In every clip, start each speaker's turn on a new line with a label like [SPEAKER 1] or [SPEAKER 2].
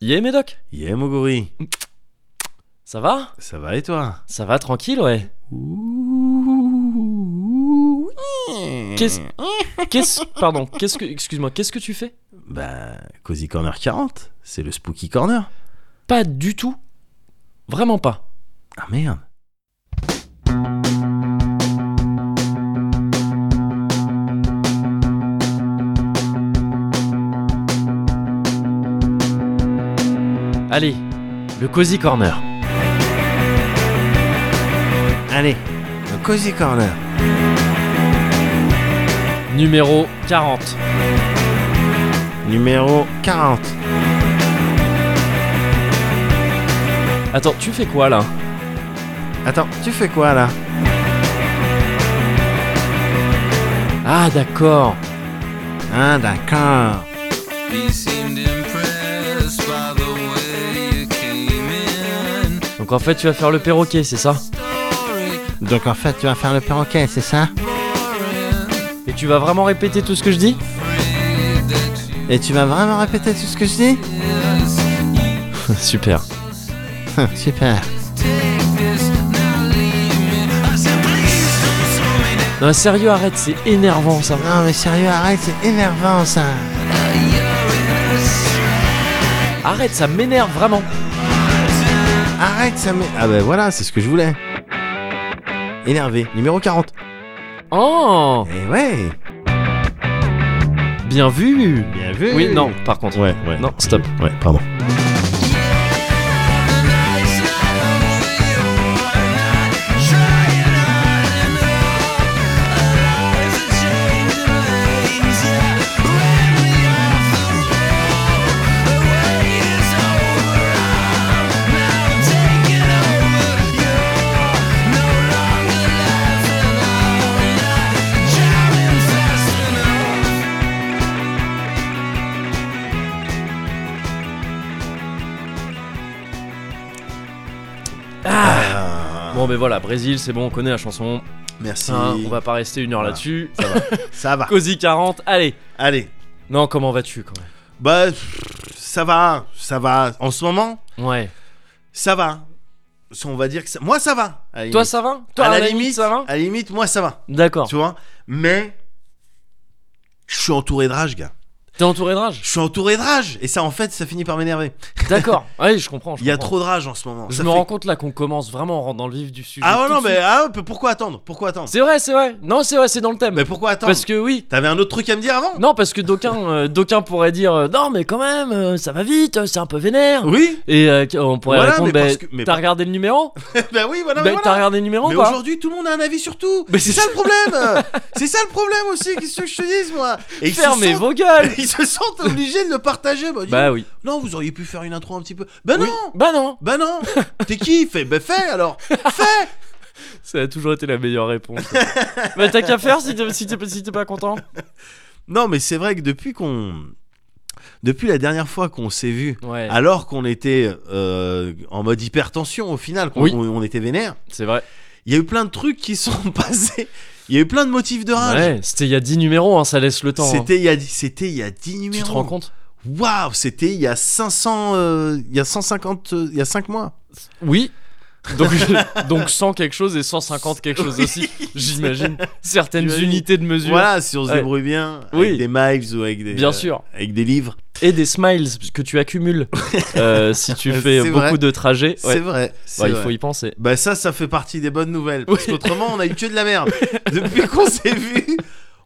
[SPEAKER 1] Yé Médoc,
[SPEAKER 2] Yeah, Moguri,
[SPEAKER 1] ça va
[SPEAKER 2] ça va et toi
[SPEAKER 1] Ça va tranquille, ouais. Qu'est-ce, qu'est-ce, pardon, qu'est-ce que, excuse-moi, qu'est-ce que tu fais
[SPEAKER 2] Bah, Cozy Corner 40, c'est le Spooky Corner.
[SPEAKER 1] Pas du tout, vraiment pas.
[SPEAKER 2] Ah merde.
[SPEAKER 1] Allez, le cozy corner.
[SPEAKER 2] Allez, le Cozy Corner.
[SPEAKER 1] Numéro 40.
[SPEAKER 2] Numéro 40.
[SPEAKER 1] Attends, tu fais quoi là
[SPEAKER 2] Attends, tu fais quoi là
[SPEAKER 1] Ah d'accord.
[SPEAKER 2] Ah d'accord.
[SPEAKER 3] He seemed impressed by the way you came in.
[SPEAKER 1] Donc en fait, tu vas faire le perroquet, c'est ça
[SPEAKER 3] Story
[SPEAKER 2] Donc en fait, tu vas faire le perroquet, c'est ça
[SPEAKER 3] boring,
[SPEAKER 1] Et tu vas vraiment répéter tout ce que je dis
[SPEAKER 3] afraid that you
[SPEAKER 2] Et tu vas vraiment répéter tout ce que je dis
[SPEAKER 1] Super.
[SPEAKER 2] Hum, Super.
[SPEAKER 3] take this. Now leave me. I said, please don't throw me down.
[SPEAKER 1] Non, sérieux, arrête, c'est énervant ça.
[SPEAKER 2] Non mais sérieux, arrête, c'est énervant ça.
[SPEAKER 3] You're in a
[SPEAKER 1] Arrête, ça m'énerve vraiment.
[SPEAKER 2] Arrête, ça me... Ah bah voilà, c'est ce que je voulais. Énervé, numéro 40.
[SPEAKER 1] Oh,
[SPEAKER 2] Eh ouais,
[SPEAKER 1] bien vu.
[SPEAKER 2] bien vu.
[SPEAKER 1] Oui, non, par contre.
[SPEAKER 2] Ouais, ouais.
[SPEAKER 1] Non, stop.
[SPEAKER 2] Ouais, pardon.
[SPEAKER 3] nice love with you. And I'm trying hard enough. Always a change of ways, yeah. Ran me off the road. The wait is over. I'm now taking over. You're no longer laughing out loud. Driving fast enough.
[SPEAKER 1] Bon, mais voilà, Brésil, c'est bon, on connaît la chanson.
[SPEAKER 2] Merci.
[SPEAKER 1] Hein, on va pas rester une heure
[SPEAKER 2] Voilà.
[SPEAKER 1] là-dessus.
[SPEAKER 2] Ça va. Ça va.
[SPEAKER 1] Cozy 40, allez.
[SPEAKER 2] Allez.
[SPEAKER 1] Non, comment vas-tu quand même
[SPEAKER 2] Bah, pff, ça va, ça va. En ce moment,
[SPEAKER 1] Ouais.
[SPEAKER 2] ça va. Ça, On va dire que ça... moi ça va. à la
[SPEAKER 1] Toi,
[SPEAKER 2] limite.
[SPEAKER 1] ça va Toi,
[SPEAKER 2] à la limite,
[SPEAKER 1] ça va
[SPEAKER 2] à la limite, moi ça va.
[SPEAKER 1] D'accord.
[SPEAKER 2] Tu vois. Mais je suis entouré de rage, gars.
[SPEAKER 1] T'es entouré de rage
[SPEAKER 2] Je suis entouré de rage, et ça en fait, ça finit par m'énerver.
[SPEAKER 1] D'accord. Oui, je comprends. je
[SPEAKER 2] Il y a
[SPEAKER 1] comprends.
[SPEAKER 2] trop de rage en ce moment.
[SPEAKER 1] Je
[SPEAKER 2] Ça
[SPEAKER 1] me
[SPEAKER 2] fait-
[SPEAKER 1] rends compte là qu'on commence vraiment, on rentre dans le vif du sujet.
[SPEAKER 2] Ah ouais,
[SPEAKER 1] tout
[SPEAKER 2] non,
[SPEAKER 1] de
[SPEAKER 2] mais
[SPEAKER 1] suite.
[SPEAKER 2] ah, ouais, pourquoi attendre Pourquoi attendre
[SPEAKER 1] C'est vrai, c'est vrai. Non, c'est vrai, c'est dans le thème.
[SPEAKER 2] Mais pourquoi attendre
[SPEAKER 1] Parce que oui.
[SPEAKER 2] T'avais un autre truc à me dire avant
[SPEAKER 1] Non, parce que d'aucuns euh, d'aucuns pourraient dire euh, Non, mais quand même, euh, ça va vite, euh, c'est un peu vénère.
[SPEAKER 2] Oui.
[SPEAKER 1] Et euh, on pourrait
[SPEAKER 2] Voilà,
[SPEAKER 1] répondre
[SPEAKER 2] mais parce que-
[SPEAKER 1] bah,
[SPEAKER 2] mais
[SPEAKER 1] T'as
[SPEAKER 2] pas-
[SPEAKER 1] regardé le numéro
[SPEAKER 2] bah oui, voilà.
[SPEAKER 1] Bah,
[SPEAKER 2] mais
[SPEAKER 1] T'as
[SPEAKER 2] voilà.
[SPEAKER 1] regardé le numéro
[SPEAKER 2] Mais
[SPEAKER 1] ou pas
[SPEAKER 2] aujourd'hui, tout le monde a un avis sur tout.
[SPEAKER 1] Mais
[SPEAKER 2] C'est
[SPEAKER 1] c'est
[SPEAKER 2] ça le problème. c'est ça le problème aussi. Qu'est-ce que je te dise, moi Et ils se
[SPEAKER 1] Fermez
[SPEAKER 2] sentent-
[SPEAKER 1] vos gueules
[SPEAKER 2] Ils se sentent obligés de le partager. Bah, dis
[SPEAKER 1] Bah
[SPEAKER 2] donc,
[SPEAKER 1] oui.
[SPEAKER 2] Non, vous auriez pu faire une intro un petit peu. Bah
[SPEAKER 1] Oui.
[SPEAKER 2] non.
[SPEAKER 1] Bah non
[SPEAKER 2] Bah non. T'es qui Fais. Bah fais alors. Fais.
[SPEAKER 1] Ça a toujours été la meilleure réponse. bah t'as qu'à faire si t'es si t'es- si t'es pas content.
[SPEAKER 2] Non, mais c'est vrai que depuis qu'on, depuis la dernière fois qu'on s'est vu,
[SPEAKER 1] Ouais,
[SPEAKER 2] alors qu'on était euh, en mode hypertension au final, qu'on
[SPEAKER 1] Oui.
[SPEAKER 2] on, on était vénère,
[SPEAKER 1] c'est vrai.
[SPEAKER 2] il y a eu plein de trucs qui sont passés. Il y a eu plein de motifs de rage.
[SPEAKER 1] Ouais, c'était il y a 10 numéros, hein, ça laisse le temps. hein.
[SPEAKER 2] Ah, C'était il y a c'était il y a 10
[SPEAKER 1] Tu
[SPEAKER 2] numéros.
[SPEAKER 1] te rends compte
[SPEAKER 2] Waouh, c'était il y a 500 euh, il y a 150 euh, il y a 5 mois.
[SPEAKER 1] Oui. Donc, donc 100 quelque chose et 150 quelque chose
[SPEAKER 2] Oui.
[SPEAKER 1] aussi, j'imagine. Certaines
[SPEAKER 2] J'imagine.
[SPEAKER 1] unités de mesure.
[SPEAKER 2] Voilà, si on se
[SPEAKER 1] Ouais.
[SPEAKER 2] débrouille bien
[SPEAKER 1] Oui.
[SPEAKER 2] avec des miles ou avec des
[SPEAKER 1] Bien
[SPEAKER 2] euh,
[SPEAKER 1] sûr.
[SPEAKER 2] avec des livres.
[SPEAKER 1] Et des smiles que tu accumules euh, si tu
[SPEAKER 2] C'est
[SPEAKER 1] fais
[SPEAKER 2] vrai.
[SPEAKER 1] beaucoup de trajets. Ouais.
[SPEAKER 2] C'est vrai, c'est
[SPEAKER 1] Ouais, il
[SPEAKER 2] vrai.
[SPEAKER 1] faut y penser.
[SPEAKER 2] Bah ça ça fait partie des bonnes nouvelles parce qu'autrement on a eu que de la merde. Depuis qu'on s'est vu,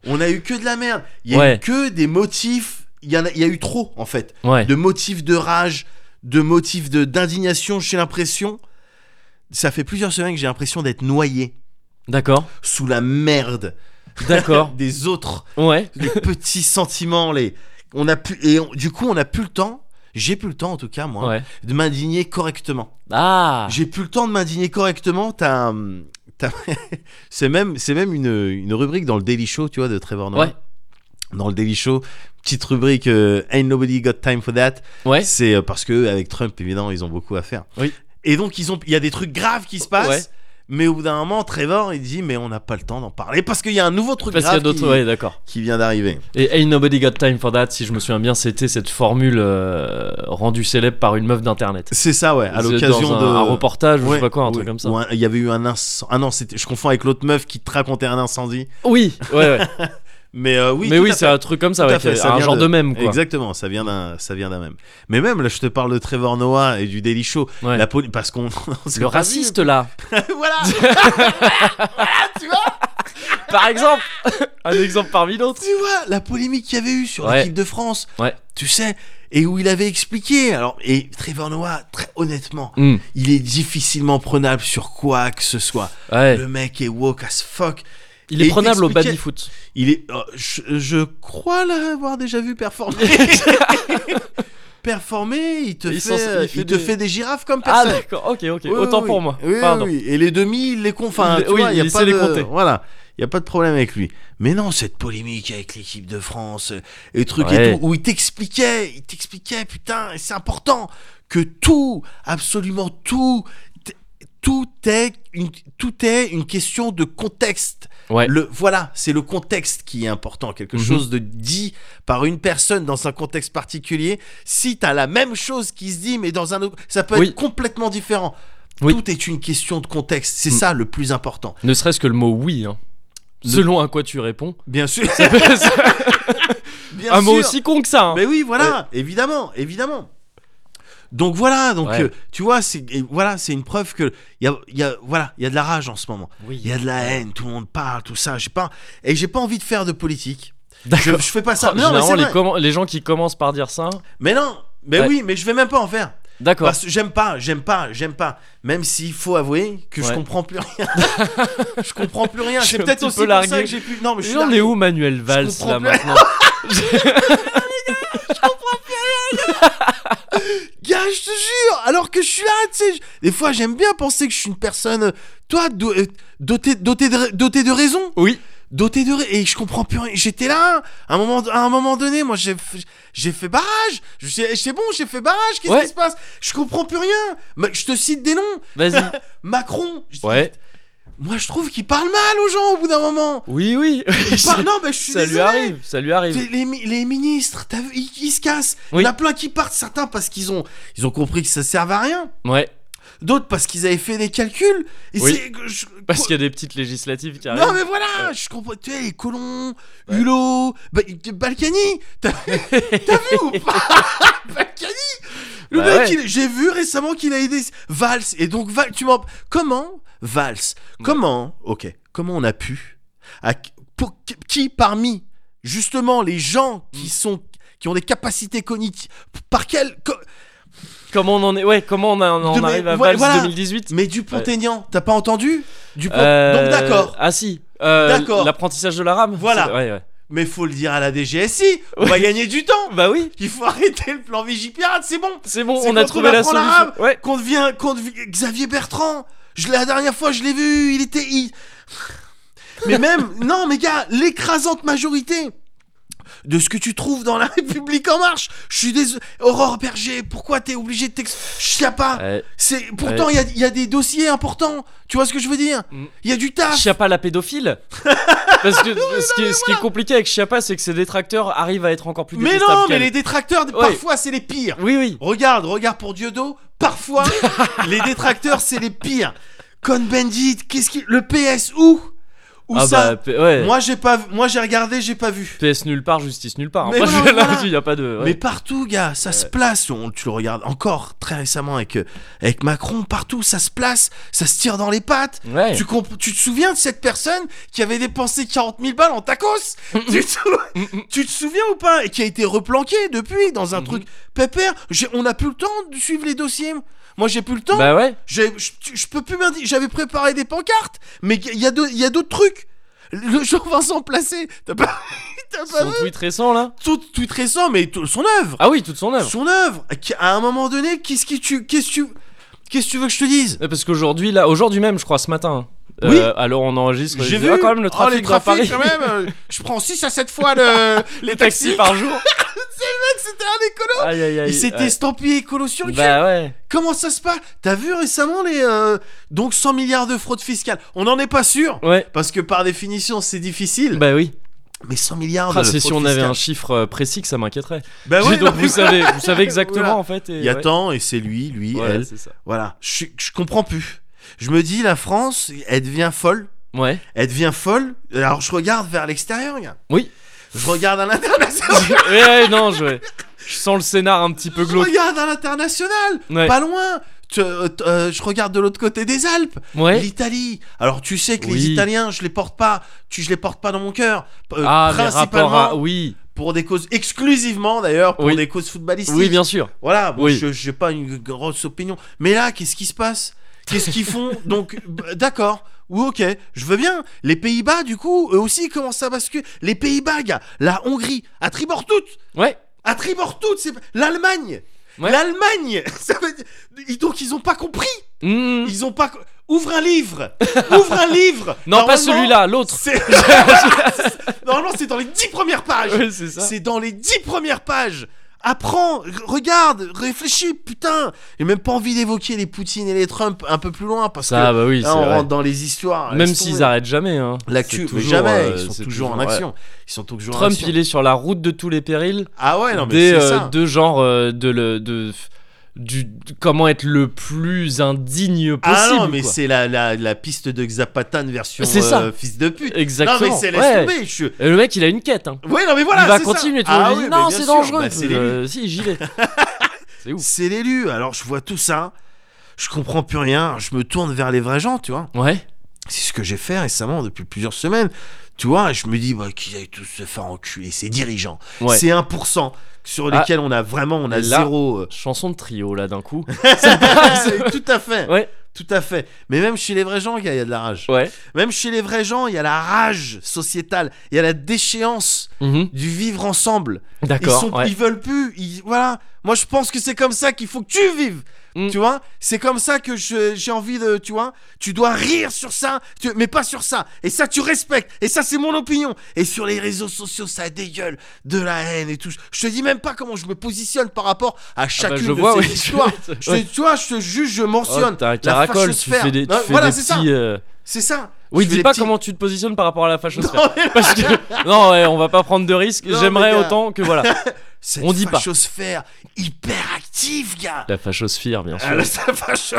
[SPEAKER 2] on a eu que de la merde. Il y a
[SPEAKER 1] Ouais.
[SPEAKER 2] eu que des motifs, il y en a il y a eu trop en fait.
[SPEAKER 1] Ouais.
[SPEAKER 2] de motifs de rage, de motifs de d'indignation, j'ai l'impression. Ça fait plusieurs semaines que j'ai l'impression d'être noyé
[SPEAKER 1] D'accord.
[SPEAKER 2] sous la merde
[SPEAKER 1] D'accord.
[SPEAKER 2] des autres,
[SPEAKER 1] Ouais.
[SPEAKER 2] les petits sentiments, les on a pu et on- du coup on n'a plus le temps, j'ai plus le temps en tout cas moi
[SPEAKER 1] Ouais.
[SPEAKER 2] de m'indigner correctement.
[SPEAKER 1] Ah.
[SPEAKER 2] J'ai plus le temps de m'indigner correctement, t'as hum, t'as- c'est même c'est même une, une rubrique dans le Daily Show, tu vois de Trevor Noah.
[SPEAKER 1] Ouais.
[SPEAKER 2] Dans le Daily Show, petite rubrique euh, Ain't nobody got time for that.
[SPEAKER 1] Ouais.
[SPEAKER 2] C'est euh, parce que avec Trump, évidemment, ils ont beaucoup à faire.
[SPEAKER 1] Oui.
[SPEAKER 2] Et donc ils ont, il y a des trucs graves qui se passent.
[SPEAKER 1] Ouais.
[SPEAKER 2] Mais au bout d'un moment, Trevor, il dit, mais on n'a pas le temps d'en parler parce qu'il y a un nouveau truc
[SPEAKER 1] Parce qu'il
[SPEAKER 2] grave
[SPEAKER 1] y a d'autres.
[SPEAKER 2] qui,
[SPEAKER 1] Ouais, d'accord.
[SPEAKER 2] qui vient d'arriver.
[SPEAKER 1] Et Ain't Nobody Got Time for That, si je me souviens bien, c'était cette formule euh, rendue célèbre par une meuf d'internet.
[SPEAKER 2] C'est ça, ouais, à
[SPEAKER 1] C'est
[SPEAKER 2] l'occasion
[SPEAKER 1] dans un-
[SPEAKER 2] de...
[SPEAKER 1] Un reportage ou je
[SPEAKER 2] Ouais,
[SPEAKER 1] sais pas quoi, un
[SPEAKER 2] ouais.
[SPEAKER 1] truc comme ça.
[SPEAKER 2] Ou un- Il y avait eu un incendie. Ah non, c'était- je confonds avec l'autre meuf qui te racontait un incendie.
[SPEAKER 1] Oui, ouais, ouais.
[SPEAKER 2] Mais euh, oui,
[SPEAKER 1] Mais
[SPEAKER 2] tout
[SPEAKER 1] oui,
[SPEAKER 2] à
[SPEAKER 1] c'est
[SPEAKER 2] fait.
[SPEAKER 1] un truc comme ça,
[SPEAKER 2] Tout à
[SPEAKER 1] ouais,
[SPEAKER 2] fait,
[SPEAKER 1] qui-
[SPEAKER 2] ça
[SPEAKER 1] un
[SPEAKER 2] vient
[SPEAKER 1] genre
[SPEAKER 2] de-
[SPEAKER 1] de même, quoi.
[SPEAKER 2] Exactement, ça vient d'un, ça vient d'un même. Mais même là, je te parle de Trevor Noah et du Daily Show,
[SPEAKER 1] Ouais.
[SPEAKER 2] la poli- parce qu'on on s'est
[SPEAKER 1] Le
[SPEAKER 2] pas
[SPEAKER 1] raciste, là,
[SPEAKER 2] vu. voilà.
[SPEAKER 1] par exemple Un exemple parmi d'autres
[SPEAKER 2] tu vois la polémique qu'il y avait eu sur
[SPEAKER 1] Ouais.
[SPEAKER 2] l'équipe de France.
[SPEAKER 1] Ouais.
[SPEAKER 2] Tu sais et où il avait expliqué. Alors et Trevor Noah, très honnêtement,
[SPEAKER 1] Hmm,
[SPEAKER 2] il est difficilement prenable sur quoi que ce soit.
[SPEAKER 1] ouais.
[SPEAKER 2] Le mec est woke as fuck.
[SPEAKER 1] Il
[SPEAKER 2] Et
[SPEAKER 1] est
[SPEAKER 2] il
[SPEAKER 1] prenable au
[SPEAKER 2] t'expliquait-
[SPEAKER 1] baby-foot.
[SPEAKER 2] Il est, oh, je, je crois l'avoir déjà vu performer. performer, il te fait,
[SPEAKER 1] Il s'en- il
[SPEAKER 2] euh, il,
[SPEAKER 1] fait
[SPEAKER 2] te
[SPEAKER 1] des-
[SPEAKER 2] fait des girafes comme
[SPEAKER 1] Ah,
[SPEAKER 2] personne.
[SPEAKER 1] d'accord, ok, ok.
[SPEAKER 2] Oui,
[SPEAKER 1] Autant
[SPEAKER 2] oui,
[SPEAKER 1] pour
[SPEAKER 2] oui.
[SPEAKER 1] moi.
[SPEAKER 2] Oui,
[SPEAKER 1] Pardon.
[SPEAKER 2] oui, oui. Et les demi, il les compte. Enfin,
[SPEAKER 1] Il-
[SPEAKER 2] tu
[SPEAKER 1] oui,
[SPEAKER 2] vois, il y a
[SPEAKER 1] il
[SPEAKER 2] pas
[SPEAKER 1] sait
[SPEAKER 2] de...
[SPEAKER 1] les compter.
[SPEAKER 2] Voilà. Il n'y a pas de problème avec lui. Mais non, cette polémique avec l'équipe de France euh, et trucs et
[SPEAKER 1] Ouais.
[SPEAKER 2] tout, où il t'expliquait, il t'expliquait, putain, et c'est important que tout, absolument tout, t- tout est une, tout est une question de contexte.
[SPEAKER 1] Ouais.
[SPEAKER 2] Le, voilà, c'est le contexte qui est important. Quelque
[SPEAKER 1] Mhm.
[SPEAKER 2] chose de dit par une personne dans un contexte particulier. Si t'as la même chose qui se dit, mais dans un autre, ça peut
[SPEAKER 1] Oui.
[SPEAKER 2] être complètement différent.
[SPEAKER 1] Oui.
[SPEAKER 2] Tout est une question de contexte. C'est
[SPEAKER 1] Mm.
[SPEAKER 2] ça le plus important.
[SPEAKER 1] Ne serait-ce que le mot oui, hein.
[SPEAKER 2] Le-
[SPEAKER 1] Selon à quoi tu réponds.
[SPEAKER 2] Bien sûr.
[SPEAKER 1] Ça peut-
[SPEAKER 2] bien
[SPEAKER 1] un mot
[SPEAKER 2] sûr.
[SPEAKER 1] aussi con que ça. hein.
[SPEAKER 2] Mais oui, voilà, évidemment, évidemment. Donc voilà, donc
[SPEAKER 1] Ouais.
[SPEAKER 2] euh, tu vois, c'est et voilà, c'est une preuve que il y a, il y a- voilà, il y a de la rage en ce moment. Il y a de la haine, tout le monde parle, tout ça. J'ai pas et j'ai pas envie de faire de politique. Je,
[SPEAKER 1] D'accord.
[SPEAKER 2] je fais pas ça. Mais non, mais,
[SPEAKER 1] Généralement,
[SPEAKER 2] c'est
[SPEAKER 1] les,
[SPEAKER 2] vrai.
[SPEAKER 1] commen- les gens qui commencent par dire ça.
[SPEAKER 2] mais non, mais
[SPEAKER 1] Ouais.
[SPEAKER 2] oui, mais je vais même pas en faire.
[SPEAKER 1] D'accord.
[SPEAKER 2] Parce que j'aime pas, j'aime pas, j'aime pas. Même s'il faut avouer que je
[SPEAKER 1] Ouais.
[SPEAKER 2] comprends plus rien. je comprends plus rien.
[SPEAKER 1] Je suis
[SPEAKER 2] C'est
[SPEAKER 1] un
[SPEAKER 2] peut-être
[SPEAKER 1] petit
[SPEAKER 2] aussi
[SPEAKER 1] peu
[SPEAKER 2] pour ça
[SPEAKER 1] largué.
[SPEAKER 2] que j'ai plus. Non, mais je suis
[SPEAKER 1] Et on
[SPEAKER 2] largué.
[SPEAKER 1] est où Manuel Valls
[SPEAKER 2] comprends
[SPEAKER 1] là
[SPEAKER 2] plus.
[SPEAKER 1] maintenant
[SPEAKER 2] Gars, je te jure, alors que je suis là, tu sais, je- des fois j'aime bien penser que je suis une personne, euh, toi, do- euh, dotée, dotée, de, ra- dotée de raison,
[SPEAKER 1] Oui.
[SPEAKER 2] dotée de ra- et je comprends plus rien. J'étais là, à un moment, à un moment donné, moi j'ai, f- j'ai fait barrage, Je- c'est c'est bon, j'ai fait barrage, qu'est-ce
[SPEAKER 1] Ouais.
[SPEAKER 2] qui se passe Je comprends plus rien. Ma- je te cite des noms,
[SPEAKER 1] Vas-y.
[SPEAKER 2] Macron. je-
[SPEAKER 1] Ouais.
[SPEAKER 2] Moi je trouve qu'il parle mal aux gens au bout d'un moment.
[SPEAKER 1] Oui, oui.
[SPEAKER 2] Il parle- non, mais je suis
[SPEAKER 1] ça lui
[SPEAKER 2] désolé.
[SPEAKER 1] arrive. Ça lui arrive.
[SPEAKER 2] Les, les mi- les ministres, t'as vu, ils, ils se cassent.
[SPEAKER 1] Oui.
[SPEAKER 2] Il y en a plein qui partent, certains parce qu'ils ont, ils ont compris que ça servait à rien.
[SPEAKER 1] Ouais.
[SPEAKER 2] d'autres parce qu'ils avaient fait des calculs. Et
[SPEAKER 1] Oui.
[SPEAKER 2] c'est- que je-
[SPEAKER 1] Parce
[SPEAKER 2] quoi-
[SPEAKER 1] qu'il y a des petites législatives qui
[SPEAKER 2] Non
[SPEAKER 1] arrivent.
[SPEAKER 2] mais voilà, je comprends. Tu sais, les colons, Hulot, Ba- Balkany, t'as vu, t'as vu ou pas Balkany Le
[SPEAKER 1] Bah
[SPEAKER 2] mec,
[SPEAKER 1] ouais.
[SPEAKER 2] il- j'ai vu récemment qu'il a aidé Valls. Et donc, Valls, tu m'en. Comment Valls Comment Ok, comment on a pu à- pour, Qui parmi, justement, les gens qui
[SPEAKER 1] Hmm.
[SPEAKER 2] sont. qui ont des capacités cognitives. Par quel. co-
[SPEAKER 1] Comment on en est Ouais. Comment on, a- on en
[SPEAKER 2] De- mais-
[SPEAKER 1] arrive à
[SPEAKER 2] voilà.
[SPEAKER 1] Valls 2018
[SPEAKER 2] Mais Dupont-Aignan, t'as pas entendu Dupont. Donc,
[SPEAKER 1] Euh,
[SPEAKER 2] d'accord.
[SPEAKER 1] Ah si. Euh,
[SPEAKER 2] D'accord.
[SPEAKER 1] L'apprentissage de la rame.
[SPEAKER 2] Voilà.
[SPEAKER 1] c'est- Ouais, ouais.
[SPEAKER 2] Mais faut le dire à la DGSI, on va gagner du temps.
[SPEAKER 1] Bah oui.
[SPEAKER 2] Il faut arrêter le plan Vigipirate, c'est bon.
[SPEAKER 1] C'est bon.
[SPEAKER 2] C'est
[SPEAKER 1] on a
[SPEAKER 2] quand
[SPEAKER 1] trouvé
[SPEAKER 2] on
[SPEAKER 1] la
[SPEAKER 2] apprend
[SPEAKER 1] solution.
[SPEAKER 2] l'arabe.
[SPEAKER 1] Ouais.
[SPEAKER 2] Qu'on devient, qu'on devi- Xavier Bertrand. Je, la dernière fois, je l'ai vu, il était. il- Mais même, non, mais gars, l'écrasante majorité de ce que tu trouves dans la République en marche. Je suis désolé. Aurore Berger, pourquoi t'es obligé de t'ex. Je sais pas.
[SPEAKER 1] Ouais.
[SPEAKER 2] C'est pourtant il y a- il y, a des dossiers importants. Tu vois ce que je veux dire
[SPEAKER 1] Mm.
[SPEAKER 2] Il y a du taf.
[SPEAKER 1] Chiappa la pédophile Parce que ce, qui est, ce qui est compliqué avec Chiappa, c'est que ses détracteurs arrivent à être encore plus
[SPEAKER 2] Mais
[SPEAKER 1] détestables
[SPEAKER 2] non, mais
[SPEAKER 1] qu'elle.
[SPEAKER 2] les détracteurs, parfois c'est les pires.
[SPEAKER 1] Oui, oui.
[SPEAKER 2] Regarde, regarde pour Dieudo, parfois les détracteurs c'est les pires. Con Bendit, qu'est-ce qui le PS où Où
[SPEAKER 1] ah
[SPEAKER 2] ça
[SPEAKER 1] bah, P- ouais.
[SPEAKER 2] Moi j'ai pas vu- moi j'ai regardé, j'ai pas vu.
[SPEAKER 1] PS nulle part, justice nulle part.
[SPEAKER 2] Mais
[SPEAKER 1] Enfin,
[SPEAKER 2] non,
[SPEAKER 1] je- là,
[SPEAKER 2] voilà.
[SPEAKER 1] il y a pas de. ouais.
[SPEAKER 2] Mais partout gars, ça se place, on tu le regardes encore très récemment avec euh, avec Macron partout, ça se place, ça se tire dans les pattes.
[SPEAKER 1] Ouais.
[SPEAKER 2] Tu, comp- tu te souviens de cette personne qui avait dépensé 40 000 balles en tacos tu, te sou- tu te souviens ou pas Et qui a été replanqué depuis dans un truc pépère. J'ai- On n'a plus le temps de suivre les dossiers. Moi, j'ai plus le temps.
[SPEAKER 1] Bah ouais.
[SPEAKER 2] J'ai- Je tu- je peux plus m'indiquer. J'avais préparé des pancartes, mais il y a de- il y a d'autres trucs. Le Jean-Vincent Placé, t'as pas, t'as pas
[SPEAKER 1] Son
[SPEAKER 2] vu
[SPEAKER 1] tweet récent là.
[SPEAKER 2] tout, tout récent, mais tout- son œuvre.
[SPEAKER 1] Ah oui, toute son œuvre.
[SPEAKER 2] Son œuvre. Qui- À un moment donné, qu'est-ce qui tu, qu'est-ce que tu, qu'est-ce que tu veux que je te dise
[SPEAKER 1] Ouais, Parce qu'aujourd'hui, là, aujourd'hui même, je crois, ce matin, hein,
[SPEAKER 2] Oui.
[SPEAKER 1] Euh, alors on enregistre. je
[SPEAKER 2] J'ai
[SPEAKER 1] dis,
[SPEAKER 2] vu
[SPEAKER 1] Ah, quand même le
[SPEAKER 2] Oh,
[SPEAKER 1] trafic,
[SPEAKER 2] les
[SPEAKER 1] dans Paris.
[SPEAKER 2] trafics, quand même euh, Je prends 6 à 7 fois le,
[SPEAKER 1] les taxis par jour.
[SPEAKER 2] C'était un écolo
[SPEAKER 1] aïe aï aïe.
[SPEAKER 2] Il s'était
[SPEAKER 1] ouais.
[SPEAKER 2] estampillé écolo sur le cul
[SPEAKER 1] Bah ouais.
[SPEAKER 2] Comment ça se passe T'as vu récemment les... euh, donc 100 milliards de fraude fiscale. On n'en est pas sûr
[SPEAKER 1] Ouais.
[SPEAKER 2] parce que par définition c'est difficile,
[SPEAKER 1] Bah oui.
[SPEAKER 2] mais 100 milliards
[SPEAKER 1] Ah,
[SPEAKER 2] de
[SPEAKER 1] c'est
[SPEAKER 2] fraude
[SPEAKER 1] si on avait un
[SPEAKER 2] fiscale.
[SPEAKER 1] chiffre euh, précis que ça m'inquiéterait.
[SPEAKER 2] Bah
[SPEAKER 1] Dis
[SPEAKER 2] oui,
[SPEAKER 1] donc
[SPEAKER 2] non,
[SPEAKER 1] vous savez, vous savez
[SPEAKER 2] Voilà.
[SPEAKER 1] exactement en fait. et
[SPEAKER 2] Il y a
[SPEAKER 1] ouais.
[SPEAKER 2] tant et c'est lui, lui,
[SPEAKER 1] Voilà,
[SPEAKER 2] elle.
[SPEAKER 1] c'est ça.
[SPEAKER 2] Voilà. Je, suis- je comprends plus. Je me dis la France, elle devient folle.
[SPEAKER 1] Ouais.
[SPEAKER 2] Elle devient folle. Alors je regarde vers l'extérieur, regarde.
[SPEAKER 1] Oui.
[SPEAKER 2] Je regarde à l'international.
[SPEAKER 1] ouais, ouais, non, je, je sens le scénar un petit peu
[SPEAKER 2] je
[SPEAKER 1] glauque.
[SPEAKER 2] regarde à l'international.
[SPEAKER 1] Ouais.
[SPEAKER 2] Pas loin. Tu- euh, t- euh, je regarde de l'autre côté des Alpes.
[SPEAKER 1] Ouais.
[SPEAKER 2] L'Italie. Alors tu sais que les
[SPEAKER 1] Oui.
[SPEAKER 2] Italiens, je les porte pas. Tu, je les porte pas dans mon cœur. Euh,
[SPEAKER 1] Ah, les rapports
[SPEAKER 2] principalement
[SPEAKER 1] à. Oui.
[SPEAKER 2] pour des causes exclusivement d'ailleurs pour
[SPEAKER 1] Oui.
[SPEAKER 2] des causes footballistiques.
[SPEAKER 1] Oui, bien sûr.
[SPEAKER 2] Voilà, bon,
[SPEAKER 1] Oui.
[SPEAKER 2] je j'ai pas une grosse opinion. Mais là, qu'est-ce qui se passe Qu'est-ce qu'ils font Donc, b- d'accord. Ou ok, je veux bien. Les Pays-Bas, du coup, eux aussi commencent à basculer. Les Pays-Bas, gars, la Hongrie, à tribord toutes,
[SPEAKER 1] Ouais.
[SPEAKER 2] à tribord toutes, c'est l'Allemagne.
[SPEAKER 1] Ouais.
[SPEAKER 2] L'Allemagne, ça veut dire- Ils- donc ils ont pas compris.
[SPEAKER 1] Mmh.
[SPEAKER 2] Ils ont pas. co- Ouvre un livre, ouvre un livre.
[SPEAKER 1] Non, pas
[SPEAKER 2] Normalement,
[SPEAKER 1] celui-là, l'autre.
[SPEAKER 2] c'est- Normalement, c'est dans les dix premières pages.
[SPEAKER 1] Ouais, c'est ça.
[SPEAKER 2] C'est dans les dix premières pages. Apprends, r- regarde, réfléchis, putain. J'ai même pas envie d'évoquer les Poutine et les Trump un peu plus loin parce que
[SPEAKER 1] Ça, bah oui, c'est
[SPEAKER 2] là, on
[SPEAKER 1] vrai.
[SPEAKER 2] rentre dans les histoires.
[SPEAKER 1] Même
[SPEAKER 2] Laisse
[SPEAKER 1] s'ils
[SPEAKER 2] tomber.
[SPEAKER 1] arrêtent jamais. Hein.
[SPEAKER 2] l'actu,
[SPEAKER 1] C'est
[SPEAKER 2] mais
[SPEAKER 1] toujours,
[SPEAKER 2] jamais,
[SPEAKER 1] euh,
[SPEAKER 2] ils sont
[SPEAKER 1] c'est
[SPEAKER 2] toujours, en action.
[SPEAKER 1] ouais.
[SPEAKER 2] Ils sont toujours en
[SPEAKER 1] Trump,
[SPEAKER 2] action.
[SPEAKER 1] il est sur la route de tous les périls.
[SPEAKER 2] Ah ouais, non mais
[SPEAKER 1] des,
[SPEAKER 2] c'est
[SPEAKER 1] euh,
[SPEAKER 2] ça.
[SPEAKER 1] de genre euh, de le de f- du de- comment être le plus indigne possible.
[SPEAKER 2] Ah non, mais
[SPEAKER 1] quoi.
[SPEAKER 2] c'est la, la, la piste de Xapatan version
[SPEAKER 1] C'est ça.
[SPEAKER 2] euh, fils de pute.
[SPEAKER 1] exactement.
[SPEAKER 2] Non mais c'est laisse
[SPEAKER 1] ouais.
[SPEAKER 2] tomber. Je...
[SPEAKER 1] Et le mec, il a une quête. hein.
[SPEAKER 2] Ouais, non mais voilà.
[SPEAKER 1] il va
[SPEAKER 2] c'est
[SPEAKER 1] continuer.
[SPEAKER 2] ça.
[SPEAKER 1] tout le monde
[SPEAKER 2] Ah
[SPEAKER 1] lui
[SPEAKER 2] oui,
[SPEAKER 1] dit,
[SPEAKER 2] mais
[SPEAKER 1] non,
[SPEAKER 2] bien
[SPEAKER 1] c'est
[SPEAKER 2] sûr.
[SPEAKER 1] dangereux.
[SPEAKER 2] Bah, c'est l'élu.
[SPEAKER 1] Euh, si, j'y vais. c'est ouf.
[SPEAKER 2] C'est l'élu. Alors je vois tout ça. Je comprends plus rien. Je me tourne vers les vrais gens, tu vois.
[SPEAKER 1] Ouais.
[SPEAKER 2] C'est ce que j'ai fait récemment depuis plusieurs semaines. Tu vois, et je me dis bah, qu'ils aillent tous se faire enculer, ces dirigeants.
[SPEAKER 1] Ouais.
[SPEAKER 2] C'est 1% sur
[SPEAKER 1] Ah.
[SPEAKER 2] lesquels on a vraiment, on a
[SPEAKER 1] Là.
[SPEAKER 2] zéro. euh,
[SPEAKER 1] Chanson de trio là d'un coup.
[SPEAKER 2] tout à fait.
[SPEAKER 1] Ouais.
[SPEAKER 2] Tout à fait. Mais même chez les vrais gens, il y a il y a de la rage.
[SPEAKER 1] Ouais.
[SPEAKER 2] Même chez les vrais gens, il y a la rage sociétale. Il y a la déchéance
[SPEAKER 1] Mhm.
[SPEAKER 2] du vivre ensemble. Ils,
[SPEAKER 1] D'accord.
[SPEAKER 2] sont-
[SPEAKER 1] ouais.
[SPEAKER 2] ils veulent plus. Ils, voilà. Moi, je pense que c'est comme ça qu'il faut que tu vives.
[SPEAKER 1] Mm.
[SPEAKER 2] Tu vois, c'est comme ça que je- j'ai envie de, tu vois, tu dois rire sur ça, tu- mais pas sur ça. Et ça, tu respectes. Et ça, c'est mon opinion. Et sur les réseaux sociaux, ça dégueule de la haine et tout. Je te dis même pas comment je me positionne par rapport à
[SPEAKER 1] Ah bah,
[SPEAKER 2] chacune
[SPEAKER 1] je vois.
[SPEAKER 2] de
[SPEAKER 1] oui.
[SPEAKER 2] ces histoires. Je, te-
[SPEAKER 1] Ouais.
[SPEAKER 2] tu vois, je te juge, je mentionne.
[SPEAKER 1] Oh, T'as un
[SPEAKER 2] la
[SPEAKER 1] caracole. Tu
[SPEAKER 2] fachosphère.
[SPEAKER 1] fais des, tu
[SPEAKER 2] Non,
[SPEAKER 1] fais
[SPEAKER 2] voilà,
[SPEAKER 1] des
[SPEAKER 2] c'est ça.
[SPEAKER 1] petits. euh,
[SPEAKER 2] C'est ça.
[SPEAKER 1] Oui,
[SPEAKER 2] Je fais
[SPEAKER 1] dis
[SPEAKER 2] des
[SPEAKER 1] pas
[SPEAKER 2] petits-
[SPEAKER 1] comment tu te positionnes par rapport à la fachosphère.
[SPEAKER 2] Non, mais
[SPEAKER 1] Parce que non, ouais, on va pas prendre de risques.
[SPEAKER 2] Non, mais
[SPEAKER 1] J'aimerais
[SPEAKER 2] gars.
[SPEAKER 1] autant que voilà.
[SPEAKER 2] cette
[SPEAKER 1] on dit pas.
[SPEAKER 2] fachosphère hyper active, gars.
[SPEAKER 1] La fachosphère, bien sûr.
[SPEAKER 2] Ah, la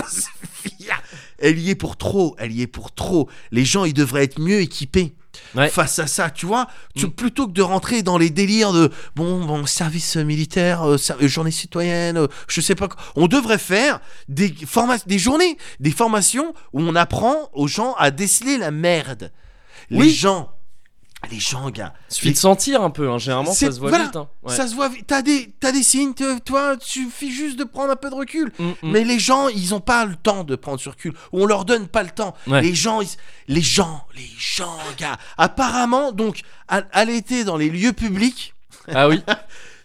[SPEAKER 2] fachosphère. Elle y est pour trop, elle y est pour trop. Les gens, ils devraient être mieux équipés.
[SPEAKER 1] Ouais.
[SPEAKER 2] Face à ça, tu vois, tu,
[SPEAKER 1] Mm.
[SPEAKER 2] plutôt que de rentrer dans les délires de bon, bon service euh, militaire, euh, ser- euh, journée citoyenne, euh, je sais pas quoi, on devrait faire des, forma- des journées, des formations où on apprend aux gens à déceler la merde. Les
[SPEAKER 1] Oui.
[SPEAKER 2] gens, les gens, gars,
[SPEAKER 1] Suffit de sentir un peu, hein. généralement
[SPEAKER 2] C'est-
[SPEAKER 1] ça se voit
[SPEAKER 2] voilà.
[SPEAKER 1] vite. hein. Ouais.
[SPEAKER 2] ça se voit, vite. t'as des, t'as des signes, te- toi, suffit juste de prendre un peu de recul.
[SPEAKER 1] Mm, mm.
[SPEAKER 2] Mais les gens, ils ont pas le temps de prendre sur cul. Ou on leur donne pas le temps.
[SPEAKER 1] Ouais.
[SPEAKER 2] Les gens, ils- les gens, les gens, gars. Apparemment, donc, à, à l'été dans les lieux publics,
[SPEAKER 1] Ah oui.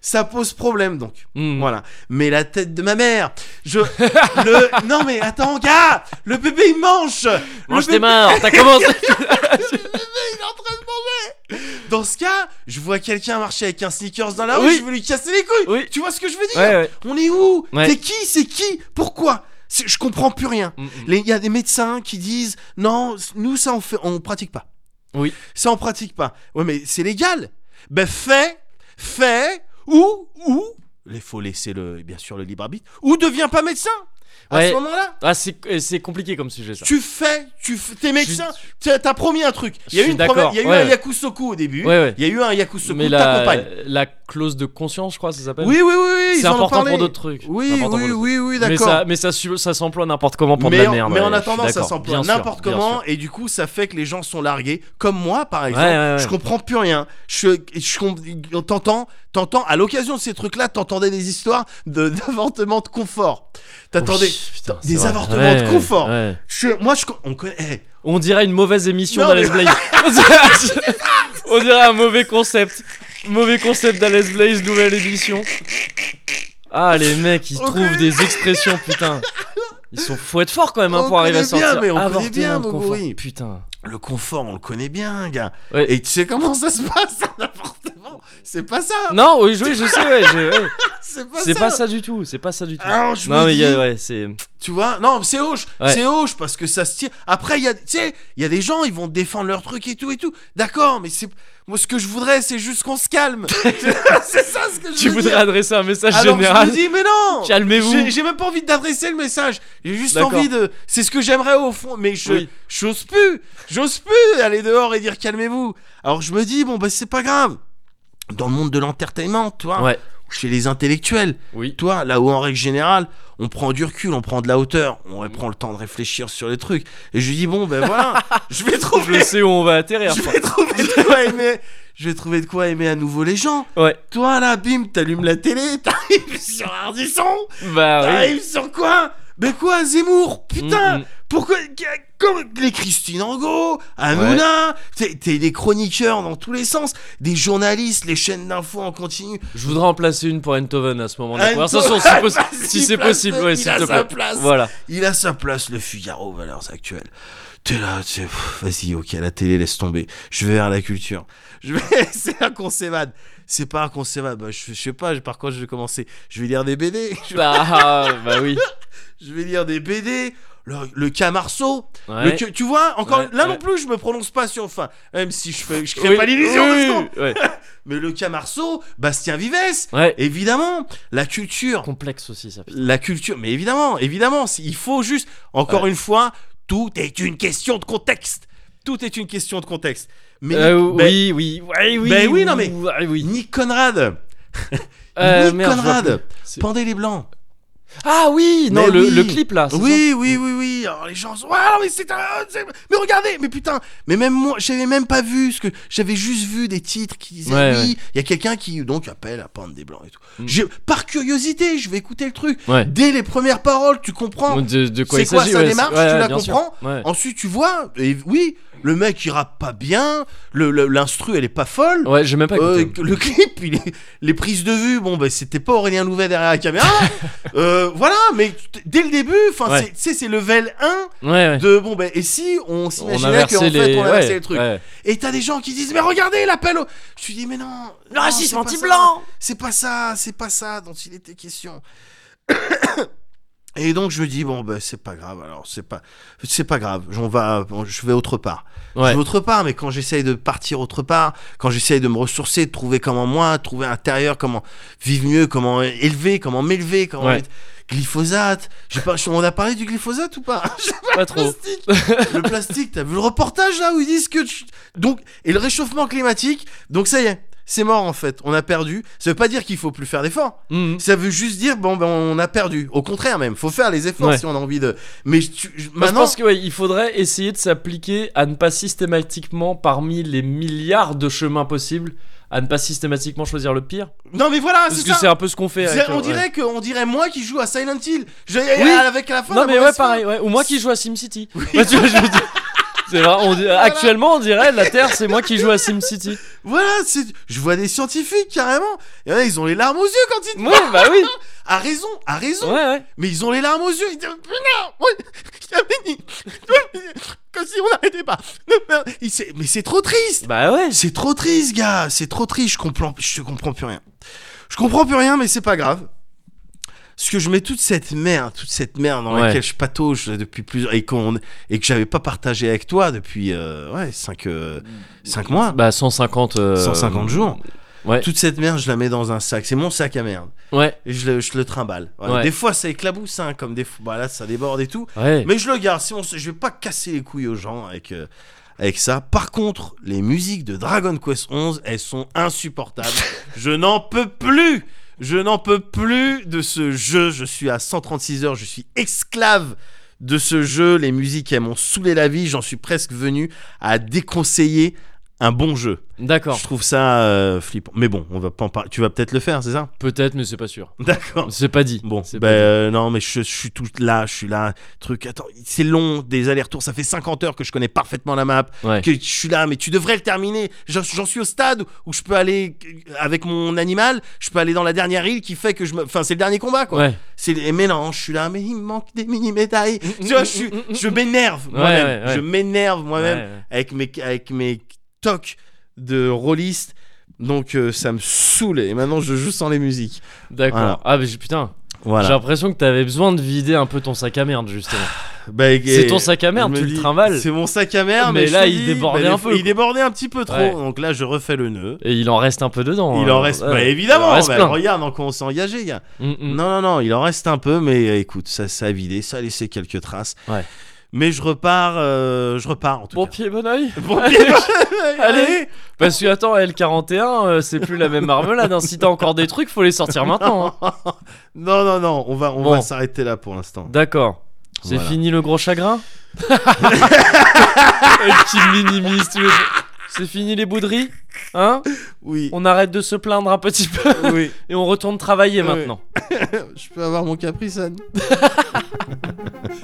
[SPEAKER 2] ça pose problème, donc.
[SPEAKER 1] Mm.
[SPEAKER 2] Voilà. Mais la tête de ma mère, je. le... Non, mais attends, gars Le bébé, il mange Le
[SPEAKER 1] Mange tes
[SPEAKER 2] bébé-
[SPEAKER 1] mains, t'as commencé.
[SPEAKER 2] il est en train de manger Dans ce cas, je vois quelqu'un marcher avec un sneakers dans la rue,
[SPEAKER 1] Oui.
[SPEAKER 2] je veux lui casser les couilles
[SPEAKER 1] Oui.
[SPEAKER 2] Tu vois ce que je veux dire
[SPEAKER 1] ouais, ouais.
[SPEAKER 2] On est où
[SPEAKER 1] Ouais.
[SPEAKER 2] T'es qui C'est qui Pourquoi C'est- Je comprends plus rien.
[SPEAKER 1] Mm, mm.
[SPEAKER 2] Les- Il y a des médecins qui disent non, c- nous ça on fait, on pratique pas.
[SPEAKER 1] Oui.
[SPEAKER 2] Ça on pratique pas. Ouais, mais c'est légal. Ben fais, fais ou ou il faut laisser le bien sûr le libre arbitre ou deviens pas médecin. À
[SPEAKER 1] Ouais.
[SPEAKER 2] ce moment-là,
[SPEAKER 1] Ah, c'est euh, c'est compliqué comme sujet ça.
[SPEAKER 2] tu fais, tu fais- t'es médecin, t'as t'as promis un truc. Il y a
[SPEAKER 1] Je
[SPEAKER 2] eu
[SPEAKER 1] suis
[SPEAKER 2] une promesse,
[SPEAKER 1] d'accord,
[SPEAKER 2] il y a eu
[SPEAKER 1] ouais,
[SPEAKER 2] un
[SPEAKER 1] ouais.
[SPEAKER 2] yakusoku au début.
[SPEAKER 1] Ouais, ouais.
[SPEAKER 2] Il y a eu un yakusoku
[SPEAKER 1] Mais
[SPEAKER 2] t'accompagne.
[SPEAKER 1] la, la clause de conscience, je crois, ça s'appelle.
[SPEAKER 2] Oui oui oui, ils
[SPEAKER 1] c'est
[SPEAKER 2] en ont
[SPEAKER 1] important
[SPEAKER 2] parlé.
[SPEAKER 1] pour d'autres trucs. C'est
[SPEAKER 2] Oui
[SPEAKER 1] important pour
[SPEAKER 2] oui
[SPEAKER 1] d'autres trucs.
[SPEAKER 2] oui oui
[SPEAKER 1] Mais
[SPEAKER 2] d'accord.
[SPEAKER 1] ça, mais ça, su- ça s'emploie n'importe comment pour de
[SPEAKER 2] mais,
[SPEAKER 1] la
[SPEAKER 2] en-
[SPEAKER 1] merde.
[SPEAKER 2] mais
[SPEAKER 1] ouais,
[SPEAKER 2] en
[SPEAKER 1] je suis
[SPEAKER 2] attendant, ça
[SPEAKER 1] d'accord.
[SPEAKER 2] s'emploie
[SPEAKER 1] Bien sûr,
[SPEAKER 2] n'importe
[SPEAKER 1] bien
[SPEAKER 2] comment
[SPEAKER 1] sûr.
[SPEAKER 2] et du coup, ça fait que les gens sont largués, comme moi par exemple.
[SPEAKER 1] ouais, ouais.
[SPEAKER 2] Je comprends plus rien. Je, je com- t'entends, t'entends. À l'occasion de ces trucs-là, t'entendais des histoires de d'avortements de confort. T'attendais
[SPEAKER 1] Oui, putain,
[SPEAKER 2] des
[SPEAKER 1] c'est vrai.
[SPEAKER 2] avortements
[SPEAKER 1] Ouais,
[SPEAKER 2] de confort.
[SPEAKER 1] ouais.
[SPEAKER 2] Je- moi, je, co- on connaît. eh,
[SPEAKER 1] On dirait une mauvaise émission
[SPEAKER 2] Non,
[SPEAKER 1] d'Alice Blaze. On dirait un mauvais concept. Mauvais concept d'Alice Blaze, nouvelle édition. Ah, les mecs, ils
[SPEAKER 2] Ok.
[SPEAKER 1] trouvent des expressions, putain. Ils sont faut être fort quand même hein,
[SPEAKER 2] On
[SPEAKER 1] pour arriver à
[SPEAKER 2] connaît bien,
[SPEAKER 1] sortir.
[SPEAKER 2] mais on connaît
[SPEAKER 1] Avorter
[SPEAKER 2] bien,
[SPEAKER 1] un confort.
[SPEAKER 2] Moguri.
[SPEAKER 1] Putain.
[SPEAKER 2] Le confort, on le connaît bien, gars.
[SPEAKER 1] Ouais.
[SPEAKER 2] Et tu sais comment ça se passe, un appartement C'est pas ça
[SPEAKER 1] Non, oui, je, oui, je sais, ouais, je- ouais.
[SPEAKER 2] C'est pas
[SPEAKER 1] c'est
[SPEAKER 2] ça
[SPEAKER 1] pas ça du tout, c'est pas ça du tout.
[SPEAKER 2] Alors, je
[SPEAKER 1] non
[SPEAKER 2] me
[SPEAKER 1] mais il y a-
[SPEAKER 2] dis-
[SPEAKER 1] ouais, c'est
[SPEAKER 2] Tu vois Non, c'est hoche.
[SPEAKER 1] Ouais.
[SPEAKER 2] C'est hoche parce que ça se tire. Après, il y a, tu sais, il y a des gens, ils vont défendre leur truc et tout et tout. D'accord, mais c'est moi ce que je voudrais, c'est juste qu'on se calme. c'est ça ce que je
[SPEAKER 1] tu
[SPEAKER 2] veux
[SPEAKER 1] voudrais
[SPEAKER 2] dire.
[SPEAKER 1] adresser un message
[SPEAKER 2] Alors
[SPEAKER 1] général.
[SPEAKER 2] je me dis, mais non. J'ai-
[SPEAKER 1] Calmez-vous.
[SPEAKER 2] J'ai même pas envie d'adresser le message. J'ai juste
[SPEAKER 1] D'accord.
[SPEAKER 2] envie de. C'est ce que j'aimerais au fond, mais je
[SPEAKER 1] Oui.
[SPEAKER 2] j'ose plus. J'ose plus aller dehors et dire calmez-vous. Alors je me dis bon bah c'est pas grave. Dans le monde de l'entertainment, toi,
[SPEAKER 1] Ouais.
[SPEAKER 2] chez les intellectuels,
[SPEAKER 1] Oui.
[SPEAKER 2] toi, là où en règle générale, on prend du recul, on prend de la hauteur, on prend le temps de réfléchir sur les trucs. Et je dis bon ben voilà, je vais
[SPEAKER 1] Je
[SPEAKER 2] trouver,
[SPEAKER 1] sais où on va atterrir.
[SPEAKER 2] je vais trouver de quoi aimer, je vais trouver de quoi aimer à nouveau les gens.
[SPEAKER 1] Ouais.
[SPEAKER 2] Toi là, bim, t'allumes la télé, t'arrives sur Ardisson.
[SPEAKER 1] Bah oui.
[SPEAKER 2] T'arrives sur quoi Ben quoi, Zemmour Putain
[SPEAKER 1] Mm, mm.
[SPEAKER 2] Pourquoi qu'à- comme les Christine Angot, Hanouna, t'es- t'es des chroniqueurs dans tous les sens, des journalistes, les chaînes d'infos en continu.
[SPEAKER 1] Je voudrais en placer une pour Eindhoven à ce moment de la
[SPEAKER 2] Eindhoven,
[SPEAKER 1] conversation, si, possi-
[SPEAKER 2] vas-y,
[SPEAKER 1] si c'est
[SPEAKER 2] place-le,
[SPEAKER 1] possible. Ouais,
[SPEAKER 2] il
[SPEAKER 1] s'il
[SPEAKER 2] a
[SPEAKER 1] te
[SPEAKER 2] sa
[SPEAKER 1] plaît.
[SPEAKER 2] place.
[SPEAKER 1] Voilà.
[SPEAKER 2] Il a sa place, le Figaro, valeurs actuelles. T'es là, tu sais, pff, vas-y, ok, la télé, laisse tomber. Je vais vers la culture. Je vais, c'est inconcevable. C'est pas inconcevable. Bah, je, je sais pas, par quoi je vais commencer. Je vais lire des BD. Je,
[SPEAKER 1] Bah, bah oui.
[SPEAKER 2] je vais lire des BD. Le, le Camarceau. Le
[SPEAKER 1] Ouais.
[SPEAKER 2] que- tu vois, encore
[SPEAKER 1] Ouais,
[SPEAKER 2] là
[SPEAKER 1] ouais.
[SPEAKER 2] non plus, je me prononce pas sur. Enfin, même si je fais, je crée
[SPEAKER 1] Oui,
[SPEAKER 2] pas l'illusion.
[SPEAKER 1] oui,
[SPEAKER 2] parce
[SPEAKER 1] oui, ouais.
[SPEAKER 2] qu'on- Mais le Camarceau, Bastien Vives,
[SPEAKER 1] Ouais.
[SPEAKER 2] évidemment, la culture,
[SPEAKER 1] Complexe aussi ça. putain.
[SPEAKER 2] la culture. Mais évidemment, évidemment, c'est- il faut juste. Encore une fois, tout est une question de contexte. Tout est une question de contexte. Mais
[SPEAKER 1] Euh,
[SPEAKER 2] ben,
[SPEAKER 1] oui, oui, ouais, oui.
[SPEAKER 2] ben oui, non, mais-
[SPEAKER 1] ouais, oui.
[SPEAKER 2] Nick Conrad,
[SPEAKER 1] Euh,
[SPEAKER 2] Nick
[SPEAKER 1] merde, je vois
[SPEAKER 2] Conrad.
[SPEAKER 1] plus. C'est-
[SPEAKER 2] pendez les blancs.
[SPEAKER 1] Ah oui, non,
[SPEAKER 2] Mais
[SPEAKER 1] le,
[SPEAKER 2] Ben oui.
[SPEAKER 1] le clip là. Ah, c'est ça
[SPEAKER 2] Oui, oui, oui, oui. Alors, les gens sont. Ah, non, mais c'est un- c'est- Mais regardez, mais putain. Mais même moi, j'avais même pas vu ce que. J'avais juste vu des titres qui disaient
[SPEAKER 1] Ouais,
[SPEAKER 2] oui.
[SPEAKER 1] ouais.
[SPEAKER 2] Il y a quelqu'un qui donc appelle à peindre des blancs et tout.
[SPEAKER 1] Mm.
[SPEAKER 2] J'ai- Par curiosité, je vais écouter le truc.
[SPEAKER 1] Ouais.
[SPEAKER 2] Dès les premières paroles, tu comprends.
[SPEAKER 1] De, de quoi
[SPEAKER 2] C'est
[SPEAKER 1] il
[SPEAKER 2] quoi
[SPEAKER 1] s'agit
[SPEAKER 2] sa
[SPEAKER 1] ouais,
[SPEAKER 2] démarche,
[SPEAKER 1] c'est-
[SPEAKER 2] tu
[SPEAKER 1] ouais,
[SPEAKER 2] la
[SPEAKER 1] bien sûr.
[SPEAKER 2] comprends
[SPEAKER 1] Ouais.
[SPEAKER 2] Ensuite, tu vois. Et oui, le mec, il rappe pas bien. Le- le- L'instru, elle est pas folle.
[SPEAKER 1] Ouais, j'ai même pas
[SPEAKER 2] Euh,
[SPEAKER 1] écouté.
[SPEAKER 2] le clip, il est- les prises de vue, bon, bah, c'était pas Aurélien Louvet derrière la caméra. Euh, voilà, mais t- dès le début, enfin,
[SPEAKER 1] Ouais.
[SPEAKER 2] c'est- tu sais, c'est level 1
[SPEAKER 1] Ouais, ouais.
[SPEAKER 2] de bon, bah, et si on
[SPEAKER 1] On
[SPEAKER 2] s'imaginait
[SPEAKER 1] inversait
[SPEAKER 2] qu'en fait,
[SPEAKER 1] les...
[SPEAKER 2] on inversait
[SPEAKER 1] ouais,
[SPEAKER 2] les trucs.
[SPEAKER 1] ouais.
[SPEAKER 2] Et t'as des gens qui disent, mais regardez l'appel au. Je suis dis, mais non. non,
[SPEAKER 3] Ah,
[SPEAKER 2] c'est pas ça. C'est pas ça, c'est pas ça dont il était question. Et donc je me dis bon bah c'est pas grave alors c'est pas c'est pas grave on va on- je vais autre part
[SPEAKER 1] Ouais.
[SPEAKER 2] je vais autre part, mais quand j'essaye de partir autre part, quand j'essaye de me ressourcer, de trouver comment moi, trouver intérieur, comment vivre mieux, comment élever, comment m'élever, comment
[SPEAKER 1] Ouais.
[SPEAKER 2] être- glyphosate. J'ai pas, on a parlé du glyphosate ou pas
[SPEAKER 1] Pas trop.
[SPEAKER 2] Plastique. Le plastique, t'as vu le reportage là où ils disent que tu- donc et le réchauffement climatique, donc ça y est. C'est mort en fait, on a perdu. Ça veut pas dire qu'il faut plus faire d'efforts.
[SPEAKER 1] Mhm.
[SPEAKER 2] Ça veut juste dire bon ben on a perdu. Au contraire même, faut faire les efforts
[SPEAKER 1] Ouais.
[SPEAKER 2] si on a envie de. Mais tu- je-
[SPEAKER 1] Moi,
[SPEAKER 2] maintenant,
[SPEAKER 1] je pense qu'il faudrait essayer de s'appliquer à ne pas systématiquement, parmi les milliards de chemins possibles, à ne pas systématiquement choisir le pire.
[SPEAKER 2] non mais voilà,
[SPEAKER 1] Parce
[SPEAKER 2] Ah, c'est
[SPEAKER 1] que
[SPEAKER 2] ça.
[SPEAKER 1] c'est un peu ce qu'on fait.
[SPEAKER 2] C'est-
[SPEAKER 1] Avec, euh,
[SPEAKER 2] on
[SPEAKER 1] ouais.
[SPEAKER 2] dirait que on dirait moi qui joue à Silent Hill. Je-
[SPEAKER 1] Oui.
[SPEAKER 2] avec la fin.
[SPEAKER 1] Non
[SPEAKER 2] la
[SPEAKER 1] mais ouais
[SPEAKER 2] mauvaise
[SPEAKER 1] pareil, ouais. ou moi qui joue à SimCity. Bah, tu vois, je veux dire, c'est vrai, on dit- Actuellement on dirait la Terre c'est moi qui joue à SimCity.
[SPEAKER 2] fin. Voilà, c'est je vois des scientifiques carrément. Il y en a, ils ont les larmes aux yeux quand ils
[SPEAKER 1] Oui bah oui.
[SPEAKER 2] à raison, à raison.
[SPEAKER 1] Ouais ouais.
[SPEAKER 2] Mais ils ont les larmes aux yeux. Ils disent putain, moi, il y avait ni- comme si on n'arrêtait pas. Il s'est- Mais c'est trop triste.
[SPEAKER 1] Bah ouais.
[SPEAKER 2] C'est trop triste, gars. C'est trop triste. Je comprends, je comprends plus rien. Je comprends plus rien, mais c'est pas grave. Parce que je mets toute cette merde, toute cette merde dans
[SPEAKER 1] Ouais.
[SPEAKER 2] laquelle je patauge depuis plusieurs et qu'on et que j'avais pas partagé avec toi depuis euh, ouais 5 mois,
[SPEAKER 1] Bah 150. euh,
[SPEAKER 2] 150 jours.
[SPEAKER 1] Ouais.
[SPEAKER 2] Toute cette merde, je la mets dans un sac. C'est mon sac à merde.
[SPEAKER 1] Ouais.
[SPEAKER 2] Et je le, je le trimballe. Voilà.
[SPEAKER 1] Ouais.
[SPEAKER 2] Des fois, ça éclabousse, hein, comme des fois, bah là, ça déborde et tout.
[SPEAKER 1] Ouais.
[SPEAKER 2] Mais je le garde, sinon c'est- je vais pas casser les couilles aux gens avec, euh, avec ça. Par contre, les musiques de Dragon Quest 11, elles sont insupportables. je n'en peux plus Je n'en peux plus de ce jeu. Je suis à 136 heures, je suis esclave de ce jeu. Les musiques, elles m'ont saoulé la vie. J'en suis presque venu à déconseiller un bon jeu.
[SPEAKER 1] D'accord.
[SPEAKER 2] Je trouve ça euh, flippant. Mais bon, on va pas en parler. Tu vas peut-être le faire, c'est ça
[SPEAKER 1] Peut-être, mais c'est pas sûr.
[SPEAKER 2] D'accord.
[SPEAKER 1] C'est pas dit.
[SPEAKER 2] Bon,
[SPEAKER 1] C'est
[SPEAKER 2] bah,
[SPEAKER 1] pas dit.
[SPEAKER 2] euh, non, mais je, je suis tout là, je suis là. Truc, attends, c'est long, des allers-retours. Ça fait 50 heures que je connais parfaitement la map.
[SPEAKER 1] Ouais.
[SPEAKER 2] Que je suis là, mais tu devrais le terminer. J'en j'en suis au stade où je peux aller euh, avec mon animal. Je peux aller dans la dernière île qui fait que je me. Enfin, c'est le dernier combat, quoi.
[SPEAKER 1] Ouais.
[SPEAKER 2] C'est les- mais non, je suis là, mais il me manque des mini médailles. tu vois, je,
[SPEAKER 1] Mm,
[SPEAKER 2] suis- je m'énerve
[SPEAKER 1] Ouais,
[SPEAKER 2] moi-même.
[SPEAKER 1] ouais, ouais.
[SPEAKER 2] Je m'énerve moi-même
[SPEAKER 1] Ouais, ouais.
[SPEAKER 2] avec mes avec mes tocs de rôliste. Donc euh, ça me saoule et maintenant je joue sans les musiques.
[SPEAKER 1] D'accord.
[SPEAKER 2] Voilà.
[SPEAKER 1] Ah, mais j'ai- putain, j'ai
[SPEAKER 2] Voilà.
[SPEAKER 1] l'impression que t'avais besoin de vider un peu ton sac à merde, justement.
[SPEAKER 2] Bah, et-
[SPEAKER 1] C'est ton sac à Ah, merde,
[SPEAKER 2] je me
[SPEAKER 1] tu le
[SPEAKER 2] dis,
[SPEAKER 1] trimbales. Ah,
[SPEAKER 2] C'est mon sac à merde,
[SPEAKER 1] Mais
[SPEAKER 2] mais, je
[SPEAKER 1] là,
[SPEAKER 2] te
[SPEAKER 1] il
[SPEAKER 2] dis,
[SPEAKER 1] débordait
[SPEAKER 2] bah,
[SPEAKER 1] un
[SPEAKER 2] des-
[SPEAKER 1] peu,
[SPEAKER 2] Il débordait un petit peu trop.
[SPEAKER 1] Ouais.
[SPEAKER 2] Donc là, je refais le nœud.
[SPEAKER 1] Et il en reste un peu dedans.
[SPEAKER 2] Il
[SPEAKER 1] hein.
[SPEAKER 2] en reste,
[SPEAKER 1] Ouais.
[SPEAKER 2] bah,
[SPEAKER 1] Il en
[SPEAKER 2] évidemment.
[SPEAKER 1] reste
[SPEAKER 2] bah,
[SPEAKER 1] plein.
[SPEAKER 2] regarde, en quoi on s'est engagé, gars.
[SPEAKER 1] Mm, mm.
[SPEAKER 2] Non, non, non, il en reste un peu, mais euh, écoute, ça, ça a vidé, ça a laissé quelques traces.
[SPEAKER 1] Ouais.
[SPEAKER 2] Mais je repars, euh, je repars en tout
[SPEAKER 1] Bon
[SPEAKER 2] cas.
[SPEAKER 1] pied, bon oeil.
[SPEAKER 2] Bon pied, allez.
[SPEAKER 1] Parce que attends, L41, euh, c'est plus la même marmelade. hein. Si t'as encore des trucs, faut les sortir maintenant. hein.
[SPEAKER 2] Non, non, non, on va, on
[SPEAKER 1] Bon.
[SPEAKER 2] va s'arrêter là pour l'instant.
[SPEAKER 1] D'accord. C'est
[SPEAKER 2] Voilà.
[SPEAKER 1] fini le gros chagrin Et Qui minimise tous les trucs. C'est fini les bouderies Hein
[SPEAKER 2] Oui,
[SPEAKER 1] On arrête de se plaindre un petit peu
[SPEAKER 2] oui.
[SPEAKER 1] et on retourne travailler
[SPEAKER 2] Ouais.
[SPEAKER 1] maintenant.
[SPEAKER 2] Je peux avoir mon Caprice Anne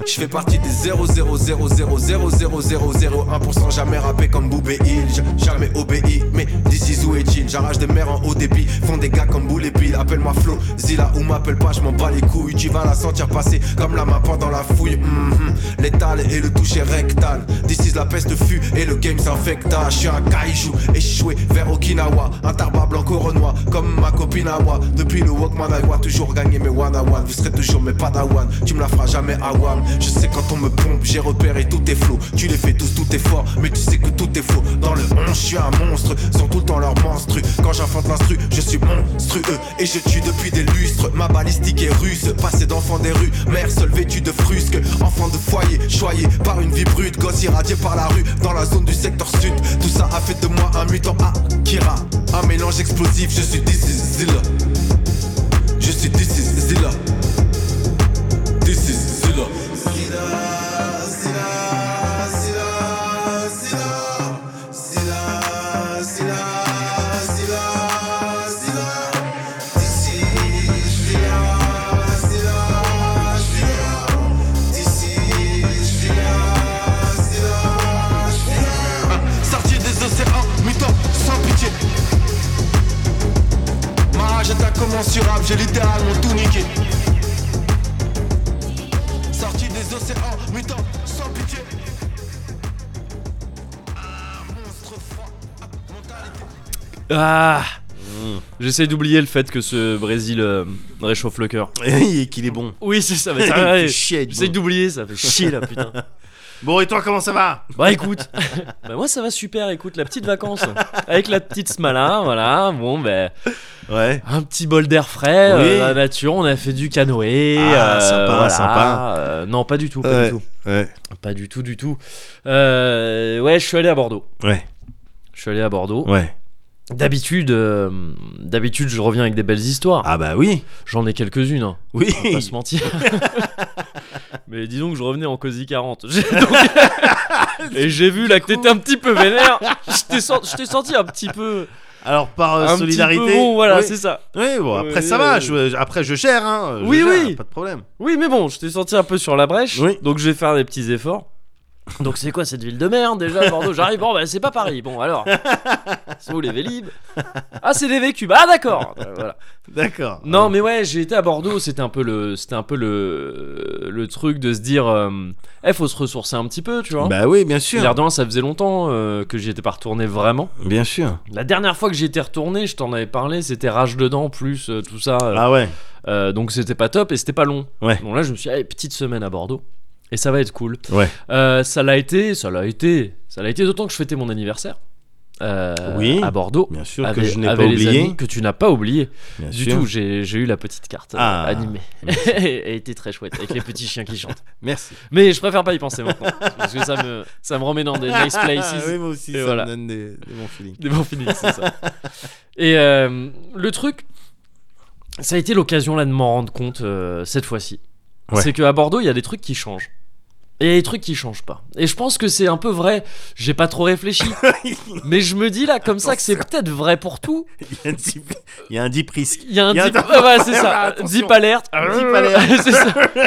[SPEAKER 4] Je fais partie des 0,000000001% jamais rappé comme Boubé Hill, J'ai jamais obéi, mais this is who est-il J'arrache des mers en haut débit, font des gars comme Boule et Bill, appelle-moi Flo, Zilla ou m'appelle pas, je m'en bats les couilles, tu vas la sentir passer comme la main dans la fouille, mhm. létale et le toucher rectal, this is la peste fut et le game s'infecta, je suis un kaiju échoué vers Okinawa, un tarba blanc au renoir, comme ma copine à moi, depuis le Walkman I want toujours gagner mes one à one, vous serez toujours mes padawan, tu me la feras jamais à one, je sais quand on me pompe, j'ai repéré tous tes flots, tu les fais tous, tout est fort, mais tu sais que tout est faux, dans le 11 je suis un monstre, ils sont tout le temps leur monstru, quand j'infante l'instru, je suis monstrueux, et je tue depuis des lustres, ma balistique est russe, passé d'enfant des rues, mère seule vêtue de frusque, enfant de foyer, choyé par une vie brute, gosse irradié par la rue, dans la zone du secteur sud, tout ça a fait de moi un mutant Akira, un mélange explosif, je suis This is Zilla, je suis This is Zilla, This is Zilla. Sorti des océans, mutant, sans pitié. Ma rage est incommensurable, j'ai littéralement tout niqué. Sorti des océans, mutant, sans pitié. Un monstre froid, mentalité.
[SPEAKER 1] Ah J'essaie d'oublier le fait que ce Brésil euh, réchauffe le cœur.
[SPEAKER 2] et qu'il est bon.
[SPEAKER 1] Oui, c'est ça, mais
[SPEAKER 2] Il
[SPEAKER 1] ça
[SPEAKER 2] fait
[SPEAKER 1] ouais.
[SPEAKER 2] chier à être
[SPEAKER 1] J'essaie
[SPEAKER 2] bon.
[SPEAKER 1] d'oublier, ça fait chier là, putain.
[SPEAKER 2] Bon et toi comment ça va
[SPEAKER 1] Bah écoute, bah moi ça va super, écoute, la petite vacance avec la petite Smala, voilà, bon ben
[SPEAKER 2] Ouais.
[SPEAKER 1] un petit bol d'air frais,
[SPEAKER 2] Oui.
[SPEAKER 1] euh, la nature, on a fait du canoë,
[SPEAKER 2] Ah,
[SPEAKER 1] euh,
[SPEAKER 2] sympa,
[SPEAKER 1] voilà,
[SPEAKER 2] sympa.
[SPEAKER 1] euh, non, pas du tout, pas
[SPEAKER 2] Ouais.
[SPEAKER 1] du tout,
[SPEAKER 2] Ouais.
[SPEAKER 1] pas du tout, du tout. Euh, ouais, je suis allé à Bordeaux.
[SPEAKER 2] Ouais.
[SPEAKER 1] Je suis allé à Bordeaux.
[SPEAKER 2] Ouais.
[SPEAKER 1] D'habitude, euh, d'habitude, je reviens avec des belles histoires.
[SPEAKER 2] Ah bah oui.
[SPEAKER 1] J'en ai quelques-unes. hein.
[SPEAKER 2] Oui.
[SPEAKER 1] On va pas se mentir. Mais disons que je revenais en COSI 40. J'ai- donc- Et j'ai vu là que t'étais un petit peu vénère. Je t'ai sen- je t'ai senti un petit peu.
[SPEAKER 2] Alors par euh,
[SPEAKER 1] un
[SPEAKER 2] solidarité.
[SPEAKER 1] petit peu bon, voilà,
[SPEAKER 2] oui.
[SPEAKER 1] c'est ça.
[SPEAKER 2] Oui, bon après
[SPEAKER 1] Oui,
[SPEAKER 2] ça va.
[SPEAKER 1] oui.
[SPEAKER 2] je- après je gère hein. je
[SPEAKER 1] Oui,
[SPEAKER 2] gère,
[SPEAKER 1] oui.
[SPEAKER 2] Pas de problème.
[SPEAKER 1] Oui, mais bon, je t'ai senti un peu sur la brèche.
[SPEAKER 2] Oui.
[SPEAKER 1] Donc je vais faire des petits efforts. Donc c'est quoi cette ville de merde déjà Bordeaux J'arrive, bon bah c'est pas Paris. Bon alors, sont où les Vélib Ah c'est des vécus. Ah d'accord. Euh, Voilà.
[SPEAKER 2] D'accord.
[SPEAKER 1] Non, mais ouais, j'ai été à Bordeaux. C'était un peu le, c'était un peu le, le truc de se dire, euh, eh, faut se ressourcer un petit peu, tu vois.
[SPEAKER 2] Bah oui bien
[SPEAKER 1] L'air
[SPEAKER 2] sûr.
[SPEAKER 1] de rien, ça faisait longtemps euh, que j'y étais pas retourné vraiment.
[SPEAKER 2] Bien sûr.
[SPEAKER 1] La dernière fois que j'y étais retourné, je t'en avais parlé, c'était Rage dedans plus euh, tout ça. euh,
[SPEAKER 2] Ah ouais.
[SPEAKER 1] euh, donc c'était pas top et c'était pas long.
[SPEAKER 2] Ouais.
[SPEAKER 1] Donc là, je me suis dit, allez, petite semaine à Bordeaux. Et ça va être cool.
[SPEAKER 2] Ouais.
[SPEAKER 1] Euh, ça l'a été, ça l'a été. Ça l'a été d'autant que je fêtais mon anniversaire. euh,
[SPEAKER 2] Oui.
[SPEAKER 1] à Bordeaux.
[SPEAKER 2] Bien sûr
[SPEAKER 1] avec-
[SPEAKER 2] que je n'ai pas
[SPEAKER 1] avec les
[SPEAKER 2] oublié.
[SPEAKER 1] amis que tu n'as pas oublié.
[SPEAKER 2] Bien
[SPEAKER 1] Du
[SPEAKER 2] sûr.
[SPEAKER 1] tout, j'ai j'ai eu la petite carte euh,
[SPEAKER 2] Ah.
[SPEAKER 1] animée. Elle était très chouette, avec les petits chiens qui chantent.
[SPEAKER 2] Merci.
[SPEAKER 1] Mais je préfère pas y penser maintenant, parce que ça me, ça me remet dans des nice places.
[SPEAKER 2] Ah, oui moi aussi
[SPEAKER 1] Et
[SPEAKER 2] ça
[SPEAKER 1] voilà.
[SPEAKER 2] me donne des, des bons feelings.
[SPEAKER 1] Des bons feelings, c'est ça. Et euh, le truc, ça a été l'occasion là de m'en rendre compte euh, cette fois-ci.
[SPEAKER 2] Ouais.
[SPEAKER 1] C'est qu'à Bordeaux, il y a des trucs qui changent. Il y a des trucs qui changent pas. Et je pense que c'est un peu vrai. J'ai pas trop réfléchi. mais je me dis là, comme ça, que c'est peut-être vrai pour tout.
[SPEAKER 2] Il y a un deep, il y a un deep risk.
[SPEAKER 1] Il y a un
[SPEAKER 2] Il y a
[SPEAKER 1] deep.
[SPEAKER 2] un-
[SPEAKER 1] Ah, voilà, c'est ça.
[SPEAKER 2] Attention. Ah,
[SPEAKER 1] Deep alert.
[SPEAKER 2] Deep alert.
[SPEAKER 1] c'est ça.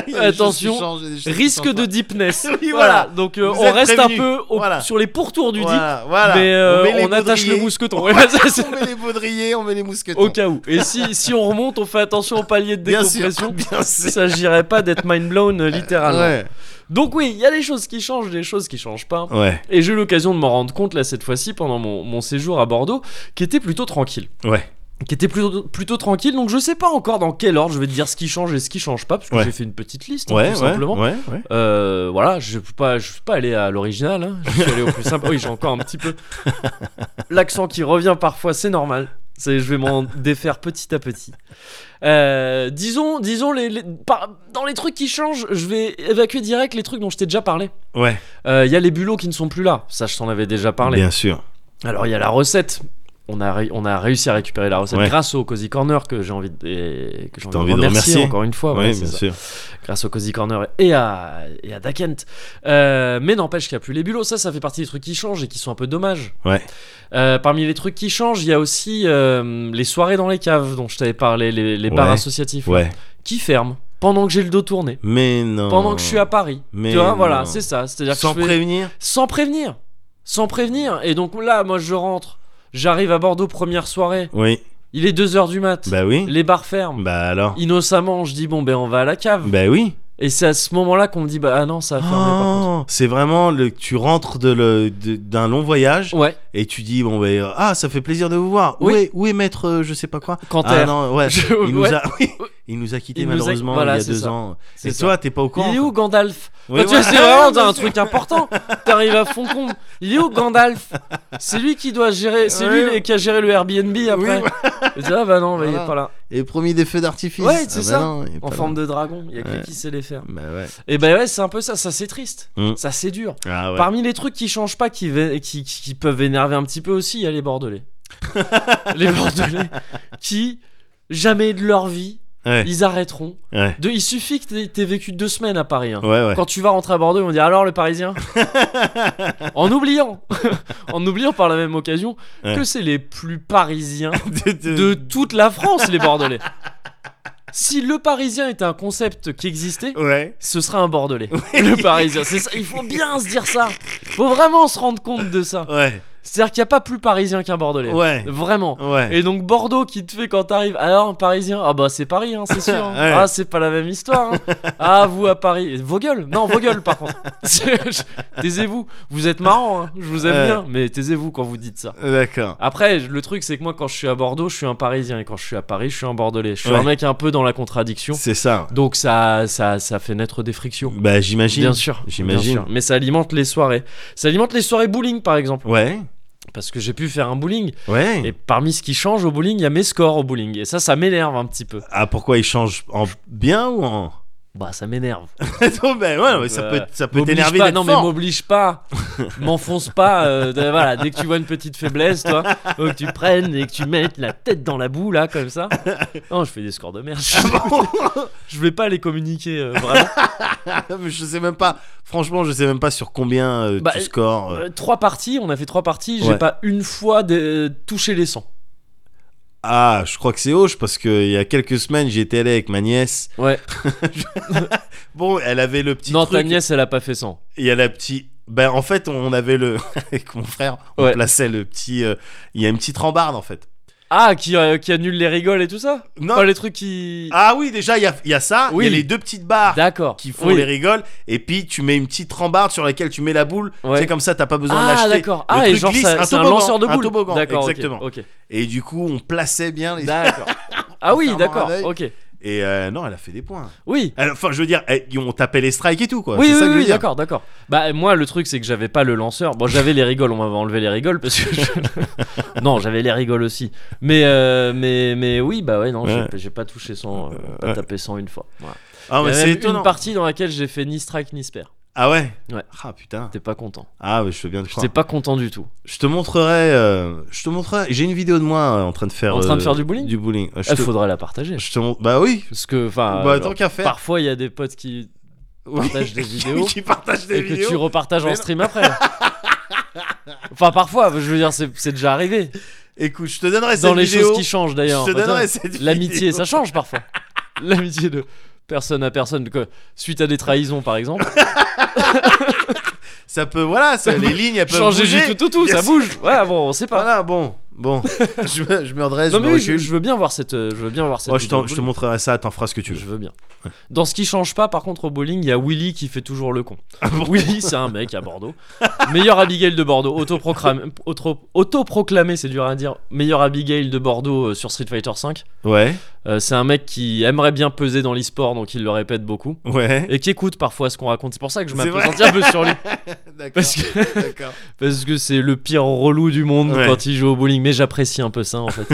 [SPEAKER 2] Il y a des choses
[SPEAKER 1] Attention,
[SPEAKER 2] qui changent, il y a des choses qui
[SPEAKER 1] Risque
[SPEAKER 2] changent
[SPEAKER 1] de
[SPEAKER 2] pas.
[SPEAKER 1] deepness.
[SPEAKER 2] Oui,
[SPEAKER 1] voilà.
[SPEAKER 2] voilà.
[SPEAKER 1] Donc euh,
[SPEAKER 2] Vous
[SPEAKER 1] on
[SPEAKER 2] êtes
[SPEAKER 1] reste
[SPEAKER 2] prévenus.
[SPEAKER 1] un peu au-
[SPEAKER 2] Voilà.
[SPEAKER 1] sur les pourtours du deep.
[SPEAKER 2] Voilà, voilà.
[SPEAKER 1] Mais euh,
[SPEAKER 2] met les
[SPEAKER 1] on, attache le
[SPEAKER 2] baudriers.
[SPEAKER 1] mousqueton. Ouais, bah, c'est- c'est-
[SPEAKER 2] on met les baudriers, on met les mousquetons.
[SPEAKER 1] au cas où. Et si, si on remonte, on fait attention au palier de
[SPEAKER 2] Bien sûr,
[SPEAKER 1] décompression.
[SPEAKER 2] bien
[SPEAKER 1] Il
[SPEAKER 2] sûr.
[SPEAKER 1] s'agirait pas d'être mind blown euh, littéralement.
[SPEAKER 2] Ouais,
[SPEAKER 1] Donc oui, il y a des choses qui changent, des choses qui changent pas.
[SPEAKER 2] ouais,
[SPEAKER 1] Et j'ai eu l'occasion de m'en rendre compte là cette fois-ci pendant mon, mon séjour à Bordeaux, qui était plutôt tranquille.
[SPEAKER 2] ouais.
[SPEAKER 1] Qui était plutôt, plutôt tranquille, donc je sais pas encore dans quel ordre je vais te dire ce qui change et ce qui change pas, parce que
[SPEAKER 2] Ouais.
[SPEAKER 1] j'ai fait une petite liste hein,
[SPEAKER 2] Ouais,
[SPEAKER 1] tout
[SPEAKER 2] ouais,
[SPEAKER 1] simplement.
[SPEAKER 2] ouais, ouais.
[SPEAKER 1] Euh, voilà, je ne suis pas, je peux pas aller à l'original, hein. je suis allé au plus simple. Oui, j'ai encore un petit peu l'accent qui revient parfois, c'est normal. C'est, je vais m'en défaire petit à petit. Euh, disons, disons les, les- par- dans les trucs qui changent, je vais évacuer direct les trucs dont je t'ai déjà parlé.
[SPEAKER 2] Ouais,
[SPEAKER 1] Euh, Il y a les bulots qui ne sont plus là, ça je t'en avais déjà parlé.
[SPEAKER 2] bien sûr.
[SPEAKER 1] Alors il y a la recette. On a, ré- on a réussi à récupérer la recette
[SPEAKER 2] Ouais.
[SPEAKER 1] grâce au Cozy Corner que j'ai envie de, et que j'ai envie
[SPEAKER 2] envie de
[SPEAKER 1] remercier,
[SPEAKER 2] remercier.
[SPEAKER 1] encore une fois.
[SPEAKER 2] Ouais,
[SPEAKER 1] ouais, c'est
[SPEAKER 2] bien
[SPEAKER 1] ça
[SPEAKER 2] sûr.
[SPEAKER 1] grâce au Cozy Corner et à, et à Dakent. Euh, mais n'empêche qu'il n'y a plus les bulots. Ça, ça fait partie des trucs qui changent et qui sont un peu dommages.
[SPEAKER 2] Ouais.
[SPEAKER 1] Euh, parmi les trucs qui changent, il y a aussi euh, les soirées dans les caves dont je t'avais parlé, les, les bars
[SPEAKER 2] Ouais.
[SPEAKER 1] associatifs
[SPEAKER 2] Ouais.
[SPEAKER 1] qui ferment pendant que j'ai le dos tourné.
[SPEAKER 2] Mais non.
[SPEAKER 1] Pendant que je suis à Paris.
[SPEAKER 2] Mais
[SPEAKER 1] tu vois, voilà,
[SPEAKER 2] non.
[SPEAKER 1] c'est ça. C'est-à-dire que
[SPEAKER 2] Sans
[SPEAKER 1] je fais-
[SPEAKER 2] prévenir
[SPEAKER 1] sans prévenir. Sans prévenir. Et donc là, moi, je rentre. J'arrive à Bordeaux, première soirée.
[SPEAKER 2] Oui.
[SPEAKER 1] Il est 2h du mat.
[SPEAKER 2] Bah oui.
[SPEAKER 1] Les bars ferment.
[SPEAKER 2] Bah alors.
[SPEAKER 1] Innocemment, je dis, bon, ben, on va à la cave.
[SPEAKER 2] Bah oui.
[SPEAKER 1] Et c'est à ce moment-là qu'on me dit bah ah non ça a fermé par contre.
[SPEAKER 2] Oh, c'est vraiment le tu rentres de le- de- d'un long voyage
[SPEAKER 1] Ouais,
[SPEAKER 2] et tu dis bon ben euh, ah ça fait plaisir de vous voir
[SPEAKER 1] Oui.
[SPEAKER 2] où est où est maître euh, je sais pas quoi
[SPEAKER 1] quand
[SPEAKER 2] ah non ouais
[SPEAKER 1] Je-
[SPEAKER 2] il nous
[SPEAKER 1] ouais.
[SPEAKER 2] a oui, il nous a quitté
[SPEAKER 1] Il nous a-
[SPEAKER 2] malheureusement
[SPEAKER 1] voilà,
[SPEAKER 2] il y a
[SPEAKER 1] c'est
[SPEAKER 2] deux
[SPEAKER 1] ça.
[SPEAKER 2] ans
[SPEAKER 1] c'est
[SPEAKER 2] et
[SPEAKER 1] ça.
[SPEAKER 2] toi t'es pas au courant
[SPEAKER 1] il est
[SPEAKER 2] quoi.
[SPEAKER 1] où Gandalf
[SPEAKER 2] Oui,
[SPEAKER 1] Enfin, tu vois,
[SPEAKER 2] voilà.
[SPEAKER 1] C'est vraiment un truc important. T'arrives à Foncombe. Il est où Gandalf C'est lui qui doit gérer. C'est
[SPEAKER 2] Oui.
[SPEAKER 1] lui les- qui a géré le Airbnb après. Et tu vois, bah non, mais il est
[SPEAKER 2] Voilà.
[SPEAKER 1] pas là.
[SPEAKER 2] et promis des feux d'artifice Ah bah
[SPEAKER 1] Ouais, c'est ça.
[SPEAKER 2] non, il est
[SPEAKER 1] En
[SPEAKER 2] pas
[SPEAKER 1] forme de dragon. Il y a que
[SPEAKER 2] Ouais.
[SPEAKER 1] lui qui sait les faire.
[SPEAKER 2] là. bah ouais
[SPEAKER 1] Et bah ouais, c'est un peu ça. Ça c'est triste.
[SPEAKER 2] Mm.
[SPEAKER 1] Ça c'est dur.
[SPEAKER 2] ah ouais
[SPEAKER 1] Parmi les trucs qui changent pas, qui, vé- qui, qui- qui peuvent énerver un petit peu aussi, il y a les Bordelais. les Bordelais qui, jamais de leur vie,
[SPEAKER 2] ouais
[SPEAKER 1] ils arrêteront.
[SPEAKER 2] ouais
[SPEAKER 1] De- il suffit que t'aies- t'aies vécu deux semaines à Paris. hein.
[SPEAKER 2] ouais ouais
[SPEAKER 1] Quand tu vas rentrer à Bordeaux, ils vont dire alors le Parisien En oubliant En oubliant par la même occasion
[SPEAKER 2] Ouais.
[SPEAKER 1] que c'est les plus parisiens
[SPEAKER 2] de, de-
[SPEAKER 1] de toute la France, les Bordelais. Si le Parisien était un concept qui existait,
[SPEAKER 2] ouais
[SPEAKER 1] ce serait un Bordelais. Le Parisien, c'est ça. Il faut bien se dire ça. Faut vraiment se rendre compte de ça.
[SPEAKER 2] ouais
[SPEAKER 1] C'est-à-dire qu'il n'y a pas plus Parisien qu'un Bordelais.
[SPEAKER 2] ouais
[SPEAKER 1] Vraiment.
[SPEAKER 2] ouais
[SPEAKER 1] Et donc Bordeaux qui te fait quand t'arrives alors un Parisien ah bah c'est Paris hein, c'est sûr hein.
[SPEAKER 2] Ouais.
[SPEAKER 1] ah c'est pas la même histoire hein. ah vous à Paris vos gueules non vos gueules par contre Je- taisez-vous vous êtes marrant hein, je vous aime
[SPEAKER 2] Ouais.
[SPEAKER 1] bien mais taisez-vous quand vous dites ça
[SPEAKER 2] d'accord
[SPEAKER 1] après le truc c'est que moi quand je suis à Bordeaux je suis un Parisien et quand je suis à Paris je suis un Bordelais je suis
[SPEAKER 2] Ouais.
[SPEAKER 1] un mec un peu dans la contradiction
[SPEAKER 2] c'est ça
[SPEAKER 1] donc ça ça ça fait naître des frictions
[SPEAKER 2] bah j'imagine
[SPEAKER 1] bien sûr
[SPEAKER 2] J'imagine.
[SPEAKER 1] bien sûr. mais ça alimente les soirées ça alimente les soirées bowling par exemple
[SPEAKER 2] ouais
[SPEAKER 1] parce que j'ai pu faire un bowling
[SPEAKER 2] ouais
[SPEAKER 1] et parmi ce qui change au bowling, il y a mes scores au bowling. Et ça, ça m'énerve un petit peu.
[SPEAKER 2] ah pourquoi il change en bien ou en
[SPEAKER 1] Bah, ça m'énerve.
[SPEAKER 2] Attends, ben ouais, mais ça
[SPEAKER 1] Euh,
[SPEAKER 2] peut, ça peut
[SPEAKER 1] M'oblige
[SPEAKER 2] t'énerver
[SPEAKER 1] pas,
[SPEAKER 2] d'être
[SPEAKER 1] Non, mais
[SPEAKER 2] fort.
[SPEAKER 1] m'oblige pas. M'enfonce pas. euh, de- voilà, dès que tu vois une petite faiblesse, toi, faut que tu prennes et que tu mettes la tête dans la boue, là, comme ça. Non, je fais des scores de merde.
[SPEAKER 2] Ah
[SPEAKER 1] je vais pas les communiquer, euh, vraiment.
[SPEAKER 2] Mais je sais même pas. Franchement, je sais même pas sur combien euh,
[SPEAKER 1] Bah,
[SPEAKER 2] tu scores. euh.
[SPEAKER 1] Euh, trois parties, on a fait trois parties. J'ai
[SPEAKER 2] Ouais.
[SPEAKER 1] pas une fois dé- euh, touché les 100.
[SPEAKER 2] Ah, je crois que c'est Hoche parce que il y a quelques semaines, j'étais allé avec ma nièce.
[SPEAKER 1] Ouais.
[SPEAKER 2] Bon, elle avait le petit
[SPEAKER 1] non,
[SPEAKER 2] truc.
[SPEAKER 1] ta nièce, elle a pas fait 100.
[SPEAKER 2] Il y a la petite. Ben en fait, on avait le avec mon frère, on
[SPEAKER 1] Ouais.
[SPEAKER 2] plaçait le petit. euh, Il y a une petite rambarde en fait.
[SPEAKER 1] Ah, qui, euh, qui annule les rigoles et tout ça
[SPEAKER 2] Non.
[SPEAKER 1] Pas les trucs qui.
[SPEAKER 2] Ah oui, déjà il y a, il y a ça. Il
[SPEAKER 1] Oh, Oui.
[SPEAKER 2] y a les deux petites barres.
[SPEAKER 1] D'accord.
[SPEAKER 2] Ah, qui font
[SPEAKER 1] Oui.
[SPEAKER 2] les rigoles et puis tu mets une petite rambarde sur laquelle tu mets la boule
[SPEAKER 1] Ouais.
[SPEAKER 2] c'est comme ça t'as pas besoin de
[SPEAKER 1] Ah
[SPEAKER 2] l'acheter
[SPEAKER 1] d'accord. Ah
[SPEAKER 2] Le
[SPEAKER 1] et
[SPEAKER 2] truc
[SPEAKER 1] genre
[SPEAKER 2] glisse,
[SPEAKER 1] ça-
[SPEAKER 2] un
[SPEAKER 1] c'est un
[SPEAKER 2] toboggan,
[SPEAKER 1] lanceur de
[SPEAKER 2] un
[SPEAKER 1] boule.
[SPEAKER 2] toboggan,
[SPEAKER 1] d'accord. ok,
[SPEAKER 2] exactement
[SPEAKER 1] Ok.
[SPEAKER 2] et du coup on plaçait bien les
[SPEAKER 1] D'accord. ah oui,
[SPEAKER 2] Fermant
[SPEAKER 1] d'accord.
[SPEAKER 2] un œil.
[SPEAKER 1] Ok.
[SPEAKER 2] et euh, non elle a fait des points
[SPEAKER 1] Oui.
[SPEAKER 2] Elle- enfin je veux dire elle- on tapait les strikes et tout quoi
[SPEAKER 1] oui,
[SPEAKER 2] c'est
[SPEAKER 1] oui,
[SPEAKER 2] ça que
[SPEAKER 1] oui,
[SPEAKER 2] je veux
[SPEAKER 1] oui,
[SPEAKER 2] dire
[SPEAKER 1] d'accord, d'accord. Bah moi le truc c'est que j'avais pas le lanceur. Bon j'avais les rigoles, on m'avait enlevé les rigoles parce que je- non j'avais les rigoles aussi. Mais euh, mais mais oui bah ouais non j'ai-
[SPEAKER 2] Ouais.
[SPEAKER 1] j'ai, pas touché 100, euh, pas
[SPEAKER 2] ouais.
[SPEAKER 1] tapé 100 une fois. Voilà.
[SPEAKER 2] ah mais
[SPEAKER 1] Il y a
[SPEAKER 2] c'est
[SPEAKER 1] même
[SPEAKER 2] étonnant
[SPEAKER 1] une partie dans laquelle j'ai fait ni strike ni spare.
[SPEAKER 2] ah ouais
[SPEAKER 1] Ouais.
[SPEAKER 2] ah putain
[SPEAKER 1] T'es pas content.
[SPEAKER 2] ah mais je veux bien te croire
[SPEAKER 1] J'étais pas content du tout.
[SPEAKER 2] je te montrerai euh, je te montrerai j'ai une vidéo de moi euh, en train de faire
[SPEAKER 1] En train de
[SPEAKER 2] euh,
[SPEAKER 1] faire du bowling Ah,
[SPEAKER 2] du bowling Euh, je
[SPEAKER 1] Il
[SPEAKER 2] te...
[SPEAKER 1] faudrait la partager.
[SPEAKER 2] je te mon- bah oui
[SPEAKER 1] Parce que enfin
[SPEAKER 2] bah
[SPEAKER 1] genre,
[SPEAKER 2] tant qu'à faire
[SPEAKER 1] parfois il y a des potes qui partages des vidéos
[SPEAKER 2] qui partagent des
[SPEAKER 1] et que tu
[SPEAKER 2] vidéos.
[SPEAKER 1] repartages
[SPEAKER 2] Mais
[SPEAKER 1] en
[SPEAKER 2] non.
[SPEAKER 1] stream après. enfin, parfois, je veux dire, c'est c'est déjà arrivé.
[SPEAKER 2] Écoute, je te donnerai
[SPEAKER 1] Dans
[SPEAKER 2] cette
[SPEAKER 1] les
[SPEAKER 2] vidéo.
[SPEAKER 1] choses qui changent d'ailleurs.
[SPEAKER 2] je te
[SPEAKER 1] Enfin,
[SPEAKER 2] donnerai
[SPEAKER 1] tiens,
[SPEAKER 2] cette
[SPEAKER 1] L'amitié,
[SPEAKER 2] vidéo.
[SPEAKER 1] ça change parfois. L'amitié de personne à personne, quoi. suite à des trahisons par exemple.
[SPEAKER 2] Ça peut, voilà, ça- les lignes, elles peuvent
[SPEAKER 1] Changer du
[SPEAKER 2] Bah, bouger.
[SPEAKER 1] tout, tout, tout,
[SPEAKER 2] Yes.
[SPEAKER 1] ça bouge. Ouais, bon, on sait pas.
[SPEAKER 2] Voilà, bon, bon. je, me, je me redresse,
[SPEAKER 1] Non
[SPEAKER 2] je
[SPEAKER 1] mais
[SPEAKER 2] me
[SPEAKER 1] oui, je,
[SPEAKER 2] recule.
[SPEAKER 1] je veux bien voir cette, euh, je veux bien voir cette.
[SPEAKER 2] Oh, je, t'en-
[SPEAKER 1] vidéo.
[SPEAKER 2] je te montrerai ça, t'en feras ce que tu
[SPEAKER 1] Je
[SPEAKER 2] veux.
[SPEAKER 1] veux bien. Dans ce qui change pas, par contre, au bowling, il y a Willy qui fait toujours le con. Willy, c'est un mec à Bordeaux. meilleur Abigail de Bordeaux. Autoproclamé, auto- autoproclamé, c'est dur à dire. Meilleur Abigail de Bordeaux euh, sur Street Fighter V.
[SPEAKER 2] Ouais,
[SPEAKER 1] Euh, c'est un mec qui aimerait bien peser dans l'e-sport, donc il le répète beaucoup.
[SPEAKER 2] ouais.
[SPEAKER 1] Et qui écoute parfois ce qu'on raconte. C'est pour ça que je
[SPEAKER 2] C'est vrai.
[SPEAKER 1] m'appesantis un peu sur lui.
[SPEAKER 2] D'accord.
[SPEAKER 1] Parce que parce que c'est le pire relou du monde
[SPEAKER 2] Ouais.
[SPEAKER 1] quand il joue au bowling. Mais j'apprécie un peu ça en fait.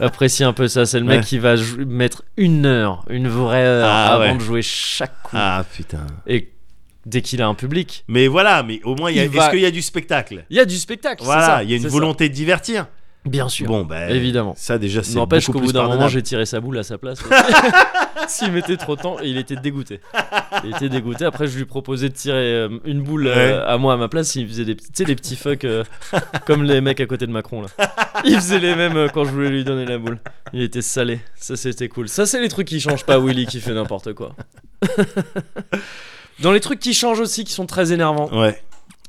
[SPEAKER 1] j'apprécie un peu ça. C'est le mec
[SPEAKER 2] Ouais.
[SPEAKER 1] qui va jou- mettre une heure, une vraie heure
[SPEAKER 2] Ah,
[SPEAKER 1] avant
[SPEAKER 2] ouais.
[SPEAKER 1] de jouer chaque coup.
[SPEAKER 2] Ah putain.
[SPEAKER 1] Et dès qu'il a un public,
[SPEAKER 2] Mais voilà, mais au moins, il y a-
[SPEAKER 1] Il va-
[SPEAKER 2] est-ce qu'il y a du spectacle
[SPEAKER 1] il y a du spectacle. c'est
[SPEAKER 2] Voilà,
[SPEAKER 1] ça,
[SPEAKER 2] il y a une
[SPEAKER 1] c'est
[SPEAKER 2] volonté de divertir.
[SPEAKER 1] ça. Bien sûr.
[SPEAKER 2] Bon, ben.
[SPEAKER 1] Évidemment.
[SPEAKER 2] Ça, déjà, c'est.
[SPEAKER 1] N'empêche
[SPEAKER 2] beaucoup
[SPEAKER 1] qu'au bout
[SPEAKER 2] plus
[SPEAKER 1] d'un moment,
[SPEAKER 2] pardonnable.
[SPEAKER 1] j'ai tiré sa boule à sa place. S'il mettait trop de temps, et il était dégoûté. Il était dégoûté. Après, je lui proposais de tirer euh, une boule euh, à moi à ma place. Il faisait des, petits- tu sais, des petits fucks euh, comme les mecs à côté de Macron. là. Il faisait les mêmes euh, quand je voulais lui donner la boule. Il était salé. Ça, c'était cool. Ça, c'est les trucs qui changent pas. Willy qui fait n'importe quoi. Dans les trucs qui changent aussi, qui sont très énervants,
[SPEAKER 2] Ouais.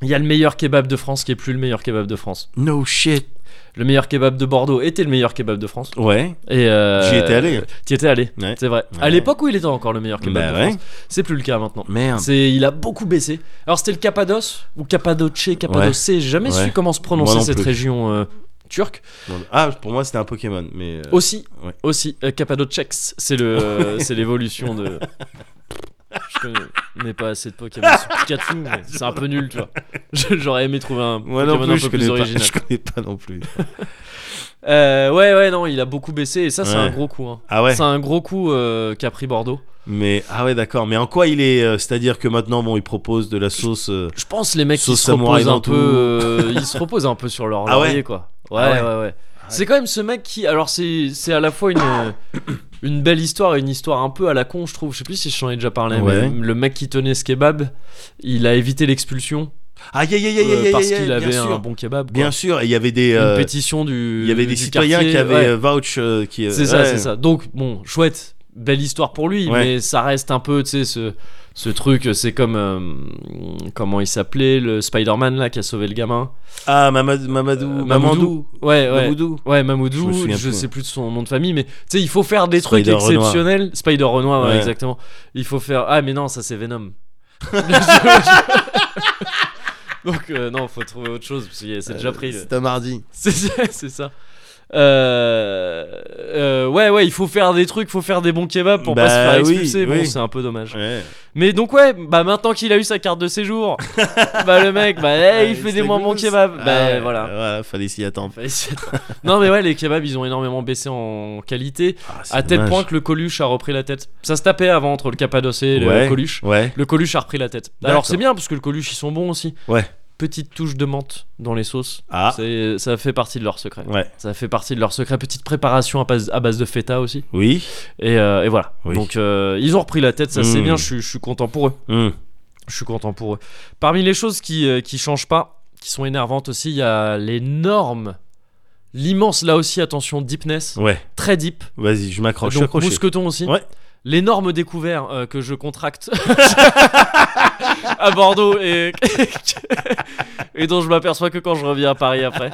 [SPEAKER 1] il y a le meilleur kebab de France qui est plus le meilleur kebab de France.
[SPEAKER 2] No shit.
[SPEAKER 1] Le meilleur kebab de Bordeaux était le meilleur kebab de France.
[SPEAKER 2] Ouais.
[SPEAKER 1] Et euh,
[SPEAKER 2] J'y étais allé.
[SPEAKER 1] T'y étais allé,
[SPEAKER 2] Ouais.
[SPEAKER 1] c'est vrai. À
[SPEAKER 2] Ouais.
[SPEAKER 1] l'époque où il était encore le meilleur kebab
[SPEAKER 2] Bah
[SPEAKER 1] de
[SPEAKER 2] ouais.
[SPEAKER 1] France, c'est plus le cas maintenant.
[SPEAKER 2] Merde.
[SPEAKER 1] C'est, il a beaucoup baissé. Alors c'était le Cappadoce ou Cappadoce, Cappadoce. J'ai jamais
[SPEAKER 2] Ouais.
[SPEAKER 1] su comment se prononcer
[SPEAKER 2] Moi non
[SPEAKER 1] cette
[SPEAKER 2] plus.
[SPEAKER 1] région euh, turque.
[SPEAKER 2] Bon, Ah, pour moi, c'était un Pokémon, mais. euh,
[SPEAKER 1] Aussi,
[SPEAKER 2] Ouais.
[SPEAKER 1] aussi euh, Cappadocex. C'est le, euh, c'est l'évolution de. Je connais pas assez de Pokémon sur Pikachu, mais c'est un peu nul, tu vois. Je- J'aurais aimé trouver un
[SPEAKER 2] Moi non
[SPEAKER 1] Pokémon
[SPEAKER 2] plus, je
[SPEAKER 1] un peu plus
[SPEAKER 2] connais, pas,
[SPEAKER 1] original.
[SPEAKER 2] je connais pas non plus.
[SPEAKER 1] Euh, ouais, ouais, non, il a beaucoup baissé et ça, c'est
[SPEAKER 2] Ouais.
[SPEAKER 1] un gros coup. hein.
[SPEAKER 2] Ah ouais.
[SPEAKER 1] C'est un gros coup euh, qu'a pris Bordeaux.
[SPEAKER 2] Mais ah ouais, d'accord. Mais en quoi il est euh, C'est-à-dire que maintenant, bon, il propose de la sauce. euh,
[SPEAKER 1] Je pense les mecs qui
[SPEAKER 2] Sauce
[SPEAKER 1] se
[SPEAKER 2] samouraï
[SPEAKER 1] reposent un
[SPEAKER 2] dans tout.
[SPEAKER 1] peu, euh, ils se reposent un peu sur leur
[SPEAKER 2] Ah ouais
[SPEAKER 1] laurier quoi. Ouais
[SPEAKER 2] Ah
[SPEAKER 1] ouais
[SPEAKER 2] ouais.
[SPEAKER 1] ouais. C'est quand même ce mec qui, alors c'est c'est à la fois une une belle histoire et une histoire un peu à la con je trouve. Je sais plus si je t'en ai déjà parlé,
[SPEAKER 2] Ouais.
[SPEAKER 1] mais le mec qui tenait ce kebab, il a évité l'expulsion
[SPEAKER 2] Aïe aïe aïe
[SPEAKER 1] euh,
[SPEAKER 2] aïe aïe aïe.
[SPEAKER 1] parce
[SPEAKER 2] aïe,
[SPEAKER 1] qu'il avait
[SPEAKER 2] bien
[SPEAKER 1] un
[SPEAKER 2] sûr.
[SPEAKER 1] bon kebab. quoi.
[SPEAKER 2] Bien sûr, et il y avait des.
[SPEAKER 1] Une
[SPEAKER 2] euh,
[SPEAKER 1] pétition du.
[SPEAKER 2] il y avait des
[SPEAKER 1] du
[SPEAKER 2] citoyens
[SPEAKER 1] quartier,
[SPEAKER 2] qui avaient
[SPEAKER 1] ouais.
[SPEAKER 2] euh, vouch euh, qui. euh,
[SPEAKER 1] C'est ça,
[SPEAKER 2] ouais.
[SPEAKER 1] c'est ça. Donc, bon, chouette, belle histoire pour lui,
[SPEAKER 2] Ouais.
[SPEAKER 1] mais ça reste un peu, tu sais, ce, ce truc, c'est comme. euh, comment il s'appelait Le Spider-Man, là, qui a sauvé le gamin.
[SPEAKER 2] Ah, Mamadou. Mamadou.
[SPEAKER 1] Euh,
[SPEAKER 2] Mamadou.
[SPEAKER 1] Ouais, ouais.
[SPEAKER 2] Mamadou.
[SPEAKER 1] Ouais,
[SPEAKER 2] Je
[SPEAKER 1] Mamoudou,
[SPEAKER 2] me
[SPEAKER 1] je,
[SPEAKER 2] souviens plus,
[SPEAKER 1] sais
[SPEAKER 2] ouais.
[SPEAKER 1] plus de son nom de famille, mais tu sais, il faut faire des trucs
[SPEAKER 2] Spider Renoir.
[SPEAKER 1] exceptionnels. Spider Renoir, ouais,
[SPEAKER 2] Ouais.
[SPEAKER 1] exactement. Il faut faire. Ah, mais non, ça c'est Venom. Donc, euh, non, faut trouver autre chose, parce que c'est
[SPEAKER 2] Euh,
[SPEAKER 1] déjà pris. le-
[SPEAKER 2] C'est un mardi.
[SPEAKER 1] c'est ça, c'est ça. Euh, euh, ouais, ouais, il faut faire des trucs, faut faire des bons kebabs pour pas
[SPEAKER 2] Bah
[SPEAKER 1] se faire
[SPEAKER 2] oui,
[SPEAKER 1] expulser. Bon,
[SPEAKER 2] oui.
[SPEAKER 1] c'est un peu dommage.
[SPEAKER 2] Ouais.
[SPEAKER 1] Mais donc, ouais, bah maintenant qu'il a eu sa carte de séjour, bah le mec, bah eh,
[SPEAKER 2] Ah,
[SPEAKER 1] il fait des moins bons kebabs. Bah voilà.
[SPEAKER 2] Voilà, fallait s'y attendre.
[SPEAKER 1] Fallait s'y attendre. non, mais ouais, les kebabs ils ont énormément baissé en qualité
[SPEAKER 2] Ah,
[SPEAKER 1] à tel point que le Coluche a repris la tête. Ça se tapait avant entre le Capadoce et le
[SPEAKER 2] Ouais.
[SPEAKER 1] Coluche.
[SPEAKER 2] Ouais.
[SPEAKER 1] Le Coluche a repris la tête.
[SPEAKER 2] D'accord.
[SPEAKER 1] Alors c'est bien parce que le Coluche ils sont bons aussi.
[SPEAKER 2] Ouais.
[SPEAKER 1] Petite touche de menthe dans les sauces.
[SPEAKER 2] Ah.
[SPEAKER 1] C'est- Ça fait partie de leur secret.
[SPEAKER 2] Ouais.
[SPEAKER 1] Ça fait partie de leur secret. Petite préparation à base, à base de feta aussi.
[SPEAKER 2] Oui.
[SPEAKER 1] Et, euh, et voilà.
[SPEAKER 2] Oui.
[SPEAKER 1] Donc euh, ils ont repris la tête, ça c'est
[SPEAKER 2] Mm.
[SPEAKER 1] bien, je suis- je suis content pour eux.
[SPEAKER 2] Hmm.
[SPEAKER 1] Je suis content pour eux. Parmi les choses qui, euh, qui changent pas, qui sont énervantes aussi, il y a les normes. L'immense, là aussi, attention, deepness,
[SPEAKER 2] Ouais.
[SPEAKER 1] très deep.
[SPEAKER 2] Vas-y, je m'accroche. Je suis
[SPEAKER 1] Donc
[SPEAKER 2] accroché.
[SPEAKER 1] mousqueton aussi.
[SPEAKER 2] Ouais.
[SPEAKER 1] Les normes découvertes euh, que je contracte à Bordeaux et... et dont je m'aperçois que quand je reviens à Paris après.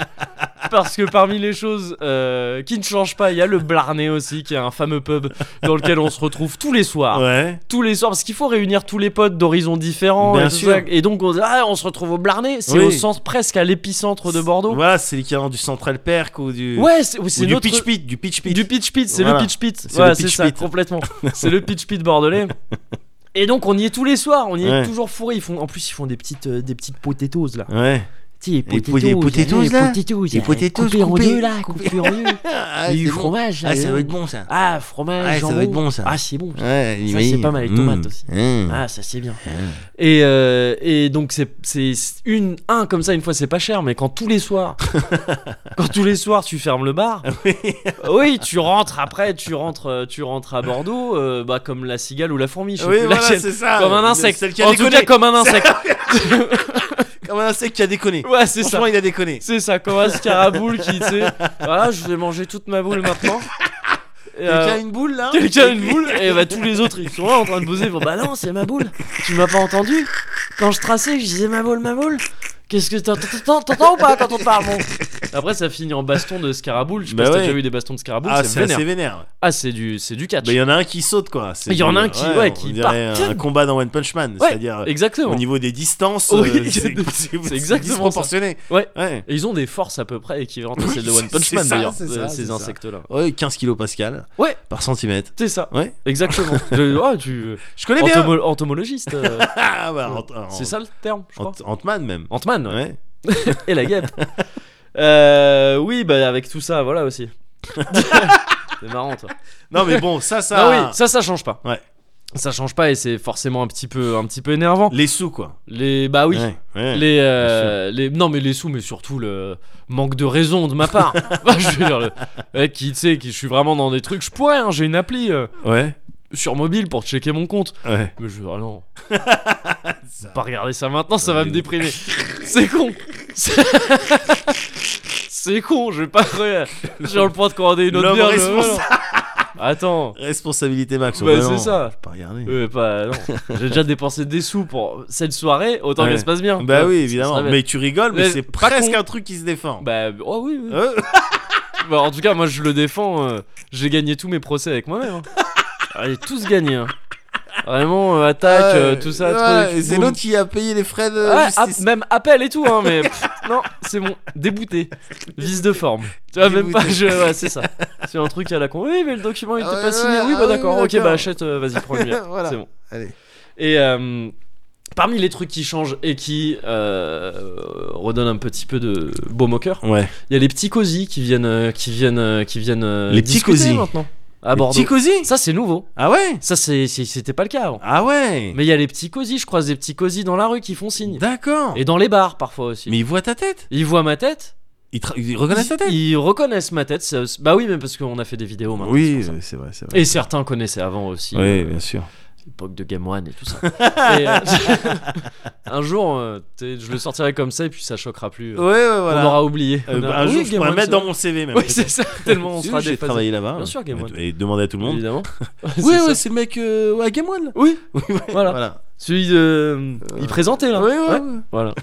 [SPEAKER 1] Parce que parmi les choses euh, qui ne changent pas, il y a le Blarney aussi, qui est un fameux pub dans lequel on se retrouve tous les soirs
[SPEAKER 2] Ouais.
[SPEAKER 1] tous les soirs parce qu'il faut réunir tous les potes d'horizons différents
[SPEAKER 2] Bien
[SPEAKER 1] et, tout
[SPEAKER 2] sûr.
[SPEAKER 1] ça. Et donc on, ah, on se retrouve au Blarney c'est
[SPEAKER 2] Oui.
[SPEAKER 1] au centre presque à l'épicentre de Bordeaux
[SPEAKER 2] Voilà, c'est l'équivalent du Central Perk ou du.
[SPEAKER 1] ouais c'est
[SPEAKER 2] Ou
[SPEAKER 1] c'est
[SPEAKER 2] du
[SPEAKER 1] notre-
[SPEAKER 2] pitch pit, du pitch pit.
[SPEAKER 1] du pitch pit c'est
[SPEAKER 2] Voilà.
[SPEAKER 1] le pitch pit
[SPEAKER 2] C'est
[SPEAKER 1] Voilà,
[SPEAKER 2] le
[SPEAKER 1] c'est
[SPEAKER 2] pitch
[SPEAKER 1] ça
[SPEAKER 2] pit.
[SPEAKER 1] complètement c'est le pitch pit bordelais et donc on y est tous les soirs on y est
[SPEAKER 2] Ouais.
[SPEAKER 1] toujours fourré ils font en plus ils font des petites euh, des petites potatoes là
[SPEAKER 2] Ouais.
[SPEAKER 1] Tu hein,
[SPEAKER 5] Petit
[SPEAKER 2] Les pou- les potatoes,
[SPEAKER 5] potatoes,
[SPEAKER 2] là
[SPEAKER 5] là. Les potatoes,
[SPEAKER 2] Les potatoes
[SPEAKER 5] coupés en
[SPEAKER 2] coupés.
[SPEAKER 5] deux, là. Coupés en deux. Et
[SPEAKER 2] Ah, c'est
[SPEAKER 5] du
[SPEAKER 2] bon.
[SPEAKER 5] fromage.
[SPEAKER 2] Ah,
[SPEAKER 5] là.
[SPEAKER 1] euh,
[SPEAKER 2] ça va être bon ça.
[SPEAKER 5] Ah, fromage,
[SPEAKER 2] Ouais, ça
[SPEAKER 5] jambon.
[SPEAKER 2] doit être bon, ça.
[SPEAKER 5] Ah, c'est bon. ça.
[SPEAKER 2] Ouais,
[SPEAKER 5] Ça,
[SPEAKER 2] oui.
[SPEAKER 5] c'est pas mal avec
[SPEAKER 2] Mmh.
[SPEAKER 5] tomates aussi.
[SPEAKER 2] Mmh.
[SPEAKER 5] Ah, ça, c'est bien.
[SPEAKER 1] Et, euh, et donc c'est c'est une un comme ça une fois c'est pas cher mais quand tous les soirs quand tous les soirs tu fermes le
[SPEAKER 2] Ah
[SPEAKER 1] bar oui tu rentres après tu rentres euh, tu rentres à Bordeaux euh, bah comme la cigale ou la fourmi je sais
[SPEAKER 2] Oui,
[SPEAKER 1] plus
[SPEAKER 2] voilà,
[SPEAKER 1] laquelle.
[SPEAKER 2] c'est ça.
[SPEAKER 1] comme un insecte
[SPEAKER 2] Celle qui a
[SPEAKER 1] en tout
[SPEAKER 2] déconné.
[SPEAKER 1] cas comme un insecte
[SPEAKER 2] Comme un insecte qui a déconné.
[SPEAKER 1] ouais c'est ça
[SPEAKER 2] Franchement, il a déconné.
[SPEAKER 1] c'est ça comme un scaraboule qui tu sais voilà je vais manger toute ma boule maintenant Et, euh,
[SPEAKER 2] Quelqu'un a une boule là
[SPEAKER 1] Quelqu'un a une boule et bah tous les autres ils sont là en train de poser pour bah non c'est ma boule tu m'as pas entendu quand je traçais je disais ma boule ma boule qu'est-ce que t'en- t'en- t'en- t'entends ou pas quand on te parle bon après ça finit en baston de scaraboule je sais pas
[SPEAKER 2] Bah
[SPEAKER 1] si t'as
[SPEAKER 2] ouais.
[SPEAKER 1] déjà eu des bastons de scaraboule
[SPEAKER 2] Ah,
[SPEAKER 1] c'est
[SPEAKER 2] c'est
[SPEAKER 1] vénère
[SPEAKER 2] assez vénère.
[SPEAKER 1] ah c'est du c'est du catch
[SPEAKER 2] Bah, il y en a un qui saute quoi. C'est
[SPEAKER 1] Il y en a
[SPEAKER 2] du-
[SPEAKER 1] un qui-
[SPEAKER 2] on
[SPEAKER 1] ouais, qui
[SPEAKER 2] dirait
[SPEAKER 1] part.
[SPEAKER 2] un combat dans One Punch Man.
[SPEAKER 1] Ouais,
[SPEAKER 2] C'est-à-dire euh,
[SPEAKER 1] exactement
[SPEAKER 2] au niveau des distances,
[SPEAKER 1] Oui,
[SPEAKER 2] euh,
[SPEAKER 1] il y a
[SPEAKER 2] c'est
[SPEAKER 1] des-
[SPEAKER 2] c'est
[SPEAKER 1] exactement
[SPEAKER 2] disproportionné.
[SPEAKER 1] ça. Ouais.
[SPEAKER 2] ouais.
[SPEAKER 1] et ils ont des forces à peu près équivalentes à
[SPEAKER 2] Oui,
[SPEAKER 1] celles de One Punch
[SPEAKER 2] c'est
[SPEAKER 1] Man
[SPEAKER 2] ça,
[SPEAKER 1] d'ailleurs
[SPEAKER 2] c'est
[SPEAKER 1] euh,
[SPEAKER 2] ça, c'est
[SPEAKER 1] ces
[SPEAKER 2] ça.
[SPEAKER 1] insectes là
[SPEAKER 2] Ouais, 15 kilopascal
[SPEAKER 1] Ouais.
[SPEAKER 2] par centimètre.
[SPEAKER 1] c'est ça
[SPEAKER 2] Ouais.
[SPEAKER 1] exactement Je- ah, tu
[SPEAKER 2] Je connais bien.
[SPEAKER 1] entomo- entomologiste euh,
[SPEAKER 2] Ah, bah, Ant- Ant-
[SPEAKER 1] c'est ça le terme je crois
[SPEAKER 2] Ant- Ant-Man même.
[SPEAKER 1] Ant-Man ouais.
[SPEAKER 2] Ouais.
[SPEAKER 1] et la guêpe. Euh, oui, bah avec tout ça, voilà aussi. c'est marrant, toi.
[SPEAKER 2] Non, mais bon, ça,
[SPEAKER 1] Ah
[SPEAKER 2] ça.
[SPEAKER 1] oui, ça, ça change pas.
[SPEAKER 2] Ouais.
[SPEAKER 1] Ça change pas et c'est forcément un petit peu, un petit peu énervant.
[SPEAKER 2] Les sous quoi.
[SPEAKER 1] Les, bah oui.
[SPEAKER 2] Ouais, ouais.
[SPEAKER 1] Les, euh, les, non mais les sous, mais surtout le manque de raison de ma part. Bah, je veux dire, le- ouais, qui, tu sais, qui, je suis vraiment dans des trucs. Je pourrais, hein, j'ai une appli euh,
[SPEAKER 2] Ouais.
[SPEAKER 1] sur mobile pour checker mon compte.
[SPEAKER 2] Ouais.
[SPEAKER 1] Mais je, ah non. Faut pas regarder ça maintenant, ça
[SPEAKER 2] Euh,
[SPEAKER 1] va me déprimer. C'est con. C'est- C'est con, je vais pas. re- J'ai le point de commander une autre
[SPEAKER 2] L'homme
[SPEAKER 1] bière. mais
[SPEAKER 2] responsable.
[SPEAKER 1] voilà. Attends.
[SPEAKER 2] Responsabilité max.
[SPEAKER 1] Bah,
[SPEAKER 2] ouais,
[SPEAKER 1] c'est
[SPEAKER 2] non,
[SPEAKER 1] ça.
[SPEAKER 2] faut Pas regarder.
[SPEAKER 1] Euh, pas- non. J'ai déjà dépensé des sous pour cette soirée, autant
[SPEAKER 2] Ouais.
[SPEAKER 1] qu'elle se passe bien.
[SPEAKER 2] Bah oui,
[SPEAKER 1] Ça
[SPEAKER 2] évidemment.
[SPEAKER 1] serait-
[SPEAKER 2] Mais tu rigoles, mais
[SPEAKER 1] Mais
[SPEAKER 2] c'est
[SPEAKER 1] pas
[SPEAKER 2] presque
[SPEAKER 1] con.
[SPEAKER 2] un truc qui se défend.
[SPEAKER 1] Bah, oh oui, oui.
[SPEAKER 2] Euh,
[SPEAKER 1] Bah, en tout cas, moi je le défends. euh, J'ai gagné tous mes procès avec moi-même. hein. Ah, J'ai tous gagné. hein. Vraiment, euh, attaque, euh, tout ça.
[SPEAKER 2] ouais,
[SPEAKER 1] truc,
[SPEAKER 2] et c'est
[SPEAKER 1] boum.
[SPEAKER 2] l'autre qui a payé les frais de
[SPEAKER 1] Ouais,
[SPEAKER 2] Euh,
[SPEAKER 1] ah,
[SPEAKER 2] justice.
[SPEAKER 1] app- même appel et tout, hein, mais pff, non, c'est bon, débouté, vice de forme. Tu vois, même
[SPEAKER 2] Débouté.
[SPEAKER 1] pas, je, ouais, c'est ça. C'est un truc à la con. Oui, mais le document il
[SPEAKER 2] Ah
[SPEAKER 1] était
[SPEAKER 2] ouais,
[SPEAKER 1] pas signé.
[SPEAKER 2] ouais,
[SPEAKER 1] oui,
[SPEAKER 2] ah
[SPEAKER 1] bah
[SPEAKER 2] oui,
[SPEAKER 1] d'accord, ok,
[SPEAKER 2] d'accord.
[SPEAKER 1] bah achète, euh, vas-y, prends le mien.
[SPEAKER 2] Voilà.
[SPEAKER 1] C'est bon.
[SPEAKER 2] Allez.
[SPEAKER 1] Et euh, parmi les trucs qui changent et qui euh, redonnent un petit peu de beau moqueur,
[SPEAKER 2] Ouais.
[SPEAKER 1] il y a les petits cosy qui viennent, euh, qui viennent, euh, qui viennent. euh,
[SPEAKER 2] Les petits
[SPEAKER 1] discuter
[SPEAKER 2] cosy.
[SPEAKER 1] maintenant à
[SPEAKER 2] Les
[SPEAKER 1] Bordeaux.
[SPEAKER 2] petits cosy
[SPEAKER 1] Ça c'est nouveau.
[SPEAKER 2] Ah ouais
[SPEAKER 1] Ça c'est, c'est- c'était pas le cas avant.
[SPEAKER 2] Ah ouais
[SPEAKER 1] Mais il y a les petits cosy, je croise des petits cosy dans la rue qui font signe.
[SPEAKER 2] D'accord.
[SPEAKER 1] Et dans les bars parfois aussi.
[SPEAKER 2] Mais ils voient ta tête
[SPEAKER 1] Ils voient ma tête.
[SPEAKER 2] Ils, tra- ils reconnaissent ta tête
[SPEAKER 1] Ils ils reconnaissent ma tête. ça- Bah oui, mais parce qu'on a fait des vidéos maintenant.
[SPEAKER 2] Oui,
[SPEAKER 1] c'est pour
[SPEAKER 2] euh, c'est vrai, c'est
[SPEAKER 1] ça. Et certains connaissaient avant aussi.
[SPEAKER 2] Oui,
[SPEAKER 1] euh,
[SPEAKER 2] bien sûr.
[SPEAKER 1] L'époque de Game One et tout ça. Et, euh, un jour, euh, t'es- je le sortirai comme ça et puis ça choquera plus. euh,
[SPEAKER 2] Ouais, ouais, voilà.
[SPEAKER 1] On aura oublié.
[SPEAKER 2] Euh,
[SPEAKER 1] On aura-
[SPEAKER 2] un
[SPEAKER 1] Oui,
[SPEAKER 2] jour, je
[SPEAKER 1] Game
[SPEAKER 2] pourrais
[SPEAKER 1] One,
[SPEAKER 2] mettre
[SPEAKER 1] c'est
[SPEAKER 2] dans
[SPEAKER 1] vrai.
[SPEAKER 2] mon CV même.
[SPEAKER 1] hein. Oui, c'est ça. Tellement on
[SPEAKER 2] Si,
[SPEAKER 1] sera
[SPEAKER 2] J'ai
[SPEAKER 1] dépassé.
[SPEAKER 2] travaillé là-bas.
[SPEAKER 1] Bien sûr, Game One.
[SPEAKER 2] Et demander à tout le monde.
[SPEAKER 1] Évidemment.
[SPEAKER 2] Oui,
[SPEAKER 1] c'est
[SPEAKER 2] ouais,
[SPEAKER 1] ça.
[SPEAKER 2] c'est le mec euh, ouais, à Game One. là.
[SPEAKER 1] Oui, voilà.
[SPEAKER 2] Voilà.
[SPEAKER 1] Celui de. euh, Il présentait là.
[SPEAKER 2] Ouais, ouais,
[SPEAKER 1] Ouais.
[SPEAKER 2] ouais.
[SPEAKER 1] Voilà.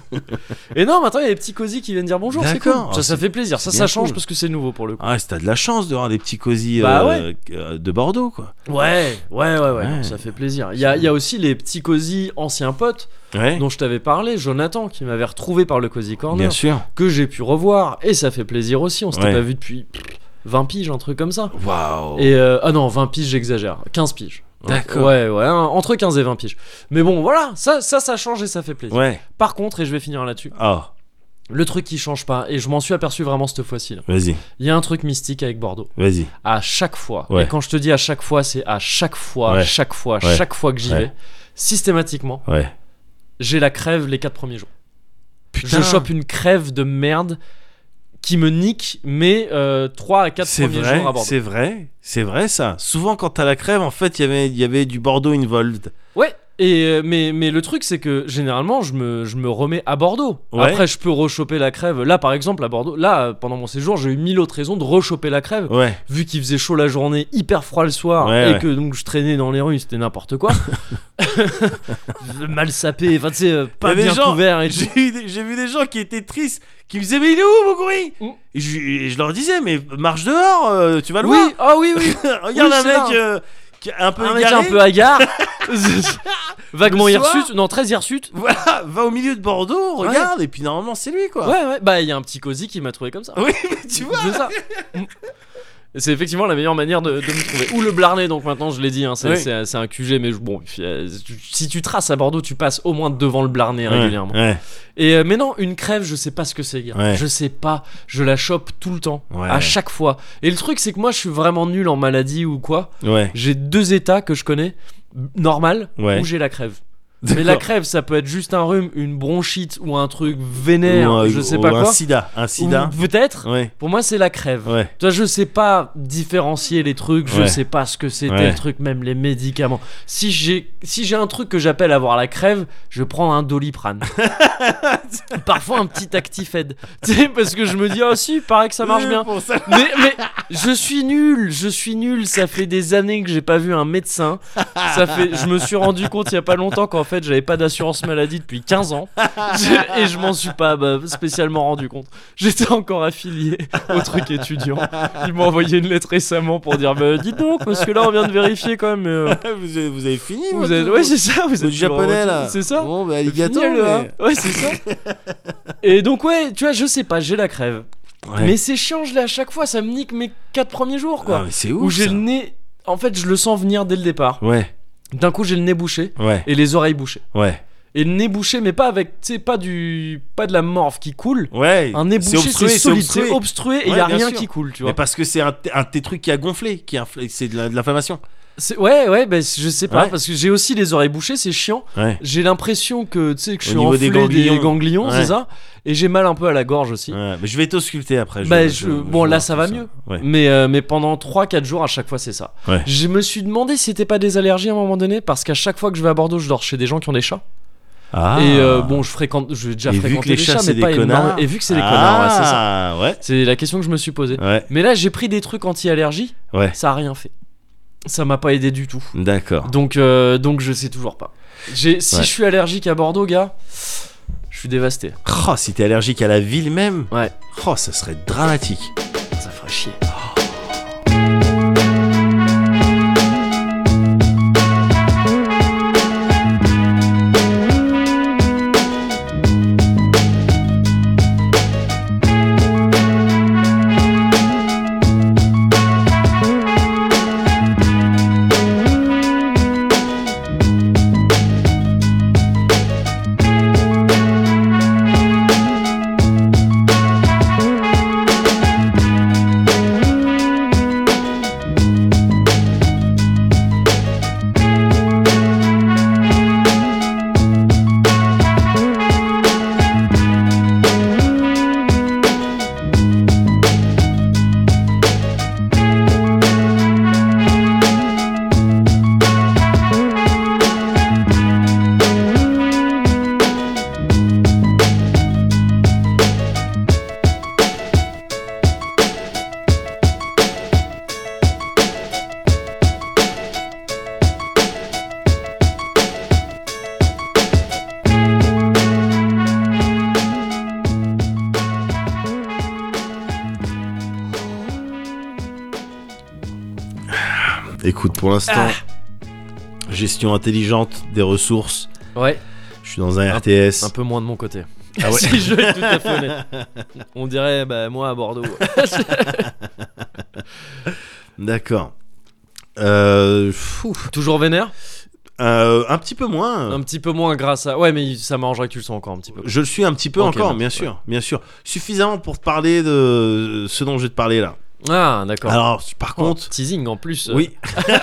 [SPEAKER 1] Et non, maintenant il y a des petits cosy qui viennent dire bonjour. C'est cool.
[SPEAKER 2] D'accord. Ah,
[SPEAKER 1] Ça, ça
[SPEAKER 2] c'est-
[SPEAKER 1] fait plaisir. Ça,
[SPEAKER 2] c'est
[SPEAKER 1] ça
[SPEAKER 2] bien
[SPEAKER 1] change
[SPEAKER 2] cool.
[SPEAKER 1] parce que c'est nouveau pour le coup.
[SPEAKER 2] Ah, c'est- t'as de la chance de voir des petits cosy
[SPEAKER 1] Bah
[SPEAKER 2] euh, euh, de Bordeaux, quoi.
[SPEAKER 1] Ouais, ouais, ouais, ouais,
[SPEAKER 2] Ouais.
[SPEAKER 1] non, ça fait plaisir. Il y a, il y a aussi les petits cosy anciens potes
[SPEAKER 2] Ouais.
[SPEAKER 1] dont je t'avais parlé, Jonathan, qui m'avait retrouvé par le Cozy
[SPEAKER 2] Bien
[SPEAKER 1] Corner,
[SPEAKER 2] sûr.
[SPEAKER 1] que j'ai pu revoir, et ça fait plaisir aussi, on s'était
[SPEAKER 2] Ouais.
[SPEAKER 1] pas vu depuis pff, 20 piges, un truc comme ça.
[SPEAKER 2] Waouh.
[SPEAKER 1] Et euh, ah non, 20 piges, j'exagère, 15 piges.
[SPEAKER 2] D'accord.
[SPEAKER 1] Ouais, ouais, hein, entre 15 et 20 piges. Mais bon, voilà, ça, ça, ça change et ça fait plaisir.
[SPEAKER 2] Ouais.
[SPEAKER 1] Par contre, et je vais finir là-dessus,
[SPEAKER 2] Ah,
[SPEAKER 1] le truc qui change pas, et je m'en suis aperçu vraiment cette fois-ci, là.
[SPEAKER 2] vas-y,
[SPEAKER 1] il y a un truc mystique avec Bordeaux.
[SPEAKER 2] vas-y.
[SPEAKER 1] à chaque fois.
[SPEAKER 2] Ouais.
[SPEAKER 1] Et quand je te dis à chaque fois, c'est à chaque fois,
[SPEAKER 2] Ouais.
[SPEAKER 1] chaque fois,
[SPEAKER 2] Ouais.
[SPEAKER 1] chaque fois que j'y
[SPEAKER 2] Ouais.
[SPEAKER 1] vais, systématiquement,
[SPEAKER 2] Ouais.
[SPEAKER 1] j'ai la crève les quatre premiers jours.
[SPEAKER 2] Putain.
[SPEAKER 1] Je chope une crève de merde qui me nique mes 3 à 4
[SPEAKER 2] C'est
[SPEAKER 1] premiers jours à
[SPEAKER 2] vrai,
[SPEAKER 1] Bordeaux.
[SPEAKER 2] c'est vrai, c'est vrai ça. Souvent quand t'as la crève, en fait, il y avait- il y avait du Bordeaux Involved.
[SPEAKER 1] Ouais. Et euh, mais, mais le truc c'est que généralement je me, je me remets à Bordeaux.
[SPEAKER 2] Ouais.
[SPEAKER 1] Après je peux rechoper la crève. Là par exemple à Bordeaux, là euh, pendant mon séjour j'ai eu mille autres raisons de rechoper la crève.
[SPEAKER 2] Ouais,
[SPEAKER 1] Vu qu'il faisait chaud la journée, hyper froid le soir
[SPEAKER 2] Ouais,
[SPEAKER 1] et
[SPEAKER 2] ouais.
[SPEAKER 1] que donc je traînais dans les rues, c'était n'importe quoi. Mal sapé, enfin tu sais euh,
[SPEAKER 2] Y
[SPEAKER 1] pas
[SPEAKER 2] a des
[SPEAKER 1] bien
[SPEAKER 2] gens-
[SPEAKER 1] couvert et tout.
[SPEAKER 2] j'ai eu des- j'ai vu des gens qui étaient tristes, qui me disaient mais il est où mon gorille
[SPEAKER 1] Mm.
[SPEAKER 2] et je, et je leur disais mais marche dehors, euh, tu vas le
[SPEAKER 1] Oui,
[SPEAKER 2] voir.
[SPEAKER 1] ah oui oui.
[SPEAKER 2] Regarde
[SPEAKER 1] Oui,
[SPEAKER 2] un
[SPEAKER 1] c'est
[SPEAKER 2] mec
[SPEAKER 1] là.
[SPEAKER 2] euh, qui est un peu
[SPEAKER 1] Un mec
[SPEAKER 2] égaré,
[SPEAKER 1] un peu hagard. Vaguement
[SPEAKER 2] Le soir-
[SPEAKER 1] hirsute, non très hirsute.
[SPEAKER 2] voilà, va au milieu de Bordeaux,
[SPEAKER 1] Ouais.
[SPEAKER 2] regarde et puis normalement c'est lui
[SPEAKER 1] Ouais
[SPEAKER 2] quoi.
[SPEAKER 1] ouais, bah il y a un petit cosy qui m'a trouvé comme ça.
[SPEAKER 2] Oui, mais tu vois.
[SPEAKER 1] C'est ça. Et C'est effectivement la meilleure manière de, de me trouver. Ou le Blarney, donc maintenant je l'ai dit, hein, c'est
[SPEAKER 2] Oui.
[SPEAKER 1] c'est- c'est un QG, mais je- bon, euh, si tu traces à Bordeaux, tu passes au moins devant le Blarney régulièrement.
[SPEAKER 2] Ouais,
[SPEAKER 1] Et euh, mais non, une crève, je sais pas ce que c'est, gars.
[SPEAKER 2] Ouais.
[SPEAKER 1] Je sais pas. Je la chope tout le temps,
[SPEAKER 2] Ouais.
[SPEAKER 1] à chaque fois. Et le truc, c'est que moi, je suis vraiment nul en maladie ou quoi.
[SPEAKER 2] ouais, ouais.
[SPEAKER 1] J'ai deux états que je connais, normal,
[SPEAKER 2] Ouais.
[SPEAKER 1] où j'ai la crève. Mais la crève, ça peut être juste un rhume, une bronchite ou un truc vénère,
[SPEAKER 2] Ou un-
[SPEAKER 1] je sais
[SPEAKER 2] ou
[SPEAKER 1] pas
[SPEAKER 2] Un
[SPEAKER 1] quoi.
[SPEAKER 2] sida, un
[SPEAKER 1] Ou
[SPEAKER 2] sida.
[SPEAKER 1] Peut-être.
[SPEAKER 2] Ouais,
[SPEAKER 1] Pour moi, c'est la crève.
[SPEAKER 2] ouais.
[SPEAKER 1] Toi, je sais pas différencier les trucs, je
[SPEAKER 2] Ouais.
[SPEAKER 1] sais pas ce que c'est
[SPEAKER 2] Ouais.
[SPEAKER 1] tel truc, même les médicaments. Si j'ai si j'ai un truc que j'appelle avoir la crève, je prends un doliprane. Parfois un petit Actifed. Tu sais, parce que je me dis, oh si, il paraît que ça marche
[SPEAKER 2] Oui,
[SPEAKER 1] bien.
[SPEAKER 2] pour ça.
[SPEAKER 1] Mais, mais je suis nul, je suis nul. Ça fait des années que j'ai pas vu un médecin. Ça fait, je me suis rendu compte il y a pas longtemps qu'en fait j'avais pas d'assurance maladie depuis 15 ans Je- et je m'en suis pas bah, spécialement rendu compte. J'étais encore affilié au truc étudiant. Ils m'ont envoyé une lettre récemment pour dire bah, dites donc parce que là on vient de vérifier quand même. euh,
[SPEAKER 2] vous, avez, vous avez fini
[SPEAKER 1] vous
[SPEAKER 2] votre-
[SPEAKER 1] êtes, ouais c'est ça, vous
[SPEAKER 2] votre
[SPEAKER 1] êtes toujours en
[SPEAKER 2] japonais
[SPEAKER 1] retour.
[SPEAKER 2] là.
[SPEAKER 1] C'est ça.
[SPEAKER 2] Bon, bah, alligator.
[SPEAKER 1] Génial, hein.
[SPEAKER 2] mais-
[SPEAKER 1] Ouais, c'est ça. Et donc, ouais, tu vois, je sais pas, j'ai la crève.
[SPEAKER 2] Ouais.
[SPEAKER 1] Mais c'est chiant, je l'ai à chaque fois, ça me nique mes 4 premiers jours, quoi.
[SPEAKER 2] Ah, mais c'est
[SPEAKER 1] où
[SPEAKER 2] ouf.
[SPEAKER 1] j'ai
[SPEAKER 2] ça.
[SPEAKER 1] le nez. En fait, je le sens venir dès le départ.
[SPEAKER 2] Ouais,
[SPEAKER 1] D'un coup, j'ai le nez bouché
[SPEAKER 2] ouais,
[SPEAKER 1] et les oreilles bouchées.
[SPEAKER 2] ouais.
[SPEAKER 1] Et le nez bouché, mais pas avec, tu sais, pas du, pas de la morve qui coule.
[SPEAKER 2] Ouais.
[SPEAKER 1] Un nez
[SPEAKER 2] C'est
[SPEAKER 1] bouché,
[SPEAKER 2] obstrué,
[SPEAKER 1] c'est
[SPEAKER 2] c'est
[SPEAKER 1] solide,
[SPEAKER 2] obstrué.
[SPEAKER 1] c'est obstrué et il
[SPEAKER 2] Ouais,
[SPEAKER 1] y a
[SPEAKER 2] bien
[SPEAKER 1] rien
[SPEAKER 2] sûr.
[SPEAKER 1] qui coule, tu
[SPEAKER 2] Mais
[SPEAKER 1] vois.
[SPEAKER 2] parce que c'est un, un de tes trucs qui a gonflé, qui a infl- c'est de la- de l'inflammation.
[SPEAKER 1] C'est- Ouais, ouais, bah, je sais pas,
[SPEAKER 2] Ouais.
[SPEAKER 1] parce que j'ai aussi les oreilles bouchées, c'est chiant.
[SPEAKER 2] Ouais.
[SPEAKER 1] J'ai l'impression que, tu sais, que je
[SPEAKER 2] Au
[SPEAKER 1] suis
[SPEAKER 2] niveau
[SPEAKER 1] enflé
[SPEAKER 2] des
[SPEAKER 1] des
[SPEAKER 2] ganglions.
[SPEAKER 1] ganglions,
[SPEAKER 2] Ouais.
[SPEAKER 1] c'est ça. Et j'ai mal un peu à la gorge aussi.
[SPEAKER 2] Ouais, mais je vais t'ausculter après.
[SPEAKER 1] Bah, je- bon,
[SPEAKER 2] vais
[SPEAKER 1] là,
[SPEAKER 2] voir
[SPEAKER 1] ça
[SPEAKER 2] tout
[SPEAKER 1] va mieux.
[SPEAKER 2] Ouais.
[SPEAKER 1] Mais, euh, mais pendant 3-4 jours, à chaque fois, c'est ça.
[SPEAKER 2] Ouais.
[SPEAKER 1] Je me suis demandé si c'était pas des allergies à un moment donné, parce qu'à chaque fois que je vais à Bordeaux, je dors chez des gens qui ont des chats.
[SPEAKER 2] Ah.
[SPEAKER 1] Et euh, bon, je fréquente, je vais déjà
[SPEAKER 2] Et vu que
[SPEAKER 1] fréquenter
[SPEAKER 2] les
[SPEAKER 1] les
[SPEAKER 2] chats,
[SPEAKER 1] chats,
[SPEAKER 2] c'est
[SPEAKER 1] mais
[SPEAKER 2] des
[SPEAKER 1] pas énormément.
[SPEAKER 2] connards.
[SPEAKER 1] Et vu que c'est des
[SPEAKER 2] ah,
[SPEAKER 1] connards, ouais, c'est ça.
[SPEAKER 2] Ouais,
[SPEAKER 1] C'est la question que je me suis posée.
[SPEAKER 2] ouais,
[SPEAKER 1] Mais là, j'ai pris des trucs anti-allergie,
[SPEAKER 2] ouais.
[SPEAKER 1] ça a rien fait. Ça m'a pas aidé du tout.
[SPEAKER 2] D'accord.
[SPEAKER 1] Donc, euh, donc je sais toujours pas. J'ai- Si
[SPEAKER 2] Ouais.
[SPEAKER 1] je suis allergique à Bordeaux, gars, je suis dévasté.
[SPEAKER 2] Oh, si t'es allergique à la ville même.
[SPEAKER 1] Ouais.
[SPEAKER 2] Oh, ça serait dramatique.
[SPEAKER 1] Ça ferait chier.
[SPEAKER 2] Écoute, pour l'instant,
[SPEAKER 1] Ah.
[SPEAKER 2] gestion intelligente des ressources.
[SPEAKER 1] Ouais,
[SPEAKER 2] Je suis dans un RTS.
[SPEAKER 1] Ah, un peu moins de mon côté.
[SPEAKER 2] Ah ouais.
[SPEAKER 1] si je vais tout à fait honnête. On dirait, bah, moi à Bordeaux.
[SPEAKER 2] D'accord. Euh, fou.
[SPEAKER 1] Toujours vénère
[SPEAKER 2] Euh, un petit peu moins.
[SPEAKER 1] Un petit peu moins grâce à. Ouais, mais ça m'arrangerait que tu le sens encore un petit peu.
[SPEAKER 2] Je le suis un petit peu
[SPEAKER 1] Ok,
[SPEAKER 2] encore,
[SPEAKER 1] d'accord,
[SPEAKER 2] bien sûr, bien sûr. Suffisamment pour te parler de ce dont je vais te parler là.
[SPEAKER 1] Ah, d'accord.
[SPEAKER 2] Alors, par
[SPEAKER 1] Oh,
[SPEAKER 2] contre,
[SPEAKER 1] Teasing en plus. euh,
[SPEAKER 2] oui,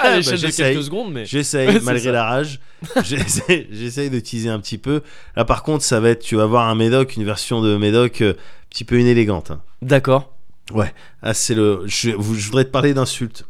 [SPEAKER 1] à l'échelle de
[SPEAKER 2] j'essaye.
[SPEAKER 1] quelques secondes, mais.
[SPEAKER 2] J'essaye,
[SPEAKER 1] Ouais, c'est
[SPEAKER 2] malgré
[SPEAKER 1] ça.
[SPEAKER 2] la rage. J'essaye j'essaye de teaser un petit peu. Là, par contre, ça va être. Tu vas voir un médoc, une version de médoc euh, un petit peu inélégante. hein.
[SPEAKER 1] D'accord.
[SPEAKER 2] Ah, c'est le. Je, vous- je voudrais te parler d'insultes.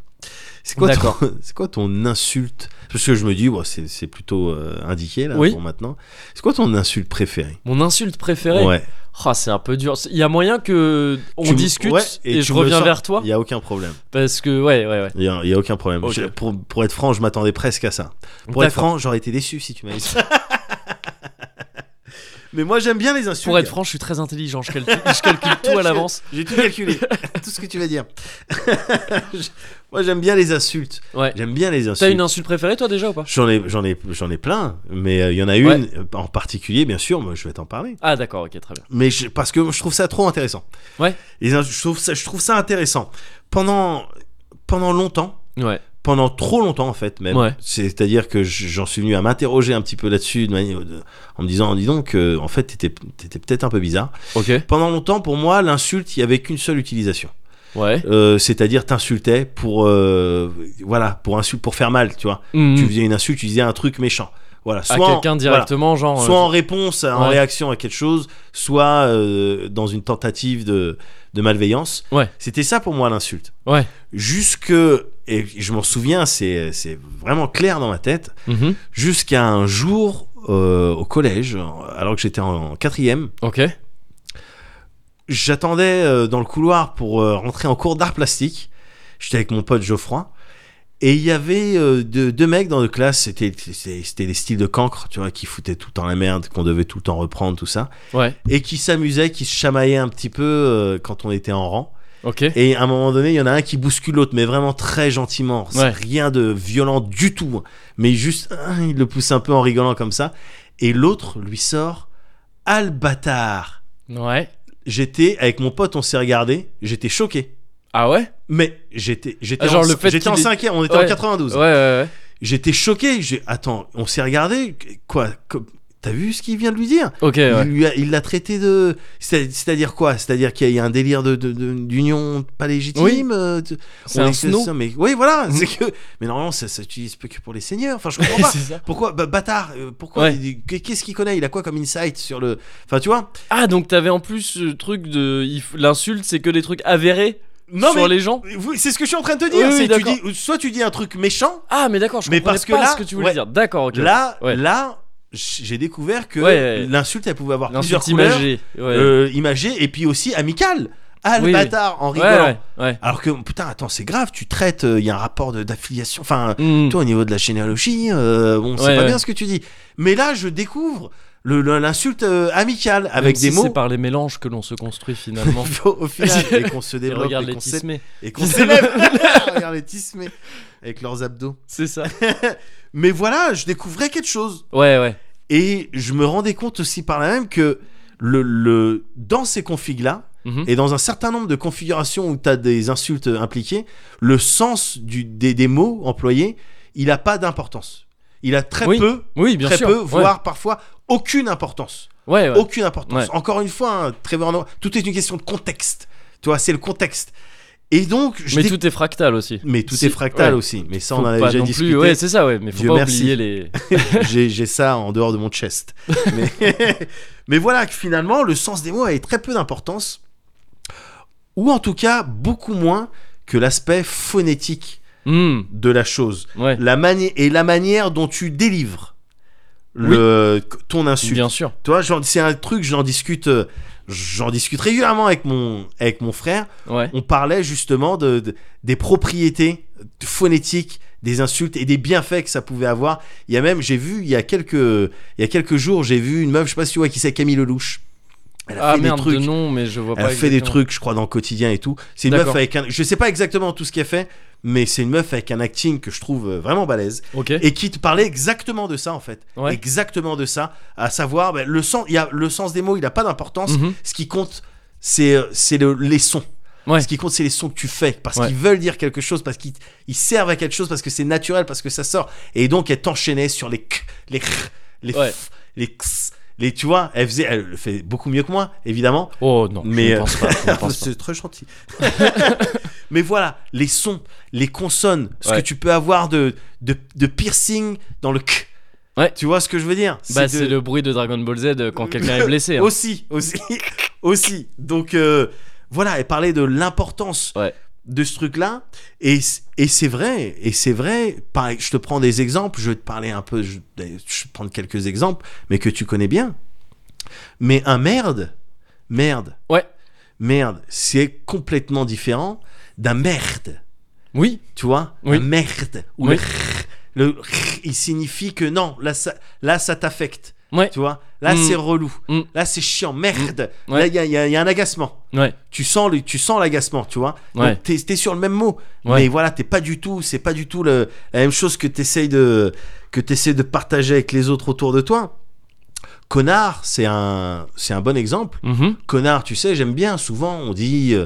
[SPEAKER 2] C'est quoi, ton,
[SPEAKER 1] D'accord.
[SPEAKER 2] c'est quoi ton insulte Parce que je me dis, bon, c'est c'est plutôt euh, indiqué là
[SPEAKER 1] Oui.
[SPEAKER 2] pour maintenant. C'est quoi ton insulte préférée
[SPEAKER 1] Mon insulte préférée.
[SPEAKER 2] Ouais,
[SPEAKER 1] Ah, c'est un peu dur. Il y a moyen que on
[SPEAKER 2] Tu me-
[SPEAKER 1] discute
[SPEAKER 2] ouais, et
[SPEAKER 1] et,
[SPEAKER 2] tu
[SPEAKER 1] je
[SPEAKER 2] me
[SPEAKER 1] reviens
[SPEAKER 2] sors-
[SPEAKER 1] vers toi
[SPEAKER 2] il y a aucun problème.
[SPEAKER 1] parce que ouais, ouais, ouais.
[SPEAKER 2] Il y a, il y a aucun problème.
[SPEAKER 1] Ok.
[SPEAKER 2] Je- pour, pour être franc, je m'attendais presque à ça. Pour être
[SPEAKER 1] D'accord.
[SPEAKER 2] franc, j'aurais été déçu si tu m'avais dit ça. Mais moi, j'aime bien les insultes.
[SPEAKER 1] Pour être franc, je suis très intelligent. Je, calcule- je calcule tout à l'avance.
[SPEAKER 2] J'ai tout calculé, tout ce que tu vas dire. Je- Moi, j'aime bien les insultes.
[SPEAKER 1] Ouais.
[SPEAKER 2] J'aime bien les
[SPEAKER 1] T'as
[SPEAKER 2] insultes.
[SPEAKER 1] une insulte préférée toi déjà ou pas
[SPEAKER 2] J'en ai, j'en ai, j'en ai plein, mais euh, il y en a
[SPEAKER 1] Ouais.
[SPEAKER 2] une euh, en particulier, bien sûr. Moi, je vais t'en parler.
[SPEAKER 1] Ah d'accord, ok, très bien.
[SPEAKER 2] Mais je- parce que je trouve ça trop intéressant.
[SPEAKER 1] Ouais.
[SPEAKER 2] Les ins- je trouve ça, je trouve ça intéressant. Pendant pendant longtemps,
[SPEAKER 1] Ouais.
[SPEAKER 2] pendant trop longtemps en fait même.
[SPEAKER 1] Ouais.
[SPEAKER 2] C'est-à-dire que j- j'en suis venu à m'interroger un petit peu là-dessus, de manière- de- en me disant, dis donc, euh, en fait, t'étais t'étais peut-être un peu bizarre.
[SPEAKER 1] Ok.
[SPEAKER 2] Pendant longtemps, pour moi, l'insulte, il y avait qu'une seule utilisation.
[SPEAKER 1] Ouais.
[SPEAKER 2] Euh, C'est-à-dire t'insultais pour, euh, voilà, pour insulte, pour faire mal, tu vois. Tu faisais une insulte, tu disais un truc méchant. Voilà.
[SPEAKER 1] Hmm. à
[SPEAKER 2] Soit en-
[SPEAKER 1] quelqu'un
[SPEAKER 2] voilà.
[SPEAKER 1] directement, genre.
[SPEAKER 2] soit
[SPEAKER 1] euh,
[SPEAKER 2] en réponse, à- en
[SPEAKER 1] Ouais.
[SPEAKER 2] réaction à quelque chose, soit euh, dans une tentative de, de malveillance.
[SPEAKER 1] Ouais.
[SPEAKER 2] C'était ça pour moi l'insulte.
[SPEAKER 1] Ouais.
[SPEAKER 2] Jusque, et je m'en souviens, c'est c'est vraiment clair dans ma tête,
[SPEAKER 1] mhm.
[SPEAKER 2] jusqu'à un jour euh, au collège, alors que j'étais en quatrième,
[SPEAKER 1] Ok.
[SPEAKER 2] j'attendais euh, dans le couloir pour euh, rentrer en cours d'art plastique. J'étais avec mon pote Geoffroy. Et il y avait euh, deux, deux mecs dans notre classe, c'était c'était- c'était des styles de cancre, tu vois, qui foutaient tout le temps la merde, qu'on devait tout le temps reprendre, tout ça.
[SPEAKER 1] Ouais.
[SPEAKER 2] Et qui s'amusaient, qui se chamaillaient un petit peu euh, quand on était en rang.
[SPEAKER 1] Ok.
[SPEAKER 2] Et à un moment donné, il y en a un qui bouscule l'autre, mais vraiment très gentiment. C'est
[SPEAKER 1] Ouais.
[SPEAKER 2] Rien de violent du tout. hein. Mais juste, hein, il le pousse un peu en rigolant comme ça. Et l'autre lui sort Ah le bâtard
[SPEAKER 1] Ouais.
[SPEAKER 2] j'étais avec mon pote, on s'est regardé, j'étais choqué.
[SPEAKER 1] Ah ouais
[SPEAKER 2] Mais j'étais j'étais
[SPEAKER 1] Ah, genre
[SPEAKER 2] en,
[SPEAKER 1] le fait
[SPEAKER 2] j'étais
[SPEAKER 1] qu'il
[SPEAKER 2] en
[SPEAKER 1] ait-
[SPEAKER 2] cinquième, on était
[SPEAKER 1] Ouais.
[SPEAKER 2] en 92.
[SPEAKER 1] Ouais, ouais, ouais.
[SPEAKER 2] J'étais choqué, j'ai attends, on s'est regardé quoi co- T'as vu ce qu'il vient de lui dire
[SPEAKER 1] Ok, ouais.
[SPEAKER 2] Il lui a- Il l'a traité de c'est- c'est-à-dire quoi C'est-à-dire qu'il y a un délire de de- de- d'union pas légitime
[SPEAKER 1] Oui.
[SPEAKER 2] euh, tu-
[SPEAKER 1] C'est
[SPEAKER 2] on
[SPEAKER 1] un
[SPEAKER 2] est-
[SPEAKER 1] snow. Mm.
[SPEAKER 2] ça, mais oui voilà, c'est que mais normalement ça s'utilise peu que pour les seigneurs. Enfin je comprends pas.
[SPEAKER 1] C'est ça.
[SPEAKER 2] Pourquoi Bah, bâtard euh, Pourquoi
[SPEAKER 1] Ouais.
[SPEAKER 2] Il- Qu'est-ce qu'il connaît Il a quoi comme insight sur le Enfin tu vois
[SPEAKER 1] Ah, donc t'avais en plus ce truc de. il f- L'insulte, c'est que des trucs avérés
[SPEAKER 2] Non
[SPEAKER 1] sur
[SPEAKER 2] mais
[SPEAKER 1] les gens
[SPEAKER 2] Oui, c'est ce que je suis en train de te dire.
[SPEAKER 1] Oui, oui,
[SPEAKER 2] c'est tu
[SPEAKER 1] d'accord.
[SPEAKER 2] dis- soit tu dis un truc méchant.
[SPEAKER 1] Ah, mais d'accord, je
[SPEAKER 2] Mais
[SPEAKER 1] comprenais
[SPEAKER 2] parce que
[SPEAKER 1] pas
[SPEAKER 2] là-
[SPEAKER 1] ce que tu voulais
[SPEAKER 2] ouais.
[SPEAKER 1] dire. D'accord, ok.
[SPEAKER 2] Là,
[SPEAKER 1] Ouais.
[SPEAKER 2] là, j'ai découvert que
[SPEAKER 1] Ouais, ouais.
[SPEAKER 2] l'insulte, elle pouvait avoir plusieurs
[SPEAKER 1] L'insulte
[SPEAKER 2] couleurs,
[SPEAKER 1] imagée. Ouais.
[SPEAKER 2] euh, imagée et puis aussi amicale. Ah le
[SPEAKER 1] Oui, oui.
[SPEAKER 2] bâtard en
[SPEAKER 1] ouais,
[SPEAKER 2] rigolant.
[SPEAKER 1] ouais, ouais.
[SPEAKER 2] Alors que putain, attends, c'est grave. Tu traites. euh, Il y a un rapport de- d'affiliation. Enfin,
[SPEAKER 1] Mhm.
[SPEAKER 2] toi au niveau de la généalogie, euh, bon, c'est
[SPEAKER 1] Ouais,
[SPEAKER 2] pas
[SPEAKER 1] ouais.
[SPEAKER 2] bien ce que tu dis. Mais là, je découvre le- le- l'insulte euh, amicale
[SPEAKER 1] Même
[SPEAKER 2] avec
[SPEAKER 1] si
[SPEAKER 2] des mots.
[SPEAKER 1] C'est par les mélanges que l'on se construit finalement.
[SPEAKER 2] Au- Au final, et qu'on se
[SPEAKER 1] Et
[SPEAKER 2] développe,
[SPEAKER 1] regarde
[SPEAKER 2] et
[SPEAKER 1] les
[SPEAKER 2] qu'on s'é-
[SPEAKER 1] tismés.
[SPEAKER 2] et qu'on s'élève. regarde les tismés avec leurs abdos.
[SPEAKER 1] C'est ça.
[SPEAKER 2] Mais voilà, je découvrais quelque chose.
[SPEAKER 1] Ouais, ouais.
[SPEAKER 2] Et je me rendais compte aussi par là même que le, le, dans ces configs-là,
[SPEAKER 1] Mhm.
[SPEAKER 2] et dans un certain nombre de configurations où tu as des insultes impliquées, le sens du, des, des mots employés, il n'a pas d'importance. Il a très
[SPEAKER 1] Oui,
[SPEAKER 2] peu,
[SPEAKER 1] Oui, bien
[SPEAKER 2] très
[SPEAKER 1] sûr.
[SPEAKER 2] peu,
[SPEAKER 1] ouais.
[SPEAKER 2] voire parfois aucune importance.
[SPEAKER 1] Ouais, ouais.
[SPEAKER 2] Aucune importance.
[SPEAKER 1] Ouais.
[SPEAKER 2] Encore une fois, hein, Trevor Noah, tout est une question de contexte. Tu vois, c'est le contexte. Et donc, je
[SPEAKER 1] Mais
[SPEAKER 2] dis-
[SPEAKER 1] tout est fractal aussi.
[SPEAKER 2] mais tout
[SPEAKER 1] Si-
[SPEAKER 2] est fractal
[SPEAKER 1] ouais.
[SPEAKER 2] aussi. Mais ça,
[SPEAKER 1] Faut
[SPEAKER 2] on en a
[SPEAKER 1] pas
[SPEAKER 2] déjà
[SPEAKER 1] non
[SPEAKER 2] discuté.
[SPEAKER 1] Plus, ouais, c'est ça, ouais. Mais faut
[SPEAKER 2] Dieu
[SPEAKER 1] pas
[SPEAKER 2] merci.
[SPEAKER 1] oublier les.
[SPEAKER 2] j'ai, j'ai ça en dehors de mon chest. Mais, mais voilà que finalement, le sens des mots avait très peu d'importance, ou en tout cas beaucoup moins que l'aspect phonétique
[SPEAKER 1] Hmm,
[SPEAKER 2] de la chose,
[SPEAKER 1] Ouais.
[SPEAKER 2] la mani- et la manière dont tu délivres le, ton insulte.
[SPEAKER 1] Bien sûr.
[SPEAKER 2] Toi, j'en- c'est un truc, j'en discute, euh, j'en discute régulièrement avec mon, avec mon frère.
[SPEAKER 1] Ouais.
[SPEAKER 2] On parlait justement de, de- des propriétés phonétiques des insultes et des bienfaits que ça pouvait avoir. Il y a même, j'ai vu, il y a quelques, il y a quelques jours, j'ai vu une meuf, je sais pas si tu vois qui c'est, Camille Lelouch. Elle a
[SPEAKER 1] Ah
[SPEAKER 2] fait
[SPEAKER 1] merde,
[SPEAKER 2] des trucs.
[SPEAKER 1] de nom, mais je vois
[SPEAKER 2] elle a
[SPEAKER 1] pas.
[SPEAKER 2] fait des
[SPEAKER 1] exactement.
[SPEAKER 2] trucs, je crois, dans le quotidien et tout. C'est une
[SPEAKER 1] D'accord.
[SPEAKER 2] meuf avec un, je sais pas exactement tout ce qu'elle fait, mais c'est une meuf avec un acting que je trouve euh, vraiment balèze
[SPEAKER 1] Ok.
[SPEAKER 2] et qui te parlait exactement de ça en fait,
[SPEAKER 1] Ouais.
[SPEAKER 2] exactement de ça, à savoir ben, le sens, il y a le sens des mots, il a pas d'importance.
[SPEAKER 1] Mhm.
[SPEAKER 2] Ce qui compte, c'est euh, c'est le- les sons.
[SPEAKER 1] Ouais.
[SPEAKER 2] Ce qui compte, c'est les sons que tu fais, parce
[SPEAKER 1] Ouais.
[SPEAKER 2] qu'ils veulent dire quelque chose, parce qu'ils ils servent à quelque chose, parce que c'est naturel, parce que ça sort. Et donc, elle t'enchaînait sur les k, les kr, les f,
[SPEAKER 1] Ouais.
[SPEAKER 2] les ks, les tu vois. Elle faisait, elle le fait beaucoup mieux que moi, évidemment.
[SPEAKER 1] Oh non.
[SPEAKER 2] Mais, euh,
[SPEAKER 1] je ne pense pas. je ne pense pas.
[SPEAKER 2] Ah, c'est très gentil. Mais voilà, les sons, les consonnes, ce
[SPEAKER 1] Ouais.
[SPEAKER 2] que tu peux avoir de, de, de piercing dans le k.
[SPEAKER 1] Ouais.
[SPEAKER 2] Tu vois ce que je veux dire
[SPEAKER 1] Bah,
[SPEAKER 2] C'est de-
[SPEAKER 1] c'est le bruit de Dragon Ball Z euh, quand quelqu'un est blessé. hein.
[SPEAKER 2] aussi, aussi, aussi. Donc euh, voilà, elle parlait de l'importance
[SPEAKER 1] Ouais.
[SPEAKER 2] de ce truc-là. Et, c- et c'est vrai, et c'est vrai. Pareil, je te prends des exemples, je vais te parler un peu, je, je vais te prendre quelques exemples, mais que tu connais bien. Mais un merde, merde,
[SPEAKER 1] Ouais.
[SPEAKER 2] merde, c'est complètement différent d'un merde,
[SPEAKER 1] Oui.
[SPEAKER 2] tu vois
[SPEAKER 1] Oui.
[SPEAKER 2] Un merde, ou
[SPEAKER 1] Oui.
[SPEAKER 2] le, le il signifie que non, là ça, là, ça t'affecte.
[SPEAKER 1] Ouais.
[SPEAKER 2] Tu vois, là
[SPEAKER 1] Mm.
[SPEAKER 2] c'est relou,
[SPEAKER 1] Mm.
[SPEAKER 2] là c'est chiant, merde.
[SPEAKER 1] Mm. Ouais.
[SPEAKER 2] Là il y a, il y a- il y a un agacement.
[SPEAKER 1] Ouais.
[SPEAKER 2] Tu sens le- tu sens l'agacement, tu vois.
[SPEAKER 1] Ouais.
[SPEAKER 2] Donc, t'es, t'es sur le même mot,
[SPEAKER 1] Ouais.
[SPEAKER 2] mais voilà, t'es pas du tout, c'est pas du tout le- la même chose que t'essayes de que t'essayes de partager avec les autres autour de toi. Connard, c'est un c'est un bon exemple.
[SPEAKER 1] Mhm.
[SPEAKER 2] Connard, tu sais, j'aime bien. Souvent on dit euh,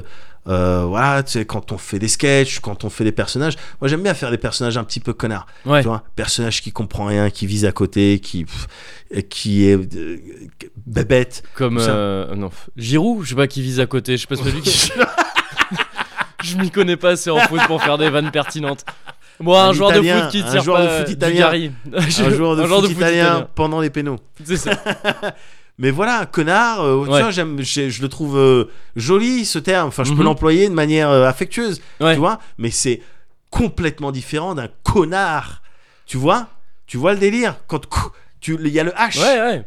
[SPEAKER 2] euh, voilà, tu sais, quand on fait des sketchs, quand on fait des personnages. Moi, j'aime bien faire des personnages un petit peu connards.
[SPEAKER 1] Ouais.
[SPEAKER 2] Tu vois, personnage qui comprend rien, qui vise à côté, qui, pff, qui est euh, bébête.
[SPEAKER 1] Comme
[SPEAKER 2] Ça.
[SPEAKER 1] euh, non, Giroud, je sais pas qui vise à côté, je sais pas celui qui. je m'y connais pas assez en foot pour faire des vannes pertinentes. Moi, un,
[SPEAKER 2] Un
[SPEAKER 1] joueur de
[SPEAKER 2] Italien,
[SPEAKER 1] foot qui
[SPEAKER 2] un
[SPEAKER 1] tire
[SPEAKER 2] joueur
[SPEAKER 1] pas euh,
[SPEAKER 2] de foot
[SPEAKER 1] du
[SPEAKER 2] italien.
[SPEAKER 1] Gary.
[SPEAKER 2] Un joueur de, foot, italien, pendant les pénaux.
[SPEAKER 1] C'est ça.
[SPEAKER 2] Mais voilà, connard, euh, tu
[SPEAKER 1] Ouais.
[SPEAKER 2] vois, j'aime, j'ai- je le trouve euh, joli ce terme. Enfin, je peux
[SPEAKER 1] Mhm.
[SPEAKER 2] l'employer de manière euh, affectueuse,
[SPEAKER 1] Ouais.
[SPEAKER 2] tu vois. Mais c'est complètement différent d'un connard. Tu vois Tu vois le délire Quand cou- tu, il y a le H.
[SPEAKER 1] Ouais, ouais.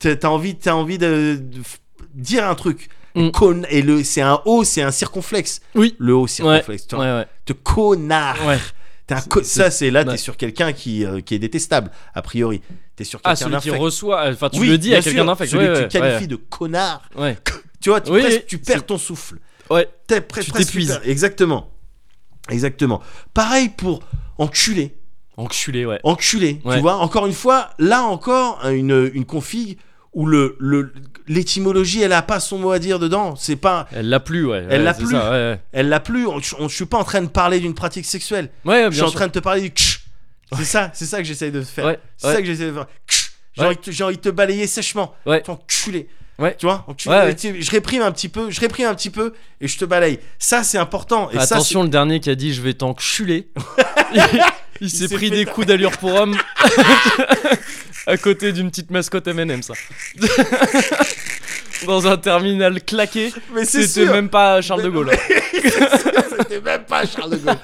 [SPEAKER 2] T'as t'as envie, t'as envie de, de f- dire un truc.
[SPEAKER 1] Mm.
[SPEAKER 2] Con- et le, c'est un O, c'est un circonflexe.
[SPEAKER 1] Oui.
[SPEAKER 2] Le O circonflexe. tu
[SPEAKER 1] Ouais,
[SPEAKER 2] vois.
[SPEAKER 1] ouais.
[SPEAKER 2] Te connard.
[SPEAKER 1] ouais.
[SPEAKER 2] T'es un co- ça, c'est là,
[SPEAKER 1] ouais.
[SPEAKER 2] t'es sur quelqu'un qui, euh, qui est détestable, a priori. T'es sur quelqu'un
[SPEAKER 1] Ah, celui qui
[SPEAKER 2] d'infect.
[SPEAKER 1] reçoit. Enfin, tu
[SPEAKER 2] Oui,
[SPEAKER 1] le dis
[SPEAKER 2] bien
[SPEAKER 1] à quelqu'un
[SPEAKER 2] sûr,
[SPEAKER 1] d'infect.
[SPEAKER 2] Celui
[SPEAKER 1] ouais,
[SPEAKER 2] que
[SPEAKER 1] ouais,
[SPEAKER 2] tu qualifies de connard.
[SPEAKER 1] Ouais. ouais.
[SPEAKER 2] Tu vois, tu,
[SPEAKER 1] Oui,
[SPEAKER 2] presque-
[SPEAKER 1] oui,
[SPEAKER 2] tu
[SPEAKER 1] c'est-
[SPEAKER 2] perds ton souffle.
[SPEAKER 1] Ouais.
[SPEAKER 2] T'es pres-
[SPEAKER 1] Tu
[SPEAKER 2] presque-
[SPEAKER 1] t'épuises.
[SPEAKER 2] Exactement. Exactement. Pareil pour enculé.
[SPEAKER 1] Enculé, ouais.
[SPEAKER 2] Enculé.
[SPEAKER 1] Ouais.
[SPEAKER 2] Tu vois, encore une fois, là encore, hein, une, une config où le, le- l'étymologie, elle a pas son mot à dire dedans. C'est pas,
[SPEAKER 1] Elle l'a plu, ouais.
[SPEAKER 2] Elle
[SPEAKER 1] ouais,
[SPEAKER 2] l'a
[SPEAKER 1] c'est
[SPEAKER 2] plu.
[SPEAKER 1] ça, ouais,
[SPEAKER 2] elle l'a plus. On, je- on- je suis pas en train de parler d'une pratique sexuelle.
[SPEAKER 1] ouais. Ouais, bien
[SPEAKER 2] Je suis en
[SPEAKER 1] sûr.
[SPEAKER 2] train de te parler du ksh. C'est ça, c'est ça que j'essaye de faire.
[SPEAKER 1] Ouais,
[SPEAKER 2] c'est
[SPEAKER 1] ouais.
[SPEAKER 2] ça que j'essaie de faire. Ksh. J'ai,
[SPEAKER 1] Ouais.
[SPEAKER 2] envie de te, j'ai envie de te balayer sèchement.
[SPEAKER 1] Ouais.
[SPEAKER 2] T'enculé.
[SPEAKER 1] Ouais.
[SPEAKER 2] Tu vois, enculé.
[SPEAKER 1] Ouais, ouais.
[SPEAKER 2] Tu- je réprime un petit peu, je réprime un petit peu et je te balaye. Ça, c'est important. Et ça, c'est-
[SPEAKER 1] Attention, le dernier qui a dit je vais t'enculer. il il s'est
[SPEAKER 2] s'est
[SPEAKER 1] pris
[SPEAKER 2] fait
[SPEAKER 1] des coups d'allure pour homme à côté d'une petite mascotte M&M ça. Dans un terminal claqué,
[SPEAKER 2] Mais c'est
[SPEAKER 1] c'était
[SPEAKER 2] sûr.
[SPEAKER 1] même pas Charles de Gaulle. hein.
[SPEAKER 2] C'était même pas Charles de Gaulle.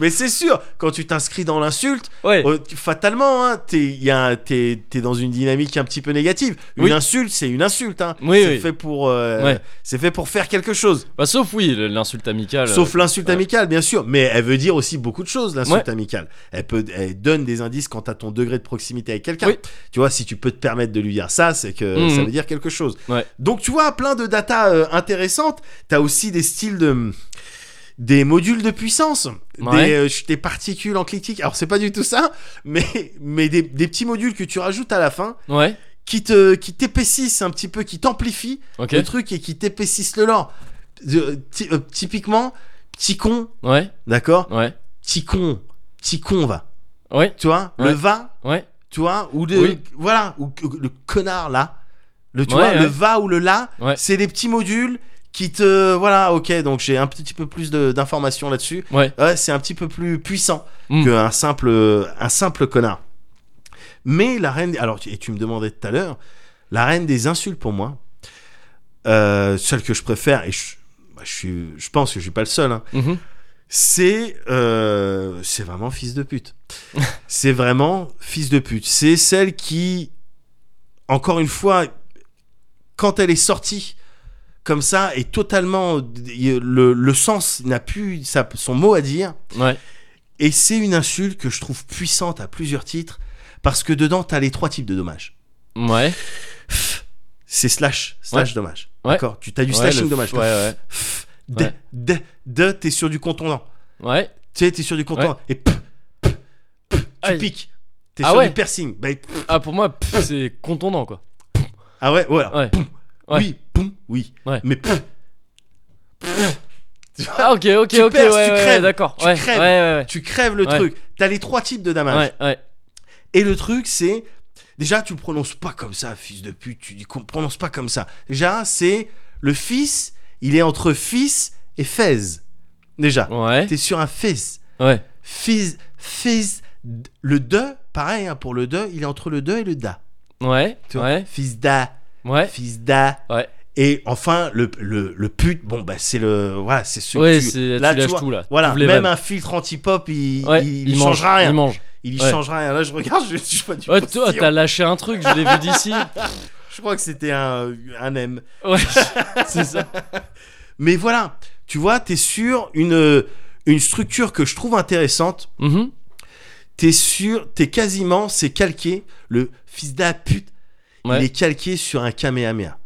[SPEAKER 2] Mais c'est sûr, quand tu t'inscris dans l'insulte,
[SPEAKER 1] Ouais,
[SPEAKER 2] euh, fatalement, hein, t'es y a un- t'es- t'es dans une dynamique un petit peu négative. Une
[SPEAKER 1] Oui.
[SPEAKER 2] insulte, c'est une insulte. hein.
[SPEAKER 1] Oui,
[SPEAKER 2] c'est
[SPEAKER 1] oui.
[SPEAKER 2] fait pour, euh,
[SPEAKER 1] Ouais.
[SPEAKER 2] c'est fait pour faire quelque chose.
[SPEAKER 1] Bah, sauf oui, l'insulte amicale.
[SPEAKER 2] Sauf l'insulte
[SPEAKER 1] ouais.
[SPEAKER 2] amicale, bien sûr. Mais elle veut dire aussi beaucoup de choses, l'insulte
[SPEAKER 1] Ouais.
[SPEAKER 2] amicale. Elle, peut, elle donne des indices quant à ton degré de proximité avec quelqu'un.
[SPEAKER 1] Oui.
[SPEAKER 2] Tu vois, si tu peux te permettre de lui dire ça, c'est que
[SPEAKER 1] Mhm.
[SPEAKER 2] ça veut dire quelque chose.
[SPEAKER 1] Ouais.
[SPEAKER 2] Donc, tu vois, plein de data euh, intéressantes. Tu as aussi des styles de. Des modules de puissance,
[SPEAKER 1] Ouais.
[SPEAKER 2] des, euh, ch- des particules enclitiques. Alors, c'est pas du tout ça, mais, mais des, des petits modules que tu rajoutes à la fin
[SPEAKER 1] Euh, Ouais,
[SPEAKER 2] qui te qui t'épaississent un petit peu, qui t'amplifient
[SPEAKER 1] ok.
[SPEAKER 2] le truc et qui t'épaississent le lore. De- ty- euh, typiquement, petit con,
[SPEAKER 1] Ouais,
[SPEAKER 2] d'accord
[SPEAKER 1] ouais,
[SPEAKER 2] Petit con, petit con va.
[SPEAKER 1] ouais,
[SPEAKER 2] Tu vois
[SPEAKER 1] Ouais.
[SPEAKER 2] Le va,
[SPEAKER 1] ouais.
[SPEAKER 2] tu vois Ou le,
[SPEAKER 1] Oui.
[SPEAKER 2] voilà, ou que- le connard là. Le, tu
[SPEAKER 1] Ouais,
[SPEAKER 2] vois,
[SPEAKER 1] ouais.
[SPEAKER 2] le va ou le là,
[SPEAKER 1] Ouais.
[SPEAKER 2] c'est des petits modules qui te. Voilà, ok, donc j'ai un petit peu plus de- d'informations là-dessus.
[SPEAKER 1] Ouais.
[SPEAKER 2] c'est un petit peu plus puissant
[SPEAKER 1] Mm.
[SPEAKER 2] qu'un simple, un simple connard. Mais la reine. Alors, et tu me demandais tout à l'heure, la reine des insultes pour moi, euh, celle que je préfère, et je, bah, je, suis, je pense que je suis pas le seul, hein,
[SPEAKER 1] Mhm.
[SPEAKER 2] c'est euh, c'est vraiment fils de pute. c'est vraiment fils de pute. C'est celle qui, encore une fois, quand elle est sortie comme ça, est totalement le, le sens n'a plus sa- son mot à dire.
[SPEAKER 1] Ouais,
[SPEAKER 2] Et c'est une insulte que je trouve puissante à plusieurs titres parce que dedans t'as les trois types de dommages.
[SPEAKER 1] ouais,
[SPEAKER 2] C'est slash slash dommage.
[SPEAKER 1] Ouais.
[SPEAKER 2] D'accord. Tu t'as du
[SPEAKER 1] Ouais,
[SPEAKER 2] slashing
[SPEAKER 1] le-
[SPEAKER 2] dommage.
[SPEAKER 1] ouais, ouais.
[SPEAKER 2] Pff, de,
[SPEAKER 1] Ouais.
[SPEAKER 2] de, de, t'es sur du contondant.
[SPEAKER 1] ouais.
[SPEAKER 2] Tu sais, t'es sur du content
[SPEAKER 1] Ouais.
[SPEAKER 2] et pff, pff, pff,
[SPEAKER 1] Aïe.
[SPEAKER 2] tu piques. T'es
[SPEAKER 1] Ah
[SPEAKER 2] sur
[SPEAKER 1] ouais.
[SPEAKER 2] du piercing. Bah, pff,
[SPEAKER 1] Ah, pour moi, pff, c'est contondant quoi.
[SPEAKER 2] ah ouais, ouais. alors,
[SPEAKER 1] Ouais.
[SPEAKER 2] poum,
[SPEAKER 1] Ouais.
[SPEAKER 2] Oui, poum, oui.
[SPEAKER 1] Ouais.
[SPEAKER 2] Mais pff,
[SPEAKER 1] Ah, ok, ok,
[SPEAKER 2] Tu perces,
[SPEAKER 1] ok, ouais,
[SPEAKER 2] tu
[SPEAKER 1] ouais, ouais,
[SPEAKER 2] crèves,
[SPEAKER 1] d'accord.
[SPEAKER 2] tu
[SPEAKER 1] Ouais, ouais,
[SPEAKER 2] crèves.
[SPEAKER 1] ouais,
[SPEAKER 2] tu crèves le
[SPEAKER 1] Ouais.
[SPEAKER 2] truc. T'as les trois types de
[SPEAKER 1] ouais,
[SPEAKER 2] dommages.
[SPEAKER 1] ouais, ouais.
[SPEAKER 2] Et le truc, c'est. Déjà, tu le prononces pas comme ça, fils de pute. Tu dis qu'on prononce pas comme ça. Déjà, c'est. Le fils, il est entre fils et fez. Déjà,
[SPEAKER 1] Ouais,
[SPEAKER 2] t'es sur un fils.
[SPEAKER 1] ouais.
[SPEAKER 2] Fils, fils. d- Le de, pareil, hein, pour le de, il est entre le de et le da.
[SPEAKER 1] Ouais,
[SPEAKER 2] Tu vois,
[SPEAKER 1] ouais,
[SPEAKER 2] Fils da.
[SPEAKER 1] ouais.
[SPEAKER 2] fils d'A.
[SPEAKER 1] Ouais.
[SPEAKER 2] Et enfin, le, le, le pute, bon, bah, c'est le. Voilà, c'est ce
[SPEAKER 1] Ouais,
[SPEAKER 2] que tu-
[SPEAKER 1] c'est-
[SPEAKER 2] là,
[SPEAKER 1] tu lâches
[SPEAKER 2] vois,
[SPEAKER 1] tout là.
[SPEAKER 2] Voilà,
[SPEAKER 1] Ouvre les
[SPEAKER 2] même
[SPEAKER 1] vannes.
[SPEAKER 2] un filtre anti-pop, il,
[SPEAKER 1] Ouais,
[SPEAKER 2] il, il
[SPEAKER 1] mange,
[SPEAKER 2] changera
[SPEAKER 1] Il
[SPEAKER 2] rien.
[SPEAKER 1] mange.
[SPEAKER 2] Il,
[SPEAKER 1] Ouais.
[SPEAKER 2] changera rien. Là, je regarde, je, je suis pas du
[SPEAKER 1] Ouais,
[SPEAKER 2] tout
[SPEAKER 1] toi,
[SPEAKER 2] sûr.
[SPEAKER 1] t'as lâché un truc, je l'ai vu d'ici.
[SPEAKER 2] Je crois que c'était un, un M.
[SPEAKER 1] Ouais, c'est ça.
[SPEAKER 2] Mais voilà, tu vois, t'es sur une, une structure que je trouve intéressante.
[SPEAKER 1] Mhm.
[SPEAKER 2] T'es sur. T'es quasiment. C'est calqué. Le fils d'A pute. il
[SPEAKER 1] Ouais.
[SPEAKER 2] est calqué sur un kamehameha.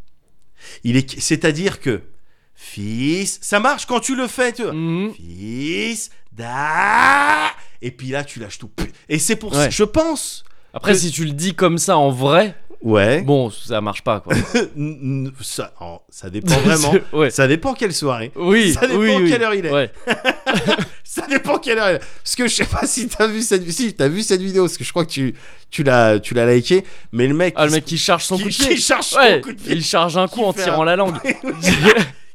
[SPEAKER 2] Il est, c'est-à-dire que fils, ça marche quand tu le fais, tu vois.
[SPEAKER 1] Mhm.
[SPEAKER 2] Fils, da, et puis là tu lâches tout. Et c'est pour
[SPEAKER 1] Ouais.
[SPEAKER 2] ça, je pense.
[SPEAKER 1] Après,
[SPEAKER 2] Que-
[SPEAKER 1] si tu le dis comme ça en vrai,
[SPEAKER 2] Ouais.
[SPEAKER 1] Bon, ça marche pas quoi.
[SPEAKER 2] N- n- ça, oh, ça dépend vraiment.
[SPEAKER 1] C'est- ouais.
[SPEAKER 2] Ça dépend quelle soirée.
[SPEAKER 1] Oui,
[SPEAKER 2] Ça dépend
[SPEAKER 1] oui, oui.
[SPEAKER 2] quelle heure il est.
[SPEAKER 1] Ouais.
[SPEAKER 2] Ça dépend quelle heure. il est. Parce que je sais pas si t'as vu cette si t'as vu cette vidéo parce que je crois que tu tu l'as tu l'as liké. Mais le mec
[SPEAKER 1] Ah, le mec qui charge son
[SPEAKER 2] qui,
[SPEAKER 1] coup de
[SPEAKER 2] qui
[SPEAKER 1] pied.
[SPEAKER 2] charge son
[SPEAKER 1] Ouais,
[SPEAKER 2] coup de pied,
[SPEAKER 1] il charge un coup
[SPEAKER 2] Qui
[SPEAKER 1] en
[SPEAKER 2] fait
[SPEAKER 1] tirant
[SPEAKER 2] un-
[SPEAKER 1] la langue.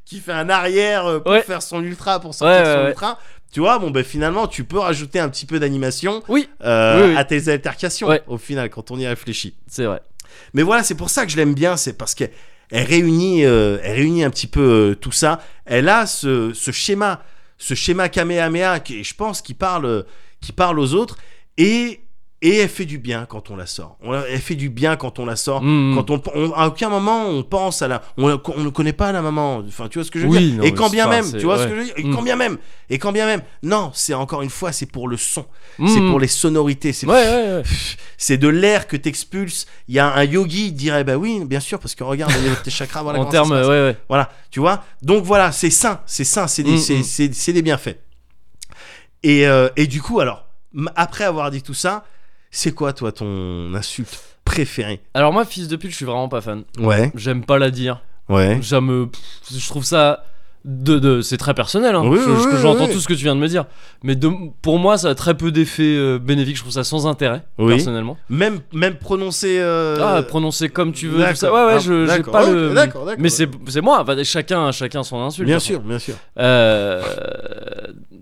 [SPEAKER 2] qui fait un arrière euh, pour
[SPEAKER 1] Ouais.
[SPEAKER 2] faire son ultra pour sortir
[SPEAKER 1] Ouais, ouais,
[SPEAKER 2] son
[SPEAKER 1] ouais.
[SPEAKER 2] ultra. Tu vois, bon ben finalement tu peux rajouter un petit peu d'animation
[SPEAKER 1] Oui.
[SPEAKER 2] euh,
[SPEAKER 1] Oui, oui.
[SPEAKER 2] à tes altercations
[SPEAKER 1] Ouais.
[SPEAKER 2] au final quand on y réfléchit.
[SPEAKER 1] C'est vrai.
[SPEAKER 2] Mais voilà, c'est pour ça que je l'aime bien, c'est parce qu'elle elle réunit, euh, elle réunit un petit peu euh, tout ça. Elle a ce, ce schéma, ce schéma Kamehameha, qui, je pense, qui parle, euh, qui parle aux autres, et, et elle fait du bien quand on la sort. On la- Elle fait du bien quand on la sort.
[SPEAKER 1] Mm.
[SPEAKER 2] Quand on, on- à aucun moment on pense à la, on, la- on ne connaît pas la maman. Enfin, tu vois ce que je veux
[SPEAKER 1] Oui,
[SPEAKER 2] dire.
[SPEAKER 1] non,
[SPEAKER 2] et
[SPEAKER 1] mais
[SPEAKER 2] quand
[SPEAKER 1] c'est-
[SPEAKER 2] bien
[SPEAKER 1] enfin,
[SPEAKER 2] même,
[SPEAKER 1] c'est-
[SPEAKER 2] tu vois ce
[SPEAKER 1] ouais.
[SPEAKER 2] que je veux dire. Et
[SPEAKER 1] Mm.
[SPEAKER 2] quand bien même, et quand bien même. Non, c'est encore une fois, c'est pour le son,
[SPEAKER 1] Mm.
[SPEAKER 2] c'est pour les sonorités, c'est
[SPEAKER 1] Ouais, ouais, ouais.
[SPEAKER 2] c'est de l'air que t'expulses. Il y a un yogi dirait bah oui, bien sûr, parce que regarde au niveau de tes chakras, voilà.
[SPEAKER 1] en
[SPEAKER 2] comment ça se
[SPEAKER 1] termes, ouais,
[SPEAKER 2] passe.
[SPEAKER 1] ouais.
[SPEAKER 2] voilà, tu vois. Donc voilà, c'est sain, c'est sain, c'est des,
[SPEAKER 1] Mm,
[SPEAKER 2] c'est-
[SPEAKER 1] mm.
[SPEAKER 2] c'est- c'est des bienfaits. Et, euh, et du coup, alors m- après avoir dit tout ça, c'est quoi toi ton insulte préférée
[SPEAKER 1] Alors moi, fils de pute, je suis vraiment pas fan.
[SPEAKER 2] Ouais,
[SPEAKER 1] J'aime pas la dire.
[SPEAKER 2] ouais.
[SPEAKER 1] Ça me, pff, je trouve ça de, de- c'est très personnel. hein.
[SPEAKER 2] Oui,
[SPEAKER 1] Je-
[SPEAKER 2] oui,
[SPEAKER 1] je-
[SPEAKER 2] oui,
[SPEAKER 1] J'entends
[SPEAKER 2] oui.
[SPEAKER 1] tout ce que tu viens de me dire, mais de, pour moi, ça a très peu d'effet euh, bénéfique. Je trouve ça sans intérêt,
[SPEAKER 2] Oui.
[SPEAKER 1] personnellement.
[SPEAKER 2] Même même prononcer. euh,
[SPEAKER 1] Ah, prononcer comme tu veux. Tout ça.
[SPEAKER 2] d'accord.
[SPEAKER 1] Ouais,
[SPEAKER 2] Ah,
[SPEAKER 1] ouais, je, j'ai
[SPEAKER 2] d'accord.
[SPEAKER 1] pas
[SPEAKER 2] Ok,
[SPEAKER 1] le.
[SPEAKER 2] d'accord, d'accord.
[SPEAKER 1] Mais c'est, c'est moi. Enfin, chacun, chacun son insulte. hein.
[SPEAKER 2] Bien
[SPEAKER 1] de toute
[SPEAKER 2] sûr, bien sûr.
[SPEAKER 1] Euh,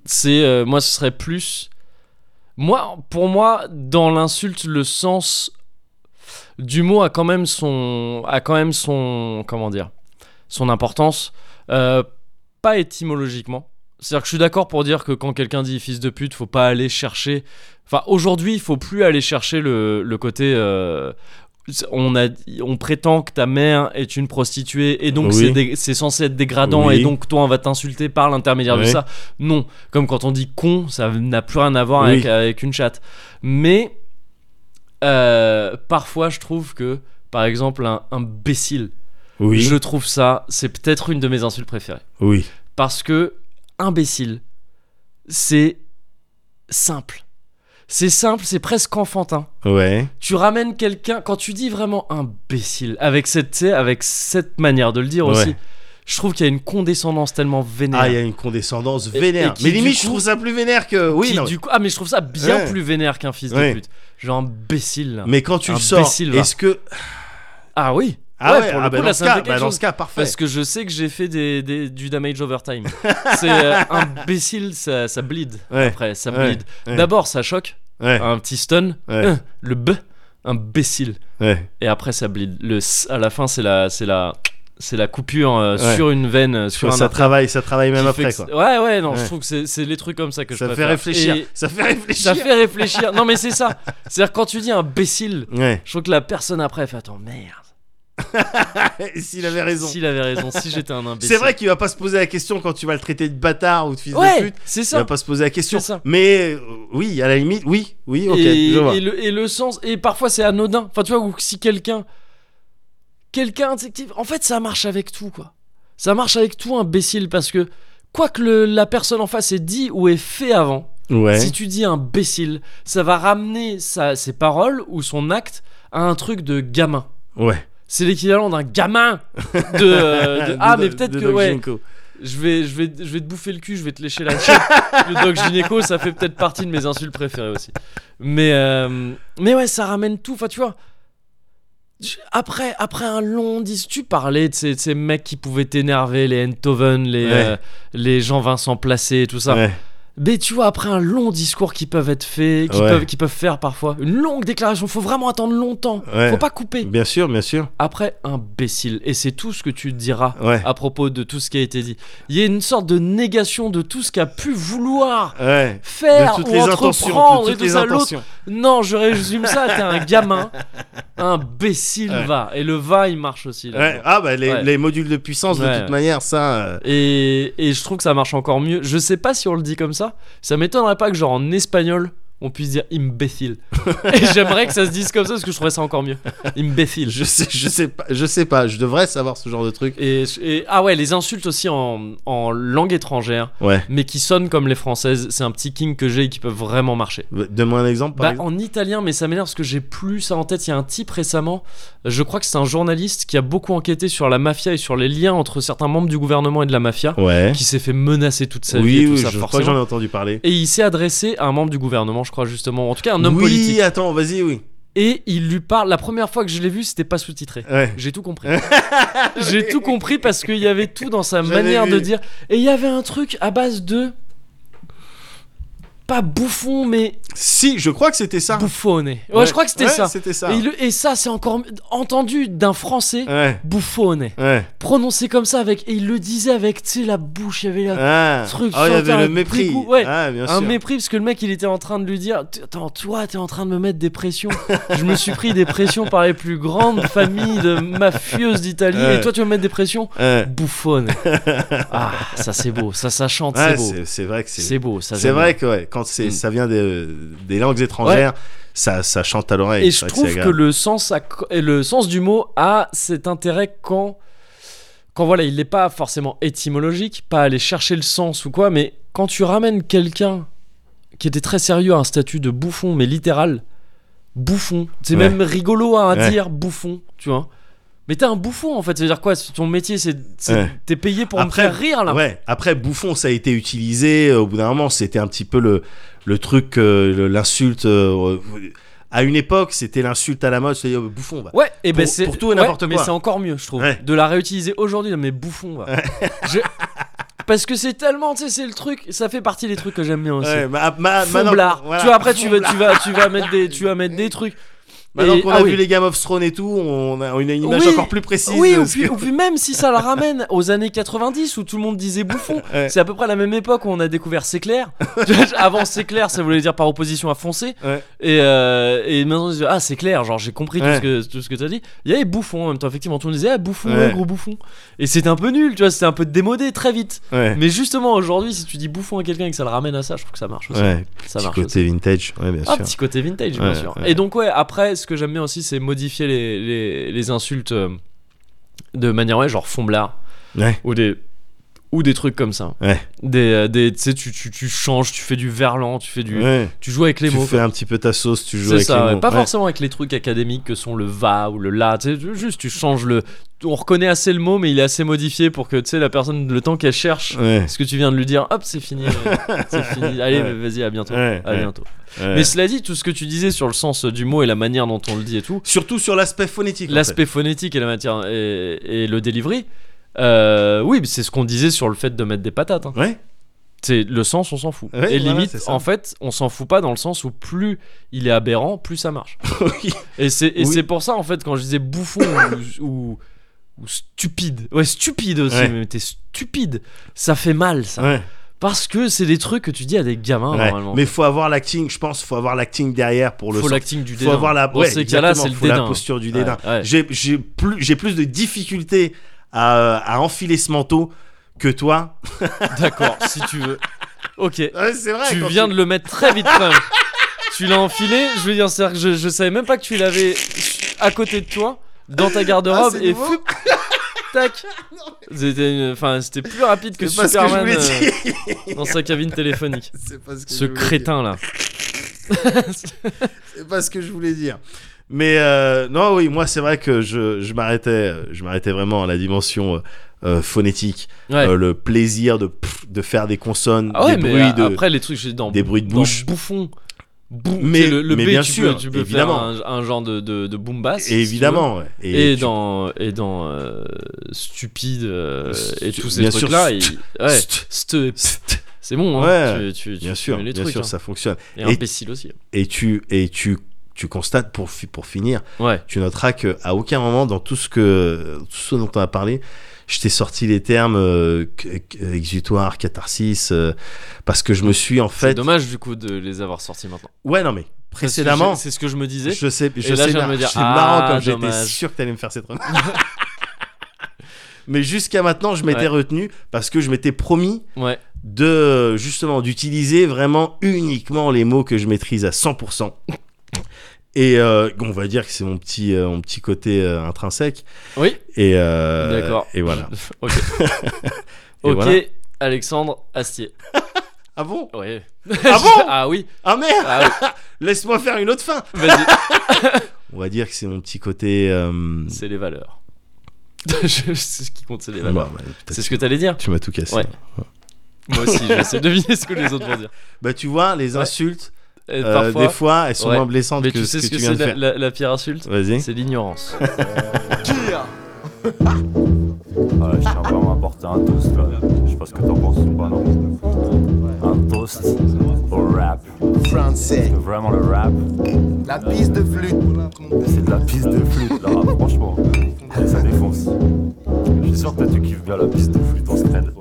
[SPEAKER 1] c'est euh, moi ce serait plus moi pour moi dans l'insulte le sens du mot a quand même son a quand même son comment dire son importance euh, pas étymologiquement c'est-à-dire que je suis d'accord pour dire que quand quelqu'un dit fils de pute faut pas aller chercher enfin aujourd'hui il faut plus aller chercher le, le côté euh, on, a, on prétend que ta mère est une prostituée et donc
[SPEAKER 2] Oui.
[SPEAKER 1] c'est dé- c'est censé être dégradant
[SPEAKER 2] Oui.
[SPEAKER 1] et donc toi on va t'insulter par l'intermédiaire de
[SPEAKER 2] Ouais.
[SPEAKER 1] ça. Non, comme quand on dit con, ça n'a plus rien à voir
[SPEAKER 2] Oui.
[SPEAKER 1] avec, avec une chatte. Mais euh, parfois je trouve que par exemple un imbécile,
[SPEAKER 2] Oui,
[SPEAKER 1] je trouve ça, c'est peut-être une de mes insultes préférées
[SPEAKER 2] oui.
[SPEAKER 1] parce que imbécile, c'est simple. C'est simple, c'est presque enfantin
[SPEAKER 2] Ouais,
[SPEAKER 1] tu ramènes quelqu'un quand tu dis vraiment imbécile avec cette tu sais, avec cette manière de le dire
[SPEAKER 2] Ouais.
[SPEAKER 1] aussi je trouve qu'il y a une condescendance tellement vénère
[SPEAKER 2] ah, il y a une condescendance
[SPEAKER 1] Et-
[SPEAKER 2] vénère.
[SPEAKER 1] et qui,
[SPEAKER 2] mais
[SPEAKER 1] du
[SPEAKER 2] limite, je
[SPEAKER 1] coup-
[SPEAKER 2] trouve ça plus vénère que. Oui,
[SPEAKER 1] Qui,
[SPEAKER 2] non,
[SPEAKER 1] du coup- ah mais je trouve ça bien
[SPEAKER 2] Ouais.
[SPEAKER 1] plus vénère qu'un fils
[SPEAKER 2] Ouais.
[SPEAKER 1] de pute genre imbécile là.
[SPEAKER 2] Mais quand tu le sors,
[SPEAKER 1] Imbécile, va.
[SPEAKER 2] est-ce que
[SPEAKER 1] ah oui
[SPEAKER 2] Ah ouais,
[SPEAKER 1] Ouais, pour le
[SPEAKER 2] ah bah
[SPEAKER 1] coup,
[SPEAKER 2] dans,
[SPEAKER 1] là,
[SPEAKER 2] ce
[SPEAKER 1] ça me
[SPEAKER 2] cas,
[SPEAKER 1] fait quelque
[SPEAKER 2] bah dans
[SPEAKER 1] chose.
[SPEAKER 2] ce cas, parfait.
[SPEAKER 1] parce que je sais que j'ai fait des, des- du damage overtime c'est euh, imbécile ça, ça bleed
[SPEAKER 2] Ouais,
[SPEAKER 1] après ça
[SPEAKER 2] ouais,
[SPEAKER 1] bleed
[SPEAKER 2] ouais.
[SPEAKER 1] d'abord ça choque
[SPEAKER 2] ouais,
[SPEAKER 1] un petit stun
[SPEAKER 2] Ouais.
[SPEAKER 1] euh, le b imbécile
[SPEAKER 2] ouais.
[SPEAKER 1] et après ça bleed le s- à la fin c'est la c'est la c'est la coupure euh,
[SPEAKER 2] Ouais.
[SPEAKER 1] sur une veine euh, sur un
[SPEAKER 2] ça
[SPEAKER 1] artère.
[SPEAKER 2] travaille, ça travaille même
[SPEAKER 1] qui fait
[SPEAKER 2] après
[SPEAKER 1] que
[SPEAKER 2] quoi.
[SPEAKER 1] c'est- Ouais, ouais, non,
[SPEAKER 2] Ouais.
[SPEAKER 1] je trouve que c'est- c'est les trucs comme ça que je
[SPEAKER 2] Ça fait
[SPEAKER 1] préfère.
[SPEAKER 2] réfléchir,
[SPEAKER 1] Et
[SPEAKER 2] ça fait réfléchir.
[SPEAKER 1] ça fait réfléchir. Non, mais c'est ça. C'est-à-dire, quand tu dis imbécile,
[SPEAKER 2] Ouais.
[SPEAKER 1] je trouve que la personne après elle fait Attends, merde.
[SPEAKER 2] S'il avait raison.
[SPEAKER 1] S'il avait raison, si j'étais un imbécile.
[SPEAKER 2] C'est vrai qu'il va pas se poser la question quand tu vas le traiter de bâtard ou de fils de
[SPEAKER 1] Ouais,
[SPEAKER 2] pute.
[SPEAKER 1] c'est
[SPEAKER 2] Il va
[SPEAKER 1] ça.
[SPEAKER 2] pas se poser la question.
[SPEAKER 1] C'est ça.
[SPEAKER 2] Mais euh, oui, à la limite, oui, oui, ok,
[SPEAKER 1] et,
[SPEAKER 2] je vois.
[SPEAKER 1] et le, et le sens. Et parfois, c'est anodin. Enfin, tu vois, ou si quelqu'un. Quelqu'un, tu sais, qui- en fait, ça marche avec tout, quoi. Ça marche avec tout, imbécile, parce que quoi que le- la personne en face ait dit ou ait fait avant,
[SPEAKER 2] Ouais.
[SPEAKER 1] Si tu dis imbécile, ça va ramener sa- ses paroles ou son acte à un truc de gamin.
[SPEAKER 2] Ouais.
[SPEAKER 1] C'est l'équivalent d'un gamin de, euh, de- ah
[SPEAKER 2] De-
[SPEAKER 1] mais peut-être
[SPEAKER 2] de
[SPEAKER 1] que
[SPEAKER 2] Doc
[SPEAKER 1] ouais
[SPEAKER 2] Gineco.
[SPEAKER 1] je vais je vais je vais te bouffer le cul je vais te lécher la tête le doc gynéco ça fait peut-être partie de mes insultes préférées aussi mais euh, mais ouais ça ramène tout enfin tu vois je- après après un long dis tu parlais de ces, de ces mecs qui pouvaient t'énerver les Enthoven les
[SPEAKER 2] Ouais.
[SPEAKER 1] euh, les Jean Vincent Placé et tout ça
[SPEAKER 2] Ouais.
[SPEAKER 1] mais tu vois, après un long discours qui peuvent être faits, qui,
[SPEAKER 2] Ouais.
[SPEAKER 1] peuvent, qui peuvent faire parfois, une longue déclaration, faut vraiment attendre longtemps,
[SPEAKER 2] Ouais.
[SPEAKER 1] faut pas couper.
[SPEAKER 2] Bien sûr, bien sûr.
[SPEAKER 1] Après, imbécile, et c'est tout ce que tu diras
[SPEAKER 2] Ouais.
[SPEAKER 1] à propos de tout ce qui a été dit. Il y a une sorte de négation de tout ce qu'a pu vouloir
[SPEAKER 2] Ouais.
[SPEAKER 1] faire
[SPEAKER 2] de toutes
[SPEAKER 1] ou
[SPEAKER 2] les intentions,
[SPEAKER 1] entreprendre
[SPEAKER 2] de
[SPEAKER 1] et
[SPEAKER 2] toutes
[SPEAKER 1] tout
[SPEAKER 2] les
[SPEAKER 1] ça. L'autre,
[SPEAKER 2] intentions.
[SPEAKER 1] non, je résume ça, t'es un gamin, imbécile
[SPEAKER 2] Ouais.
[SPEAKER 1] va, et le va il marche aussi. là.
[SPEAKER 2] Ouais. Ah bah les,
[SPEAKER 1] Ouais.
[SPEAKER 2] les modules de puissance de
[SPEAKER 1] Ouais.
[SPEAKER 2] toute manière, ça. euh,
[SPEAKER 1] Et, et je trouve que ça marche encore mieux. Je sais pas si on le dit comme ça. Ça m'étonnerait pas que genre en espagnol, on puisse dire imbécile. Et j'aimerais que ça se dise comme ça parce que je trouverais ça encore mieux. Imbécile.
[SPEAKER 2] Je sais, je sais pas, je sais pas, je devrais savoir ce genre de truc.
[SPEAKER 1] Et, et- ah ouais, les insultes aussi en, en langue étrangère,
[SPEAKER 2] Ouais.
[SPEAKER 1] mais qui sonnent comme les françaises, c'est un petit king que j'ai et qui peut vraiment marcher.
[SPEAKER 2] Donne-moi un exemple, par
[SPEAKER 1] Bah,
[SPEAKER 2] exemple.
[SPEAKER 1] en italien, mais ça m'énerve parce que j'ai plus ça en tête. Il y a un type récemment, je crois que c'est un journaliste qui a beaucoup enquêté sur la mafia et sur les liens entre certains membres du gouvernement et de la mafia,
[SPEAKER 2] Ouais.
[SPEAKER 1] qui s'est fait menacer toute sa vie
[SPEAKER 2] Oui,
[SPEAKER 1] et tout
[SPEAKER 2] oui,
[SPEAKER 1] ça,
[SPEAKER 2] je crois que
[SPEAKER 1] forcément.
[SPEAKER 2] j'en ai entendu parler.
[SPEAKER 1] Et il s'est adressé à un membre du gouvernement, je crois justement, en tout cas un homme
[SPEAKER 2] oui,
[SPEAKER 1] politique.
[SPEAKER 2] attends, vas-y, oui.
[SPEAKER 1] Et il lui parle. La première fois que je l'ai vu, c'était pas sous-titré.
[SPEAKER 2] Ouais.
[SPEAKER 1] J'ai tout compris. J'ai tout compris parce qu'il y avait tout dans sa
[SPEAKER 2] J'avais
[SPEAKER 1] manière
[SPEAKER 2] vu.
[SPEAKER 1] de dire. Et il y avait un truc à base de. Pas bouffon, mais
[SPEAKER 2] Si, je crois que c'était ça.
[SPEAKER 1] bouffonné. Ouais, je crois que c'était
[SPEAKER 2] Ouais,
[SPEAKER 1] ça.
[SPEAKER 2] C'était ça.
[SPEAKER 1] Et, le- et ça, c'est encore entendu d'un français
[SPEAKER 2] Ouais.
[SPEAKER 1] bouffonné.
[SPEAKER 2] Ouais.
[SPEAKER 1] Prononcé comme ça, avec, et il le disait avec, tu sais, la bouche, il y avait la-
[SPEAKER 2] Ah.
[SPEAKER 1] truc
[SPEAKER 2] Ah, il y
[SPEAKER 1] sans
[SPEAKER 2] avait
[SPEAKER 1] faire
[SPEAKER 2] le
[SPEAKER 1] un
[SPEAKER 2] mépris.
[SPEAKER 1] dégoût, ouais.
[SPEAKER 2] Ah, bien
[SPEAKER 1] un
[SPEAKER 2] sûr.
[SPEAKER 1] mépris, parce que le mec, il était en train de lui dire T- Attends, toi, t'es en train de me mettre des pressions. Je me suis pris des pressions par les plus grandes familles de mafieuses d'Italie,
[SPEAKER 2] Ouais.
[SPEAKER 1] et toi, tu vas me mettre des pressions
[SPEAKER 2] Ouais.
[SPEAKER 1] Bouffonné. Ah, ça, c'est beau. Ça, ça chante,
[SPEAKER 2] Ouais,
[SPEAKER 1] c'est beau.
[SPEAKER 2] c'est- c'est vrai que c'est.
[SPEAKER 1] C'est beau, ça.
[SPEAKER 2] C'est
[SPEAKER 1] j'aime
[SPEAKER 2] vrai que ouais, quand c'est
[SPEAKER 1] Mm.
[SPEAKER 2] ça vient des, des langues étrangères, ça, ça chante à l'oreille.
[SPEAKER 1] Et
[SPEAKER 2] C'est
[SPEAKER 1] je
[SPEAKER 2] vrai
[SPEAKER 1] trouve
[SPEAKER 2] c'est
[SPEAKER 1] que,
[SPEAKER 2] agréable.
[SPEAKER 1] le sens acc- et le sens du mot a cet intérêt quand quand voilà, il n'est pas forcément étymologique, pas aller chercher le sens ou quoi, mais quand tu ramènes quelqu'un qui était très sérieux à un statut de bouffon mais littéral, bouffon, c'est
[SPEAKER 2] Ouais.
[SPEAKER 1] même rigolo à
[SPEAKER 2] Ouais.
[SPEAKER 1] dire bouffon, tu vois. Mais t'es un bouffon en fait, ça veut dire quoi C'est Ton métier, c'est c'est-
[SPEAKER 2] Ouais.
[SPEAKER 1] t'es payé pour
[SPEAKER 2] Après,
[SPEAKER 1] me faire rire là.
[SPEAKER 2] Ouais. Après, bouffon, ça a été utilisé. euh, Au bout d'un moment, c'était un petit peu le, le truc, euh, le- l'insulte. euh, à une époque, c'était l'insulte à la mode. C'est bouffon. Bah.
[SPEAKER 1] Ouais, et ben
[SPEAKER 2] Pour-
[SPEAKER 1] c'est
[SPEAKER 2] pour tout et n'importe
[SPEAKER 1] ouais,
[SPEAKER 2] quoi.
[SPEAKER 1] Mais c'est encore mieux, je trouve,
[SPEAKER 2] Ouais.
[SPEAKER 1] de la réutiliser aujourd'hui. Mais bouffon, va. Je- parce que c'est tellement, tu sais, c'est le truc. Ça fait partie des trucs que j'aime bien aussi.
[SPEAKER 2] Ouais, ma- ma- maintenant-
[SPEAKER 1] Fomblard.
[SPEAKER 2] voilà,
[SPEAKER 1] tu vois, après tu vas,
[SPEAKER 2] fomblard.
[SPEAKER 1] tu vas, tu vas mettre des, tu vas mettre des trucs.
[SPEAKER 2] Maintenant
[SPEAKER 1] Et-
[SPEAKER 2] qu'on
[SPEAKER 1] ah
[SPEAKER 2] a
[SPEAKER 1] oui.
[SPEAKER 2] vu les Game of Thrones et tout, on a une image
[SPEAKER 1] Oui.
[SPEAKER 2] encore plus précise.
[SPEAKER 1] Oui,
[SPEAKER 2] de
[SPEAKER 1] ou
[SPEAKER 2] ce
[SPEAKER 1] puis,
[SPEAKER 2] que-
[SPEAKER 1] ou puis même si ça le ramène aux années 90 où tout le monde disait bouffon,
[SPEAKER 2] Ouais.
[SPEAKER 1] c'est à peu près la même époque où on a découvert c'est clair. Tu vois, Avant c'est clair, ça voulait dire par opposition à foncer.
[SPEAKER 2] Ouais.
[SPEAKER 1] Et, euh, et maintenant on se dit ah c'est clair, genre j'ai compris
[SPEAKER 2] Ouais.
[SPEAKER 1] tout ce que tout ce que t'as dit. Il y avait bouffon en même temps, effectivement, tout le monde disait ah bouffon,
[SPEAKER 2] Ouais.
[SPEAKER 1] ouais, gros bouffon. Et c'était un peu nul, tu vois, c'était un peu démodé très vite.
[SPEAKER 2] Ouais.
[SPEAKER 1] Mais justement aujourd'hui, si tu dis bouffon à quelqu'un et que ça le ramène à ça, je trouve que ça marche aussi.
[SPEAKER 2] Ouais,
[SPEAKER 1] ça
[SPEAKER 2] petit
[SPEAKER 1] marche.
[SPEAKER 2] côté
[SPEAKER 1] aussi.
[SPEAKER 2] vintage, ouais, bien
[SPEAKER 1] Ah,
[SPEAKER 2] sûr.
[SPEAKER 1] petit côté vintage,
[SPEAKER 2] Ouais,
[SPEAKER 1] bien sûr.
[SPEAKER 2] ouais.
[SPEAKER 1] Et donc, ouais, après, ce que j'aime bien aussi, c'est modifier les, les, les insultes euh, de manière, ouais, genre fomblard.
[SPEAKER 2] Ouais.
[SPEAKER 1] Ou des, ou des trucs comme ça.
[SPEAKER 2] Ouais.
[SPEAKER 1] Des, euh, des, tu sais, tu, tu, tu changes, tu fais du verlan, tu fais du.
[SPEAKER 2] Ouais.
[SPEAKER 1] Tu joues avec les
[SPEAKER 2] tu
[SPEAKER 1] mots.
[SPEAKER 2] fais
[SPEAKER 1] quoi.
[SPEAKER 2] un petit peu ta sauce, tu joues
[SPEAKER 1] C'est
[SPEAKER 2] avec
[SPEAKER 1] ça,
[SPEAKER 2] les
[SPEAKER 1] ouais.
[SPEAKER 2] mots.
[SPEAKER 1] pas
[SPEAKER 2] Ouais.
[SPEAKER 1] forcément avec les trucs académiques que sont le va ou le la. Tu sais, tu- juste, tu changes le. On reconnaît assez le mot, mais il est assez modifié pour que, tu sais, la personne, le temps qu'elle cherche.
[SPEAKER 2] Ouais.
[SPEAKER 1] Ce que tu viens de lui dire, hop, c'est fini, euh, c'est fini. Allez,
[SPEAKER 2] Ouais.
[SPEAKER 1] vas-y, à bientôt,
[SPEAKER 2] Ouais,
[SPEAKER 1] à
[SPEAKER 2] ouais.
[SPEAKER 1] bientôt.
[SPEAKER 2] Ouais.
[SPEAKER 1] Mais cela dit, tout ce que tu disais sur le sens du mot et la manière dont on le dit et tout,
[SPEAKER 2] Surtout sur l'aspect phonétique. en
[SPEAKER 1] l'aspect phonétique et la matière et, et le delivery, euh, oui, mais c'est ce qu'on disait sur le fait de mettre des patates. hein.
[SPEAKER 2] fait. Ouais.
[SPEAKER 1] C'est le sens, on s'en fout.
[SPEAKER 2] Ouais, voilà, c'est
[SPEAKER 1] et limite,
[SPEAKER 2] ça.
[SPEAKER 1] en fait, on s'en fout pas dans le sens où plus il est aberrant, plus ça marche.
[SPEAKER 2] Oui.
[SPEAKER 1] Et c'est
[SPEAKER 2] Oui.
[SPEAKER 1] et c'est pour ça en fait quand je disais bouffon ou, ou- ou stupide, ouais stupide aussi,
[SPEAKER 2] Ouais.
[SPEAKER 1] mais t'es stupide, ça fait mal ça,
[SPEAKER 2] Ouais.
[SPEAKER 1] parce que c'est des trucs que tu dis à des gamins
[SPEAKER 2] Ouais.
[SPEAKER 1] normalement.
[SPEAKER 2] Mais faut avoir l'acting, je pense, faut avoir l'acting derrière pour le
[SPEAKER 1] faut
[SPEAKER 2] sens.
[SPEAKER 1] l'acting du
[SPEAKER 2] Faut
[SPEAKER 1] dédain.
[SPEAKER 2] avoir la,
[SPEAKER 1] Dans
[SPEAKER 2] ouais,
[SPEAKER 1] ces cas-là,
[SPEAKER 2] exactement,
[SPEAKER 1] c'est le
[SPEAKER 2] faut la
[SPEAKER 1] dédain.
[SPEAKER 2] posture du dédain.
[SPEAKER 1] Ouais, ouais.
[SPEAKER 2] J'ai j'ai plus, j'ai plus de difficultés à, à enfiler ce manteau que toi.
[SPEAKER 1] D'accord, si tu veux. Ok.
[SPEAKER 2] Ouais, c'est vrai.
[SPEAKER 1] Tu
[SPEAKER 2] Ah, quand
[SPEAKER 1] viens de le mettre très vite quand même. tu l'as enfilé, je veux dire, c'est-à-dire que je, je savais même pas que tu l'avais à côté de toi, dans ta
[SPEAKER 2] Ah,
[SPEAKER 1] garde-robe,
[SPEAKER 2] c'est
[SPEAKER 1] et
[SPEAKER 2] nouveau
[SPEAKER 1] fup, tac. C'était une- enfin, c'était plus rapide que
[SPEAKER 2] C'est pas ce que je
[SPEAKER 1] Superman
[SPEAKER 2] voulais dire.
[SPEAKER 1] euh, dans sa cabine téléphonique.
[SPEAKER 2] C'est pas ce que je
[SPEAKER 1] Ce
[SPEAKER 2] voulais dire.
[SPEAKER 1] crétin là.
[SPEAKER 2] C'est pas ce que je voulais dire. Mais euh, non, oui, moi c'est vrai que je, je m'arrêtais, je m'arrêtais vraiment à la dimension euh, euh, phonétique,
[SPEAKER 1] Ouais.
[SPEAKER 2] Euh, le plaisir de pff, de faire des consonnes,
[SPEAKER 1] ah ouais,
[SPEAKER 2] des
[SPEAKER 1] mais
[SPEAKER 2] bruits
[SPEAKER 1] euh,
[SPEAKER 2] de
[SPEAKER 1] après les trucs, j'ai dans,
[SPEAKER 2] des bruits de
[SPEAKER 1] dans
[SPEAKER 2] bouche.
[SPEAKER 1] bouffon. Bou-
[SPEAKER 2] Mais-
[SPEAKER 1] tu sais, le, le
[SPEAKER 2] mais
[SPEAKER 1] B,
[SPEAKER 2] bien
[SPEAKER 1] tu
[SPEAKER 2] sûr,
[SPEAKER 1] peux, tu peux
[SPEAKER 2] évidemment.
[SPEAKER 1] faire un, un genre de, de, de boom bass. si tu
[SPEAKER 2] Et
[SPEAKER 1] veux.
[SPEAKER 2] évidemment, ouais.
[SPEAKER 1] et,
[SPEAKER 2] tu-
[SPEAKER 1] dans et dans euh, stupide euh,
[SPEAKER 2] Stu-
[SPEAKER 1] et tous ces
[SPEAKER 2] bien sûr,
[SPEAKER 1] trucs là
[SPEAKER 2] stu-
[SPEAKER 1] ouais
[SPEAKER 2] stu-
[SPEAKER 1] stu et pst,
[SPEAKER 2] Psst,
[SPEAKER 1] c'est bon hein,
[SPEAKER 2] Ouais,
[SPEAKER 1] tu, tu, tu-
[SPEAKER 2] bien
[SPEAKER 1] tu
[SPEAKER 2] sûr,
[SPEAKER 1] mets les
[SPEAKER 2] bien
[SPEAKER 1] trucs
[SPEAKER 2] sûr,
[SPEAKER 1] hein.
[SPEAKER 2] ça fonctionne.
[SPEAKER 1] et,
[SPEAKER 2] et-
[SPEAKER 1] imbécile aussi
[SPEAKER 2] Et tu et tu tu constates pour fi- pour finir,
[SPEAKER 1] ouais
[SPEAKER 2] tu noteras que à aucun moment dans tout ce que tout ce dont on a parlé, je t'ai sorti les termes euh, c- c- exutoire, catharsis, euh, parce que je me suis en
[SPEAKER 1] c'est
[SPEAKER 2] fait
[SPEAKER 1] dommage du coup de les avoir sortis maintenant
[SPEAKER 2] Ouais, non, mais
[SPEAKER 1] Parce que
[SPEAKER 2] précédemment,
[SPEAKER 1] j'ai- c'est ce que je me disais
[SPEAKER 2] je sais, je
[SPEAKER 1] là,
[SPEAKER 2] sais,
[SPEAKER 1] je viens de
[SPEAKER 2] bien,
[SPEAKER 1] me dire,
[SPEAKER 2] c'est marrant
[SPEAKER 1] ah,
[SPEAKER 2] comme j'étais
[SPEAKER 1] dommage.
[SPEAKER 2] sûr que t'allais me faire cette remarque. mais jusqu'à maintenant, je m'étais
[SPEAKER 1] Ouais.
[SPEAKER 2] retenu parce que je m'étais promis
[SPEAKER 1] Ouais.
[SPEAKER 2] de justement d'utiliser vraiment uniquement les mots que je maîtrise à 100%. Et euh, on va dire que c'est mon petit euh, mon petit côté euh, intrinsèque.
[SPEAKER 1] Oui.
[SPEAKER 2] Et euh,
[SPEAKER 1] D'accord.
[SPEAKER 2] Et voilà.
[SPEAKER 1] Ok.
[SPEAKER 2] Et
[SPEAKER 1] ok.
[SPEAKER 2] voilà.
[SPEAKER 1] Alexandre Astier.
[SPEAKER 2] Ah bon
[SPEAKER 1] Ouais.
[SPEAKER 2] Ah bon
[SPEAKER 1] Ah oui.
[SPEAKER 2] Ah merde
[SPEAKER 1] Ah oui.
[SPEAKER 2] Laisse-moi faire une autre fin.
[SPEAKER 1] Vas-y.
[SPEAKER 2] On va dire que c'est mon petit côté. euh,
[SPEAKER 1] C'est les valeurs. Je- c'est ce qui compte, c'est les
[SPEAKER 2] bon,
[SPEAKER 1] valeurs.
[SPEAKER 2] bah, peut-être
[SPEAKER 1] C'est ce que t'allais dire
[SPEAKER 2] tu m'as tout cassé.
[SPEAKER 1] Ouais. Moi aussi, j'essaie de deviner ce que les autres vont dire.
[SPEAKER 2] Bah tu vois, les
[SPEAKER 1] Ouais.
[SPEAKER 2] insultes,
[SPEAKER 1] Et
[SPEAKER 2] euh,
[SPEAKER 1] parfois,
[SPEAKER 2] des fois, elles sont
[SPEAKER 1] Ouais.
[SPEAKER 2] moins blessantes
[SPEAKER 1] mais
[SPEAKER 2] que
[SPEAKER 1] tu sais ce que,
[SPEAKER 2] viens
[SPEAKER 1] c'est
[SPEAKER 2] de
[SPEAKER 1] la,
[SPEAKER 2] faire.
[SPEAKER 1] la- la pire insulte
[SPEAKER 2] Vas-y.
[SPEAKER 1] C'est l'ignorance.
[SPEAKER 6] Voilà, je tiens vraiment à porter un toast là. Je sais pas ce que t'en penses ou pas, non Un toast au rap.
[SPEAKER 7] Français,
[SPEAKER 6] Parce que Vraiment le rap,
[SPEAKER 7] la piste de flûte.
[SPEAKER 6] c'est de la piste de flûte là, franchement. Ça défonce. Je suis sûr que toi, tu kiffes bien la piste de flûte en scred.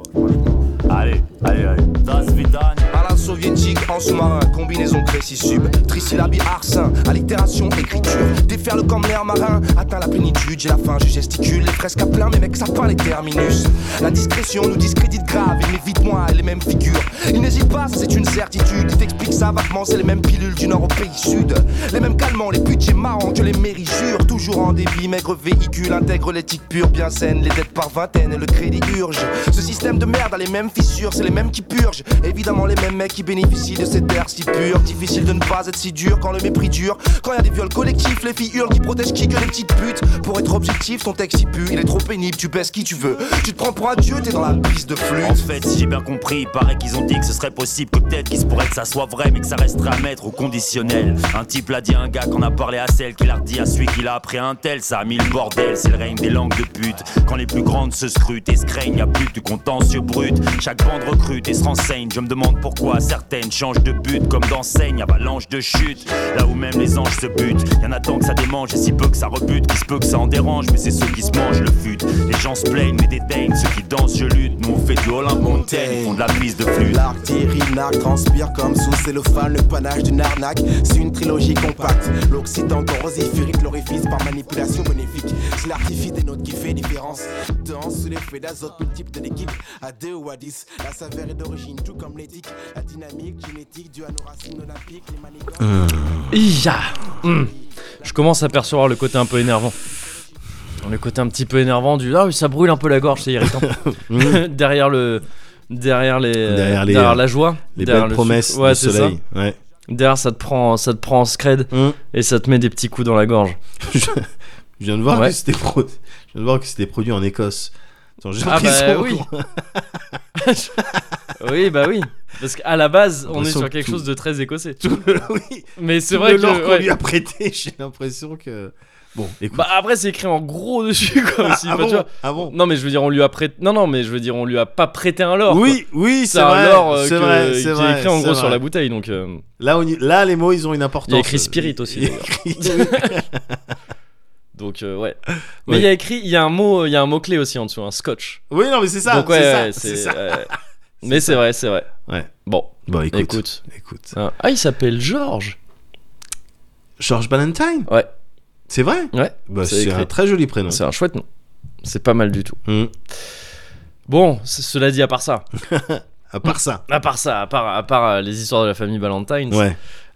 [SPEAKER 6] Allez, allez, allez. Das Vidane.
[SPEAKER 7] À la soviétique, en sous-marin, combinaison Crécy Sub, trisyllabie arsin, allitération, écriture, défaire le camp de l'air marin, atteint la plénitude, j'ai la faim, je gesticule, les fresques à plein, mais mec, ça peint les terminus. La discrétion nous discrédite grave, il m'évite moi les mêmes figures. Il n'hésite pas, ça c'est une certitude, il t'explique ça vaguement, c'est les mêmes pilules du nord au pays sud. Les mêmes calmants, les budgets marrants que les mairies jurent, toujours en débit, maigre véhicule, intègre l'éthique pure, bien saine, les dettes par vingtaine et le crédit urge. Ce système de merde a les mêmes fissures, c'est les mêmes qui purgent. Évidemment, les mêmes mecs qui bénéficient de cette terre si pure. Difficile de ne pas être si dur quand le mépris dure. Quand y a des viols collectifs, les filles hurlent qui protègent qui que les petites putes. Pour être objectif, ton texte il pue, il est trop pénible, tu baisses qui tu veux. Tu te prends pour un dieu, t'es dans la piste de
[SPEAKER 6] En
[SPEAKER 7] flûte.
[SPEAKER 6] fait, si j'ai bien compris, il paraît qu'ils ont dit que ce serait possible, que peut-être qu'il se pourrait que ça soit vrai, mais que ça resterait à mettre au conditionnel. Un type l'a dit à un gars qu'on a parlé à celle qui l'a redit à celui qui l'a appris à un tel, ça a mis le bordel, c'est le règne des langues de pute. Quand les plus grandes se scrutent et se craignent, y a plus du contentieux brut. Chaque bande recrute et se renseigne, je me demande pourquoi certaines changent de but, comme d'enseigne, avalanche de chute, là où même les anges se butent. Y en a tant que ça démange et si peu que ça rebute, qui se peut que ça en dérange, mais c'est ceux qui se mangent le fut. Les gens se plaignent mais dédaignent, ceux qui dansent, je lutte, nous on fait du Olympe Montaigne, font de la piste de flûte.
[SPEAKER 7] L'artillerie narque transpire comme sous cellophane le panache d'une arnaque. C'est une trilogie compacte. L'Occident gorosiférique, l'orifice par manipulation bénéfique. C'est l'artifice des notes qui fait différence. Dans sous l'effet d'azote multiple de l'équipe, à 2 ou à 10. La saveur est d'origine, tout comme l'éthique. La dynamique génétique due à nos racines olympiques, les manigances.
[SPEAKER 1] Iya. Mm. Je commence à percevoir le côté un peu énervant. Le côté un petit peu énervant du ah oui ça brûle un peu la gorge c'est irritant derrière le derrière les
[SPEAKER 2] Hmm. Derrière les- euh,
[SPEAKER 1] la joie
[SPEAKER 2] Les
[SPEAKER 1] derrière
[SPEAKER 2] belles
[SPEAKER 1] le sou-
[SPEAKER 2] promesses
[SPEAKER 1] ouais,
[SPEAKER 2] du
[SPEAKER 1] c'est ça.
[SPEAKER 2] soleil. Ouais.
[SPEAKER 1] derrière ça te prend ça te prend en scred
[SPEAKER 2] Hum.
[SPEAKER 1] et ça te met des petits coups dans la gorge
[SPEAKER 2] je, je viens de voir
[SPEAKER 1] Ouais.
[SPEAKER 2] que c'était pro- je viens de voir que c'était produit en Écosse. Attends, j'ai
[SPEAKER 1] Ah
[SPEAKER 2] l'impression
[SPEAKER 1] bah
[SPEAKER 2] qu'on-
[SPEAKER 1] oui. oui bah oui parce qu'à la base on est
[SPEAKER 2] L'impression
[SPEAKER 1] sur
[SPEAKER 2] que
[SPEAKER 1] quelque
[SPEAKER 2] tout-
[SPEAKER 1] chose de très écossais
[SPEAKER 2] tout le, oui,
[SPEAKER 1] mais c'est
[SPEAKER 2] tout
[SPEAKER 1] vrai
[SPEAKER 2] le lore
[SPEAKER 1] que
[SPEAKER 2] qu'on
[SPEAKER 1] ouais.
[SPEAKER 2] lui a prêté, j'ai l'impression que bon, écoute.
[SPEAKER 1] bah après c'est écrit en gros dessus quoi
[SPEAKER 2] Ah,
[SPEAKER 1] aussi
[SPEAKER 2] ah
[SPEAKER 1] bah,
[SPEAKER 2] bon,
[SPEAKER 1] tu vois.
[SPEAKER 2] ah bon.
[SPEAKER 1] non mais je veux dire on lui a prêté non non mais je veux dire on lui a pas prêté un lore quoi.
[SPEAKER 2] Oui, oui,
[SPEAKER 1] c'est
[SPEAKER 2] c'est
[SPEAKER 1] un
[SPEAKER 2] vrai,
[SPEAKER 1] lore euh,
[SPEAKER 2] c'est
[SPEAKER 1] que-
[SPEAKER 2] vrai,
[SPEAKER 1] qui
[SPEAKER 2] c'est
[SPEAKER 1] est
[SPEAKER 2] vrai,
[SPEAKER 1] écrit en
[SPEAKER 2] c'est
[SPEAKER 1] gros sur
[SPEAKER 2] vrai.
[SPEAKER 1] la bouteille donc euh,
[SPEAKER 2] Là, on y- là, les mots, ils ont une importance.
[SPEAKER 1] Il y a écrit spirit aussi,
[SPEAKER 2] Il y a
[SPEAKER 1] d'ailleurs.
[SPEAKER 2] écrit-
[SPEAKER 1] donc euh, ouais mais il
[SPEAKER 2] Ouais.
[SPEAKER 1] y a écrit il y a un mot euh, il y a un mot clé aussi en dessous un scotch
[SPEAKER 2] oui, non, mais c'est ça.
[SPEAKER 1] donc ouais,
[SPEAKER 2] c'est ça,
[SPEAKER 1] ouais,
[SPEAKER 2] c'est
[SPEAKER 1] c'est-
[SPEAKER 2] ça.
[SPEAKER 1] ouais. mais c'est vrai c'est vrai
[SPEAKER 2] Ouais.
[SPEAKER 1] bon
[SPEAKER 2] Bon, écoute, écoute,
[SPEAKER 1] écoute ah ah, il s'appelle George
[SPEAKER 2] George Ballantyne.
[SPEAKER 1] Ouais.
[SPEAKER 2] C'est vrai.
[SPEAKER 1] Ouais,
[SPEAKER 2] Bah,
[SPEAKER 1] c'est
[SPEAKER 2] c'est
[SPEAKER 1] écrit.
[SPEAKER 2] un très joli prénom.
[SPEAKER 1] C'est un chouette nom. C'est pas mal du tout.
[SPEAKER 2] Hum,
[SPEAKER 1] Bon, c- cela dit, à part ça,
[SPEAKER 2] À part ça.
[SPEAKER 1] à part ça, à part, à part euh, les histoires de la famille Valentine,
[SPEAKER 2] Ouais,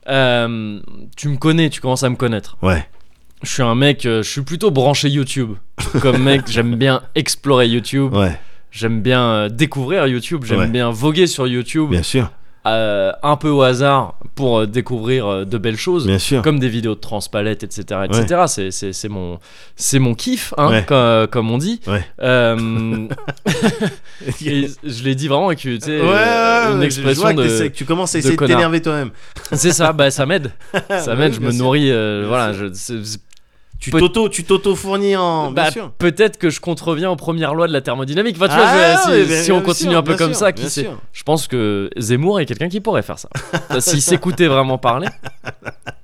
[SPEAKER 1] euh, tu me connais, tu commences à me connaître.
[SPEAKER 2] ouais.
[SPEAKER 1] Je suis un mec, euh, je suis plutôt branché YouTube. Comme mec, j'aime bien explorer YouTube,
[SPEAKER 2] Ouais,
[SPEAKER 1] j'aime bien euh, découvrir YouTube, j'aime
[SPEAKER 2] Ouais.
[SPEAKER 1] bien voguer sur YouTube,
[SPEAKER 2] bien sûr,
[SPEAKER 1] euh, un peu au hasard pour euh, découvrir euh, de belles choses.
[SPEAKER 2] bien sûr.
[SPEAKER 1] Comme des vidéos de transpalettes, etc. etc. C'est- C'est c'est mon, c'est mon kiff, hein,
[SPEAKER 2] Ouais.
[SPEAKER 1] co- euh, comme, on dit.
[SPEAKER 2] Ouais.
[SPEAKER 1] Euh, Et je l'ai dit vraiment avec tu sais,
[SPEAKER 2] Ouais,
[SPEAKER 1] euh,
[SPEAKER 2] ouais, ouais,
[SPEAKER 1] une
[SPEAKER 2] je- je vois
[SPEAKER 1] expression
[SPEAKER 2] que t'essaies-
[SPEAKER 1] de.
[SPEAKER 2] que tu commences à
[SPEAKER 1] de
[SPEAKER 2] essayer de
[SPEAKER 1] connard.
[SPEAKER 2] t'énerver toi-même.
[SPEAKER 1] C'est ça, bah ça m'aide. Ça
[SPEAKER 2] Ouais,
[SPEAKER 1] m'aide, je
[SPEAKER 2] bien
[SPEAKER 1] me
[SPEAKER 2] sûr.
[SPEAKER 1] nourris. euh,
[SPEAKER 2] Bien
[SPEAKER 1] voilà,
[SPEAKER 2] sûr.
[SPEAKER 1] je- c'est- c'est-
[SPEAKER 2] Tu
[SPEAKER 1] Peut-
[SPEAKER 2] t'auto, tu t'auto fournis en.
[SPEAKER 1] bah,
[SPEAKER 2] Ah, bien sûr.
[SPEAKER 1] peut-être que je contreviens aux premières lois de la thermodynamique. Enfin, tu vois,
[SPEAKER 2] Ah,
[SPEAKER 1] je-
[SPEAKER 2] ouais,
[SPEAKER 1] si,
[SPEAKER 2] bien-
[SPEAKER 1] si on
[SPEAKER 2] bien
[SPEAKER 1] continue
[SPEAKER 2] sûr,
[SPEAKER 1] un peu
[SPEAKER 2] bien
[SPEAKER 1] comme
[SPEAKER 2] sûr,
[SPEAKER 1] ça, qui
[SPEAKER 2] bien
[SPEAKER 1] sait
[SPEAKER 2] sûr.
[SPEAKER 1] Je pense que Zemmour est quelqu'un qui pourrait faire ça. Enfin, S'il s'écoutait vraiment parler,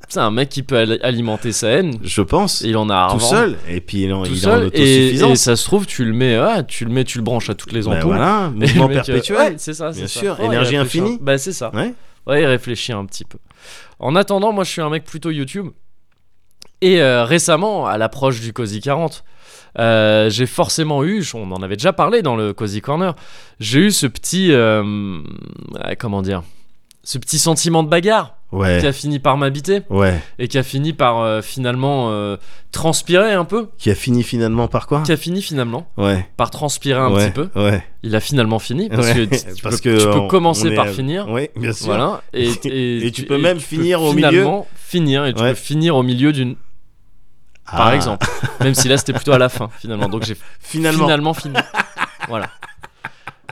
[SPEAKER 1] c'est un mec qui peut al- alimenter sa haine.
[SPEAKER 2] Je pense.
[SPEAKER 1] Il en a à
[SPEAKER 2] Tout
[SPEAKER 1] revendre.
[SPEAKER 2] seul. Et puis il est en,
[SPEAKER 1] Tout
[SPEAKER 2] il est en
[SPEAKER 1] seul. Et, et
[SPEAKER 2] autosuffisance.
[SPEAKER 1] ça se trouve, tu le mets, ah, tu le mets, tu le branches à toutes les
[SPEAKER 2] Bah
[SPEAKER 1] ampoules.
[SPEAKER 2] voilà,
[SPEAKER 1] Et le
[SPEAKER 2] mouvement
[SPEAKER 1] mec, euh,
[SPEAKER 2] perpétuel.
[SPEAKER 1] ouais, c'est ça, c'est
[SPEAKER 2] Bien
[SPEAKER 1] ça. Oh,
[SPEAKER 2] sûr,
[SPEAKER 1] il
[SPEAKER 2] énergie
[SPEAKER 1] réfléchit un-
[SPEAKER 2] infinie.
[SPEAKER 1] Bah, c'est ça.
[SPEAKER 2] Ouais.
[SPEAKER 1] Ouais, réfléchir un petit peu. En attendant, moi, je suis un mec plutôt YouTube. Et euh, récemment, à l'approche du COSI 40, euh, j'ai forcément eu, on en avait déjà parlé dans le COSI Corner, j'ai eu ce petit. euh, euh, comment dire Ce petit sentiment de bagarre qui
[SPEAKER 2] Ouais.
[SPEAKER 1] a fini par m'habiter
[SPEAKER 2] Ouais.
[SPEAKER 1] et qui a fini par euh, finalement euh, transpirer un peu.
[SPEAKER 2] Qui a fini finalement par quoi
[SPEAKER 1] Qui a fini finalement
[SPEAKER 2] Ouais.
[SPEAKER 1] par transpirer un
[SPEAKER 2] ouais,
[SPEAKER 1] petit peu.
[SPEAKER 2] Ouais.
[SPEAKER 1] Il a finalement fini parce
[SPEAKER 2] ouais.
[SPEAKER 1] que tu, tu
[SPEAKER 2] Parce
[SPEAKER 1] peux, tu peux
[SPEAKER 2] on-
[SPEAKER 1] commencer
[SPEAKER 2] on est
[SPEAKER 1] par
[SPEAKER 2] à-
[SPEAKER 1] finir.
[SPEAKER 2] Oui, bien sûr.
[SPEAKER 1] Voilà. Et, et,
[SPEAKER 2] Et tu peux même finir au milieu.
[SPEAKER 1] finalement finir et tu
[SPEAKER 2] Ouais.
[SPEAKER 1] peux finir au milieu d'une par
[SPEAKER 2] Ah,
[SPEAKER 1] exemple. Même si là c'était plutôt à la fin finalement. Donc j'ai
[SPEAKER 2] Finalement.
[SPEAKER 1] finalement fini. voilà.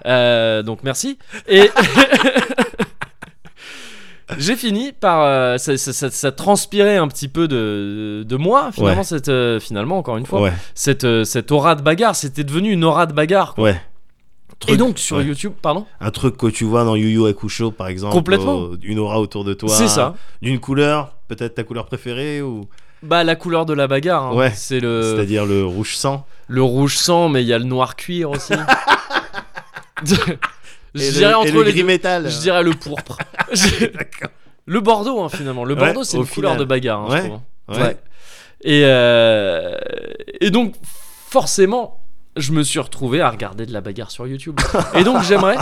[SPEAKER 1] Euh, donc merci. Et j'ai fini par euh, ça, ça- ça- ça transpirait un petit peu de, de moi finalement
[SPEAKER 2] Ouais.
[SPEAKER 1] cette euh, finalement encore une fois
[SPEAKER 2] Ouais.
[SPEAKER 1] cette euh, cette aura de bagarre c'était devenu une aura de bagarre. quoi.
[SPEAKER 2] Ouais.
[SPEAKER 1] Et
[SPEAKER 2] Truc-
[SPEAKER 1] donc sur
[SPEAKER 2] ouais.
[SPEAKER 1] YouTube pardon
[SPEAKER 2] Un truc que tu vois dans Yu Yu Hakusho par exemple.
[SPEAKER 1] Complètement.
[SPEAKER 2] au- une aura autour de toi.
[SPEAKER 1] c'est ça.
[SPEAKER 2] D'une couleur, peut-être ta couleur préférée ou
[SPEAKER 1] Bah la couleur de la bagarre. hein.
[SPEAKER 2] Ouais.
[SPEAKER 1] C'est le
[SPEAKER 2] c'est-à-dire le rouge sang.
[SPEAKER 1] Le rouge sang, mais il y a le noir cuir aussi.
[SPEAKER 2] Et
[SPEAKER 1] je
[SPEAKER 2] le-
[SPEAKER 1] dirais
[SPEAKER 2] et
[SPEAKER 1] entre
[SPEAKER 2] le
[SPEAKER 1] les
[SPEAKER 2] gris
[SPEAKER 1] deux.
[SPEAKER 2] métal.
[SPEAKER 1] Je dirais le pourpre. Je- le bordeaux, hein, finalement. Le
[SPEAKER 2] Ouais,
[SPEAKER 1] bordeaux, c'est
[SPEAKER 2] au
[SPEAKER 1] une couleur
[SPEAKER 2] final.
[SPEAKER 1] de bagarre. hein, je
[SPEAKER 2] Ouais,
[SPEAKER 1] trouve, hein.
[SPEAKER 2] Ouais.
[SPEAKER 1] Ouais. Et, euh, et donc, forcément, je me suis retrouvé à regarder de la bagarre sur YouTube. Et donc, j'aimerais,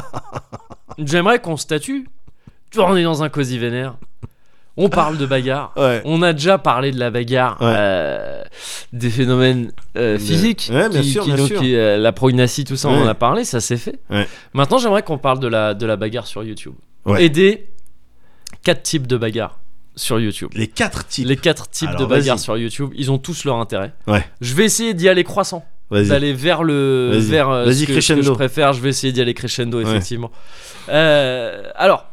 [SPEAKER 1] j'aimerais qu'on statue. Tu vois, on est dans un cosy vénère. On parle de bagarre.
[SPEAKER 2] Ouais.
[SPEAKER 1] On a déjà parlé de la bagarre,
[SPEAKER 2] Ouais.
[SPEAKER 1] euh, des phénomènes euh,
[SPEAKER 2] De-
[SPEAKER 1] physiques,
[SPEAKER 2] Ouais, bien
[SPEAKER 1] qui-
[SPEAKER 2] sûr,
[SPEAKER 1] qui-
[SPEAKER 2] bien
[SPEAKER 1] donc,
[SPEAKER 2] sûr.
[SPEAKER 1] qui, euh, la prognacie, tout ça, on
[SPEAKER 2] Ouais.
[SPEAKER 1] en a parlé, ça s'est fait.
[SPEAKER 2] Ouais.
[SPEAKER 1] Maintenant, j'aimerais qu'on parle de la, de la bagarre sur YouTube.
[SPEAKER 2] Ouais.
[SPEAKER 1] Et des quatre types de bagarres sur YouTube.
[SPEAKER 2] Les quatre types.
[SPEAKER 1] Les quatre types
[SPEAKER 2] Alors,
[SPEAKER 1] de bagarres
[SPEAKER 2] vas-y.
[SPEAKER 1] sur YouTube, ils ont tous leur intérêt.
[SPEAKER 2] Ouais.
[SPEAKER 1] Je vais essayer d'y aller croissant,
[SPEAKER 2] Vas-y.
[SPEAKER 1] d'aller vers le
[SPEAKER 2] Vas-y.
[SPEAKER 1] vers euh,
[SPEAKER 2] Vas-y,
[SPEAKER 1] ce, que, ce que je
[SPEAKER 2] crescendo.
[SPEAKER 1] préfère. Je vais essayer d'y aller crescendo,
[SPEAKER 2] Ouais.
[SPEAKER 1] effectivement. Euh, alors,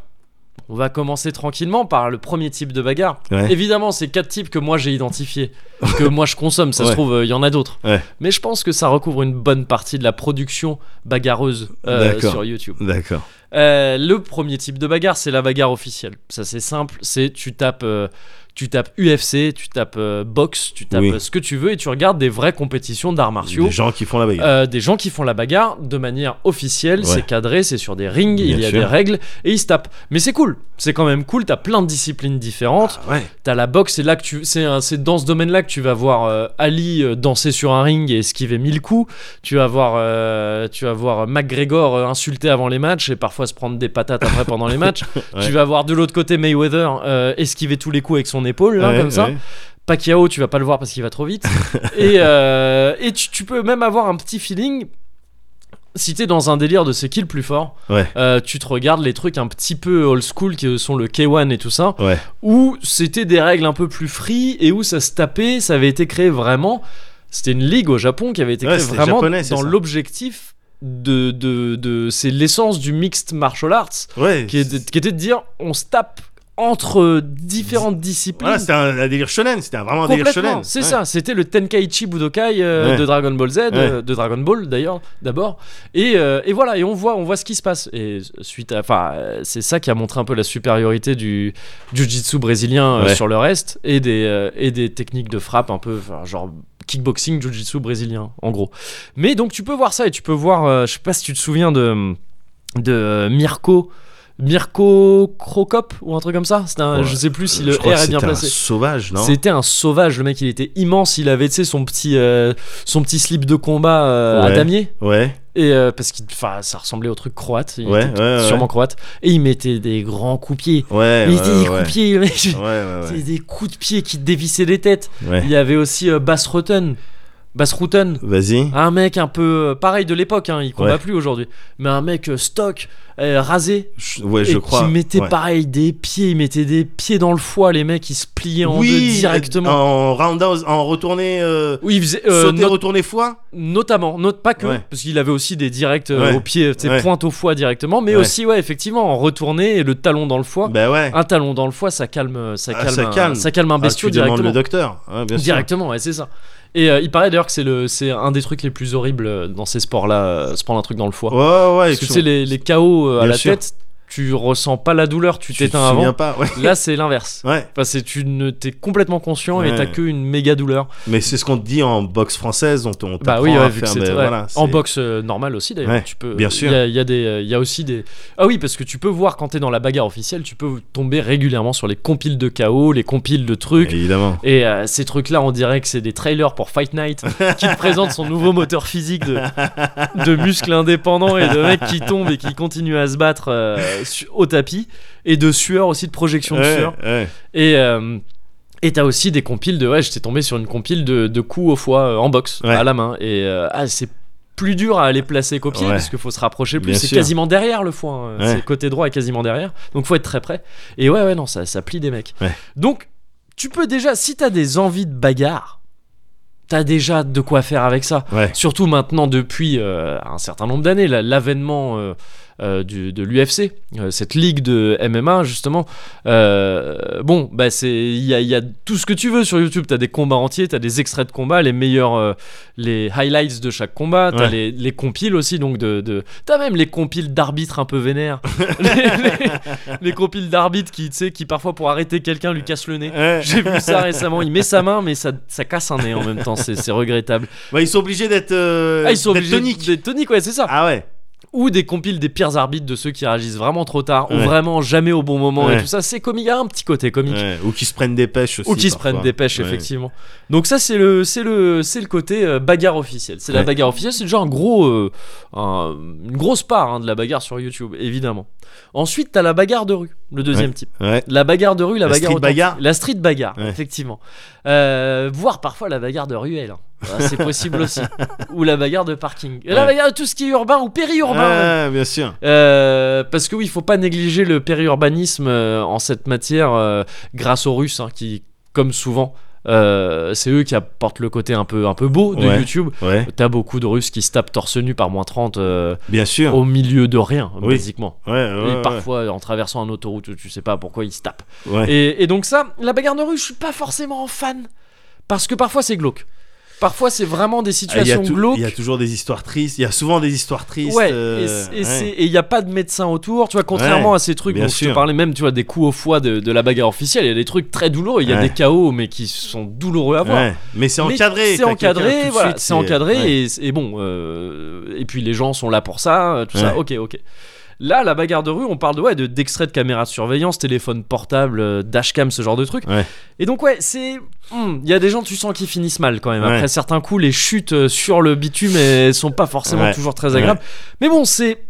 [SPEAKER 1] on va commencer tranquillement par le premier type de bagarre.
[SPEAKER 2] Ouais.
[SPEAKER 1] Évidemment, c'est quatre types que moi j'ai identifiés, que moi je consomme. Ça se
[SPEAKER 2] Ouais.
[SPEAKER 1] trouve, euh, il y en a d'autres.
[SPEAKER 2] Ouais.
[SPEAKER 1] Mais je pense que ça recouvre une bonne partie de la production bagarreuse euh,
[SPEAKER 2] D'accord.
[SPEAKER 1] sur YouTube.
[SPEAKER 2] D'accord.
[SPEAKER 1] Euh, le premier type de bagarre, c'est la bagarre officielle. Ça, c'est simple. C'est tu tapes, euh, tu tapes UFC, tu tapes euh, boxe, tu tapes
[SPEAKER 2] Oui.
[SPEAKER 1] euh, ce que tu veux et tu regardes des vraies compétitions d'arts martiaux.
[SPEAKER 2] Les gens qui font la bagarre.
[SPEAKER 1] Euh, des gens qui font la bagarre de manière officielle,
[SPEAKER 2] Ouais.
[SPEAKER 1] c'est cadré, c'est sur des rings,
[SPEAKER 2] Bien
[SPEAKER 1] il y a
[SPEAKER 2] sûr.
[SPEAKER 1] des règles et ils se tapent. Mais c'est cool, c'est quand même cool, t'as plein de disciplines différentes.
[SPEAKER 2] Ah ouais.
[SPEAKER 1] T'as la boxe, c'est là que tu, c'est, un- c'est dans ce domaine-là que tu vas voir euh, Ali euh, danser sur un ring et esquiver mille coups. Tu vas voir, euh, tu vas voir McGregor euh, insulter avant les matchs et parfois se prendre des patates après pendant les matchs.
[SPEAKER 2] Ouais.
[SPEAKER 1] Tu vas voir de l'autre côté Mayweather euh, esquiver tous les coups avec son épaule, là,
[SPEAKER 2] Ouais,
[SPEAKER 1] comme ça.
[SPEAKER 2] ouais.
[SPEAKER 1] Pacquiao, tu vas pas le voir parce qu'il va trop vite. et euh, et tu, tu peux même avoir un petit feeling. Si t'es dans un délire de c'est qui le plus fort,
[SPEAKER 2] Ouais.
[SPEAKER 1] euh, tu te regardes les trucs un petit peu old school qui sont le K1 et tout ça,
[SPEAKER 2] Ouais.
[SPEAKER 1] où c'était des règles un peu plus free et où ça se tapait, ça avait été créé vraiment. C'était une ligue au Japon qui avait été
[SPEAKER 2] Ouais,
[SPEAKER 1] créée
[SPEAKER 2] c'était
[SPEAKER 1] vraiment
[SPEAKER 2] japonais, c'est
[SPEAKER 1] dans
[SPEAKER 2] ça.
[SPEAKER 1] l'objectif de. de, de c'est l'essence du mixed martial arts
[SPEAKER 2] Ouais.
[SPEAKER 1] qui était, qui était de dire on se tape entre différentes disciplines.
[SPEAKER 2] Voilà, c'était un, un délire shonen. C'était un- vraiment un délire
[SPEAKER 1] Complètement,
[SPEAKER 2] shonen.
[SPEAKER 1] c'est
[SPEAKER 2] Ouais.
[SPEAKER 1] ça, c'était le Tenkaichi Budokai euh,
[SPEAKER 2] Ouais.
[SPEAKER 1] de Dragon Ball Z, euh,
[SPEAKER 2] Ouais.
[SPEAKER 1] de Dragon Ball d'ailleurs, d'abord. Et, euh, et voilà, et on voit, on voit ce qui se passe. Et suite à, enfin, euh, c'est ça qui a montré un peu la supériorité du jiu-jitsu brésilien euh,
[SPEAKER 2] Ouais.
[SPEAKER 1] sur le reste et des, euh, et des techniques de frappe un peu, enfin, genre kickboxing, jiu-jitsu brésilien, en gros. Mais donc tu peux voir ça et tu peux voir, euh, je sais pas si tu te souviens de, de euh, Mirko. Mirko Crocop ou un truc comme ça, c'est un,
[SPEAKER 2] Ouais.
[SPEAKER 1] je sais plus si
[SPEAKER 2] Je
[SPEAKER 1] le R
[SPEAKER 2] crois que
[SPEAKER 1] est bien
[SPEAKER 2] c'était un
[SPEAKER 1] placé.
[SPEAKER 2] sauvage, non
[SPEAKER 1] C'était un sauvage, le mec, il était immense, il avait, tu sais, son petit, euh, son petit slip de combat euh, à
[SPEAKER 2] Ouais.
[SPEAKER 1] damier,
[SPEAKER 2] Ouais,
[SPEAKER 1] et euh, parce que ça ressemblait au truc croate, il
[SPEAKER 2] ouais, ouais.
[SPEAKER 1] était
[SPEAKER 2] ouais.
[SPEAKER 1] sûrement croate, et il mettait des grands coups de pied.
[SPEAKER 2] Ouais,
[SPEAKER 1] il
[SPEAKER 2] ouais,
[SPEAKER 1] mettait des
[SPEAKER 2] ouais.
[SPEAKER 1] coups de pied, le mec.
[SPEAKER 2] Ouais, ouais,
[SPEAKER 1] C'était
[SPEAKER 2] ouais.
[SPEAKER 1] des coups de pied qui dévissaient les têtes.
[SPEAKER 2] Ouais.
[SPEAKER 1] Il y avait aussi euh, Bas Rutten. Bas Rutten.
[SPEAKER 2] Vas-y.
[SPEAKER 1] Un mec un peu euh, pareil de l'époque, hein, il combat
[SPEAKER 2] Ouais.
[SPEAKER 1] plus aujourd'hui, mais un mec euh, stock, euh, rasé,
[SPEAKER 2] Je- Ouais,
[SPEAKER 1] et
[SPEAKER 2] je crois.
[SPEAKER 1] qui mettait
[SPEAKER 2] ouais.
[SPEAKER 1] pareil des pieds, il mettait des pieds dans le foie, les mecs, ils se pliaient en deux
[SPEAKER 2] oui, euh,
[SPEAKER 1] directement.
[SPEAKER 2] En roundhouse, en retourné. Euh,
[SPEAKER 1] Oui, il faisait, euh,
[SPEAKER 2] sauter,
[SPEAKER 1] not-
[SPEAKER 2] retourné foie
[SPEAKER 1] notamment, note pas que,
[SPEAKER 2] Ouais.
[SPEAKER 1] parce qu'il avait aussi des directs euh,
[SPEAKER 2] Ouais.
[SPEAKER 1] au pied, tu sais,
[SPEAKER 2] Ouais.
[SPEAKER 1] pointe au foie directement, mais
[SPEAKER 2] Ouais.
[SPEAKER 1] aussi, ouais, effectivement, en retourné et le talon dans le foie.
[SPEAKER 2] Bah ouais.
[SPEAKER 1] Un talon dans le foie, ça calme, ça
[SPEAKER 2] Ah,
[SPEAKER 1] calme,
[SPEAKER 2] ça
[SPEAKER 1] un,
[SPEAKER 2] calme.
[SPEAKER 1] ça calme Ah, un
[SPEAKER 2] Ah,
[SPEAKER 1] bestiau
[SPEAKER 2] tu demandes
[SPEAKER 1] directement.
[SPEAKER 2] le docteur. Ouais, bien sûr.
[SPEAKER 1] Directement, ouais, c'est ça. Et euh, il paraît d'ailleurs que c'est le, c'est un des trucs les plus horribles euh, dans ces sports-là, euh, se prendre un truc dans le foie.
[SPEAKER 2] Ouais, ouais.
[SPEAKER 1] Parce que tu sais, les, les KO euh, à
[SPEAKER 2] Bien
[SPEAKER 1] la
[SPEAKER 2] sûr.
[SPEAKER 1] tête, tu ressens pas la douleur,
[SPEAKER 2] Tu
[SPEAKER 1] tu
[SPEAKER 2] te
[SPEAKER 1] t'éteins avant.
[SPEAKER 2] souviens pas, ouais.
[SPEAKER 1] Là, c'est l'inverse.
[SPEAKER 2] Ouais,
[SPEAKER 1] Enfin, c'est tu ne t'es complètement conscient et
[SPEAKER 2] Ouais.
[SPEAKER 1] t'as que une méga douleur.
[SPEAKER 2] mais c'est ce qu'on te dit en boxe française, on t- on t'apprend
[SPEAKER 1] Bah oui, ouais,
[SPEAKER 2] à
[SPEAKER 1] vu que
[SPEAKER 2] faire
[SPEAKER 1] c'est
[SPEAKER 2] des-
[SPEAKER 1] ouais.
[SPEAKER 2] voilà,
[SPEAKER 1] en
[SPEAKER 2] c'est-
[SPEAKER 1] boxe euh, normale aussi d'ailleurs.
[SPEAKER 2] Ouais,
[SPEAKER 1] tu peux.
[SPEAKER 2] bien sûr.
[SPEAKER 1] Il y a, il y a des, euh, il y a aussi des. Ah oui, parce que tu peux voir quand t'es dans la bagarre officielle, tu peux tomber régulièrement sur les compiles de KO, les compiles de trucs.
[SPEAKER 2] Évidemment.
[SPEAKER 1] Et euh, ces trucs-là, on dirait que c'est des trailers pour Fight Night qui te présentent son nouveau moteur physique de, de muscles indépendants et de mecs qui tombent et qui continuent à se battre euh, su- au tapis et de sueur aussi, de projection de
[SPEAKER 2] Ouais,
[SPEAKER 1] sueur.
[SPEAKER 2] ouais.
[SPEAKER 1] Et euh, et t'as aussi des compiles de. Ouais, j'étais tombé sur une compile de, de coups au foie euh, en boxe,
[SPEAKER 2] Ouais.
[SPEAKER 1] à la main. Et euh, ah, c'est plus dur à aller placer qu'au pied
[SPEAKER 2] Ouais.
[SPEAKER 1] parce qu'il faut se rapprocher plus.
[SPEAKER 2] Bien
[SPEAKER 1] C'est
[SPEAKER 2] sûr.
[SPEAKER 1] quasiment derrière le foie. hein.
[SPEAKER 2] Ouais.
[SPEAKER 1] C'est côté droit est quasiment derrière. Donc faut être très près. Et ouais, ouais, non, ça, ça plie des mecs.
[SPEAKER 2] Ouais.
[SPEAKER 1] Donc tu peux déjà, si t'as des envies de bagarre, t'as déjà de quoi faire avec ça.
[SPEAKER 2] Ouais.
[SPEAKER 1] Surtout maintenant depuis euh, un certain nombre d'années, la- l'avènement euh, euh, du- de l'UFC, euh, cette ligue de MMA justement. euh, bon, bah c'est il y a, il y a tout ce que tu veux sur YouTube. T'as des combats entiers, t'as des extraits de combats, les meilleurs, euh, les highlights de chaque combat. T'as
[SPEAKER 2] Ouais.
[SPEAKER 1] les, les compiles aussi donc de, de- t'as même les compiles d'arbitres un peu vénères, les, les- les compiles d'arbitres qui tu sais qui parfois pour arrêter quelqu'un lui cassent le nez.
[SPEAKER 2] Ouais.
[SPEAKER 1] J'ai vu ça récemment, il met sa main mais ça, ça casse un nez en même temps, c'est c'est regrettable.
[SPEAKER 2] Bah, ils sont obligés d'être euh,
[SPEAKER 1] Ah, ils sont
[SPEAKER 2] d'être
[SPEAKER 1] obligés
[SPEAKER 2] toniques.
[SPEAKER 1] Des toniques, ouais, c'est ça.
[SPEAKER 2] Ah ouais.
[SPEAKER 1] Ou des compiles des pires arbitres de ceux qui réagissent vraiment trop tard, ou
[SPEAKER 2] Ouais.
[SPEAKER 1] vraiment jamais au bon moment et
[SPEAKER 2] Ouais.
[SPEAKER 1] tout ça. C'est comique, il y a un petit côté comique.
[SPEAKER 2] Ouais, Ou qui se prennent des pêches aussi.
[SPEAKER 1] Ou qui se
[SPEAKER 2] parfois.
[SPEAKER 1] prennent des pêches,
[SPEAKER 2] Ouais.
[SPEAKER 1] effectivement. Donc ça, c'est le, c'est le, c'est le côté euh, bagarre officielle. C'est la
[SPEAKER 2] Ouais.
[SPEAKER 1] bagarre officielle, c'est déjà un gros, euh, un- une grosse part hein, de la bagarre sur YouTube, évidemment. Ensuite, t'as la bagarre de rue, le deuxième type.
[SPEAKER 2] Ouais.
[SPEAKER 1] La bagarre de rue,
[SPEAKER 2] La
[SPEAKER 1] la, bagarre
[SPEAKER 2] street
[SPEAKER 1] authentique.
[SPEAKER 2] bagarre
[SPEAKER 1] La street bagarre,
[SPEAKER 2] Ouais.
[SPEAKER 1] effectivement. Euh, voire parfois la bagarre de ruelle. hein. Ah, C'est possible aussi. ou la bagarre de parking. Et la
[SPEAKER 2] Ouais.
[SPEAKER 1] bagarre de tout ce qui est urbain ou périurbain. même.
[SPEAKER 2] Ah, bien sûr.
[SPEAKER 1] Euh, parce que oui, il faut pas négliger le périurbanisme euh, en cette matière euh, grâce aux Russes hein, qui, comme souvent, euh, c'est eux qui apportent le côté un peu, un peu beau de
[SPEAKER 2] Ouais.
[SPEAKER 1] YouTube.
[SPEAKER 2] Ouais,
[SPEAKER 1] T'as beaucoup de Russes qui se tapent torse nu par moins 30 euh,
[SPEAKER 2] bien sûr.
[SPEAKER 1] au milieu de rien,
[SPEAKER 2] Oui.
[SPEAKER 1] basiquement.
[SPEAKER 2] Ouais, ouais,
[SPEAKER 1] Et
[SPEAKER 2] ouais,
[SPEAKER 1] parfois, en traversant un autoroute, tu sais pas pourquoi ils se tapent.
[SPEAKER 2] ouais.
[SPEAKER 1] Et, et donc ça, la bagarre de rue, je suis pas forcément en fan. Parce que parfois c'est glauque. Parfois c'est vraiment des
[SPEAKER 2] Ah, Il y, a
[SPEAKER 1] situations
[SPEAKER 2] tou-
[SPEAKER 1] glauques.
[SPEAKER 2] il y a toujours des histoires tristes. Il y a souvent des histoires tristes.
[SPEAKER 1] Ouais, et
[SPEAKER 2] euh,
[SPEAKER 1] c'est- et
[SPEAKER 2] ouais.
[SPEAKER 1] c'est- et il n'y a pas de médecin autour, tu vois, contrairement
[SPEAKER 2] Ouais,
[SPEAKER 1] à ces trucs
[SPEAKER 2] bien
[SPEAKER 1] dont je te
[SPEAKER 2] sûr.
[SPEAKER 1] parlais même, tu vois, des coups au foie de, de la bagarre officielle, il y a des trucs très douloureux, il y a
[SPEAKER 2] Ouais.
[SPEAKER 1] des chaos, mais qui sont douloureux à voir.
[SPEAKER 2] Ouais, Mais c'est
[SPEAKER 1] Mais
[SPEAKER 2] encadré.
[SPEAKER 1] C'est
[SPEAKER 2] t'as quelqu'un tout
[SPEAKER 1] encadré,
[SPEAKER 2] de
[SPEAKER 1] voilà,
[SPEAKER 2] suite,
[SPEAKER 1] c'est encadré,
[SPEAKER 2] ouais.
[SPEAKER 1] et, et bon, euh, et puis les gens sont là pour ça, euh, tout ça,
[SPEAKER 2] Ouais.
[SPEAKER 1] ok, ok. Là, la bagarre de rue, on parle de ouais, de- d'extraits de, caméras de surveillance, téléphone portable, euh, dashcam, ce genre de truc.
[SPEAKER 2] Ouais.
[SPEAKER 1] Et donc, ouais, c'est. hmm, Il y a des gens, tu sens, qui finissent mal quand même.
[SPEAKER 2] Ouais.
[SPEAKER 1] Après certains coups, les chutes euh, sur le bitume, elles sont pas forcément
[SPEAKER 2] Ouais.
[SPEAKER 1] toujours très agréables. Mais bon, c'est.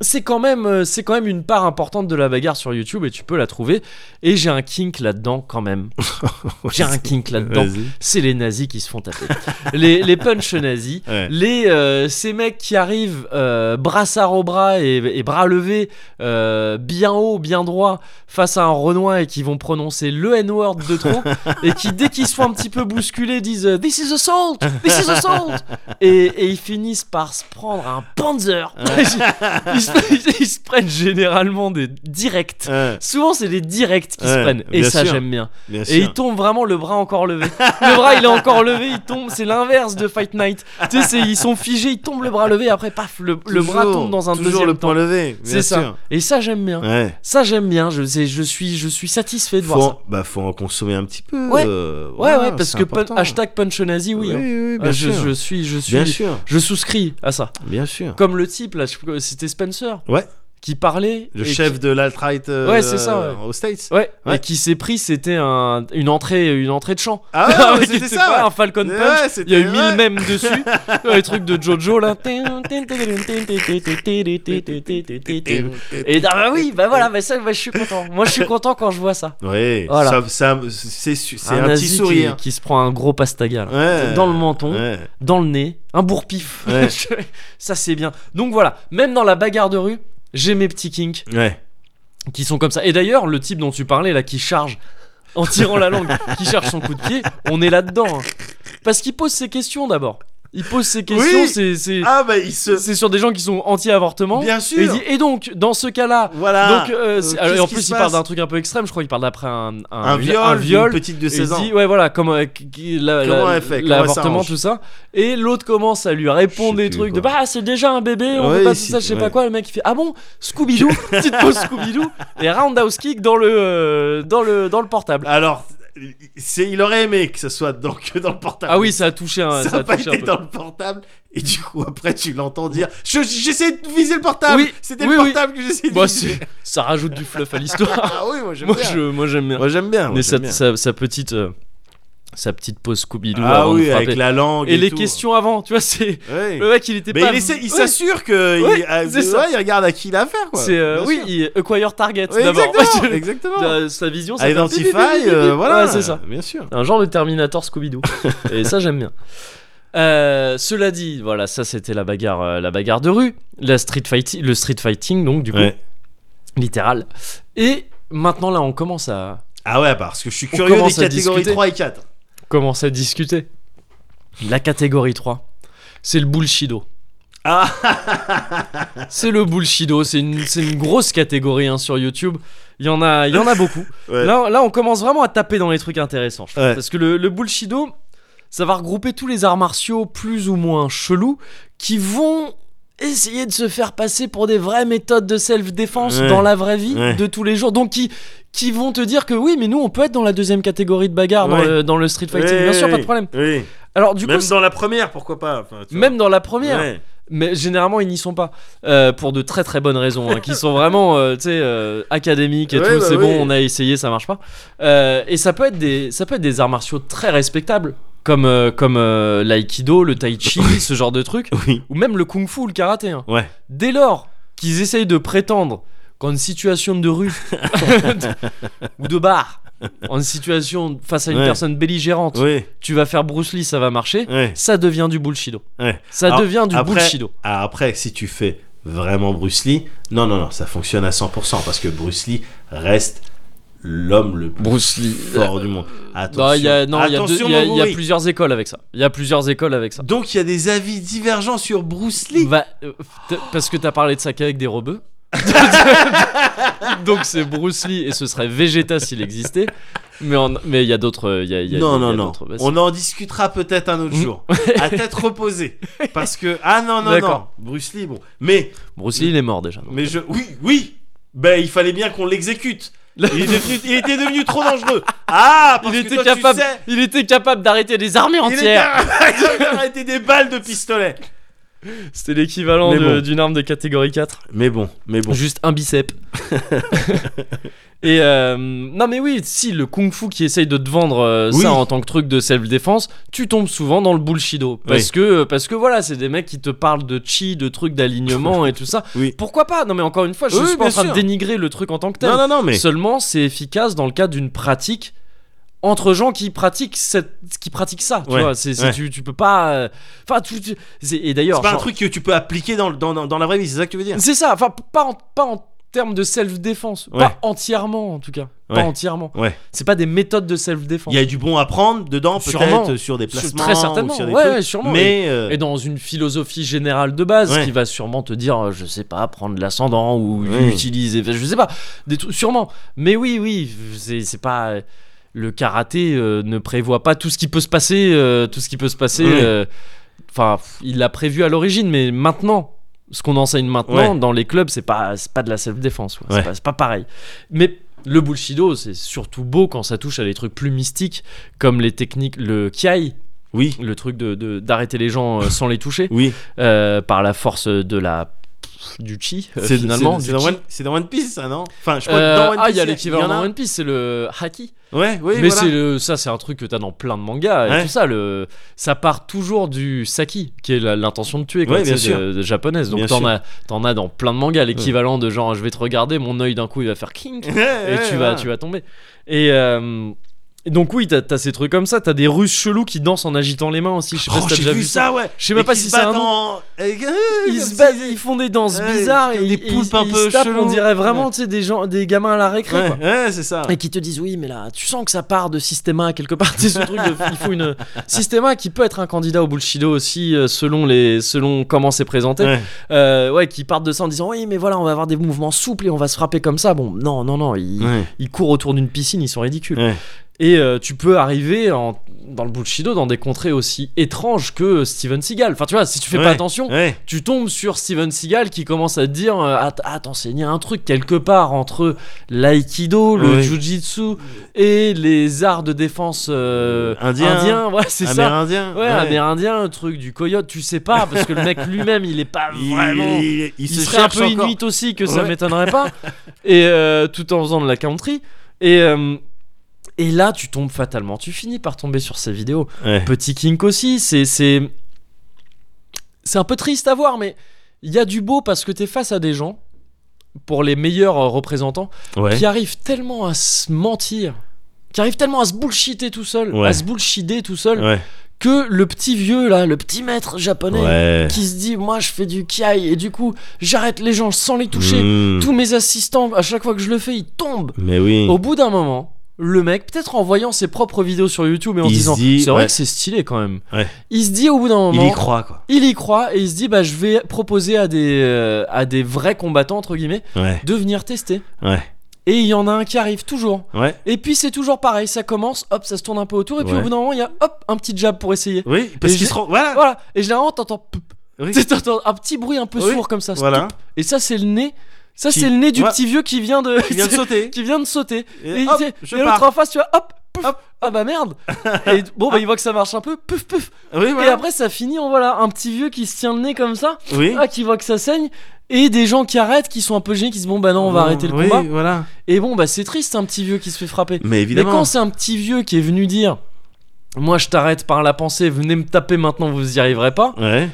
[SPEAKER 1] C'est quand, même, euh, c'est quand même une part importante de la bagarre sur YouTube et tu peux la trouver. Et j'ai un kink là-dedans quand même. J'ai un kink là-dedans
[SPEAKER 2] Vas-y.
[SPEAKER 1] c'est les nazis qui se font taper. les, les punch nazis,
[SPEAKER 2] Ouais.
[SPEAKER 1] les, euh, ces mecs qui arrivent euh, brassard au bras et, et bras levés, euh, bien haut, bien droit, face à un Renoir et qui vont prononcer le N-word de trop, et qui, dès qu'ils se font un petit peu bousculer, disent euh, This is assault! This is assault! Et, et ils finissent par se prendre un panzer. ils, se, ils se prennent généralement des directs.
[SPEAKER 2] Ouais,
[SPEAKER 1] Souvent, c'est des directs qui se
[SPEAKER 2] Ouais,
[SPEAKER 1] prennent, et
[SPEAKER 2] bien
[SPEAKER 1] ça,
[SPEAKER 2] sûr.
[SPEAKER 1] j'aime bien.
[SPEAKER 2] bien sûr.
[SPEAKER 1] Et il tombe vraiment le bras encore levé. Le bras il est encore levé, il tombe. C'est l'inverse de Fight Night. Tu sais, c'est- ils sont figés, ils tombent le bras levé. Après, paf, le, le bras
[SPEAKER 2] Toujours-
[SPEAKER 1] tombe dans un
[SPEAKER 2] toujours
[SPEAKER 1] deuxième
[SPEAKER 2] le
[SPEAKER 1] temps.
[SPEAKER 2] point levé. bien
[SPEAKER 1] C'est ça.
[SPEAKER 2] sûr.
[SPEAKER 1] Et ça j'aime bien.
[SPEAKER 2] Ouais.
[SPEAKER 1] Ça j'aime bien. Je, c'est- je suis, je suis satisfait de
[SPEAKER 2] Faut,
[SPEAKER 1] voir
[SPEAKER 2] en- bah, faut en consommer un petit peu.
[SPEAKER 1] Ouais.
[SPEAKER 2] euh,
[SPEAKER 1] ça. Ouais,
[SPEAKER 2] voilà,
[SPEAKER 1] ouais, parce
[SPEAKER 2] c'est
[SPEAKER 1] que pun-
[SPEAKER 2] important.
[SPEAKER 1] hashtag punch nazi, oui.
[SPEAKER 2] Oui,
[SPEAKER 1] hein.
[SPEAKER 2] oui, bien
[SPEAKER 1] Ah, je,
[SPEAKER 2] sûr.
[SPEAKER 1] je suis, je suis,
[SPEAKER 2] Bien sûr.
[SPEAKER 1] je souscris à ça.
[SPEAKER 2] Bien sûr.
[SPEAKER 1] Comme le type là, je- c'était Spencer
[SPEAKER 2] Ouais.
[SPEAKER 1] qui parlait.
[SPEAKER 2] Le
[SPEAKER 1] et
[SPEAKER 2] chef
[SPEAKER 1] qui-
[SPEAKER 2] de l'alt-right euh,
[SPEAKER 1] Ouais, c'est ça, ouais.
[SPEAKER 2] aux States.
[SPEAKER 1] Ouais,
[SPEAKER 2] Ouais.
[SPEAKER 1] Et qui s'est pris, c'était un, une entrée, une entrée de champ.
[SPEAKER 2] Ah ouais,
[SPEAKER 1] Avec-
[SPEAKER 2] c'était ça,
[SPEAKER 1] pas
[SPEAKER 2] ouais.
[SPEAKER 1] un Falcon Punch.
[SPEAKER 2] Ouais,
[SPEAKER 1] Il y a eu
[SPEAKER 2] c'était-
[SPEAKER 1] mille
[SPEAKER 2] ouais.
[SPEAKER 1] mèmes dessus. les trucs de Jojo là. Et ah bah oui, bah voilà, bah ça, bah, je suis content. Moi, je suis content quand je vois ça.
[SPEAKER 2] Ouais,
[SPEAKER 1] Voilà.
[SPEAKER 2] ça, ça- c'est su- c'est un,
[SPEAKER 1] nazi
[SPEAKER 2] petit
[SPEAKER 1] qui-
[SPEAKER 2] sourire.
[SPEAKER 1] qui, se prend un gros pastaga là.
[SPEAKER 2] Ouais.
[SPEAKER 1] dans le menton,
[SPEAKER 2] Ouais.
[SPEAKER 1] dans le nez, un bourre-pif.
[SPEAKER 2] Ouais.
[SPEAKER 1] Je- ça c'est bien. Donc voilà, même dans la bagarre de rue, j'ai mes petits kinks
[SPEAKER 2] Ouais.
[SPEAKER 1] qui sont comme ça. Et d'ailleurs, le type dont tu parlais là qui charge en tirant la langue, qui cherche son coup de pied, on est là-dedans. hein. Parce qu'il pose ses questions d'abord. Il pose ses questions,
[SPEAKER 2] Oui.
[SPEAKER 1] c'est c'est-
[SPEAKER 2] Ah bah il se...
[SPEAKER 1] c'est sur des gens qui sont anti-avortement.
[SPEAKER 2] Bien sûr.
[SPEAKER 1] Et il dit, et donc, dans ce cas-là.
[SPEAKER 2] Voilà.
[SPEAKER 1] donc, euh, c'est-
[SPEAKER 2] Euh,
[SPEAKER 1] alors,
[SPEAKER 2] qu'est-ce
[SPEAKER 1] en
[SPEAKER 2] qui
[SPEAKER 1] plus,
[SPEAKER 2] se
[SPEAKER 1] il parle
[SPEAKER 2] passe
[SPEAKER 1] d'un truc un peu extrême. Je crois qu'il parle d'après un, un,
[SPEAKER 2] un viol,
[SPEAKER 1] un viol.
[SPEAKER 2] d'une petite de
[SPEAKER 1] Et il
[SPEAKER 2] 16 ans.
[SPEAKER 1] dit, ouais, voilà, comment, euh, qui- qui- la- la-
[SPEAKER 2] Comment elle fait, comment elle
[SPEAKER 1] l'avortement,
[SPEAKER 2] s'arrange.
[SPEAKER 1] tout ça. Et l'autre commence à lui répondre
[SPEAKER 2] Je sais
[SPEAKER 1] des
[SPEAKER 2] plus
[SPEAKER 1] trucs de,
[SPEAKER 2] quoi.
[SPEAKER 1] bah, c'est déjà un bébé, on
[SPEAKER 2] Ouais,
[SPEAKER 1] fait pas tout
[SPEAKER 2] si,
[SPEAKER 1] ça, je sais
[SPEAKER 2] ouais.
[SPEAKER 1] pas quoi. Le mec, il fait, ah bon, Scooby-Doo, petite pause Scooby-Doo, et roundhouse kick dans le, euh, dans le, dans le portable.
[SPEAKER 2] Alors, c'est, il aurait aimé que ce soit dans, que dans le portable.
[SPEAKER 1] Ah oui, ça a touché un,
[SPEAKER 2] ça
[SPEAKER 1] ça a
[SPEAKER 2] n'a pas
[SPEAKER 1] touché un
[SPEAKER 2] été
[SPEAKER 1] peu.
[SPEAKER 2] dans le portable. Et du coup, après, tu l'entends dire Je- J'essaie de viser le portable
[SPEAKER 1] Oui,
[SPEAKER 2] C'était
[SPEAKER 1] oui,
[SPEAKER 2] le
[SPEAKER 1] oui.
[SPEAKER 2] portable que j'essayais de
[SPEAKER 1] Moi,
[SPEAKER 2] viser.
[SPEAKER 1] c'est- ça rajoute du fluff à l'histoire.
[SPEAKER 2] Ah oui, moi j'aime
[SPEAKER 1] moi,
[SPEAKER 2] bien.
[SPEAKER 1] je, moi, j'aime bien.
[SPEAKER 2] Moi j'aime bien. moi, j'aime
[SPEAKER 1] Mais sa,
[SPEAKER 2] bien.
[SPEAKER 1] sa- sa petite, euh, sa petite pause Scooby-Doo
[SPEAKER 2] Ah
[SPEAKER 1] avant de
[SPEAKER 2] oui,
[SPEAKER 1] frapper.
[SPEAKER 2] avec la langue.
[SPEAKER 1] et,
[SPEAKER 2] Et,
[SPEAKER 1] les
[SPEAKER 2] tout.
[SPEAKER 1] questions avant, tu vois, c'est
[SPEAKER 2] Ouais.
[SPEAKER 1] le mec, il était
[SPEAKER 2] Mais
[SPEAKER 1] pas.
[SPEAKER 2] il, essaie- il
[SPEAKER 1] Ouais,
[SPEAKER 2] s'assure que.
[SPEAKER 1] Ouais,
[SPEAKER 2] il, ah,
[SPEAKER 1] c'est ça.
[SPEAKER 2] ouais, il regarde à qui il a affaire. Quoi.
[SPEAKER 1] c'est, euh,
[SPEAKER 2] Bien
[SPEAKER 1] oui,
[SPEAKER 2] sûr.
[SPEAKER 1] il acquire target
[SPEAKER 2] Ouais,
[SPEAKER 1] d'abord.
[SPEAKER 2] Exactement. exactement.
[SPEAKER 1] Euh, sa vision, ça fait bip,
[SPEAKER 2] Identify,
[SPEAKER 1] bip, bip, bip,
[SPEAKER 2] euh,
[SPEAKER 1] bip.
[SPEAKER 2] voilà.
[SPEAKER 1] Ouais, c'est ça.
[SPEAKER 2] Bien sûr.
[SPEAKER 1] Un genre de Terminator Scooby-Doo. et ça, j'aime bien. Euh, cela dit, voilà, ça c'était la bagarre, euh, la bagarre de rue, la street fighting, le street fighting, donc du coup,
[SPEAKER 2] Ouais.
[SPEAKER 1] littéral. Et maintenant là, on commence à
[SPEAKER 2] Ah ouais, parce que je suis
[SPEAKER 1] On
[SPEAKER 2] curieux des
[SPEAKER 1] commence à
[SPEAKER 2] catégories
[SPEAKER 1] discuter.
[SPEAKER 2] 3 et 4.
[SPEAKER 1] commence à discuter. La catégorie 3, c'est le bullshido.
[SPEAKER 2] Ah.
[SPEAKER 1] c'est le bullshido, c'est une, c'est une grosse catégorie hein, sur YouTube. Il y en a, il y en a beaucoup.
[SPEAKER 2] Ouais.
[SPEAKER 1] Là, là, on commence vraiment à taper dans les trucs intéressants. je trouve.
[SPEAKER 2] Ouais.
[SPEAKER 1] Parce que le, le bullshido, ça va regrouper tous les arts martiaux plus ou moins chelous qui vont essayer de se faire passer pour des vraies méthodes de self-défense
[SPEAKER 2] Ouais.
[SPEAKER 1] dans la vraie vie
[SPEAKER 2] Ouais.
[SPEAKER 1] de tous les jours. Donc qui, qui vont te dire que oui, mais nous, on peut être dans la deuxième catégorie de bagarre dans,
[SPEAKER 2] Ouais.
[SPEAKER 1] le, dans le street fighting.
[SPEAKER 2] Ouais,
[SPEAKER 1] Bien sûr,
[SPEAKER 2] ouais,
[SPEAKER 1] pas de problème.
[SPEAKER 2] Oui.
[SPEAKER 1] Alors du
[SPEAKER 2] Même
[SPEAKER 1] coup,
[SPEAKER 2] dans la première, pourquoi pas. enfin, tu vois.
[SPEAKER 1] même dans la première,
[SPEAKER 2] Ouais.
[SPEAKER 1] mais généralement ils n'y sont pas euh, pour de très très bonnes raisons, hein, qui sont vraiment euh, tu sais euh, académiques et
[SPEAKER 2] Ouais,
[SPEAKER 1] tout.
[SPEAKER 2] bah
[SPEAKER 1] c'est
[SPEAKER 2] oui.
[SPEAKER 1] bon, on a essayé, ça marche pas. Euh, et ça peut être des ça peut être des arts martiaux très respectables. Comme, euh, comme euh, l'aïkido, le tai chi, ce genre de truc,
[SPEAKER 2] Oui.
[SPEAKER 1] ou même le kung fu ou le karaté. hein.
[SPEAKER 2] Ouais.
[SPEAKER 1] Dès lors qu'ils essayent de prétendre qu'en une situation de rue ou de bar, en une situation face à une
[SPEAKER 2] Ouais.
[SPEAKER 1] personne belligérante,
[SPEAKER 2] Oui.
[SPEAKER 1] tu vas faire Bruce Lee, ça va marcher,
[SPEAKER 2] Ouais.
[SPEAKER 1] ça devient du bullshido.
[SPEAKER 2] Ouais.
[SPEAKER 1] Ça
[SPEAKER 2] Alors,
[SPEAKER 1] devient du
[SPEAKER 2] après-
[SPEAKER 1] bullshido.
[SPEAKER 2] Ah, après, si tu fais vraiment Bruce Lee, non, non, non, ça fonctionne à 100% parce que Bruce Lee reste l'homme le plus
[SPEAKER 1] Bruce Lee.
[SPEAKER 2] fort du monde.
[SPEAKER 1] Non, Bah, il y a,
[SPEAKER 2] Attention,
[SPEAKER 1] non, il y a, deux-
[SPEAKER 2] Attention,
[SPEAKER 1] il y a- il y a
[SPEAKER 2] Moguri.
[SPEAKER 1] plusieurs écoles avec ça. Il y a plusieurs écoles avec ça.
[SPEAKER 2] Donc, il y a des avis divergents sur Bruce Lee.
[SPEAKER 1] Va- euh, t- parce que t'as parlé de ça qu'avec des robeux. Donc c'est Bruce Lee et ce serait Vegeta s'il existait. Mais en- mais il y a d'autres. euh, il Y a- il y a-
[SPEAKER 2] non,
[SPEAKER 1] il y a
[SPEAKER 2] non, non.
[SPEAKER 1] d'autres- bah,
[SPEAKER 2] On en discutera peut-être un autre
[SPEAKER 1] Mm.
[SPEAKER 2] jour. à tête reposée. Parce que. Ah non, non, non.
[SPEAKER 1] D'accord.
[SPEAKER 2] Bruce Lee, bon. Mais,
[SPEAKER 1] Bruce Lee il est mort déjà. donc.
[SPEAKER 2] mais je. Oui, oui. Ben, il fallait bien qu'on l'exécute. Il, est devenu- il était devenu trop dangereux. Ah, parce
[SPEAKER 1] il,
[SPEAKER 2] que
[SPEAKER 1] était
[SPEAKER 2] toi, tu
[SPEAKER 1] capable,
[SPEAKER 2] sais-
[SPEAKER 1] il était capable d'arrêter des armées
[SPEAKER 2] Il
[SPEAKER 1] entières.
[SPEAKER 2] était arrêté des balles de pistolet.
[SPEAKER 1] C'était l'équivalent
[SPEAKER 2] Mais
[SPEAKER 1] de-
[SPEAKER 2] bon.
[SPEAKER 1] d'une arme de catégorie 4.
[SPEAKER 2] Mais bon, mais bon.
[SPEAKER 1] Juste un bicep. Et euh, non mais oui, si le kung fu qui essaye de te vendre euh,
[SPEAKER 2] Oui.
[SPEAKER 1] ça en tant que truc de self-défense, tu tombes souvent dans le bullshido. Parce,
[SPEAKER 2] Oui.
[SPEAKER 1] que, euh, parce que voilà, c'est des mecs qui te parlent de chi, de trucs d'alignement et tout ça.
[SPEAKER 2] Oui.
[SPEAKER 1] Pourquoi pas Non mais encore une fois, je
[SPEAKER 2] Oui,
[SPEAKER 1] suis pas en
[SPEAKER 2] bien
[SPEAKER 1] train
[SPEAKER 2] sûr.
[SPEAKER 1] de dénigrer le truc en tant que tel.
[SPEAKER 2] Non, non, non, mais.
[SPEAKER 1] Seulement, c'est efficace dans le cadre d'une pratique entre gens qui pratiquent, cette- qui pratiquent ça. Tu
[SPEAKER 2] Ouais,
[SPEAKER 1] vois, c'est, c'est-
[SPEAKER 2] ouais.
[SPEAKER 1] tu, tu peux pas... euh, Enfin, tu- tu- c'est- et d'ailleurs...
[SPEAKER 2] C'est pas un
[SPEAKER 1] genre-
[SPEAKER 2] truc que tu peux appliquer dans, le- dans, dans, dans la vraie vie, c'est ça que tu veux dire
[SPEAKER 1] c'est ça, enfin, p- pas en, pas en termes de self-défense.
[SPEAKER 2] Ouais.
[SPEAKER 1] Pas entièrement, en tout cas.
[SPEAKER 2] Ouais.
[SPEAKER 1] Pas entièrement.
[SPEAKER 2] Ouais.
[SPEAKER 1] C'est pas des méthodes de self-défense.
[SPEAKER 2] Il y a du bon à prendre dedans,
[SPEAKER 1] Sûrement.
[SPEAKER 2] peut-être, sur des
[SPEAKER 1] Sur-
[SPEAKER 2] placements.
[SPEAKER 1] très
[SPEAKER 2] Ou
[SPEAKER 1] certainement,
[SPEAKER 2] sur des
[SPEAKER 1] ouais,
[SPEAKER 2] trucs,
[SPEAKER 1] ouais, sûrement.
[SPEAKER 2] Mais. euh,
[SPEAKER 1] Et dans une philosophie générale de base
[SPEAKER 2] Ouais.
[SPEAKER 1] qui va sûrement te dire, euh, je sais pas, prendre l'ascendant ou
[SPEAKER 2] Oui.
[SPEAKER 1] utiliser, je sais pas, des trucs, sûrement. Mais oui, oui, c'est c'est pas. euh, Le karaté euh, ne prévoit pas tout ce qui peut se passer, euh, tout ce qui peut se passer.
[SPEAKER 2] Ouais.
[SPEAKER 1] euh, Enfin, pff, il l'a prévu à l'origine, mais maintenant, ce qu'on enseigne maintenant dans les clubs, c'est pas, c'est pas de la self-défense, quoi.
[SPEAKER 2] Ouais.
[SPEAKER 1] c'est pas, c'est pas pareil. Mais le bullshido, c'est surtout beau quand ça touche à des trucs plus mystiques, comme les techniques, le kiai,
[SPEAKER 2] Oui,
[SPEAKER 1] le truc de- de- d'arrêter les gens euh, sans les toucher
[SPEAKER 2] oui.
[SPEAKER 1] euh, par la force de la du chi euh,
[SPEAKER 2] C'est-
[SPEAKER 1] finalement
[SPEAKER 2] c'est-
[SPEAKER 1] du
[SPEAKER 2] C'est dans,
[SPEAKER 1] chi.
[SPEAKER 2] One- c'est dans One Piece, ça, non Enfin, je crois
[SPEAKER 1] Euh,
[SPEAKER 2] que dans One Piece.
[SPEAKER 1] ah, il y a
[SPEAKER 2] en
[SPEAKER 1] l'équivalent
[SPEAKER 2] a
[SPEAKER 1] dans
[SPEAKER 2] un.
[SPEAKER 1] One Piece, c'est le haki.
[SPEAKER 2] Ouais, oui,
[SPEAKER 1] mais
[SPEAKER 2] voilà.
[SPEAKER 1] c'est le, ça, c'est un truc que t'as dans plein de mangas et
[SPEAKER 2] Ouais.
[SPEAKER 1] tout ça. Le, ça part toujours du saki, qui est la- l'intention de tuer, quoi,
[SPEAKER 2] Ouais,
[SPEAKER 1] tu
[SPEAKER 2] bien
[SPEAKER 1] sais,
[SPEAKER 2] sûr.
[SPEAKER 1] de- de japonaise. Donc
[SPEAKER 2] Bien
[SPEAKER 1] t'en
[SPEAKER 2] sûr.
[SPEAKER 1] as, t'en as dans plein de mangas l'équivalent de genre, je vais te regarder, mon œil d'un coup il va faire king
[SPEAKER 2] Ouais,
[SPEAKER 1] et
[SPEAKER 2] ouais,
[SPEAKER 1] tu vas
[SPEAKER 2] voilà.
[SPEAKER 1] tu vas tomber et euh, et donc oui t'as, t'as ces trucs comme ça t'as des russes chelous qui dansent en agitant les mains aussi je sais pas
[SPEAKER 2] Oh,
[SPEAKER 1] si t'as
[SPEAKER 2] j'ai
[SPEAKER 1] déjà
[SPEAKER 2] vu ça, ouais.
[SPEAKER 1] je sais même
[SPEAKER 2] Et
[SPEAKER 1] pas
[SPEAKER 2] qui
[SPEAKER 1] si
[SPEAKER 2] se
[SPEAKER 1] c'est un
[SPEAKER 2] battent
[SPEAKER 1] nom
[SPEAKER 2] en-
[SPEAKER 1] Ils se battent, ils font des danses
[SPEAKER 2] Ouais,
[SPEAKER 1] bizarres et
[SPEAKER 2] des
[SPEAKER 1] ils-
[SPEAKER 2] poulpes
[SPEAKER 1] ils-
[SPEAKER 2] un
[SPEAKER 1] ils
[SPEAKER 2] peu
[SPEAKER 1] se tapent,
[SPEAKER 2] chelous.
[SPEAKER 1] On dirait vraiment tu sais, des gens, des gamins à la récré.
[SPEAKER 2] Ouais,
[SPEAKER 1] quoi.
[SPEAKER 2] ouais, c'est ça.
[SPEAKER 1] Et qui te disent oui, mais là, tu sens que ça part de Systema quelque part. C'est ce truc de, il faut une Systema qui peut être un candidat au bullshido aussi euh, selon les, selon comment c'est présenté.
[SPEAKER 2] Ouais.
[SPEAKER 1] Euh, ouais, qui partent de ça en disant oui, mais voilà, on va avoir des mouvements souples et on va se frapper comme ça. Bon, non, non, non, ils,
[SPEAKER 2] Ouais.
[SPEAKER 1] ils courent autour d'une piscine, ils sont ridicules.
[SPEAKER 2] Ouais.
[SPEAKER 1] Et euh, tu peux arriver en, dans le bullshido dans des contrées aussi étranges que Steven Seagal. Enfin, tu vois, si tu fais
[SPEAKER 2] Ouais.
[SPEAKER 1] pas attention,
[SPEAKER 2] Ouais.
[SPEAKER 1] tu tombes sur Steven Seagal qui commence à te dire euh, Att- attends c'est il y a un truc quelque part entre l'aïkido le
[SPEAKER 2] Oui.
[SPEAKER 1] jujitsu et les arts de défense euh,
[SPEAKER 2] Indien.
[SPEAKER 1] indiens. voilà c'est ça
[SPEAKER 2] Amérindien.
[SPEAKER 1] ouais, amérindien le truc du coyote tu sais pas parce que le mec lui-même il est pas
[SPEAKER 2] Il,
[SPEAKER 1] vraiment
[SPEAKER 2] il- il
[SPEAKER 1] il,
[SPEAKER 2] se
[SPEAKER 1] serait un
[SPEAKER 2] cherche
[SPEAKER 1] peu
[SPEAKER 2] encore.
[SPEAKER 1] inuit aussi que ça
[SPEAKER 2] Ouais.
[SPEAKER 1] m'étonnerait pas et euh, tout en faisant de la country et euh, et là tu tombes fatalement tu finis par tomber sur ces vidéos
[SPEAKER 2] Ouais.
[SPEAKER 1] Petit kink aussi, c'est c'est c'est un peu triste à voir, mais il y a du beau parce que t'es face à des gens pour les meilleurs euh, représentants
[SPEAKER 2] Ouais.
[SPEAKER 1] qui arrivent tellement à se mentir, qui arrivent tellement à se bullshiter tout seul,
[SPEAKER 2] Ouais.
[SPEAKER 1] à se bullshider tout seul,
[SPEAKER 2] Ouais.
[SPEAKER 1] que le petit vieux là, le petit maître japonais
[SPEAKER 2] Ouais.
[SPEAKER 1] qui se dit moi je fais du kiai et du coup j'arrête les gens sans les toucher.
[SPEAKER 2] Mm.
[SPEAKER 1] Tous mes assistants à chaque fois que je le fais ils tombent.
[SPEAKER 2] Mais oui.
[SPEAKER 1] Au bout d'un moment, le mec, peut-être en voyant ses propres vidéos sur YouTube et en
[SPEAKER 2] Il
[SPEAKER 1] disant,
[SPEAKER 2] se dit,
[SPEAKER 1] c'est vrai
[SPEAKER 2] ouais.
[SPEAKER 1] que c'est stylé quand même.
[SPEAKER 2] Ouais.
[SPEAKER 1] Il se dit au bout d'un moment,
[SPEAKER 2] Il y croit quoi.
[SPEAKER 1] il y croit et il se dit, bah je vais proposer à des euh, à des vrais combattants entre guillemets
[SPEAKER 2] Ouais.
[SPEAKER 1] de venir tester.
[SPEAKER 2] Ouais.
[SPEAKER 1] Et il y en a un qui arrive toujours.
[SPEAKER 2] Ouais.
[SPEAKER 1] Et puis c'est toujours pareil, ça commence, hop, ça se tourne un peu autour et puis
[SPEAKER 2] Ouais.
[SPEAKER 1] au bout d'un moment, il y a hop un petit jab pour essayer.
[SPEAKER 2] Oui, parce
[SPEAKER 1] Et
[SPEAKER 2] qu'il
[SPEAKER 1] j'ai-
[SPEAKER 2] se rend. Voilà.
[SPEAKER 1] Voilà. Et généralement t'entends, poup.
[SPEAKER 2] Oui.
[SPEAKER 1] Tu sais, t'entends un petit bruit un peu
[SPEAKER 2] Oui.
[SPEAKER 1] sourd comme ça.
[SPEAKER 2] Voilà.
[SPEAKER 1] Et ça c'est le nez. Ça
[SPEAKER 2] Qui-
[SPEAKER 1] c'est le nez du
[SPEAKER 2] Ouais.
[SPEAKER 1] petit vieux qui vient de
[SPEAKER 2] Il vient de sauter.
[SPEAKER 1] qui vient de sauter. Et,
[SPEAKER 2] Et
[SPEAKER 1] il
[SPEAKER 2] hop,
[SPEAKER 1] fait-
[SPEAKER 2] je
[SPEAKER 1] et l'autre
[SPEAKER 2] pars.
[SPEAKER 1] en face, tu vois, hop, pouf, ah bah merde. et bon, bah il voit que ça marche un peu, pouf, pouf.
[SPEAKER 2] Oui,
[SPEAKER 1] Et
[SPEAKER 2] voilà.
[SPEAKER 1] après, ça finit en voilà, un petit vieux qui se tient le nez comme ça,
[SPEAKER 2] Oui.
[SPEAKER 1] ah, qui voit que ça saigne, et des gens qui arrêtent, qui sont un peu gênés, qui se disent bon bah non, on va arrêter le
[SPEAKER 2] Oh, oui,
[SPEAKER 1] combat.
[SPEAKER 2] voilà.
[SPEAKER 1] Et bon, bah c'est triste, un petit vieux qui se fait frapper.
[SPEAKER 2] Mais
[SPEAKER 1] Mais quand
[SPEAKER 2] évidemment.
[SPEAKER 1] c'est un petit vieux qui est venu dire. Moi, je t'arrête par la pensée, venez me taper maintenant, vous y arriverez pas.
[SPEAKER 2] Ouais.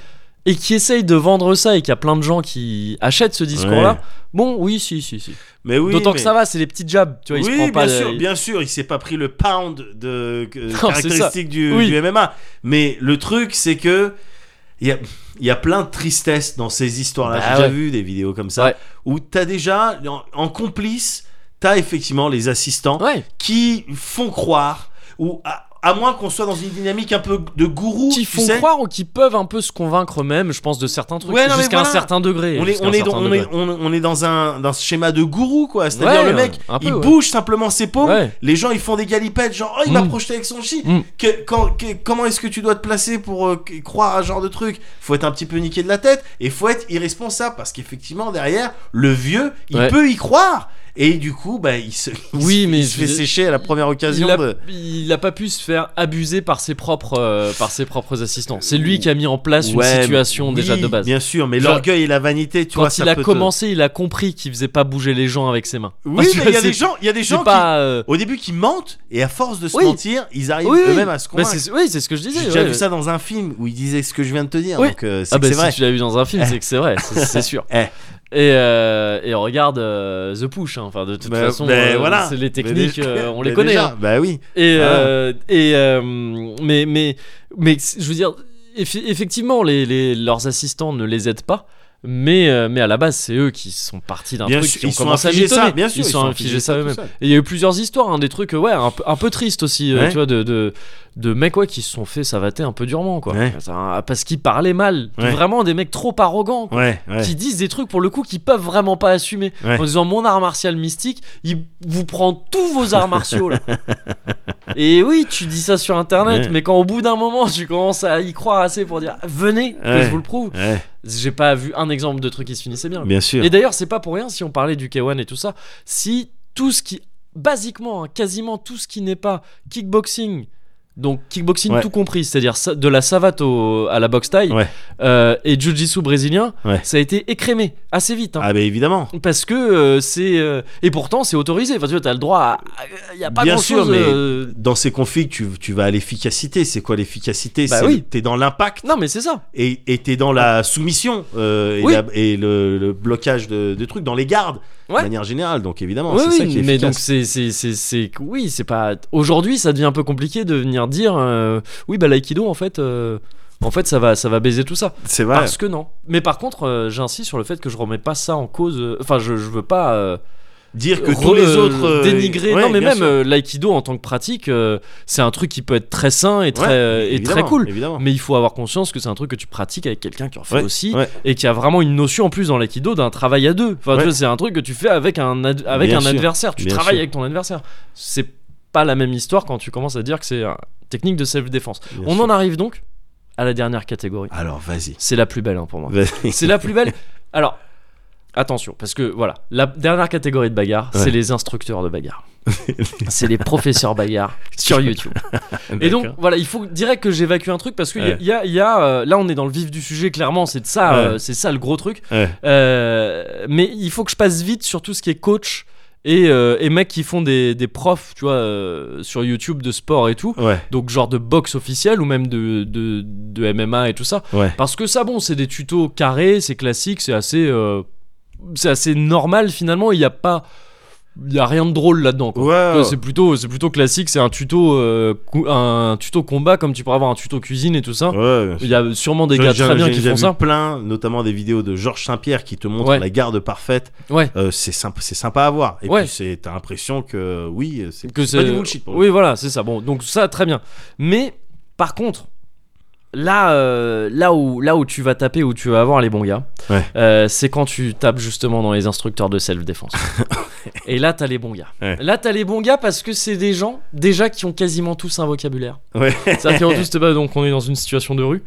[SPEAKER 1] Et qui essaye de vendre ça et qu'il y a plein de gens qui achètent ce discours-là.
[SPEAKER 2] Ouais.
[SPEAKER 1] Bon, oui, si, si, si.
[SPEAKER 2] Mais oui.
[SPEAKER 1] D'autant
[SPEAKER 2] mais-
[SPEAKER 1] que ça va, c'est les petites jabs, tu vois. il se
[SPEAKER 2] oui,
[SPEAKER 1] prend pas
[SPEAKER 2] bien
[SPEAKER 1] de-
[SPEAKER 2] sûr,
[SPEAKER 1] il-
[SPEAKER 2] bien sûr, il s'est pas pris le pound de euh,
[SPEAKER 1] c'est
[SPEAKER 2] caractéristique du,
[SPEAKER 1] Oui.
[SPEAKER 2] du MMA. Mais le truc, c'est que il y a, il y a plein de tristesse dans ces histoires-là.
[SPEAKER 1] Bah
[SPEAKER 2] J'ai déjà
[SPEAKER 1] ouais.
[SPEAKER 2] vu des vidéos comme ça
[SPEAKER 1] Ouais.
[SPEAKER 2] où t'as déjà en, en complice, t'as effectivement les assistants
[SPEAKER 1] Ouais.
[SPEAKER 2] qui font croire ou à, à moins qu'on soit dans une dynamique un peu de gourou,
[SPEAKER 1] qui
[SPEAKER 2] tu
[SPEAKER 1] font
[SPEAKER 2] sais.
[SPEAKER 1] croire ou qui peuvent un peu se convaincre eux-mêmes, je pense, de certains trucs,
[SPEAKER 2] Ouais, non, mais
[SPEAKER 1] jusqu'à un
[SPEAKER 2] voilà.
[SPEAKER 1] certain degré.
[SPEAKER 2] On est,
[SPEAKER 1] jusqu'à
[SPEAKER 2] on,
[SPEAKER 1] un
[SPEAKER 2] est
[SPEAKER 1] certain
[SPEAKER 2] dans, on,
[SPEAKER 1] degré.
[SPEAKER 2] est, on, on est dans un, dans ce schéma de gourou, quoi. C'est-à-dire
[SPEAKER 1] Ouais,
[SPEAKER 2] le mec,
[SPEAKER 1] un peu,
[SPEAKER 2] il
[SPEAKER 1] ouais.
[SPEAKER 2] bouge simplement ses paumes,
[SPEAKER 1] Ouais.
[SPEAKER 2] les gens ils font des galipettes, genre oh il m'a
[SPEAKER 1] Mm.
[SPEAKER 2] projeté avec son chi.
[SPEAKER 1] Mm.
[SPEAKER 2] Que, quand, que- comment est-ce que tu dois te placer pour euh, que- croire à ce genre de truc Faut être un petit peu niqué de la tête et faut être irresponsable parce qu'effectivement derrière, le vieux il
[SPEAKER 1] Ouais.
[SPEAKER 2] peut y croire. Et du coup, bah, il se, il
[SPEAKER 1] Oui,
[SPEAKER 2] se-
[SPEAKER 1] mais
[SPEAKER 2] il se
[SPEAKER 1] je
[SPEAKER 2] fait
[SPEAKER 1] veux dire,
[SPEAKER 2] sécher à la première occasion.
[SPEAKER 1] Il a,
[SPEAKER 2] de-
[SPEAKER 1] il a pas pu se faire abuser par ses propres, euh, par ses propres assistants. C'est lui qui a mis en place
[SPEAKER 2] Ouais,
[SPEAKER 1] une situation
[SPEAKER 2] oui,
[SPEAKER 1] déjà de base.
[SPEAKER 2] Bien sûr, mais
[SPEAKER 1] Genre,
[SPEAKER 2] l'orgueil et la vanité, tu
[SPEAKER 1] Quand
[SPEAKER 2] vois, ça
[SPEAKER 1] il a
[SPEAKER 2] peut te-
[SPEAKER 1] commencé, il a compris qu'il faisait pas bouger les gens avec ses mains.
[SPEAKER 2] Oui,
[SPEAKER 1] Tu
[SPEAKER 2] mais
[SPEAKER 1] vois,
[SPEAKER 2] il y a
[SPEAKER 1] c'est-
[SPEAKER 2] des gens, il y a des
[SPEAKER 1] c'est
[SPEAKER 2] gens qui
[SPEAKER 1] pas, euh,
[SPEAKER 2] au début qui mentent et à force de se
[SPEAKER 1] Oui.
[SPEAKER 2] mentir, ils arrivent
[SPEAKER 1] oui, oui.
[SPEAKER 2] eux-mêmes à se
[SPEAKER 1] Bah,
[SPEAKER 2] convaincre.
[SPEAKER 1] c'est- oui, c'est ce que je disais.
[SPEAKER 2] J'ai déjà
[SPEAKER 1] ouais.
[SPEAKER 2] vu ça dans un film où ils disaient ce que je viens de te dire.
[SPEAKER 1] Oui.
[SPEAKER 2] Donc euh, c'est
[SPEAKER 1] Ah
[SPEAKER 2] que
[SPEAKER 1] bah
[SPEAKER 2] c'est
[SPEAKER 1] si
[SPEAKER 2] vrai.
[SPEAKER 1] tu l'as vu dans un film, c'est que c'est vrai, c'est c'est sûr.
[SPEAKER 2] Eh.
[SPEAKER 1] Et, euh, et on regarde euh, The Push, hein. enfin de toute
[SPEAKER 2] Bah,
[SPEAKER 1] façon,
[SPEAKER 2] bah,
[SPEAKER 1] euh,
[SPEAKER 2] voilà.
[SPEAKER 1] c'est les
[SPEAKER 2] Mais
[SPEAKER 1] techniques,
[SPEAKER 2] déjà-
[SPEAKER 1] euh, on les
[SPEAKER 2] mais
[SPEAKER 1] connaît.
[SPEAKER 2] déjà,
[SPEAKER 1] hein.
[SPEAKER 2] Bah oui.
[SPEAKER 1] Et,
[SPEAKER 2] Voilà.
[SPEAKER 1] euh, et euh, mais, mais, mais c- je veux dire, effi- effectivement, les, les- leurs assistants ne les aident pas. Mais, euh, mais à la base, c'est eux qui sont partis d'un
[SPEAKER 2] Bien
[SPEAKER 1] truc,
[SPEAKER 2] sûr,
[SPEAKER 1] qui ont
[SPEAKER 2] ils sont
[SPEAKER 1] commencé à
[SPEAKER 2] infligés ça,
[SPEAKER 1] mitonner.
[SPEAKER 2] bien sûr,
[SPEAKER 1] ils, sont infligés ça eux-mêmes. Et il y a eu plusieurs histoires, hein, des trucs ouais, un, peu- un peu tristes aussi, euh,
[SPEAKER 2] Ouais.
[SPEAKER 1] tu vois, de, de, de mecs ouais, qui se sont fait savater un peu durement, quoi.
[SPEAKER 2] Ouais.
[SPEAKER 1] Ça- Parce qu'ils parlaient mal.
[SPEAKER 2] Ouais.
[SPEAKER 1] Vraiment des mecs trop arrogants, quoi,
[SPEAKER 2] Ouais, ouais.
[SPEAKER 1] Qui disent des trucs pour le coup qu'ils peuvent vraiment pas assumer.
[SPEAKER 2] Ouais.
[SPEAKER 1] En disant mon art martial mystique, il vous prend tous vos arts martiaux là. Et oui, tu dis ça sur internet,
[SPEAKER 2] Ouais.
[SPEAKER 1] mais quand au bout d'un moment tu commences à y croire assez pour dire venez, que
[SPEAKER 2] Ouais.
[SPEAKER 1] je vous le prouve.
[SPEAKER 2] Ouais,
[SPEAKER 1] J'ai pas vu un exemple de truc qui se finissait bien.
[SPEAKER 2] bien sûr.
[SPEAKER 1] Et d'ailleurs, c'est pas pour rien si on parlait du K1 et tout ça, si tout ce qui, basiquement, hein, quasiment tout ce qui n'est pas kickboxing, donc kickboxing
[SPEAKER 2] Ouais.
[SPEAKER 1] tout compris, c'est-à-dire sa- de la savate au- à la boxe taille
[SPEAKER 2] Ouais.
[SPEAKER 1] euh, et jiu-jitsu brésilien,
[SPEAKER 2] Ouais.
[SPEAKER 1] ça a été écrémé assez vite. hein.
[SPEAKER 2] Ah bah évidemment.
[SPEAKER 1] Parce que euh, c'est. euh, et pourtant, c'est autorisé. Enfin, tu vois, t'as le droit à. Il n'y a pas
[SPEAKER 2] Bien
[SPEAKER 1] grand
[SPEAKER 2] sûr,
[SPEAKER 1] chose.
[SPEAKER 2] mais-
[SPEAKER 1] euh,
[SPEAKER 2] Dans ces configs, tu, tu vas à l'efficacité. C'est quoi l'efficacité
[SPEAKER 1] Bah
[SPEAKER 2] C'est-
[SPEAKER 1] oui.
[SPEAKER 2] T'es dans l'impact
[SPEAKER 1] Non, mais c'est ça.
[SPEAKER 2] et et t'es dans la soumission euh, et,
[SPEAKER 1] Oui.
[SPEAKER 2] la- et le, le blocage de, de trucs, dans les gardes,
[SPEAKER 1] Ouais.
[SPEAKER 2] de manière générale. Donc évidemment,
[SPEAKER 1] oui,
[SPEAKER 2] c'est
[SPEAKER 1] oui,
[SPEAKER 2] ça qui est
[SPEAKER 1] mais donc
[SPEAKER 2] efficace.
[SPEAKER 1] c'est c'est c'est c'est oui c'est pas aujourd'hui ça devient un peu compliqué de venir dire euh, oui bah l'aïkido en fait euh, En fait, ça va, ça va baiser tout ça.
[SPEAKER 2] C'est vrai.
[SPEAKER 1] Parce que non. Mais par contre, euh, j'insiste sur le fait que je remets pas ça en cause. euh, Enfin, je, je veux pas euh,
[SPEAKER 2] Dire que
[SPEAKER 1] re-
[SPEAKER 2] tous les
[SPEAKER 1] euh,
[SPEAKER 2] autres. euh,
[SPEAKER 1] dénigrer.
[SPEAKER 2] ouais,
[SPEAKER 1] non, mais
[SPEAKER 2] bien
[SPEAKER 1] même
[SPEAKER 2] sûr.
[SPEAKER 1] euh, l'aïkido en tant que pratique, euh, c'est un truc qui peut être très sain et très,
[SPEAKER 2] Ouais,
[SPEAKER 1] euh, et
[SPEAKER 2] évidemment,
[SPEAKER 1] très cool.
[SPEAKER 2] Évidemment.
[SPEAKER 1] Mais il faut avoir conscience que c'est un truc que tu pratiques avec quelqu'un qui en fait
[SPEAKER 2] Ouais,
[SPEAKER 1] aussi
[SPEAKER 2] ouais.
[SPEAKER 1] et qui a vraiment une notion en plus dans l'aïkido d'un travail à deux. Enfin, tu
[SPEAKER 2] Ouais.
[SPEAKER 1] vois, c'est un truc que tu fais avec un, ad- avec
[SPEAKER 2] Bien
[SPEAKER 1] un
[SPEAKER 2] sûr,
[SPEAKER 1] adversaire. Tu
[SPEAKER 2] bien
[SPEAKER 1] travailles
[SPEAKER 2] sûr.
[SPEAKER 1] avec ton adversaire. C'est pas la même histoire quand tu commences à dire que c'est une technique de self-défense.
[SPEAKER 2] Bien
[SPEAKER 1] On
[SPEAKER 2] sûr.
[SPEAKER 1] en arrive donc à la dernière catégorie.
[SPEAKER 2] Alors vas-y.
[SPEAKER 1] C'est la plus belle hein, pour moi.
[SPEAKER 2] Vas-y.
[SPEAKER 1] C'est la plus belle. Alors, attention, parce que voilà, la dernière catégorie de bagarre,
[SPEAKER 2] Ouais.
[SPEAKER 1] c'est les instructeurs de bagarre. c'est les professeurs bagarre sur YouTube. Et donc, voilà, il faut direct que j'évacue un truc parce que il y a-
[SPEAKER 2] Ouais.
[SPEAKER 1] il y a, il y a, euh, là, on est dans le vif du sujet, clairement, c'est de ça,
[SPEAKER 2] Ouais.
[SPEAKER 1] euh, c'est ça le gros truc.
[SPEAKER 2] Ouais.
[SPEAKER 1] Euh, mais il faut que je passe vite sur tout ce qui est coach. Et, euh, et mecs qui font des, des profs, tu vois, euh, sur YouTube de sport et tout,
[SPEAKER 2] Ouais.
[SPEAKER 1] donc genre de boxe officielle ou même de, de, de MMA et tout ça.
[SPEAKER 2] Ouais.
[SPEAKER 1] Parce que ça, bon, c'est des tutos carrés, c'est classique, c'est assez, euh, c'est assez normal finalement. Il n'y a pas, il y a rien de drôle là-dedans. quoi.
[SPEAKER 2] Ouais.
[SPEAKER 1] Ouais, C'est plutôt, c'est plutôt classique. C'est un tuto, euh, cou- un tuto combat comme tu pourrais avoir un tuto cuisine et tout ça.
[SPEAKER 2] Ouais, bien sûr.
[SPEAKER 1] Il y a sûrement des
[SPEAKER 2] J'ai-
[SPEAKER 1] gars
[SPEAKER 2] j'ai-
[SPEAKER 1] très bien
[SPEAKER 2] j'ai
[SPEAKER 1] qui
[SPEAKER 2] déjà
[SPEAKER 1] font
[SPEAKER 2] vu
[SPEAKER 1] ça.
[SPEAKER 2] plein, notamment des vidéos de Georges Saint-Pierre qui te montrent
[SPEAKER 1] Ouais.
[SPEAKER 2] la garde parfaite.
[SPEAKER 1] Ouais.
[SPEAKER 2] Euh, c'est sympa, c'est sympa à voir. Et
[SPEAKER 1] Ouais.
[SPEAKER 2] puis c'est, t'as l'impression que oui, c'est,
[SPEAKER 1] que
[SPEAKER 2] c'est pas du bullshit. Pour le
[SPEAKER 1] oui, voilà, c'est ça. Bon, donc ça, très bien. Mais par contre, là, euh, là où, là où tu vas taper, où tu vas avoir les bons gars,
[SPEAKER 2] Ouais.
[SPEAKER 1] euh, c'est quand tu tapes justement dans les instructeurs de self-défense. Et là, t'as les bons gars.
[SPEAKER 2] Ouais.
[SPEAKER 1] Là, t'as les bons gars parce que c'est des gens déjà qui ont quasiment tous un vocabulaire.
[SPEAKER 2] Ouais.
[SPEAKER 1] C'est-à-dire qu'ils ont tous, bah, donc on est dans une situation de rue.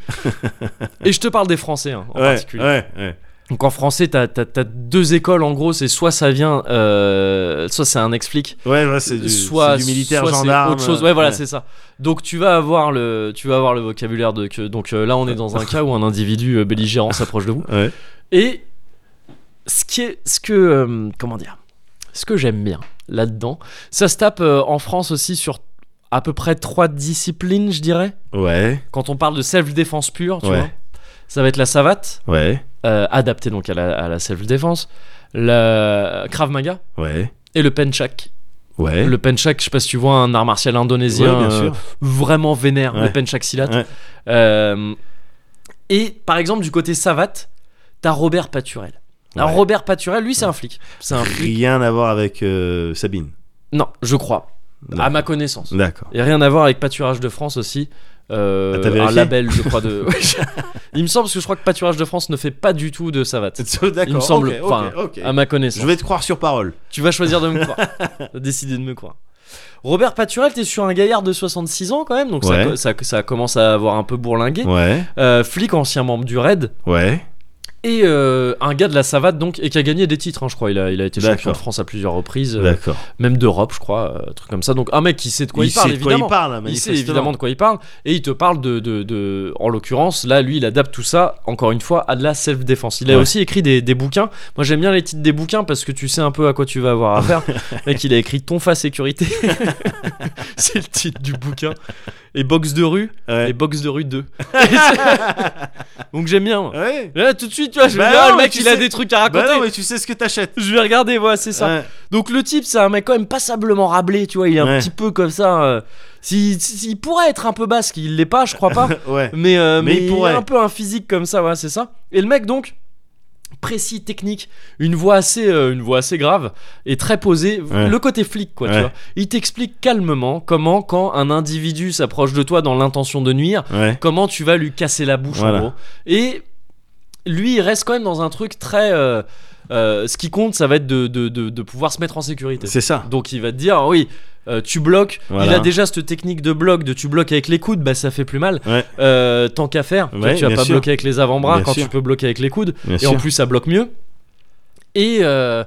[SPEAKER 1] Et je te parle des Français hein, en
[SPEAKER 2] coup. ouais,
[SPEAKER 1] particulier.
[SPEAKER 2] ouais, ouais.
[SPEAKER 1] Donc en français, t'as t'as- t'as deux écoles en gros. C'est soit ça vient, euh, soit c'est un explique
[SPEAKER 2] Ouais, ouais, c'est du,
[SPEAKER 1] Euh, soit
[SPEAKER 2] c'est du militaire
[SPEAKER 1] soit c'est
[SPEAKER 2] gendarme.
[SPEAKER 1] autre chose ouais voilà c'est ça donc tu vas avoir le tu vas avoir le vocabulaire de que donc euh, là on est dans un cas où un individu euh, belligérant s'approche de vous
[SPEAKER 2] Ouais.
[SPEAKER 1] et ce qui est ce que euh, comment dire ce que j'aime bien là dedans ça se tape euh, en France aussi sur à peu près trois disciplines je dirais
[SPEAKER 2] Ouais,
[SPEAKER 1] quand on parle de self défense pure tu
[SPEAKER 2] Ouais.
[SPEAKER 1] vois ça va être la savate
[SPEAKER 2] ouais,
[SPEAKER 1] euh, adaptée donc à la, à la self défense le krav maga
[SPEAKER 2] ouais,
[SPEAKER 1] et le penchak
[SPEAKER 2] ouais.
[SPEAKER 1] le penchak je sais pas si tu vois un art martial indonésien
[SPEAKER 2] Ouais, bien
[SPEAKER 1] euh,
[SPEAKER 2] sûr.
[SPEAKER 1] vraiment vénère
[SPEAKER 2] Ouais.
[SPEAKER 1] le penchak silat.
[SPEAKER 2] Ouais.
[SPEAKER 1] Euh, et par exemple du côté savate, t'as Robert Paturel. Alors
[SPEAKER 2] Ouais.
[SPEAKER 1] Robert Paturel, lui c'est un flic. C'est un flic.
[SPEAKER 2] Rien à voir avec euh, Sabine.
[SPEAKER 1] Non, je crois. À
[SPEAKER 2] D'accord.
[SPEAKER 1] ma connaissance.
[SPEAKER 2] D'accord.
[SPEAKER 1] Et rien à voir avec Pâturage de France aussi. Euh,
[SPEAKER 2] Ah, t'as
[SPEAKER 1] un
[SPEAKER 2] vérifié
[SPEAKER 1] label, je crois. De... Oui, je- Il me semble parce que je crois que Pâturage de France ne fait pas du tout de savate.
[SPEAKER 2] D'accord.
[SPEAKER 1] Il me semble.
[SPEAKER 2] ok, ok,
[SPEAKER 1] enfin,
[SPEAKER 2] ok.
[SPEAKER 1] à ma connaissance.
[SPEAKER 2] Je vais te croire sur parole.
[SPEAKER 1] Tu vas choisir de me croire. T'as décidé de me croire. Robert Paturel, t'es sur un gaillard de 66 ans quand même, donc ça
[SPEAKER 2] Ouais.
[SPEAKER 1] co- ça, ça commence à avoir un peu bourlingué.
[SPEAKER 2] Ouais,
[SPEAKER 1] Euh, flic, ancien membre du raid,
[SPEAKER 2] ouais,
[SPEAKER 1] et euh, un gars de la savate donc, et qui a gagné des titres, hein, je crois. Il a, il a été champion
[SPEAKER 2] D'accord.
[SPEAKER 1] de France à plusieurs reprises, euh,
[SPEAKER 2] d'accord.
[SPEAKER 1] même d'Europe, je crois, euh, truc comme ça. Donc un mec qui sait de quoi il,
[SPEAKER 2] sait
[SPEAKER 1] parle,
[SPEAKER 2] de quoi
[SPEAKER 1] évidemment.
[SPEAKER 2] il parle, hein,
[SPEAKER 1] Il sait
[SPEAKER 2] manifestement.
[SPEAKER 1] évidemment de quoi il parle, et il te parle de, de, de- en l'occurrence, là, lui, il adapte tout ça, encore une fois, à de la self-défense. Il a
[SPEAKER 2] Ouais.
[SPEAKER 1] aussi écrit des, des bouquins. Moi, j'aime bien les titres des bouquins parce que tu sais un peu à quoi tu vas avoir affaire. Le Mec, il a écrit Tonfa Sécurité. C'est le titre du bouquin. Et Box de rue,
[SPEAKER 2] Ouais.
[SPEAKER 1] et Box de rue 2. Et c'est- Donc j'aime bien. moi.
[SPEAKER 2] Ouais.
[SPEAKER 1] Là, tout de suite, tu vois, je me
[SPEAKER 2] Bah
[SPEAKER 1] dis, ah,
[SPEAKER 2] non,
[SPEAKER 1] le
[SPEAKER 2] mais
[SPEAKER 1] mec,
[SPEAKER 2] tu
[SPEAKER 1] il a
[SPEAKER 2] sais-
[SPEAKER 1] des trucs à raconter.
[SPEAKER 2] Bah non, mais tu sais ce que t'achètes.
[SPEAKER 1] Je vais regarder, voilà, c'est ça.
[SPEAKER 2] Ouais.
[SPEAKER 1] Donc le type, c'est un mec quand même passablement rablé, tu vois, il est un
[SPEAKER 2] Ouais.
[SPEAKER 1] petit peu comme ça. euh, si, si- si- il pourrait être un peu basque, il l'est pas, je crois pas.
[SPEAKER 2] Ouais.
[SPEAKER 1] mais, euh,
[SPEAKER 2] Mais il
[SPEAKER 1] mais il
[SPEAKER 2] pourrait.
[SPEAKER 1] a un peu un physique comme ça, voilà, c'est ça. Et le mec donc précis, technique, une voix assez, euh, une voix assez grave et très posée,
[SPEAKER 2] Ouais.
[SPEAKER 1] le côté flic quoi, tu
[SPEAKER 2] Ouais.
[SPEAKER 1] vois. Il t'explique calmement comment quand un individu s'approche de toi dans l'intention de nuire,
[SPEAKER 2] Ouais.
[SPEAKER 1] comment tu vas lui casser la bouche
[SPEAKER 2] Voilà.
[SPEAKER 1] en gros. Et lui, il reste quand même dans un truc très. euh, euh, ce qui compte, ça va être de, de- de- de pouvoir se mettre en sécurité.
[SPEAKER 2] C'est ça.
[SPEAKER 1] Donc il va te dire, oui. euh, tu bloques, il
[SPEAKER 2] Voilà.
[SPEAKER 1] a déjà cette technique de bloc, de tu bloques avec les coudes, bah ça fait plus mal.
[SPEAKER 2] Ouais.
[SPEAKER 1] Euh, tant qu'à faire, Toi,
[SPEAKER 2] Ouais,
[SPEAKER 1] tu vas
[SPEAKER 2] bien
[SPEAKER 1] pas
[SPEAKER 2] sûr.
[SPEAKER 1] bloquer avec les avant-bras
[SPEAKER 2] Bien
[SPEAKER 1] quand
[SPEAKER 2] sûr.
[SPEAKER 1] tu peux bloquer avec les coudes.
[SPEAKER 2] Bien
[SPEAKER 1] et en plus, ça bloque mieux. Et, euh,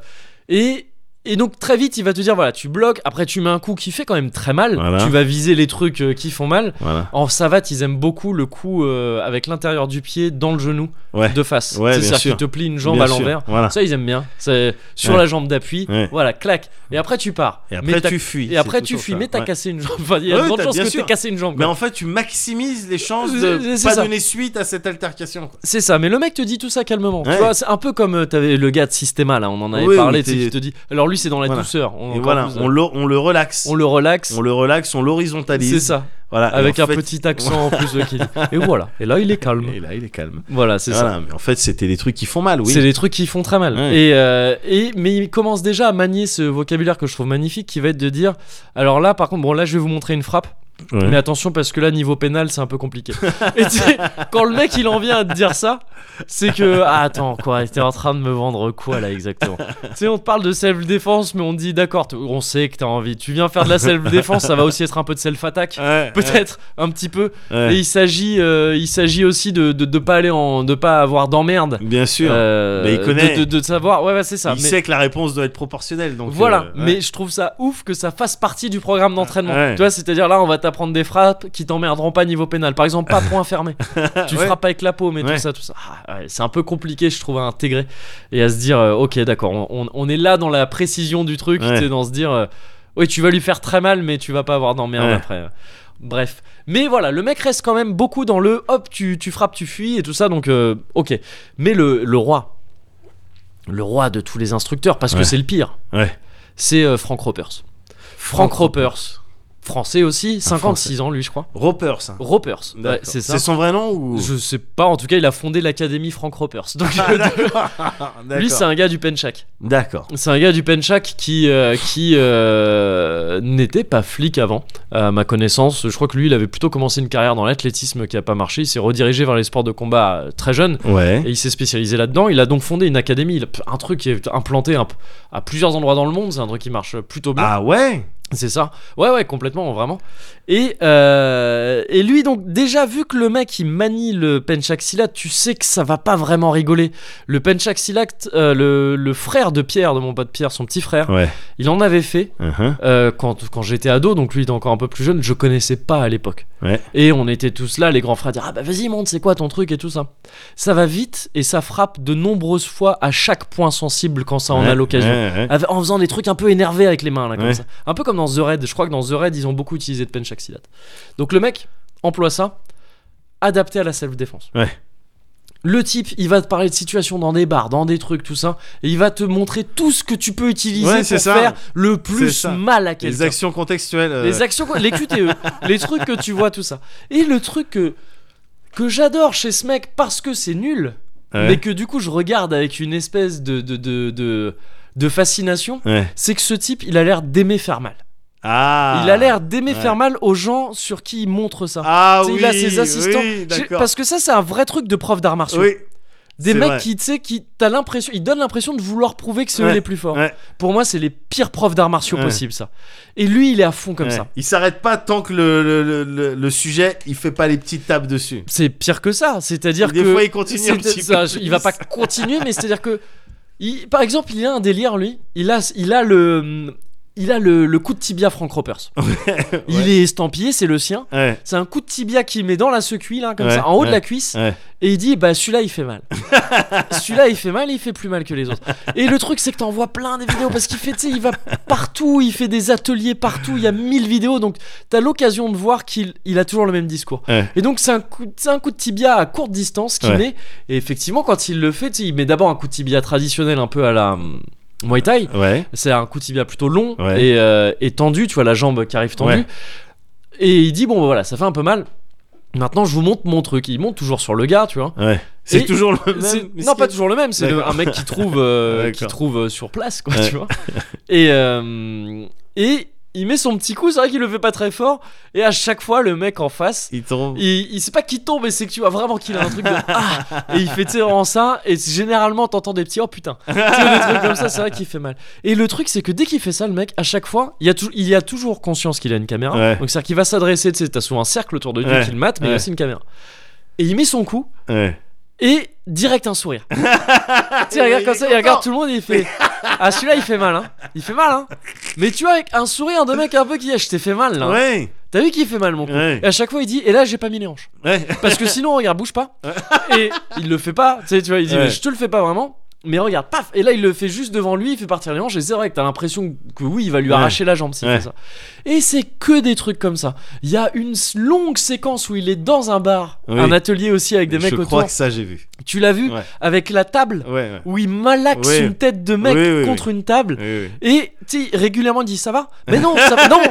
[SPEAKER 1] et, et donc très vite, il va te dire, voilà, tu bloques, après tu mets un coup qui fait quand même très mal,
[SPEAKER 2] Voilà.
[SPEAKER 1] tu vas viser les trucs euh, qui font mal.
[SPEAKER 2] Voilà.
[SPEAKER 1] En savate, ils aiment beaucoup le coup euh, avec l'intérieur du pied dans le genou,
[SPEAKER 2] Ouais.
[SPEAKER 1] de face.
[SPEAKER 2] Ouais, bien
[SPEAKER 1] C'est-à-dire
[SPEAKER 2] sûr.
[SPEAKER 1] qu'ils te plient une jambe
[SPEAKER 2] Bien
[SPEAKER 1] à
[SPEAKER 2] sûr.
[SPEAKER 1] l'envers.
[SPEAKER 2] Voilà.
[SPEAKER 1] Ça, ils aiment bien. C'est sur
[SPEAKER 2] Ouais.
[SPEAKER 1] la jambe d'appui.
[SPEAKER 2] Ouais.
[SPEAKER 1] Voilà, clac. Et après, tu pars.
[SPEAKER 2] Et
[SPEAKER 1] Mais
[SPEAKER 2] après,
[SPEAKER 1] t'as-
[SPEAKER 2] tu fuis.
[SPEAKER 1] et après,
[SPEAKER 2] c'est
[SPEAKER 1] tu
[SPEAKER 2] tout
[SPEAKER 1] fuis.
[SPEAKER 2] ça.
[SPEAKER 1] Mais t'as
[SPEAKER 2] Ouais.
[SPEAKER 1] cassé une jambe. Enfin, il y a
[SPEAKER 2] Ouais,
[SPEAKER 1] de grandes
[SPEAKER 2] t'as-
[SPEAKER 1] chances
[SPEAKER 2] bien
[SPEAKER 1] que
[SPEAKER 2] sûr.
[SPEAKER 1] t'aies cassé une jambe.
[SPEAKER 2] Mais
[SPEAKER 1] quoi.
[SPEAKER 2] en fait, tu maximises les chances
[SPEAKER 1] C'est-
[SPEAKER 2] de
[SPEAKER 1] c'est
[SPEAKER 2] pas
[SPEAKER 1] ça.
[SPEAKER 2] donner suite à cette altercation. quoi.
[SPEAKER 1] C'est ça, mais le mec te dit tout ça calmement. Tu
[SPEAKER 2] Ouais.
[SPEAKER 1] vois, c'est un peu comme euh, t'avais le gars de Systema là, on en avait
[SPEAKER 2] Oui,
[SPEAKER 1] parlé,
[SPEAKER 2] où
[SPEAKER 1] tu sais,
[SPEAKER 2] t'es-
[SPEAKER 1] qui te dit. Alors lui, c'est dans la
[SPEAKER 2] Voilà.
[SPEAKER 1] douceur. On,
[SPEAKER 2] Et
[SPEAKER 1] encore
[SPEAKER 2] voilà,
[SPEAKER 1] plus de-
[SPEAKER 2] on le, on le relaxe.
[SPEAKER 1] on le relaxe.
[SPEAKER 2] On le relaxe, on l'horizontalise.
[SPEAKER 1] C'est ça,
[SPEAKER 2] Voilà. Et
[SPEAKER 1] avec
[SPEAKER 2] en
[SPEAKER 1] un
[SPEAKER 2] fait-
[SPEAKER 1] petit accent en plus de Kid. Et voilà, et là il est calme.
[SPEAKER 2] Et là, il est calme.
[SPEAKER 1] Voilà, c'est ça.
[SPEAKER 2] Voilà, mais en fait, c'était des trucs qui font mal, oui.
[SPEAKER 1] C'est des trucs qui font très mal.
[SPEAKER 2] Ouais.
[SPEAKER 1] Et, euh, et, mais il commence déjà à manier ce vocabulaire que je trouve magnifique qui va être de dire alors là, par contre, bon, là je vais vous montrer une frappe,
[SPEAKER 2] Ouais.
[SPEAKER 1] mais attention parce que là, niveau pénal, c'est un peu compliqué. et tu sais, quand le mec il en vient à te dire ça, c'est que ah, attends, quoi, t'es en train de me vendre quoi là exactement Tu sais, on te parle de self-défense, mais on te dit d'accord, t- on sait que t'as envie, tu viens faire de la self-défense, ça va aussi être un peu de self-attack.
[SPEAKER 2] Ouais,
[SPEAKER 1] Peut-être un petit peu.
[SPEAKER 2] ouais.
[SPEAKER 1] Et il s'agit, euh, il s'agit aussi de, de, de pas aller en, de pas avoir d'emmerde
[SPEAKER 2] Bien sûr.
[SPEAKER 1] euh,
[SPEAKER 2] Mais il connaît.
[SPEAKER 1] De, de- de savoir, ouais, ouais, c'est ça.
[SPEAKER 2] il
[SPEAKER 1] mais
[SPEAKER 2] sait que la réponse doit être proportionnelle. Donc
[SPEAKER 1] voilà,
[SPEAKER 2] euh, ouais.
[SPEAKER 1] mais je trouve ça ouf que ça fasse partie du programme d'entraînement.
[SPEAKER 2] Ouais.
[SPEAKER 1] Tu vois, c'est-à-dire là, on va t'apprendre des frappes qui t'emmerderont pas niveau pénal. Par exemple, pas point fermé. tu
[SPEAKER 2] Ouais.
[SPEAKER 1] frappes avec la paume et
[SPEAKER 2] Ouais.
[SPEAKER 1] tout ça, tout ça. Ah, ouais, c'est un peu compliqué, je trouve, à intégrer et à se dire, euh, ok, d'accord, on, on- on est là dans la précision du truc,
[SPEAKER 2] Ouais.
[SPEAKER 1] tu sais, dans se dire, euh, oui, tu vas lui faire très mal, mais tu vas pas avoir d'emmerde
[SPEAKER 2] Ouais.
[SPEAKER 1] après. Bref. Mais voilà, le mec reste quand même beaucoup dans le hop, tu, tu frappes, tu fuis et tout ça, donc euh, ok. Mais le, le roi, le roi de tous les instructeurs, parce
[SPEAKER 2] Ouais.
[SPEAKER 1] que c'est le pire,
[SPEAKER 2] Ouais.
[SPEAKER 1] c'est euh, Frank Ropers. Frank Ropers, français aussi, 56 ans lui, je crois.
[SPEAKER 2] Roper, ça.
[SPEAKER 1] Ropers,
[SPEAKER 2] D'accord.
[SPEAKER 1] ouais, c'est ça.
[SPEAKER 2] son vrai nom ou
[SPEAKER 1] Je sais pas, en tout cas, il a fondé l'académie Frank Ropers. Donc,
[SPEAKER 2] Ah, d'accord.
[SPEAKER 1] lui,
[SPEAKER 2] D'accord.
[SPEAKER 1] c'est un gars du Penchak.
[SPEAKER 2] D'accord.
[SPEAKER 1] C'est un gars du Penchak qui, euh, qui euh, n'était pas flic avant, à ma connaissance. Je crois que lui, il avait plutôt commencé une carrière dans l'athlétisme qui a pas marché. Il s'est redirigé vers les sports de combat euh, très jeune
[SPEAKER 2] Ouais.
[SPEAKER 1] et il s'est spécialisé là-dedans. Il a donc fondé une académie, il a- un truc qui est implanté un p- à plusieurs endroits dans le monde. C'est un truc qui marche plutôt bien.
[SPEAKER 2] Ah ouais.
[SPEAKER 1] C'est ça. Ouais, ouais, complètement, vraiment. Et, euh, et lui, donc, déjà, vu que le mec, il manie le Penchaxilat, tu sais que ça va pas vraiment rigoler. Le Penchaxilat, euh, le, le frère de Pierre, de mon pote Pierre, son petit frère,
[SPEAKER 2] Ouais.
[SPEAKER 1] il en avait fait
[SPEAKER 2] Uh-huh.
[SPEAKER 1] euh, quand, quand j'étais ado, donc lui, il était encore un peu plus jeune, je connaissais pas à l'époque.
[SPEAKER 2] Ouais.
[SPEAKER 1] Et on était tous là, les grands frères, à dire Ah bah vas-y, monte, c'est quoi ton truc et tout ça. Ça va vite et ça frappe de nombreuses fois à chaque point sensible quand ça en a
[SPEAKER 2] Ouais,
[SPEAKER 1] l'occasion. Ah,
[SPEAKER 2] ouais, ouais.
[SPEAKER 1] Avec- en faisant des trucs un peu énervés avec les mains là comme
[SPEAKER 2] Ouais.
[SPEAKER 1] ça. Un peu comme dans The Raid, je crois que dans The Raid ils ont beaucoup utilisé de penchaxilat. Donc le mec emploie ça adapté à la self-défense.
[SPEAKER 2] Ouais.
[SPEAKER 1] Le type, il va te parler de situation dans des bars, dans des trucs, tout ça, et il va te montrer tout ce que tu peux utiliser
[SPEAKER 2] Ouais,
[SPEAKER 1] pour
[SPEAKER 2] c'est ça.
[SPEAKER 1] faire le
[SPEAKER 2] C'est
[SPEAKER 1] plus
[SPEAKER 2] ça.
[SPEAKER 1] mal à
[SPEAKER 2] Les
[SPEAKER 1] quelqu'un.
[SPEAKER 2] actions contextuelles. euh,
[SPEAKER 1] Les actions, quoi, les QTE, les trucs que tu vois, tout ça. Et le truc que, que j'adore chez ce mec parce que c'est nul,
[SPEAKER 2] ouais.
[SPEAKER 1] mais que du coup je regarde avec une espèce de, de, de, de, de fascination,
[SPEAKER 2] Ouais.
[SPEAKER 1] c'est que ce type, il a l'air d'aimer faire mal.
[SPEAKER 2] Ah.
[SPEAKER 1] il a l'air d'aimer
[SPEAKER 2] ouais.
[SPEAKER 1] faire mal aux gens sur qui il montre ça.
[SPEAKER 2] Ah
[SPEAKER 1] Tu sais,
[SPEAKER 2] oui.
[SPEAKER 1] il a ses assistants.
[SPEAKER 2] Oui,
[SPEAKER 1] J'ai-
[SPEAKER 2] d'accord.
[SPEAKER 1] Parce que ça, c'est un vrai truc de prof d'arts martiaux.
[SPEAKER 2] Oui.
[SPEAKER 1] Des
[SPEAKER 2] c'est
[SPEAKER 1] mecs
[SPEAKER 2] vrai.
[SPEAKER 1] qui, tu sais, qui t'as l'impression, ils donnent l'impression de vouloir prouver que c'est
[SPEAKER 2] Ouais,
[SPEAKER 1] eux les plus forts.
[SPEAKER 2] ouais.
[SPEAKER 1] Pour moi, c'est les pires profs d'arts martiaux
[SPEAKER 2] Ouais.
[SPEAKER 1] possibles, ça. Et lui, il est à fond comme
[SPEAKER 2] Ouais.
[SPEAKER 1] ça.
[SPEAKER 2] Il s'arrête pas tant que le, le, le, le- le sujet, il fait pas les petites tapes dessus.
[SPEAKER 1] C'est pire que ça. C'est-à-dire
[SPEAKER 2] Des
[SPEAKER 1] que
[SPEAKER 2] fois, il continue un
[SPEAKER 1] c'est-
[SPEAKER 2] petit
[SPEAKER 1] ça,
[SPEAKER 2] peu
[SPEAKER 1] Il va pas
[SPEAKER 2] plus.
[SPEAKER 1] continuer, mais c'est-à-dire que, il- par exemple, il a un délire lui. Il a, il a le, il a le, le coup de tibia Frank Ropers. Il est estampillé, c'est le sien.
[SPEAKER 2] Ouais.
[SPEAKER 1] C'est un coup de tibia qu'il met dans la secuille, là, comme
[SPEAKER 2] Ouais,
[SPEAKER 1] ça, en haut de
[SPEAKER 2] ouais,
[SPEAKER 1] la cuisse.
[SPEAKER 2] ouais.
[SPEAKER 1] Et il dit, bah celui-là, il fait mal. celui-là, il fait mal, il fait plus mal que les autres. Et le truc, c'est que t'en vois plein des vidéos parce qu'il fait, tu sais, il va partout, il fait des ateliers partout, il y a mille vidéos. Donc, t'as l'occasion de voir qu'il il a toujours le même discours.
[SPEAKER 2] Ouais.
[SPEAKER 1] Et donc, c'est un, coup, c'est un coup de tibia à courte distance qu'il
[SPEAKER 2] Ouais.
[SPEAKER 1] met. Et effectivement, quand il le fait, tu sais, il met d'abord un coup de tibia traditionnel un peu à la hum, Muay Thai
[SPEAKER 2] Ouais.
[SPEAKER 1] c'est un coup de tibia plutôt long
[SPEAKER 2] Ouais.
[SPEAKER 1] et, euh, et tendu, tu vois la jambe qui arrive tendue.
[SPEAKER 2] Ouais.
[SPEAKER 1] Et il dit bon bah voilà, ça fait un peu mal. Maintenant je vous montre mon truc. Il monte toujours sur le gars, tu vois.
[SPEAKER 2] Ouais. C'est
[SPEAKER 1] Et-
[SPEAKER 2] toujours le
[SPEAKER 1] C'est-
[SPEAKER 2] même. mais
[SPEAKER 1] non
[SPEAKER 2] ce
[SPEAKER 1] pas
[SPEAKER 2] qui-
[SPEAKER 1] toujours le même, c'est le-
[SPEAKER 2] D'accord.
[SPEAKER 1] un mec qui trouve euh,
[SPEAKER 2] D'accord.
[SPEAKER 1] qui trouve euh, sur place quoi,
[SPEAKER 2] Ouais.
[SPEAKER 1] tu vois. Et euh, et il met son petit coup, c'est vrai qu'il le fait pas très fort et à chaque fois le mec en face
[SPEAKER 2] Il tombe.
[SPEAKER 1] il, il sait pas qui tombe, mais c'est que tu vois vraiment qu'il a un truc de ah et il fait tu sais, vraiment ça et c'est- généralement t'entends des petits oh putain Tu sais, des trucs comme ça c'est vrai qu'il fait mal et le truc c'est que dès qu'il fait ça le mec à chaque fois il y a, tou- il y a toujours conscience qu'il a une caméra
[SPEAKER 2] Ouais.
[SPEAKER 1] donc c'est à dire qu'il va s'adresser tu sais t'as souvent un cercle autour de lui
[SPEAKER 2] Ouais.
[SPEAKER 1] qu'il mate mais il y a
[SPEAKER 2] Ouais.
[SPEAKER 1] aussi une caméra et il met son coup
[SPEAKER 2] Ouais.
[SPEAKER 1] et direct un sourire. tu sais, il regarde comme ça, il regarde tout le monde et il fait Ah, celui-là il fait mal, hein. Il fait mal, hein. Mais tu vois, avec un sourire de mec un peu qui a Je t'ai fait mal, là. hein.
[SPEAKER 2] Ouais.
[SPEAKER 1] T'as vu qu'il fait mal, mon coup
[SPEAKER 2] Ouais.
[SPEAKER 1] Et à chaque fois, il dit Et là, j'ai pas mis les hanches.
[SPEAKER 2] Ouais.
[SPEAKER 1] Parce que sinon, regarde, bouge pas. Et il le fait pas. Tu sais, tu vois, il dit,
[SPEAKER 2] Ouais.
[SPEAKER 1] mais je te le fais pas vraiment. Mais regarde, paf Et là, il le fait juste devant lui, il fait partir les manches, et c'est vrai que t'as l'impression que oui, il va lui
[SPEAKER 2] Ouais.
[SPEAKER 1] arracher la jambe s'il
[SPEAKER 2] Ouais.
[SPEAKER 1] fait ça. Et c'est que des trucs comme ça. Il y a une s- longue séquence où il est dans un bar,
[SPEAKER 2] Oui.
[SPEAKER 1] un atelier aussi avec des
[SPEAKER 2] Je
[SPEAKER 1] mecs
[SPEAKER 2] crois
[SPEAKER 1] autour.
[SPEAKER 2] que ça, j'ai vu.
[SPEAKER 1] Tu l'as vu
[SPEAKER 2] Ouais.
[SPEAKER 1] Avec la table,
[SPEAKER 2] Ouais, ouais.
[SPEAKER 1] où il malaxe
[SPEAKER 2] Oui.
[SPEAKER 1] une tête de mec
[SPEAKER 2] Oui, oui,
[SPEAKER 1] contre une table.
[SPEAKER 2] Oui, oui.
[SPEAKER 1] Et, tu sais, régulièrement, il dit ça va Mais non, ça va. Non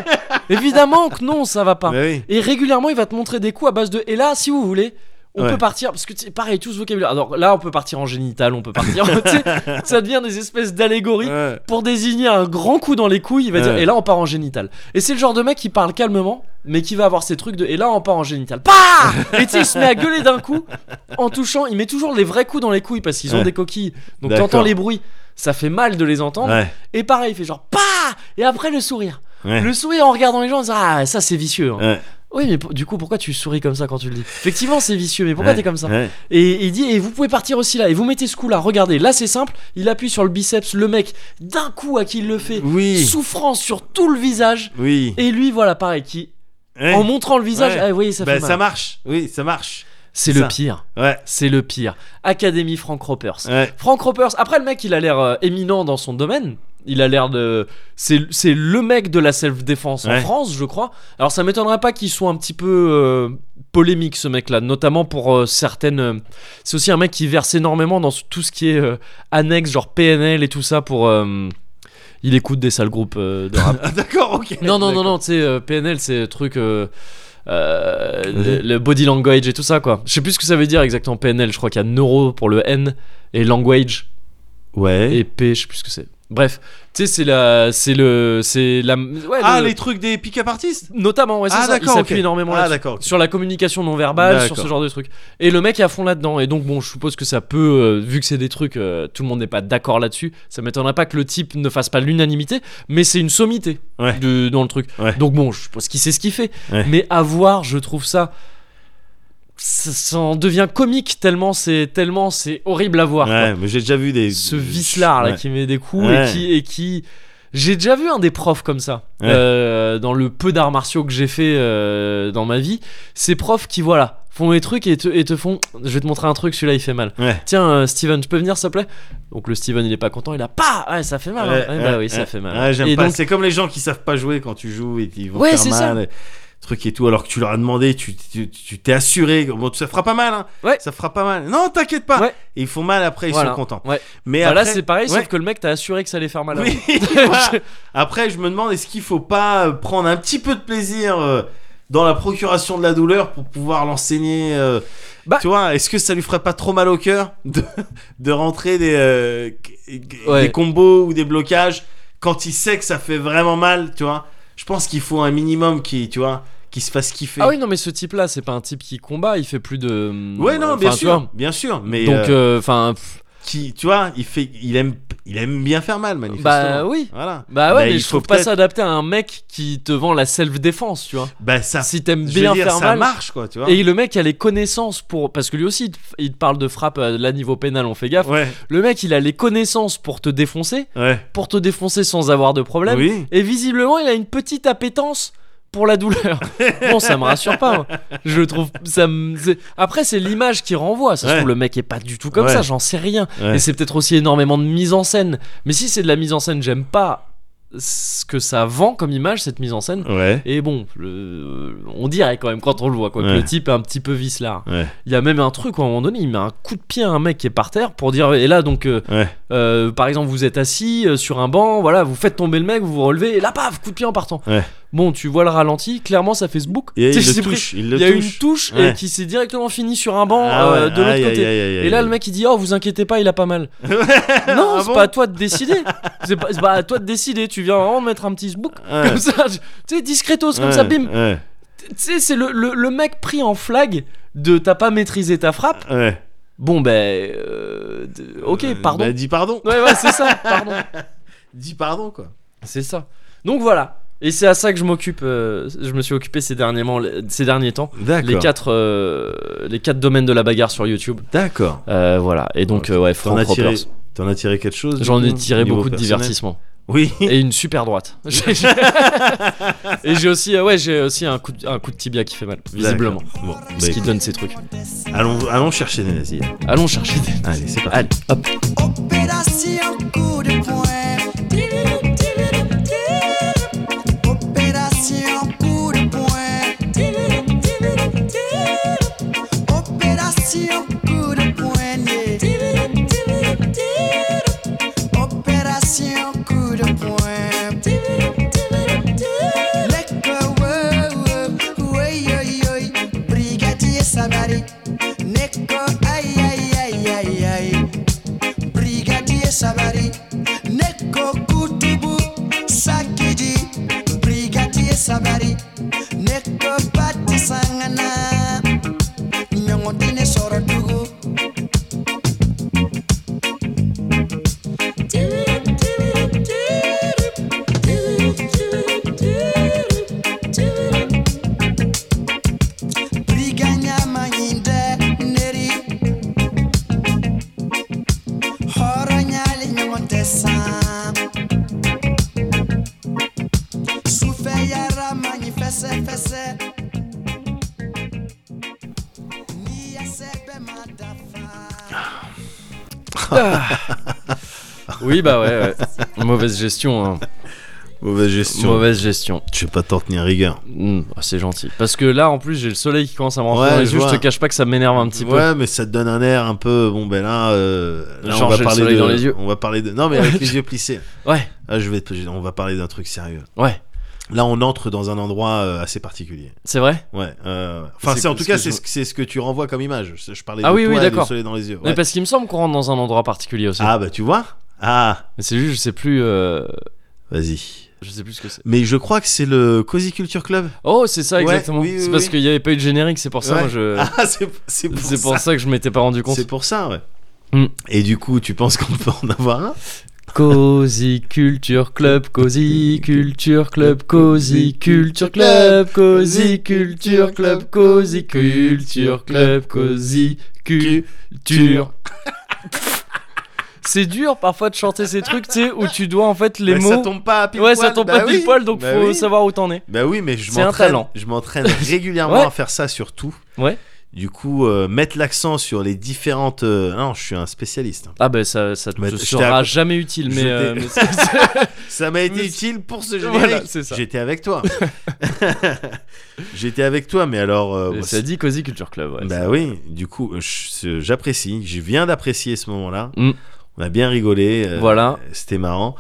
[SPEAKER 1] Évidemment que non, ça va pas.
[SPEAKER 2] Mais oui.
[SPEAKER 1] Et régulièrement, il va te montrer des coups à base de. Et là, si vous voulez, on
[SPEAKER 2] Ouais.
[SPEAKER 1] peut partir. Parce que c'est pareil, tout ce vocabulaire. Alors là, on peut partir en génital, on peut partir. tu sais, ça devient des espèces d'allégories.
[SPEAKER 2] Ouais.
[SPEAKER 1] Pour désigner un grand coup dans les couilles, il va dire
[SPEAKER 2] Ouais.
[SPEAKER 1] Et là, on part en génital. Et c'est le genre de mec qui parle calmement, mais qui va avoir ces trucs de Et là, on part en génital. Pah Et tu sais, il se met à gueuler d'un coup en touchant. Il met toujours les vrais coups dans les couilles parce qu'ils ont
[SPEAKER 2] Ouais.
[SPEAKER 1] des coquilles. Donc
[SPEAKER 2] D'accord.
[SPEAKER 1] t'entends les bruits. Ça fait mal de les entendre.
[SPEAKER 2] Ouais.
[SPEAKER 1] Et pareil, il fait genre Pah Et après, le sourire.
[SPEAKER 2] Ouais.
[SPEAKER 1] Le sourire en regardant les gens, on se dit, Ah, ça, c'est vicieux. hein.
[SPEAKER 2] Ouais.
[SPEAKER 1] Oui, mais pour- du coup, pourquoi tu souris comme ça quand tu le dis Effectivement, c'est vicieux, mais pourquoi
[SPEAKER 2] Ouais.
[SPEAKER 1] t'es comme ça
[SPEAKER 2] Ouais.
[SPEAKER 1] Et il dit, et vous pouvez partir aussi là, et vous mettez ce coup là, regardez, là c'est simple, il appuie sur le biceps, le mec, d'un coup à qui il le fait,
[SPEAKER 2] Oui.
[SPEAKER 1] souffrance sur tout le visage,
[SPEAKER 2] Oui.
[SPEAKER 1] et lui, voilà, pareil, qui,
[SPEAKER 2] Ouais.
[SPEAKER 1] en montrant le visage,
[SPEAKER 2] Ouais.
[SPEAKER 1] ah oui, ça
[SPEAKER 2] Bah,
[SPEAKER 1] fait
[SPEAKER 2] ça
[SPEAKER 1] mal.
[SPEAKER 2] marche. Oui, ça marche.
[SPEAKER 1] C'est
[SPEAKER 2] ça.
[SPEAKER 1] le pire,
[SPEAKER 2] Ouais.
[SPEAKER 1] c'est le pire. Académie Frank Ropers.
[SPEAKER 2] Ouais.
[SPEAKER 1] Frank Ropers, après le mec, il a l'air euh, éminent dans son domaine. Il a l'air de. C'est c'est le mec de la self-défense en
[SPEAKER 2] Ouais.
[SPEAKER 1] France, je crois. Alors ça m'étonnerait pas qu'il soit un petit peu euh, polémique, ce mec-là, notamment pour euh, certaines. euh, C'est aussi un mec qui verse énormément dans tout ce qui est euh, annexe, genre PNL et tout ça pour. euh, Il écoute des sales groupes euh, de rap.
[SPEAKER 2] Ah, D'accord, ok.
[SPEAKER 1] Non, non, non,
[SPEAKER 2] D'accord.
[SPEAKER 1] non, tu sais, euh, PNL, c'est le truc. euh, euh, le, le body language et tout ça, quoi. Je sais plus ce que ça veut dire exactement PNL. Je crois qu'il y a neuro pour le N et language
[SPEAKER 2] Ouais.
[SPEAKER 1] et P, je sais plus ce que c'est. Bref, tu sais, c'est la. C'est le. C'est la. ouais,
[SPEAKER 2] Ah,
[SPEAKER 1] le-
[SPEAKER 2] les trucs des pick-up artistes
[SPEAKER 1] Notamment, ouais, c'est
[SPEAKER 2] Ah,
[SPEAKER 1] ça. Il
[SPEAKER 2] d'accord,
[SPEAKER 1] s'appuie
[SPEAKER 2] ok.
[SPEAKER 1] énormément
[SPEAKER 2] Ah,
[SPEAKER 1] là-dessus.
[SPEAKER 2] d'accord. ok.
[SPEAKER 1] Sur la communication non verbale, sur ce
[SPEAKER 2] D'accord.
[SPEAKER 1] genre de trucs. Et le mec est à fond là-dedans. Et donc, bon, je suppose que ça peut, euh, vu que c'est des trucs, euh, tout le monde n'est pas d'accord là-dessus, ça m'étonnerait pas que le type ne fasse pas l'unanimité, mais c'est une sommité
[SPEAKER 2] Ouais.
[SPEAKER 1] de- dans le truc.
[SPEAKER 2] Ouais.
[SPEAKER 1] Donc, bon, je suppose qu'il sait ce qu'il fait.
[SPEAKER 2] Ouais.
[SPEAKER 1] Mais à voir, je trouve ça. Ça, ça en devient comique tellement c'est tellement c'est horrible à voir. quoi
[SPEAKER 2] Ouais, mais j'ai déjà vu des.
[SPEAKER 1] ce vicelard là
[SPEAKER 2] Ouais.
[SPEAKER 1] qui met des coups
[SPEAKER 2] Ouais.
[SPEAKER 1] et qui et qui j'ai déjà vu un des profs comme ça
[SPEAKER 2] Ouais.
[SPEAKER 1] euh, dans le peu d'arts martiaux que j'ai fait euh, dans ma vie ces profs qui voilà font des trucs et te, et te font je vais te montrer un truc celui-là il fait mal
[SPEAKER 2] Ouais.
[SPEAKER 1] tiens euh, Steven tu peux venir s'il te plaît donc le Steven il est pas content il a pas ouais ça fait mal hein.
[SPEAKER 2] Ouais,
[SPEAKER 1] Ouais, bah
[SPEAKER 2] ouais,
[SPEAKER 1] oui ça
[SPEAKER 2] ouais.
[SPEAKER 1] fait mal
[SPEAKER 2] Ouais, j'aime
[SPEAKER 1] et
[SPEAKER 2] pas.
[SPEAKER 1] donc
[SPEAKER 2] C'est comme les gens qui savent pas jouer quand tu joues et qui vont
[SPEAKER 1] Ouais,
[SPEAKER 2] faire
[SPEAKER 1] c'est ça.
[SPEAKER 2] mal. et Truc et tout, alors que tu leur as demandé, tu tu- tu t'es assuré, que, bon, ça fera pas mal, hein.
[SPEAKER 1] Ouais.
[SPEAKER 2] Ça fera pas mal. Non, t'inquiète pas.
[SPEAKER 1] Ouais.
[SPEAKER 2] Et ils font mal après, ils
[SPEAKER 1] voilà.
[SPEAKER 2] sont contents.
[SPEAKER 1] ouais.
[SPEAKER 2] Mais
[SPEAKER 1] Bah, là
[SPEAKER 2] après-
[SPEAKER 1] c'est pareil
[SPEAKER 2] Ouais.
[SPEAKER 1] sauf que le mec t'a assuré que ça allait faire mal
[SPEAKER 2] Oui,
[SPEAKER 1] avant.
[SPEAKER 2] voilà. Après, je me demande est-ce qu'il faut pas euh, prendre un petit peu de plaisir euh, dans la procuration de la douleur pour pouvoir l'enseigner euh,
[SPEAKER 1] Bah-
[SPEAKER 2] Tu vois, est-ce que ça lui ferait pas trop mal au cœur de, de rentrer des, euh, g- g-
[SPEAKER 1] Ouais.
[SPEAKER 2] des combos ou des blocages quand il sait que ça fait vraiment mal, tu vois Je pense qu'il faut un minimum qui, tu vois, qui se fasse kiffer.
[SPEAKER 1] ah oui non mais ce type là c'est pas un type qui combat il fait plus de
[SPEAKER 2] Ouais, non, bien
[SPEAKER 1] enfin, tu
[SPEAKER 2] sûr,
[SPEAKER 1] vois.
[SPEAKER 2] bien sûr, mais euh,
[SPEAKER 1] donc euh, enfin
[SPEAKER 2] qui, tu vois, il fait, il aime, il aime bien faire mal, manifestement.
[SPEAKER 1] bah oui
[SPEAKER 2] Voilà.
[SPEAKER 1] Bah ouais,
[SPEAKER 2] Bah,
[SPEAKER 1] mais
[SPEAKER 2] il
[SPEAKER 1] je
[SPEAKER 2] faut
[SPEAKER 1] trouve pas
[SPEAKER 2] peut-être-
[SPEAKER 1] ça adapté à un mec qui te vend la self-défense, tu vois.
[SPEAKER 2] Bah ça,
[SPEAKER 1] si t'aimes
[SPEAKER 2] je veux
[SPEAKER 1] bien
[SPEAKER 2] dire,
[SPEAKER 1] faire
[SPEAKER 2] ça
[SPEAKER 1] mal.
[SPEAKER 2] marche hein. quoi, tu vois.
[SPEAKER 1] Et le mec a les connaissances pour. Parce que lui aussi, il te- il te parle de frappe, euh, là, niveau pénal, on fait gaffe.
[SPEAKER 2] Ouais,
[SPEAKER 1] Le mec, il a les connaissances pour te défoncer,
[SPEAKER 2] ouais.
[SPEAKER 1] pour te défoncer sans avoir de problème.
[SPEAKER 2] Oui.
[SPEAKER 1] Et visiblement, il a une petite appétence pour la douleur. bon, ça me rassure pas. moi. Je trouve ça. me- c'est- Après, c'est l'image qui renvoie. Ça se
[SPEAKER 2] Ouais.
[SPEAKER 1] trouve, le mec est pas du tout comme
[SPEAKER 2] Ouais.
[SPEAKER 1] ça. J'en sais rien.
[SPEAKER 2] Ouais.
[SPEAKER 1] Et c'est peut-être aussi énormément de mise en scène. Mais si c'est de la mise en scène, j'aime pas ce que ça vend comme image cette mise en scène.
[SPEAKER 2] Ouais.
[SPEAKER 1] Et bon, le- on dirait quand même quand on le voit quoi, que
[SPEAKER 2] Ouais.
[SPEAKER 1] le type est un petit peu vicelard.
[SPEAKER 2] Ouais.
[SPEAKER 1] Il y a même un truc où, à un moment donné, il met un coup de pied à un mec qui est par terre pour dire et là donc euh,
[SPEAKER 2] Ouais.
[SPEAKER 1] euh, par exemple vous êtes assis euh, sur un banc, voilà, vous faites tomber le mec, vous vous relevez et là paf, coup de pied en partant.
[SPEAKER 2] Ouais.
[SPEAKER 1] Bon, tu vois le ralenti, clairement ça fait ce bouc.
[SPEAKER 2] Et
[SPEAKER 1] Tu sais,
[SPEAKER 2] il
[SPEAKER 1] c'est
[SPEAKER 2] le
[SPEAKER 1] pris-
[SPEAKER 2] touche. Il le
[SPEAKER 1] Il y a une
[SPEAKER 2] touche.
[SPEAKER 1] touche et
[SPEAKER 2] Ouais.
[SPEAKER 1] qui s'est directement fini sur un banc
[SPEAKER 2] Ah
[SPEAKER 1] euh,
[SPEAKER 2] ouais,
[SPEAKER 1] de l'autre
[SPEAKER 2] aïe,
[SPEAKER 1] côté.
[SPEAKER 2] aïe, aïe, aïe,
[SPEAKER 1] Et là,
[SPEAKER 2] aïe.
[SPEAKER 1] le mec il dit Oh, vous inquiétez pas, il a pas mal. non,
[SPEAKER 2] Ah
[SPEAKER 1] c'est
[SPEAKER 2] bon
[SPEAKER 1] pas à toi de décider. C'est pas, c'est pas à toi de décider. Tu viens en mettre un petit sbook
[SPEAKER 2] Ouais.
[SPEAKER 1] comme ça. Tu sais, discretos comme
[SPEAKER 2] Ouais,
[SPEAKER 1] ça, bim.
[SPEAKER 2] Ouais.
[SPEAKER 1] Tu sais, c'est le, le, le mec pris en flag de t'as pas maîtrisé ta frappe.
[SPEAKER 2] ouais.
[SPEAKER 1] Bon, ben. euh, d- ok,
[SPEAKER 2] Euh,
[SPEAKER 1] pardon.
[SPEAKER 2] Bah, dis pardon.
[SPEAKER 1] Ouais, ouais, c'est ça, pardon.
[SPEAKER 2] Dis pardon quoi.
[SPEAKER 1] C'est ça. Donc voilà. Et c'est à ça que je m'occupe. euh, je me suis occupé ces, dernièrement, ces derniers temps.
[SPEAKER 2] D'accord.
[SPEAKER 1] Les quatre, euh, les quatre domaines de la bagarre sur YouTube.
[SPEAKER 2] D'accord.
[SPEAKER 1] Euh, voilà. Et donc,
[SPEAKER 2] Ouais,
[SPEAKER 1] euh, ouais,
[SPEAKER 2] T'en
[SPEAKER 1] Frank
[SPEAKER 2] as tiré.
[SPEAKER 1] Ropers.
[SPEAKER 2] T'en as tiré quelque chose. du
[SPEAKER 1] J'en ai
[SPEAKER 2] coup,
[SPEAKER 1] tiré
[SPEAKER 2] niveau
[SPEAKER 1] beaucoup de
[SPEAKER 2] personnel
[SPEAKER 1] divertissement.
[SPEAKER 2] Oui.
[SPEAKER 1] et une super droite. J'ai- j'ai- et j'ai aussi, euh, ouais, j'ai aussi un coup, de, un coup de tibia qui fait mal, visiblement.
[SPEAKER 2] D'accord. Bon, bah,
[SPEAKER 1] Ce qui donne ces trucs.
[SPEAKER 2] allons, allons chercher des nazis.
[SPEAKER 1] Allons chercher des.
[SPEAKER 2] Allez, c'est parti.
[SPEAKER 1] Allez, hop.
[SPEAKER 3] Opération coup de poing. Opération coup de poing. Opération coup de poing. Opération coup de poing. Leco, oui, oui, oui. Brigadier Samari. Neko, aïe, aïe, aïe, aïe, aïe. Brigadier Savary, Neko Kutubu, Sakiji, Brigadier Savary, Neko Pati Sangana, Nyongotine Sorotugu. Briganyama Nyinde Neri, horo nyali ɲɔgɔn tɛ san sufɛ yara maɲi fɛsɛfɛsɛ n'i ya sɛbɛ ma dafa
[SPEAKER 1] Ah. Oui, bah ouais, ouais. Mauvaise gestion. hein.
[SPEAKER 2] Mauvaise gestion.
[SPEAKER 1] Mauvaise gestion.
[SPEAKER 2] Je vais pas t'en tenir rigueur.
[SPEAKER 1] Mm, oh, c'est gentil. Parce que là, en plus, j'ai le soleil qui commence à me rentrer
[SPEAKER 2] Ouais,
[SPEAKER 1] dans les
[SPEAKER 2] je
[SPEAKER 1] yeux. Je te
[SPEAKER 2] vois.
[SPEAKER 1] cache pas que ça m'énerve un petit peu.
[SPEAKER 2] ouais, mais ça te donne un air un peu. Bon, ben là, euh, là, on
[SPEAKER 1] Changer
[SPEAKER 2] va
[SPEAKER 1] le
[SPEAKER 2] parler
[SPEAKER 1] soleil
[SPEAKER 2] de.
[SPEAKER 1] dans les yeux.
[SPEAKER 2] On va parler de. Non, mais avec les yeux plissés.
[SPEAKER 1] Ouais,
[SPEAKER 2] Ah, je vais. te- On va parler d'un truc sérieux.
[SPEAKER 1] ouais.
[SPEAKER 2] Là, on entre dans un endroit euh, assez particulier.
[SPEAKER 1] C'est vrai
[SPEAKER 2] Ouais. euh, Enfin,
[SPEAKER 1] C'est
[SPEAKER 2] c'est en
[SPEAKER 1] ce
[SPEAKER 2] tout cas,
[SPEAKER 1] que je-
[SPEAKER 2] c'est ce, que- c'est ce que tu renvoies comme image. Je, je parlais
[SPEAKER 1] Ah
[SPEAKER 2] de
[SPEAKER 1] oui,
[SPEAKER 2] toi
[SPEAKER 1] oui,
[SPEAKER 2] et du
[SPEAKER 1] d'accord.
[SPEAKER 2] soleil dans les yeux.
[SPEAKER 1] Mais
[SPEAKER 2] Ouais.
[SPEAKER 1] parce qu'il me semble qu'on rentre dans un endroit particulier aussi.
[SPEAKER 2] Ah bah tu vois. Ah.
[SPEAKER 1] Mais c'est juste, je sais plus. euh,
[SPEAKER 2] Vas-y.
[SPEAKER 1] Je sais plus ce que c'est.
[SPEAKER 2] Mais je crois que c'est le Cozy Culture Club.
[SPEAKER 1] Oh, c'est ça
[SPEAKER 2] Ouais,
[SPEAKER 1] exactement.
[SPEAKER 2] oui, oui,
[SPEAKER 1] c'est parce
[SPEAKER 2] oui.
[SPEAKER 1] qu'il n'y avait pas eu de générique, c'est pour ça.
[SPEAKER 2] Ouais.
[SPEAKER 1] Moi, je...
[SPEAKER 2] Ah, c'est c'est pour,
[SPEAKER 1] Euh, c'est pour
[SPEAKER 2] ça.
[SPEAKER 1] ça que je m'étais pas rendu compte.
[SPEAKER 2] C'est pour ça, ouais.
[SPEAKER 1] Hmm.
[SPEAKER 2] Et du coup, tu penses qu'on peut en avoir un
[SPEAKER 1] Cozy Culture Club, Cozy Culture Club, Cozy Culture Club, Cozy Culture Club, Cozy Culture Club, Cozy Culture. C'est dur parfois de chanter ces trucs, tu sais, où tu dois en fait les
[SPEAKER 2] Bah,
[SPEAKER 1] mots.
[SPEAKER 2] Ça tombe pas à pile
[SPEAKER 1] ouais,
[SPEAKER 2] poil.
[SPEAKER 1] ça tombe
[SPEAKER 2] Bah
[SPEAKER 1] pas
[SPEAKER 2] oui.
[SPEAKER 1] pile poil, donc
[SPEAKER 2] Bah
[SPEAKER 1] faut
[SPEAKER 2] oui.
[SPEAKER 1] savoir où t'en es.
[SPEAKER 2] Bah oui, mais je
[SPEAKER 1] C'est un
[SPEAKER 2] m'entraîne.
[SPEAKER 1] talent.
[SPEAKER 2] Je m'entraîne régulièrement
[SPEAKER 1] Ouais.
[SPEAKER 2] à faire ça sur tout.
[SPEAKER 1] Ouais.
[SPEAKER 2] Du coup, euh, mettre l'accent sur les différentes. euh, Non, je suis un spécialiste. hein.
[SPEAKER 1] Ah ben ça, ça te
[SPEAKER 2] Mais je t'ai
[SPEAKER 1] sera
[SPEAKER 2] appris-
[SPEAKER 1] jamais utile,
[SPEAKER 2] Je
[SPEAKER 1] mais, euh,
[SPEAKER 2] t'ai-
[SPEAKER 1] mais c'est- c'est-
[SPEAKER 2] Ça m'a été
[SPEAKER 1] Mais-
[SPEAKER 2] utile pour ce générique.
[SPEAKER 1] Voilà, c'est ça.
[SPEAKER 2] J'étais avec toi. J'étais avec toi, mais alors. euh,
[SPEAKER 1] Et
[SPEAKER 2] bah,
[SPEAKER 1] ça dit Cozy Culture Club. Ouais,
[SPEAKER 2] Bah oui, du coup, euh, je- j'apprécie. Je viens d'apprécier ce moment-là.
[SPEAKER 1] Mm.
[SPEAKER 2] On a bien rigolé. euh,
[SPEAKER 1] Voilà.
[SPEAKER 2] C'était marrant.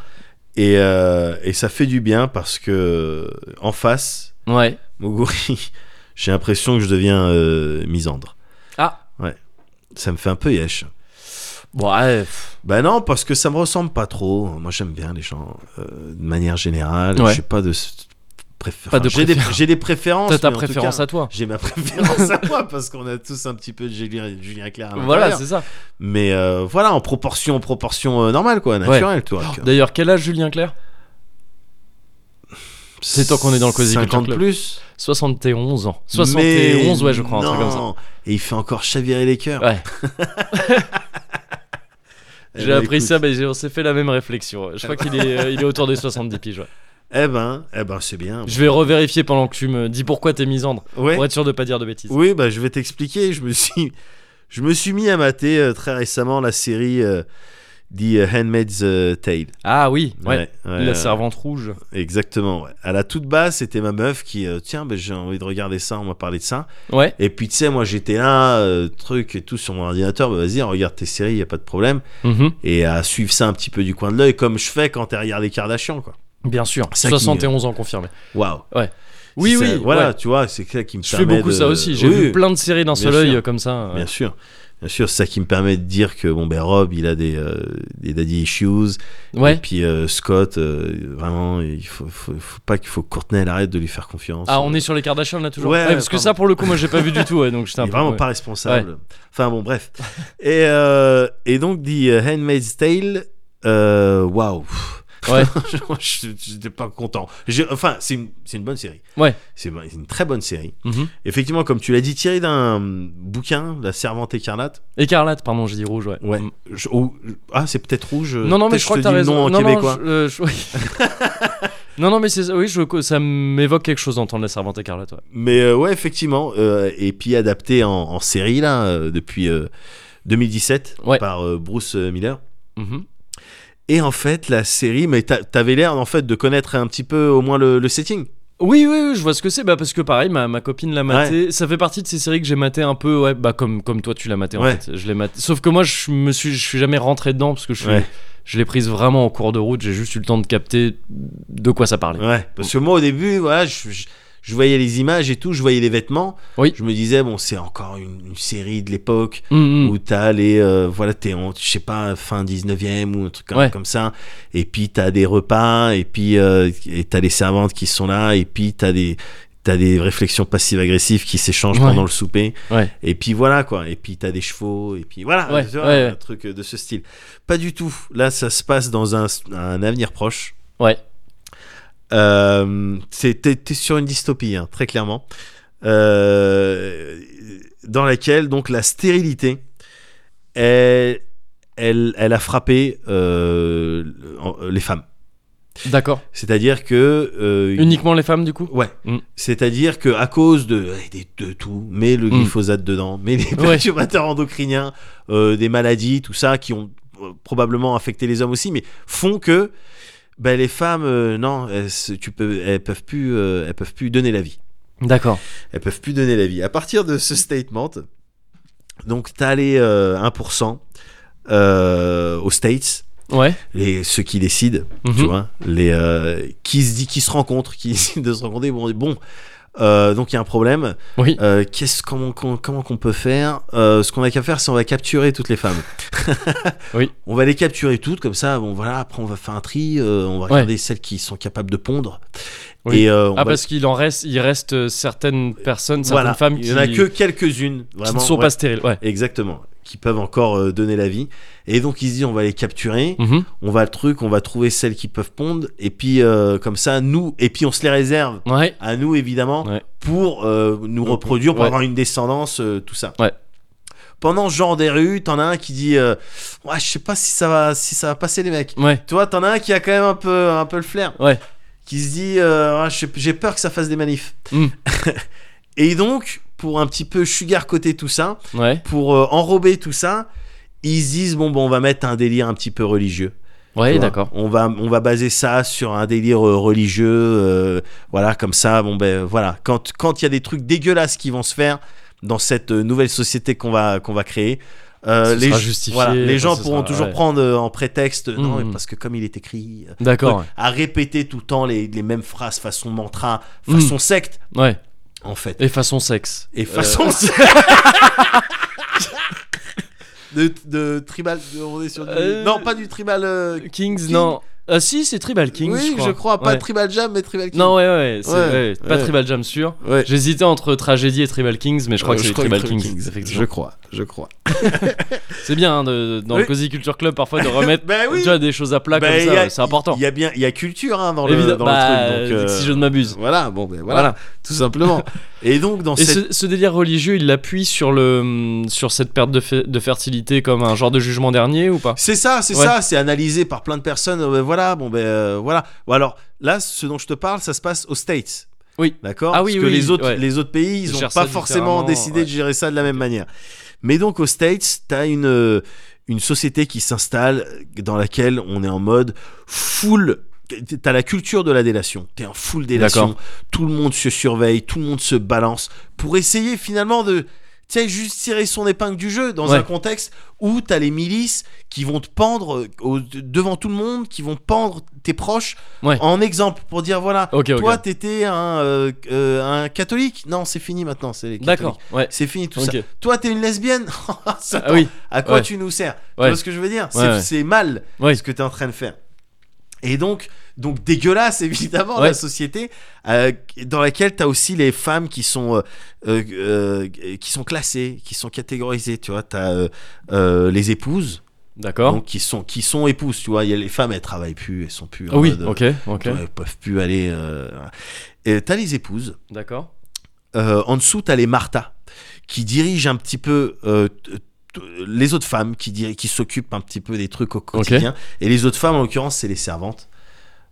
[SPEAKER 2] Et, euh, et ça fait du bien parce que en face,
[SPEAKER 1] ouais.
[SPEAKER 2] Moguri, j'ai l'impression que je deviens euh, misandre.
[SPEAKER 1] Ah.
[SPEAKER 2] Ouais. Ça me fait un peu yesh.
[SPEAKER 1] Bon, ouais, pff,
[SPEAKER 2] Bah non, parce que ça me ressemble pas trop. Moi, j'aime bien les gens euh, de manière générale.
[SPEAKER 1] Ouais.
[SPEAKER 2] J'ai pas de s- préfé-
[SPEAKER 1] Pas de
[SPEAKER 2] j'ai des-
[SPEAKER 1] préférence.
[SPEAKER 2] J'ai des préférences.
[SPEAKER 1] t'as ta
[SPEAKER 2] mais en tout
[SPEAKER 1] préférence
[SPEAKER 2] cas,
[SPEAKER 1] à toi.
[SPEAKER 2] J'ai ma préférence à moi parce qu'on a tous un petit peu de Julien Julien Clerc. à
[SPEAKER 1] Voilà,
[SPEAKER 2] l'intérieur.
[SPEAKER 1] c'est ça.
[SPEAKER 2] Mais euh, voilà, en proportion, proportion euh, normale, quoi, naturelle, toi. que-
[SPEAKER 1] D'ailleurs, quel âge Julien Clerc c'est tant qu'on est dans le Cozy Culture
[SPEAKER 2] 50
[SPEAKER 1] Club.
[SPEAKER 2] plus.
[SPEAKER 1] 71 ans.
[SPEAKER 2] Mais
[SPEAKER 1] 71, ouais, je crois, un truc comme ça.
[SPEAKER 2] non. Et il fait encore chavirer les cœurs.
[SPEAKER 1] Ouais.
[SPEAKER 2] Eh
[SPEAKER 1] J'ai
[SPEAKER 2] ben,
[SPEAKER 1] appris
[SPEAKER 2] écoute.
[SPEAKER 1] ça, mais j'ai- on s'est fait la même réflexion. Je crois qu'il est, euh, il est autour des 70 piges. ouais.
[SPEAKER 2] Eh ben, eh ben c'est bien.
[SPEAKER 1] Je vais revérifier pendant que tu me dis pourquoi t'es misandre.
[SPEAKER 2] Ouais.
[SPEAKER 1] Pour être sûr de pas dire de bêtises.
[SPEAKER 2] Oui, bah, je vais t'expliquer. Je me suis, je me suis mis à mater euh, très récemment la série euh, The Handmaid's euh, Tale.
[SPEAKER 1] Ah oui, ouais.
[SPEAKER 2] ouais, Euh.
[SPEAKER 1] La
[SPEAKER 2] ouais.
[SPEAKER 1] servante rouge.
[SPEAKER 2] Exactement. ouais. À la toute base, c'était ma meuf qui, euh, tiens, ben, j'ai envie de regarder ça, on m'a parlé de ça.
[SPEAKER 1] Ouais.
[SPEAKER 2] Et puis, tu sais, moi, j'étais là, euh, truc et tout sur mon ordinateur, bah, vas-y, regarde tes séries, y a pas de problème.
[SPEAKER 1] Mhm.
[SPEAKER 2] Et à suivre ça un petit peu du coin de l'œil, comme je fais quand t'es derrière les Kardashians, quoi.
[SPEAKER 1] Bien sûr.
[SPEAKER 2] Ça qui-
[SPEAKER 1] 71 ans confirmé.
[SPEAKER 2] Waouh.
[SPEAKER 1] Oui,
[SPEAKER 2] C'est
[SPEAKER 1] oui.
[SPEAKER 2] ça- Voilà,
[SPEAKER 1] ouais.
[SPEAKER 2] tu vois, c'est ça qui me
[SPEAKER 1] Je fais
[SPEAKER 2] permet
[SPEAKER 1] beaucoup
[SPEAKER 2] de-
[SPEAKER 1] ça aussi. J'ai
[SPEAKER 2] Oui,
[SPEAKER 1] vu
[SPEAKER 2] oui.
[SPEAKER 1] plein de séries d'un
[SPEAKER 2] Bien
[SPEAKER 1] seul œil
[SPEAKER 2] sûr.
[SPEAKER 1] euh, comme ça.
[SPEAKER 2] Bien sûr. Bien sûr, c'est ça qui me permet de dire que bon ben Rob, il a des, euh, des daddy issues. Et
[SPEAKER 1] Ouais.
[SPEAKER 2] puis euh, Scott, euh, vraiment, il faut, faut, faut pas qu'il faut que Courtney elle arrête de lui faire confiance.
[SPEAKER 1] Ah, on est sur les Kardashians là toujours.
[SPEAKER 2] Ouais,
[SPEAKER 1] parce que
[SPEAKER 2] pardon.
[SPEAKER 1] ça, pour le coup, moi, j'ai pas vu du tout. Ouais, donc j'étais un
[SPEAKER 2] Il est
[SPEAKER 1] peu- euh,
[SPEAKER 2] vraiment
[SPEAKER 1] ouais.
[SPEAKER 2] pas responsable. Enfin bon, bref. et, euh, et donc, dit euh, Handmaid's Tale, euh, waouh. pff,
[SPEAKER 1] Ouais.
[SPEAKER 2] Je- J'étais pas content. J'ai- Enfin, c'est une, c'est une bonne série.
[SPEAKER 1] Ouais.
[SPEAKER 2] C'est bon- c'est une très bonne série.
[SPEAKER 1] Mhm.
[SPEAKER 2] Effectivement, comme tu l'as dit, tiré d'un bouquin, La Servante écarlate.
[SPEAKER 1] Écarlate, pardon, j'ai dit rouge, ouais.
[SPEAKER 2] Ouais.
[SPEAKER 1] Mm.
[SPEAKER 2] Je- ou- ah, c'est peut-être rouge.
[SPEAKER 1] Non, non, mais
[SPEAKER 2] peut-être
[SPEAKER 1] je crois
[SPEAKER 2] te
[SPEAKER 1] que t'as
[SPEAKER 2] dis le
[SPEAKER 1] raison.
[SPEAKER 2] nom en
[SPEAKER 1] non, non,
[SPEAKER 2] québécois.
[SPEAKER 1] je- euh, je- oui. non, non, mais c'est oui, je, ça m'évoque quelque chose d'entendre la servante écarlate. ouais.
[SPEAKER 2] Mais euh, ouais, effectivement. euh, et puis adapté en, en série, là, euh, depuis euh, 2017,
[SPEAKER 1] Ouais.
[SPEAKER 2] par euh, Bruce Miller.
[SPEAKER 1] Mhm.
[SPEAKER 2] Et en fait, la série, mais t'a- t'avais l'air en fait de connaître un petit peu au moins le, le setting.
[SPEAKER 1] Oui, oui, oui, je vois ce que c'est. Bah, parce que pareil, ma, ma copine l'a maté. Ça fait partie de ces séries que j'ai maté un peu, ouais, bah, comme, comme toi, tu l'as maté en
[SPEAKER 2] Ouais.
[SPEAKER 1] fait. Je l'ai maté. Sauf que moi, je me suis, je suis jamais rentré dedans parce que je, suis-
[SPEAKER 2] Ouais.
[SPEAKER 1] je l'ai prise vraiment en cours de route. J'ai juste eu le temps de capter de quoi ça parlait.
[SPEAKER 2] Ouais, parce que moi au début, voilà, je, je- je voyais les images et tout, je voyais les vêtements.
[SPEAKER 1] Oui.
[SPEAKER 2] Je me disais, bon, c'est encore une, une série de l'époque
[SPEAKER 1] Mm, mm.
[SPEAKER 2] où t'as les. euh, voilà, t'es en, je sais pas, fin 19e ou un truc comme,
[SPEAKER 1] Ouais.
[SPEAKER 2] comme ça. Et puis t'as des repas, et puis euh, et t'as les servantes qui sont là, et puis t'as des. T'as des réflexions passives-agressives qui s'échangent
[SPEAKER 1] Ouais.
[SPEAKER 2] pendant le souper.
[SPEAKER 1] Ouais.
[SPEAKER 2] Et puis voilà, quoi. Et puis t'as des chevaux. Et puis voilà.
[SPEAKER 1] Ouais,
[SPEAKER 2] tu vois,
[SPEAKER 1] ouais,
[SPEAKER 2] un
[SPEAKER 1] ouais.
[SPEAKER 2] truc de ce style. Pas du tout. Là, ça se passe dans un, un avenir proche.
[SPEAKER 1] Ouais.
[SPEAKER 2] Euh, c'est- T'es t'es sur une dystopie, hein, très clairement, Euh, dans laquelle donc la stérilité, elle, elle, elle a frappé euh, en- les femmes.
[SPEAKER 1] D'accord.
[SPEAKER 2] C'est-à-dire que euh,
[SPEAKER 1] Uniquement les femmes, du coup
[SPEAKER 2] Ouais.
[SPEAKER 1] Mm.
[SPEAKER 2] C'est-à-dire que à cause de, eh, de, de tout, mais le glyphosate dedans, mais les perturbateurs endocriniens, euh, des maladies, tout ça, qui ont euh, probablement affecté les hommes aussi, mais font que ben, les femmes, euh, non, elles, se- tu peux, elles peuvent plus, euh, elles peuvent plus donner la vie.
[SPEAKER 1] D'accord.
[SPEAKER 2] Elles peuvent plus donner la vie. À partir de ce statement, donc t'as les euh, 1% euh, aux States,
[SPEAKER 1] Ouais.
[SPEAKER 2] les, ceux qui décident tu
[SPEAKER 1] Mhm.
[SPEAKER 2] vois les euh, qui se dit qui se rencontrent qui décident de se rencontrer bon bon euh, donc il y a un problème
[SPEAKER 1] Oui.
[SPEAKER 2] Euh, qu'est-ce comment qu'on- comment qu'on peut faire Euh, ce qu'on a qu'à faire c'est on va capturer toutes les femmes
[SPEAKER 1] Oui.
[SPEAKER 2] on va les capturer toutes comme ça bon voilà après on va faire un tri euh, on va
[SPEAKER 1] Ouais.
[SPEAKER 2] regarder celles qui sont capables de pondre
[SPEAKER 1] Oui.
[SPEAKER 2] et euh, on
[SPEAKER 1] Ah,
[SPEAKER 2] va-
[SPEAKER 1] parce qu'il en reste, il reste euh, certaines personnes, certaines
[SPEAKER 2] voilà
[SPEAKER 1] femmes
[SPEAKER 2] il
[SPEAKER 1] qui,
[SPEAKER 2] y en a que quelques-unes
[SPEAKER 1] qui
[SPEAKER 2] vraiment
[SPEAKER 1] ne sont
[SPEAKER 2] ouais,
[SPEAKER 1] pas stériles. Ouais.
[SPEAKER 2] exactement qui peuvent encore euh, donner la vie et donc ils se disent on va les capturer
[SPEAKER 1] Mhm.
[SPEAKER 2] on va le truc, on va trouver celles qui peuvent pondre, et puis euh, comme ça, nous, et puis on se les réserve
[SPEAKER 1] Ouais.
[SPEAKER 2] à nous évidemment
[SPEAKER 1] Ouais.
[SPEAKER 2] pour euh, nous reproduire, pour
[SPEAKER 1] ouais.
[SPEAKER 2] avoir une descendance, euh, tout ça.
[SPEAKER 1] Ouais.
[SPEAKER 2] Pendant ce genre des rues, t'en as un qui dit, euh, ouais, je sais pas si ça va, si ça va passer les mecs.
[SPEAKER 1] Ouais.
[SPEAKER 2] Toi, t'en as un qui a quand même un peu, un peu le flair.
[SPEAKER 1] Ouais.
[SPEAKER 2] Qui se dit, euh, Ah, je sais- j'ai peur que ça fasse des manifs.
[SPEAKER 1] Mm.
[SPEAKER 2] et donc, pour un petit peu sugar côté tout ça,
[SPEAKER 1] Ouais.
[SPEAKER 2] pour euh, enrober tout ça, ils se disent bon, bon, on va mettre un délire un petit peu religieux.
[SPEAKER 1] Ouais,
[SPEAKER 2] Tu vois.
[SPEAKER 1] Ah d'accord.
[SPEAKER 2] On va, on va baser ça sur un délire euh, religieux, euh, voilà, comme ça. Bon ben voilà, quand quand il y a des trucs dégueulasses qui vont se faire dans cette euh, nouvelle société qu'on va qu'on va créer. euh,
[SPEAKER 1] Ce
[SPEAKER 2] les,
[SPEAKER 1] sera
[SPEAKER 2] gens-
[SPEAKER 1] justifié,
[SPEAKER 2] voilà, les
[SPEAKER 1] enfin,
[SPEAKER 2] gens
[SPEAKER 1] ce
[SPEAKER 2] pourront
[SPEAKER 1] sera-
[SPEAKER 2] toujours
[SPEAKER 1] ouais.
[SPEAKER 2] prendre euh, en prétexte non
[SPEAKER 1] Mhm.
[SPEAKER 2] mais parce que comme il est écrit euh,
[SPEAKER 1] D'accord.
[SPEAKER 2] à répéter tout le temps les, les mêmes phrases façon mantra façon secte
[SPEAKER 1] Ouais. Ouais.
[SPEAKER 2] en fait
[SPEAKER 1] Hmm. Et euh. façon sexe.
[SPEAKER 2] et façon de, de tribal de- on est sur du-
[SPEAKER 1] Euh,
[SPEAKER 2] non pas du tribal euh,
[SPEAKER 1] Kings,
[SPEAKER 2] King.
[SPEAKER 1] non. Ah si, c'est Tribal Kings.
[SPEAKER 2] oui,
[SPEAKER 1] je crois.
[SPEAKER 2] pas
[SPEAKER 1] Ouais.
[SPEAKER 2] Tribal Jam, mais Tribal King.
[SPEAKER 1] Non, ouais, ouais, c'est-
[SPEAKER 2] Ouais,
[SPEAKER 1] ouais, Pas
[SPEAKER 2] ouais.
[SPEAKER 1] Tribal Jam sûr.
[SPEAKER 2] Ouais.
[SPEAKER 1] J'hésitais entre Tragédie et Tribal Kings, mais je crois
[SPEAKER 2] Euh,
[SPEAKER 1] que c'est
[SPEAKER 2] que
[SPEAKER 1] Tribal Kings.
[SPEAKER 2] Je
[SPEAKER 1] effectivement.
[SPEAKER 2] crois, je crois.
[SPEAKER 1] C'est bien hein, de- de- dans le
[SPEAKER 2] Oui.
[SPEAKER 1] Cozy Culture Club parfois de remettre
[SPEAKER 2] Ben oui.
[SPEAKER 1] tu vois, des choses à plat
[SPEAKER 2] Ben,
[SPEAKER 1] comme
[SPEAKER 2] il y
[SPEAKER 1] ça.
[SPEAKER 2] a-
[SPEAKER 1] ouais, C'est important.
[SPEAKER 2] Il y a bien, il y a culture hein, dans le
[SPEAKER 1] Évidemment.
[SPEAKER 2] dans
[SPEAKER 1] Bah,
[SPEAKER 2] le truc. Donc, euh,
[SPEAKER 1] Si je ne m'abuse.
[SPEAKER 2] Voilà, bon, ben voilà,
[SPEAKER 1] Voilà.
[SPEAKER 2] tout simplement. Et donc dans
[SPEAKER 1] Et
[SPEAKER 2] cette,
[SPEAKER 1] ce, ce délire religieux, il l'appuie sur le sur cette perte de, fe- de fertilité comme un genre de jugement dernier ou pas
[SPEAKER 2] c'est ça, c'est
[SPEAKER 1] Ouais.
[SPEAKER 2] ça, c'est analysé par plein de personnes. euh, ben voilà, bon ben euh, voilà. Ou alors là, ce dont je te parle, ça se passe aux States.
[SPEAKER 1] Oui.
[SPEAKER 2] D'accord.
[SPEAKER 1] Ah oui,
[SPEAKER 2] Parce que
[SPEAKER 1] oui,
[SPEAKER 2] les autres,
[SPEAKER 1] ouais.
[SPEAKER 2] les autres pays,
[SPEAKER 1] Ils
[SPEAKER 2] ils n'ont
[SPEAKER 1] gèrent
[SPEAKER 2] pas
[SPEAKER 1] ça
[SPEAKER 2] forcément
[SPEAKER 1] différemment,
[SPEAKER 2] décidé
[SPEAKER 1] ouais.
[SPEAKER 2] de gérer ça de la même manière. Mais donc aux States, t'as une euh, une société qui s'installe euh, dans laquelle on est en mode full. T'as la culture de la délation. T'es en full délation.
[SPEAKER 1] D'accord.
[SPEAKER 2] Tout le monde se surveille, tout le monde se balance pour essayer finalement de tu sais, juste tirer son épingle du jeu dans
[SPEAKER 1] Ouais.
[SPEAKER 2] un contexte où t'as les milices qui vont te pendre euh, au- devant tout le monde, qui vont pendre tes proches
[SPEAKER 1] Ouais.
[SPEAKER 2] en exemple pour dire voilà,
[SPEAKER 1] Ok, ok.
[SPEAKER 2] toi, t'étais un, euh, euh, un catholique. Non, c'est fini maintenant, c'est les catholiques.
[SPEAKER 1] D'accord. Ouais.
[SPEAKER 2] C'est fini tout
[SPEAKER 1] Ok.
[SPEAKER 2] ça. Toi, t'es une lesbienne Ça,
[SPEAKER 1] Ah oui.
[SPEAKER 2] À quoi
[SPEAKER 1] Ouais.
[SPEAKER 2] tu nous sers Tu
[SPEAKER 1] Ouais.
[SPEAKER 2] vois ce que je veux dire C'est
[SPEAKER 1] Ouais, ouais.
[SPEAKER 2] c'est mal
[SPEAKER 1] Ouais.
[SPEAKER 2] ce que t'es en train de faire. Et donc, donc dégueulasse évidemment
[SPEAKER 1] Ouais.
[SPEAKER 2] la société euh, dans laquelle t'as aussi les femmes qui sont euh, euh, euh, qui sont classées, qui sont catégorisées. Tu vois, t'as euh, euh, les épouses.
[SPEAKER 1] D'accord.
[SPEAKER 2] donc qui sont qui sont épouses tu vois il y a les femmes elles travaillent plus elles sont plus en
[SPEAKER 1] Ah oui,
[SPEAKER 2] mode, euh,
[SPEAKER 1] ok, ok.
[SPEAKER 2] tu vois, elles peuvent plus aller euh, et t'as les épouses
[SPEAKER 1] D'accord.
[SPEAKER 2] Euh, en dessous t'as les Martha qui dirigent un petit peu euh, t- t- les autres femmes qui diri- qui s'occupent un petit peu des trucs au quotidien et les autres femmes en l'occurrence c'est les servantes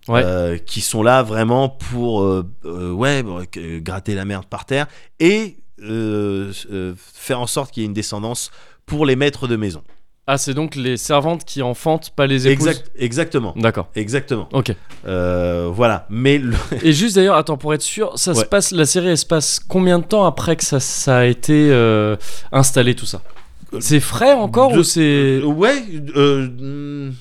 [SPEAKER 1] Ouais.
[SPEAKER 2] euh, qui sont là vraiment pour euh, euh, ouais bon, euh, gratter la merde par terre et euh, euh, faire en sorte qu'il y ait une descendance pour les maîtres de maison
[SPEAKER 1] Ah, c'est donc les servantes qui enfantent, pas les épouses.
[SPEAKER 2] Exact- exactement
[SPEAKER 1] D'accord.
[SPEAKER 2] exactement
[SPEAKER 1] Ok.
[SPEAKER 2] Euh, voilà mais le-
[SPEAKER 1] Et juste d'ailleurs, attends, pour être sûr, ça se
[SPEAKER 2] Ouais.
[SPEAKER 1] passe, la série, elle se passe combien de temps après que ça, ça a été euh, installé tout ça
[SPEAKER 2] Euh,
[SPEAKER 1] C'est frais encore
[SPEAKER 2] deux-
[SPEAKER 1] ou c'est
[SPEAKER 2] ouais euh, mm,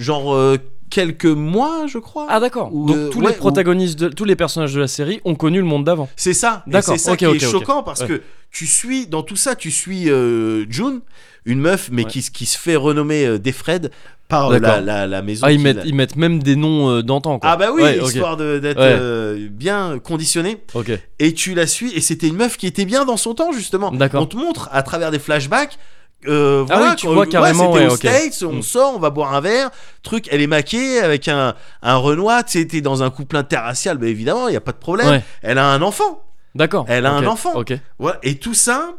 [SPEAKER 2] genre euh, quelques mois je crois
[SPEAKER 1] Ah d'accord.
[SPEAKER 2] ou,
[SPEAKER 1] Donc
[SPEAKER 2] euh,
[SPEAKER 1] tous
[SPEAKER 2] ouais,
[SPEAKER 1] les protagonistes, de, tous les personnages de la série ont connu le monde d'avant.
[SPEAKER 2] C'est ça. Et
[SPEAKER 1] D'accord,
[SPEAKER 2] C'est ça
[SPEAKER 1] ok,
[SPEAKER 2] qui
[SPEAKER 1] ok,
[SPEAKER 2] est
[SPEAKER 1] ok.
[SPEAKER 2] choquant parce
[SPEAKER 1] Ouais.
[SPEAKER 2] que tu suis dans tout ça, tu suis euh, June, une meuf, mais
[SPEAKER 1] Ouais.
[SPEAKER 2] qui, s- qui se fait renommer euh, Defred par euh, la,
[SPEAKER 1] D'accord.
[SPEAKER 2] la, la maison.
[SPEAKER 1] Ah ils
[SPEAKER 2] qui
[SPEAKER 1] mettent,
[SPEAKER 2] l'a-
[SPEAKER 1] ils mettent même des noms euh, d'antan quoi.
[SPEAKER 2] Ah bah oui,
[SPEAKER 1] Ouais, ok,
[SPEAKER 2] histoire de- d'être
[SPEAKER 1] Ouais.
[SPEAKER 2] euh, bien conditionné.
[SPEAKER 1] ok.
[SPEAKER 2] Et tu la suis, et c'était une meuf qui était bien dans son temps justement.
[SPEAKER 1] D'accord.
[SPEAKER 2] On te montre à travers des flashbacks. euh,
[SPEAKER 1] Ah
[SPEAKER 2] voilà,
[SPEAKER 1] oui, tu
[SPEAKER 2] qu'on-
[SPEAKER 1] vois
[SPEAKER 2] ouais,
[SPEAKER 1] carrément,
[SPEAKER 2] c'était
[SPEAKER 1] ouais,
[SPEAKER 2] aux
[SPEAKER 1] ok.
[SPEAKER 2] States, on
[SPEAKER 1] Mm.
[SPEAKER 2] sort, on va boire un verre, truc, elle est maquée avec un, un Renoir, tu sais, t'es dans un couple interracial, bah évidemment, il n'y a pas de problème.
[SPEAKER 1] Ouais.
[SPEAKER 2] Elle a un enfant,
[SPEAKER 1] D'accord.
[SPEAKER 2] Elle a
[SPEAKER 1] Ok,
[SPEAKER 2] un enfant.
[SPEAKER 1] Ok.
[SPEAKER 2] Voilà, et tout ça,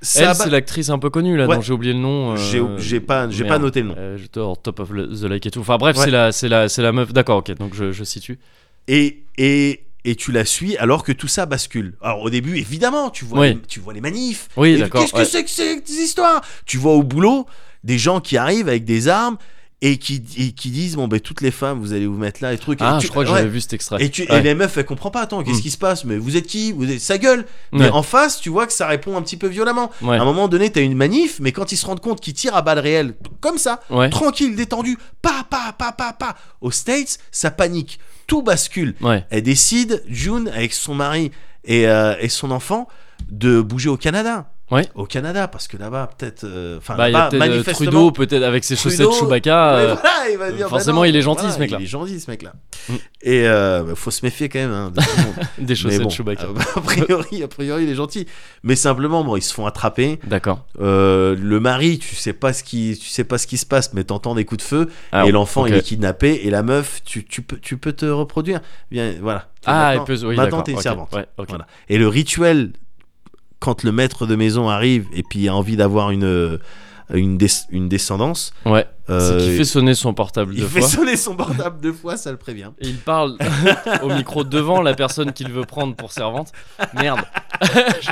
[SPEAKER 2] ça
[SPEAKER 1] Elle
[SPEAKER 2] ba-
[SPEAKER 1] c'est l'actrice un peu connue là,
[SPEAKER 2] Ouais.
[SPEAKER 1] dont j'ai oublié le nom. euh,
[SPEAKER 2] j'ai j'ai pas Ah, j'ai pas
[SPEAKER 1] merde.
[SPEAKER 2] noté le nom.
[SPEAKER 1] Euh, J'étais hors top of the like et tout. Enfin bref,
[SPEAKER 2] Ouais.
[SPEAKER 1] c'est la, c'est la, c'est la meuf. D'accord, ok. Donc je, je situe.
[SPEAKER 2] Et et et tu la suis alors que tout ça bascule. Alors au début, évidemment, tu vois
[SPEAKER 1] Oui.
[SPEAKER 2] les, tu vois les manifs.
[SPEAKER 1] Oui,
[SPEAKER 2] Et
[SPEAKER 1] d'accord,
[SPEAKER 2] Qu'est-ce que
[SPEAKER 1] ouais.
[SPEAKER 2] c'est que ces histoires Tu vois au boulot des gens qui arrivent avec des armes et qui et qui disent bon ben toutes les femmes vous allez vous mettre là et trucs.
[SPEAKER 1] Ah,
[SPEAKER 2] et tu-
[SPEAKER 1] je crois que
[SPEAKER 2] ouais.
[SPEAKER 1] j'avais vu cet extrait.
[SPEAKER 2] Et, tu, et
[SPEAKER 1] Ouais.
[SPEAKER 2] les meufs, elles comprennent pas. Attends, qu'est-ce
[SPEAKER 1] Mm.
[SPEAKER 2] qui se passe Mais vous êtes qui Vous êtes sa gueule. Mais
[SPEAKER 1] Ouais.
[SPEAKER 2] en face, tu vois que ça répond un petit peu violemment.
[SPEAKER 1] Ouais.
[SPEAKER 2] À un moment donné, t'as une manif, mais quand ils se rendent compte qu'ils tirent à balles réelles, comme ça,
[SPEAKER 1] Ouais.
[SPEAKER 2] tranquille, détendu, pa pa pa pa pa. Aux States, ça panique, tout bascule.
[SPEAKER 1] Ouais.
[SPEAKER 2] Elle décide, June, avec son mari et, euh, et son enfant, de bouger au Canada.
[SPEAKER 1] Ouais.
[SPEAKER 2] Au Canada, parce que là-bas, peut-être, euh, enfin
[SPEAKER 1] Bah, il y a
[SPEAKER 2] là-bas,
[SPEAKER 1] peut-être euh,
[SPEAKER 2] manifestement.
[SPEAKER 1] Trudeau, peut-être avec ses chaussettes
[SPEAKER 2] Trudeau,
[SPEAKER 1] Chewbacca.
[SPEAKER 2] mais
[SPEAKER 1] euh,
[SPEAKER 2] voilà, il va dire, bah
[SPEAKER 1] forcément,
[SPEAKER 2] non,
[SPEAKER 1] il est gentil,
[SPEAKER 2] voilà,
[SPEAKER 1] ce mec-là.
[SPEAKER 2] Il est gentil ce mec-là.
[SPEAKER 1] Mm.
[SPEAKER 2] Et euh, bah, faut se méfier quand même hein, de tout le monde.
[SPEAKER 1] Des
[SPEAKER 2] Mais
[SPEAKER 1] chaussettes
[SPEAKER 2] bon,
[SPEAKER 1] Chewbacca.
[SPEAKER 2] euh, bah, a priori, a priori, il est gentil. Mais simplement, bon, ils se font attraper.
[SPEAKER 1] D'accord.
[SPEAKER 2] Euh, le mari, tu sais pas ce qui, tu sais pas ce qui se passe, mais t'entends des coups de feu.
[SPEAKER 1] Ah,
[SPEAKER 2] et l'enfant,
[SPEAKER 1] ok.
[SPEAKER 2] il est kidnappé. Et la meuf, tu, tu peux, tu peux te reproduire. Bien, voilà. Maintenant-
[SPEAKER 1] Ah, elle peut. Oui,
[SPEAKER 2] maintenant,
[SPEAKER 1] d'accord.
[SPEAKER 2] t'es une
[SPEAKER 1] ok,
[SPEAKER 2] servante.
[SPEAKER 1] Ouais, ok.
[SPEAKER 2] Voilà. Et le rituel, quand le maître de maison arrive et puis a envie d'avoir une, une, des- une descendance,
[SPEAKER 1] Ouais.
[SPEAKER 2] euh,
[SPEAKER 1] C'est qu'il fait sonner son portable
[SPEAKER 2] il
[SPEAKER 1] deux
[SPEAKER 2] fait
[SPEAKER 1] fois.
[SPEAKER 2] sonner son portable deux fois, ça le prévient.
[SPEAKER 1] Et il parle au micro devant la personne qu'il veut prendre pour servante. Merde. Je-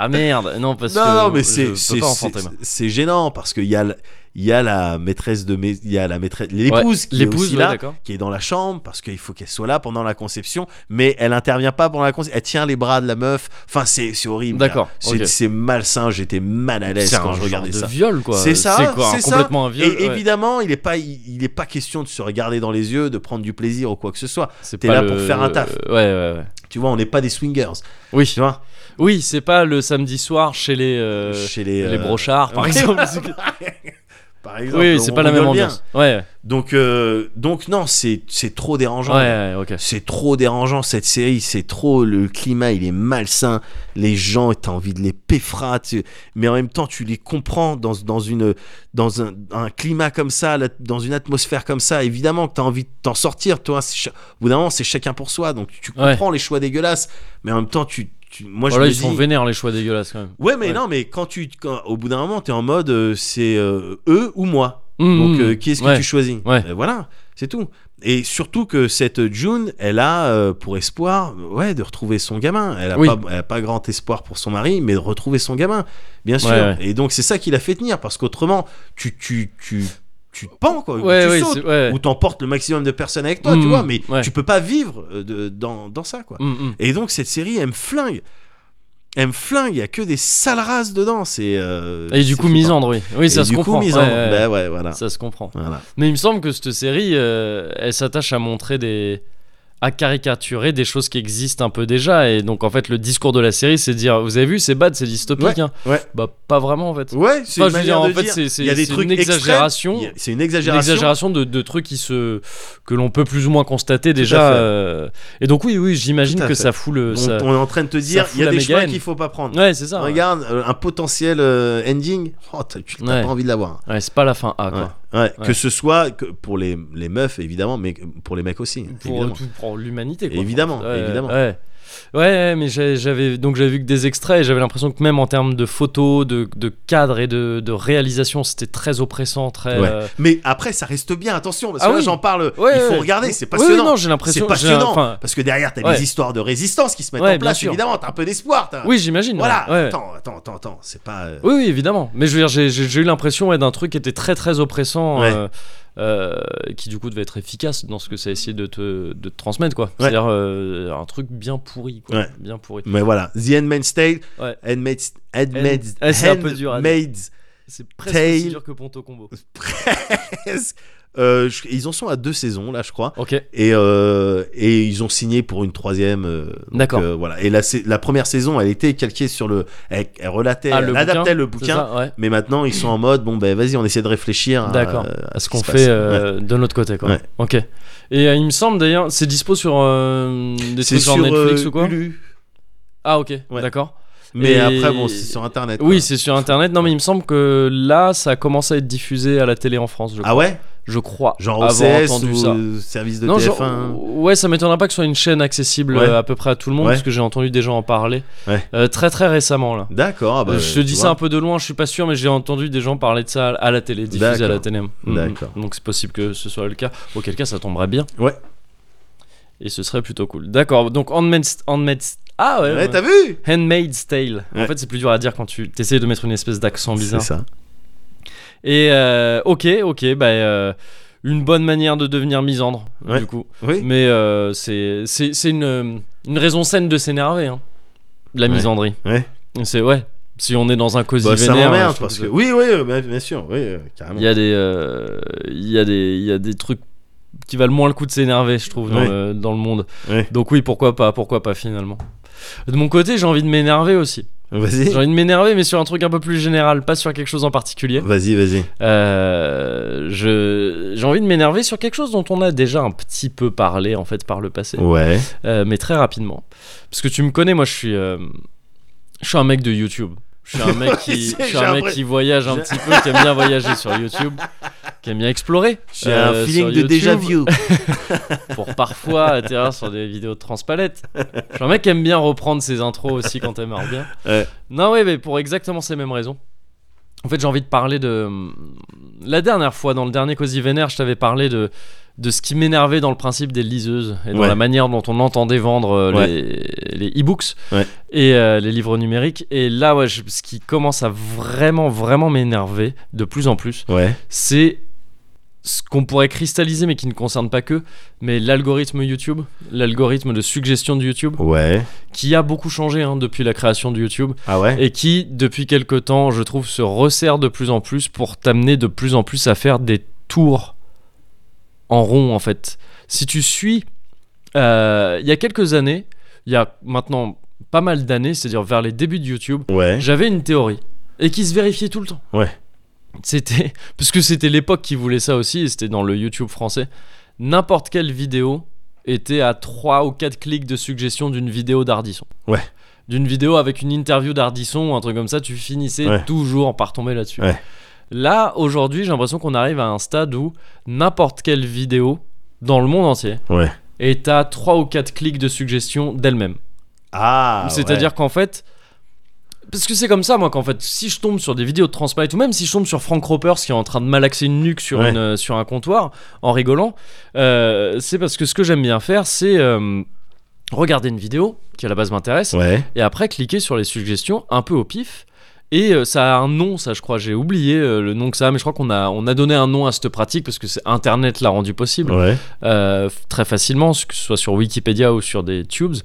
[SPEAKER 1] Ah merde. Non, parce
[SPEAKER 2] non,
[SPEAKER 1] que.
[SPEAKER 2] non, mais
[SPEAKER 1] je
[SPEAKER 2] c'est
[SPEAKER 1] peux
[SPEAKER 2] c'est-
[SPEAKER 1] pas enfanter, moi.
[SPEAKER 2] c'est- c'est gênant parce qu'il y a, la- il y a la maîtresse de mais- il y a la maîtresse l'épouse qui est
[SPEAKER 1] L'épouse,
[SPEAKER 2] aussi
[SPEAKER 1] ouais,
[SPEAKER 2] là
[SPEAKER 1] d'accord.
[SPEAKER 2] qui est dans la chambre parce qu'il faut qu'elle soit là pendant la conception mais elle intervient pas pendant la conception elle tient les bras de la meuf enfin c'est c'est horrible
[SPEAKER 1] D'accord,
[SPEAKER 2] c'est
[SPEAKER 1] ok.
[SPEAKER 2] c'est malsain j'étais mal à l'aise
[SPEAKER 1] C'est un
[SPEAKER 2] quand je
[SPEAKER 1] genre
[SPEAKER 2] regardais
[SPEAKER 1] de
[SPEAKER 2] ça
[SPEAKER 1] viol, quoi.
[SPEAKER 2] C'est ça,
[SPEAKER 1] quoi,
[SPEAKER 2] c'est ça.
[SPEAKER 1] complètement un viol.
[SPEAKER 2] et
[SPEAKER 1] ouais.
[SPEAKER 2] évidemment il est pas il, il est pas question de se regarder dans les yeux de prendre du plaisir ou quoi que ce soit
[SPEAKER 1] C'est
[SPEAKER 2] t'es
[SPEAKER 1] pas
[SPEAKER 2] là
[SPEAKER 1] le-
[SPEAKER 2] pour faire un taf.
[SPEAKER 1] Ouais, ouais, ouais.
[SPEAKER 2] tu vois on n'est pas des swingers
[SPEAKER 1] Oui,
[SPEAKER 2] tu vois
[SPEAKER 1] oui, c'est pas le samedi soir chez les euh,
[SPEAKER 2] chez les euh,
[SPEAKER 1] les brochards, par
[SPEAKER 2] ouais.
[SPEAKER 1] exemple.
[SPEAKER 2] par exemple
[SPEAKER 1] oui, c'est
[SPEAKER 2] on
[SPEAKER 1] pas la même
[SPEAKER 2] rigole bien.
[SPEAKER 1] ambiance. Ouais,
[SPEAKER 2] donc euh, donc non c'est c'est trop
[SPEAKER 1] ouais,
[SPEAKER 2] dérangeant
[SPEAKER 1] ouais, ok.
[SPEAKER 2] C'est trop dérangeant cette série, c'est trop le climat, il est malsain. Les gens, t'as envie de les péfrater, mais en même temps, tu les comprends dans, dans une dans un, un climat comme ça, là, dans une atmosphère comme ça. Évidemment que t'as envie de t'en sortir, toi. c'est cha- Au bout d'un moment, c'est chacun pour soi, donc tu
[SPEAKER 1] Ouais.
[SPEAKER 2] comprends les choix dégueulasses, mais en même temps, tu, tu- moi
[SPEAKER 1] Voilà,
[SPEAKER 2] je me
[SPEAKER 1] Oh ils
[SPEAKER 2] dis-
[SPEAKER 1] sont vénères les choix dégueulasses quand même.
[SPEAKER 2] Ouais, mais
[SPEAKER 1] Ouais.
[SPEAKER 2] non, mais quand tu quand- au bout d'un moment, t'es en mode euh, c'est euh, eux ou moi. Donc,
[SPEAKER 1] Mmh,
[SPEAKER 2] euh, qui est-ce que
[SPEAKER 1] ouais.
[SPEAKER 2] tu choisis
[SPEAKER 1] Ouais.
[SPEAKER 2] Euh, Voilà, c'est tout. Et surtout que cette June, elle a euh, pour espoir euh, ouais, de retrouver son gamin. Elle n'a
[SPEAKER 1] Oui.
[SPEAKER 2] pas, elle a pas grand espoir pour son mari, mais de retrouver son gamin, bien sûr.
[SPEAKER 1] Ouais, ouais.
[SPEAKER 2] Et donc, c'est ça qui l'a fait tenir, parce qu'autrement, tu, tu, tu, tu te pends, quoi.
[SPEAKER 1] Ouais,
[SPEAKER 2] tu
[SPEAKER 1] ouais,
[SPEAKER 2] sautes,
[SPEAKER 1] c'est- ouais.
[SPEAKER 2] ou t'emportes le maximum de personnes avec toi,
[SPEAKER 1] Mm,
[SPEAKER 2] tu vois,
[SPEAKER 1] mm,
[SPEAKER 2] mais
[SPEAKER 1] ouais.
[SPEAKER 2] tu peux pas vivre euh, de- dans, dans ça, quoi.
[SPEAKER 1] Mm, mm.
[SPEAKER 2] Et donc, cette série, elle me flingue. Elle me flingue, il n'y a que des sales races dedans. C'est, euh,
[SPEAKER 1] Et du
[SPEAKER 2] c'est
[SPEAKER 1] coup,
[SPEAKER 2] flippant.
[SPEAKER 1] misandre, oui. Oui,
[SPEAKER 2] Et
[SPEAKER 1] ça se
[SPEAKER 2] du coup,
[SPEAKER 1] comprend.
[SPEAKER 2] misandre.
[SPEAKER 1] Ouais, ouais,
[SPEAKER 2] Bah ouais, voilà.
[SPEAKER 1] Ça se comprend.
[SPEAKER 2] Voilà.
[SPEAKER 1] Mais il me semble que cette série, euh, elle s'attache à montrer des à caricaturer des choses qui existent un peu déjà. Et donc, en fait, le discours de la série, c'est de dire Vous avez vu, c'est bad, c'est dystopique. hein.
[SPEAKER 2] ouais.
[SPEAKER 1] Bah, pas vraiment, en fait.
[SPEAKER 2] Ouais, c'est
[SPEAKER 1] Enfin,
[SPEAKER 2] une
[SPEAKER 1] je veux dire,
[SPEAKER 2] manière
[SPEAKER 1] en
[SPEAKER 2] de
[SPEAKER 1] fait,
[SPEAKER 2] dire,
[SPEAKER 1] c'est- c'est-
[SPEAKER 2] il y a des
[SPEAKER 1] c'est
[SPEAKER 2] trucs
[SPEAKER 1] une
[SPEAKER 2] extrêmes,
[SPEAKER 1] exagération.
[SPEAKER 2] il y a- C'est une
[SPEAKER 1] Une
[SPEAKER 2] exagération.
[SPEAKER 1] exagération de, de trucs qui se que l'on peut plus ou moins constater déjà
[SPEAKER 2] fait.
[SPEAKER 1] euh, et donc oui oui j'imagine
[SPEAKER 2] Tout à
[SPEAKER 1] que
[SPEAKER 2] fait.
[SPEAKER 1] ça fout le
[SPEAKER 2] On,
[SPEAKER 1] ça-
[SPEAKER 2] on est en train de te dire,
[SPEAKER 1] fout
[SPEAKER 2] il y a
[SPEAKER 1] la
[SPEAKER 2] des
[SPEAKER 1] méga
[SPEAKER 2] choix
[SPEAKER 1] haine.
[SPEAKER 2] qu'il faut pas prendre.
[SPEAKER 1] ouais c'est ça ouais.
[SPEAKER 2] Regarde, euh, un potentiel euh, ending, oh, t'as tu- t'as
[SPEAKER 1] Ouais.
[SPEAKER 2] pas envie de l'avoir.
[SPEAKER 1] Ouais, c'est pas la fin A
[SPEAKER 2] Ouais.
[SPEAKER 1] quoi
[SPEAKER 2] Ouais,
[SPEAKER 1] Ouais.
[SPEAKER 2] Que ce soit que pour les, les meufs, évidemment, mais que- pour les mecs aussi.
[SPEAKER 1] pour
[SPEAKER 2] évidemment.
[SPEAKER 1] tout pour l'humanité quoi.
[SPEAKER 2] Évidemment,
[SPEAKER 1] Ouais,
[SPEAKER 2] évidemment.
[SPEAKER 1] ouais. Ouais, ouais, mais j'ai- j'avais donc j'avais vu que des extraits et j'avais l'impression que même en termes de photos, de, de cadres et de, de réalisation, c'était très oppressant, très.
[SPEAKER 2] Ouais.
[SPEAKER 1] euh,
[SPEAKER 2] Mais après, ça reste bien, attention, parce que
[SPEAKER 1] Ah
[SPEAKER 2] là,
[SPEAKER 1] oui.
[SPEAKER 2] j'en parle.
[SPEAKER 1] ouais,
[SPEAKER 2] il faut
[SPEAKER 1] ouais.
[SPEAKER 2] regarder, c'est
[SPEAKER 1] Oui,
[SPEAKER 2] passionnant.
[SPEAKER 1] oui, non, j'ai l'impression.
[SPEAKER 2] c'est
[SPEAKER 1] j'ai un-
[SPEAKER 2] passionnant.
[SPEAKER 1] enfin,
[SPEAKER 2] Parce que derrière, t'as
[SPEAKER 1] Ouais.
[SPEAKER 2] des histoires de résistance qui se mettent
[SPEAKER 1] Ouais,
[SPEAKER 2] en
[SPEAKER 1] bien
[SPEAKER 2] place,
[SPEAKER 1] sûr.
[SPEAKER 2] évidemment, t'as un peu d'espoir. t'as-
[SPEAKER 1] oui, j'imagine. ouais.
[SPEAKER 2] Voilà,
[SPEAKER 1] Ouais.
[SPEAKER 2] attends, attends, attends, attends, c'est pas. euh,
[SPEAKER 1] Oui, oui, évidemment. Mais je veux dire, j'ai- j'ai j'ai eu l'impression ouais, d'un truc qui était très très oppressant,
[SPEAKER 2] Ouais.
[SPEAKER 1] euh, euh, qui du coup devait être efficace dans ce que ça essayait de te, de te transmettre, quoi. C'est-à-dire euh, un truc bien pourri, quoi.
[SPEAKER 2] Ouais.
[SPEAKER 1] Bien pourri.
[SPEAKER 2] Mais voilà, The Handmaid's Tale.
[SPEAKER 1] Ouais.
[SPEAKER 2] Handmaid's, Handmaid's,
[SPEAKER 1] Ah, c'est un peu dur à dire.
[SPEAKER 2] Handmaid's-
[SPEAKER 1] C'est presque aussi
[SPEAKER 2] Tail.
[SPEAKER 1] dur que Ponto Combo.
[SPEAKER 2] Euh, je- ils en sont à deux saisons là, je crois,
[SPEAKER 1] Ok.
[SPEAKER 2] et euh, et ils ont signé pour une troisième. euh, donc,
[SPEAKER 1] D'accord.
[SPEAKER 2] euh, voilà. Et la, sa- la première saison, elle était calquée sur le, elle, elle relatait,
[SPEAKER 1] Ah,
[SPEAKER 2] elle
[SPEAKER 1] le
[SPEAKER 2] adaptait
[SPEAKER 1] bouquin,
[SPEAKER 2] le
[SPEAKER 1] C'est
[SPEAKER 2] bouquin.
[SPEAKER 1] ça, ouais.
[SPEAKER 2] Mais maintenant, ils sont en mode, bon ben vas-y, on essaie de réfléchir. à-
[SPEAKER 1] D'accord. À ce
[SPEAKER 2] qui se
[SPEAKER 1] qu'on fait
[SPEAKER 2] passe.
[SPEAKER 1] euh, de notre côté, quoi.
[SPEAKER 2] Ouais.
[SPEAKER 1] Ok. Et euh, il me semble d'ailleurs, c'est dispo sur euh, des
[SPEAKER 2] C'est
[SPEAKER 1] trucs genre
[SPEAKER 2] sur
[SPEAKER 1] Netflix
[SPEAKER 2] euh,
[SPEAKER 1] ou quoi
[SPEAKER 2] Hulu.
[SPEAKER 1] Ah, ok.
[SPEAKER 2] Ouais.
[SPEAKER 1] D'accord.
[SPEAKER 2] Mais
[SPEAKER 1] Et-
[SPEAKER 2] après, bon, c'est sur internet. quoi.
[SPEAKER 1] Oui, c'est sur internet. Non, mais il me semble que là, ça a commencé à être diffusé à la télé en France, je crois.
[SPEAKER 2] Ah ouais
[SPEAKER 1] Je crois.
[SPEAKER 2] Genre
[SPEAKER 1] avoir
[SPEAKER 2] OCS
[SPEAKER 1] entendu
[SPEAKER 2] ou
[SPEAKER 1] ça.
[SPEAKER 2] service de
[SPEAKER 1] Non,
[SPEAKER 2] TF1
[SPEAKER 1] genre, ouais, ça m'étonnerait pas que ce soit une chaîne accessible
[SPEAKER 2] Ouais.
[SPEAKER 1] euh, à peu près à tout le monde,
[SPEAKER 2] Ouais.
[SPEAKER 1] parce que j'ai entendu des gens en parler
[SPEAKER 2] Ouais.
[SPEAKER 1] Euh, très très récemment là.
[SPEAKER 2] D'accord. ah bah,
[SPEAKER 1] Euh, je te
[SPEAKER 2] tu
[SPEAKER 1] dis ça
[SPEAKER 2] vois.
[SPEAKER 1] un peu de loin, je suis pas sûr, mais j'ai entendu des gens parler de ça à la télé, diffusé à la
[SPEAKER 2] D'accord.
[SPEAKER 1] télé. Mm.
[SPEAKER 2] D'accord.
[SPEAKER 1] Donc c'est possible que ce soit le cas. Auquel cas, ça tomberait bien.
[SPEAKER 2] Ouais.
[SPEAKER 1] Et ce serait plutôt cool. D'accord. Donc Handmaid's, Handmaid's- ah ouais,
[SPEAKER 2] Ouais,
[SPEAKER 1] ouais.
[SPEAKER 2] t'as vu
[SPEAKER 1] Handmaid's Tale. En
[SPEAKER 2] Ouais.
[SPEAKER 1] fait, c'est plus dur à dire quand tu t'essayes de mettre une espèce d'accent
[SPEAKER 2] C'est
[SPEAKER 1] bizarre.
[SPEAKER 2] ça.
[SPEAKER 1] Et euh, ok, ok, bah euh, une bonne manière de devenir misandre,
[SPEAKER 2] Ouais.
[SPEAKER 1] du coup.
[SPEAKER 2] Oui.
[SPEAKER 1] Mais euh, c'est c'est c'est une, euh, une raison saine de s'énerver, hein, de la
[SPEAKER 2] Ouais.
[SPEAKER 1] misandrie.
[SPEAKER 2] Ouais.
[SPEAKER 1] C'est ouais. Si on est dans un cosy
[SPEAKER 2] Bah, ça
[SPEAKER 1] vénère,
[SPEAKER 2] m'emmerde
[SPEAKER 1] je trouve
[SPEAKER 2] parce que
[SPEAKER 1] ça-
[SPEAKER 2] oui oui euh, bien, bien sûr oui euh, carrément
[SPEAKER 1] il y a des euh, il y a des il y a des trucs qui valent moins le coup de s'énerver, je trouve, dans,
[SPEAKER 2] Ouais.
[SPEAKER 1] le, dans le monde.
[SPEAKER 2] Ouais.
[SPEAKER 1] Donc oui, pourquoi pas, pourquoi pas finalement. De mon côté, j'ai envie de m'énerver aussi.
[SPEAKER 2] vas-y
[SPEAKER 1] J'ai envie de m'énerver, mais sur un truc un peu plus général, pas sur quelque chose en particulier.
[SPEAKER 2] vas-y vas-y
[SPEAKER 1] Euh, je- j'ai envie de m'énerver sur quelque chose dont on a déjà un petit peu parlé en fait par le passé,
[SPEAKER 2] ouais
[SPEAKER 1] Euh, mais très rapidement. Parce que tu me connais, moi je suis, euh, je suis un mec de YouTube. Je suis un mec qui, je suis
[SPEAKER 2] j'ai
[SPEAKER 1] un
[SPEAKER 2] un
[SPEAKER 1] mec
[SPEAKER 2] vrai-
[SPEAKER 1] qui voyage un
[SPEAKER 2] j'ai-
[SPEAKER 1] petit peu, qui aime bien voyager sur YouTube, qui aime bien explorer.
[SPEAKER 2] j'ai
[SPEAKER 1] euh,
[SPEAKER 2] un
[SPEAKER 1] sur
[SPEAKER 2] feeling de
[SPEAKER 1] YouTube
[SPEAKER 2] déjà vu
[SPEAKER 1] Pour parfois atterrir sur des vidéos de transpalette. Je suis un mec qui aime bien reprendre ses intros aussi quand elle marre bien.
[SPEAKER 2] Ouais.
[SPEAKER 1] Non, ouais, mais pour exactement ces mêmes raisons. En fait, j'ai envie de parler de. hum, La dernière fois, dans le dernier Cosy Vénère, je t'avais parlé de, de ce qui m'énervait dans le principe des liseuses et dans
[SPEAKER 2] Ouais.
[SPEAKER 1] la manière dont on entendait vendre euh, les, les e-books
[SPEAKER 2] Ouais.
[SPEAKER 1] et euh, les livres numériques. Et là, ouais, je- ce qui commence à vraiment, vraiment m'énerver de plus en plus,
[SPEAKER 2] ouais
[SPEAKER 1] c'est ce qu'on pourrait cristalliser, mais qui ne concerne pas que, mais l'algorithme YouTube, l'algorithme de suggestion de YouTube,
[SPEAKER 2] ouais
[SPEAKER 1] qui a beaucoup changé hein, depuis la création de YouTube
[SPEAKER 2] ah ouais
[SPEAKER 1] et qui, depuis quelque temps, je trouve, se resserre de plus en plus pour t'amener de plus en plus à faire des tours en rond, en fait. Si tu suis, euh, il y a quelques années, il y a maintenant pas mal d'années, c'est-à-dire vers les débuts de YouTube,
[SPEAKER 2] ouais
[SPEAKER 1] j'avais une théorie et qui se vérifiait tout le temps.
[SPEAKER 2] Ouais.
[SPEAKER 1] C'était parce que c'était l'époque qui voulait ça aussi et c'était dans le YouTube français. N'importe quelle vidéo était à 3 ou 4 clics de suggestion d'une vidéo d'Ardisson.
[SPEAKER 2] Ouais.
[SPEAKER 1] D'une vidéo avec une interview d'Ardisson ou un truc comme ça, tu finissais
[SPEAKER 2] Ouais.
[SPEAKER 1] toujours par tomber là-dessus.
[SPEAKER 2] Ouais.
[SPEAKER 1] Là, aujourd'hui, j'ai l'impression qu'on arrive à un stade où n'importe quelle vidéo dans le monde entier
[SPEAKER 2] Ouais.
[SPEAKER 1] est à 3 ou 4 clics de suggestion d'elle-même.
[SPEAKER 2] ah
[SPEAKER 1] C'est-à-dire qu'en fait. Parce que c'est comme ça, moi, qu'en fait, si je tombe sur des vidéos de transpalette, ou même si je tombe sur Frank Ropers qui est en train de malaxer une nuque sur,
[SPEAKER 2] Ouais.
[SPEAKER 1] une, euh, sur un comptoir, en rigolant, euh, c'est parce que ce que j'aime bien faire, c'est euh, regarder une vidéo qui à la base m'intéresse,
[SPEAKER 2] ouais. ouais
[SPEAKER 1] et après cliquer sur les suggestions un peu au pif. Et euh, ça a un nom, ça je crois, j'ai oublié euh, le nom que ça a, mais je crois qu'on a, on a donné un nom à cette pratique parce que c'est- Internet l'a rendu possible
[SPEAKER 2] ouais
[SPEAKER 1] euh, f- très facilement, ce que ce soit sur Wikipédia ou sur des tubes.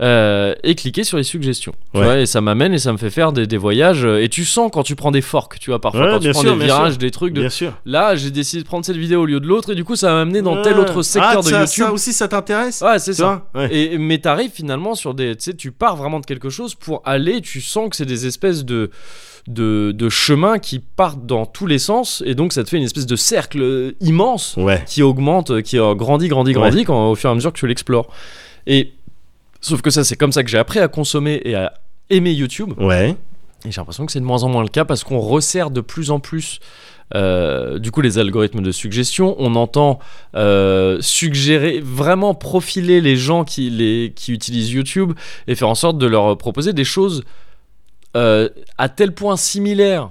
[SPEAKER 1] euh, et cliquer sur les suggestions. Tu
[SPEAKER 8] Ouais.
[SPEAKER 1] vois, et ça m'amène et ça me fait faire des, des voyages. euh, Et tu sens quand tu prends des forks, tu vois, parfois
[SPEAKER 8] Ouais,
[SPEAKER 1] quand tu
[SPEAKER 8] bien
[SPEAKER 1] prends
[SPEAKER 8] sûr,
[SPEAKER 1] des
[SPEAKER 8] bien
[SPEAKER 1] virages,
[SPEAKER 8] sûr.
[SPEAKER 1] des trucs. De...
[SPEAKER 8] Bien sûr.
[SPEAKER 1] Là, j'ai décidé de prendre cette vidéo au lieu de l'autre, et du coup, ça m'a amené dans tel autre secteur
[SPEAKER 2] ah,
[SPEAKER 1] de
[SPEAKER 2] ça,
[SPEAKER 1] YouTube.
[SPEAKER 2] ça aussi, ça t'intéresse
[SPEAKER 1] Ouais, c'est
[SPEAKER 8] Tu
[SPEAKER 1] ça.
[SPEAKER 8] vois Ouais.
[SPEAKER 1] Et, mais t'arrives finalement sur des. Tu sais, tu pars vraiment de quelque chose pour aller, tu sens que c'est des espèces de, de, de chemins qui partent dans tous les sens, et donc ça te fait une espèce de cercle euh, immense
[SPEAKER 8] Ouais.
[SPEAKER 1] qui augmente, euh, qui euh, grandit, grandit, grandit quand, au fur et à mesure que tu l'explores. Et sauf que ça, c'est comme ça que j'ai appris à consommer et à aimer YouTube.
[SPEAKER 8] Ouais.
[SPEAKER 1] Et j'ai l'impression que c'est de moins en moins le cas parce qu'on resserre de plus en plus. euh, du coup, les algorithmes de suggestion, on entend euh, suggérer, vraiment profiler les gens qui, les, qui utilisent YouTube et faire en sorte de leur proposer des choses euh, à tel point similaires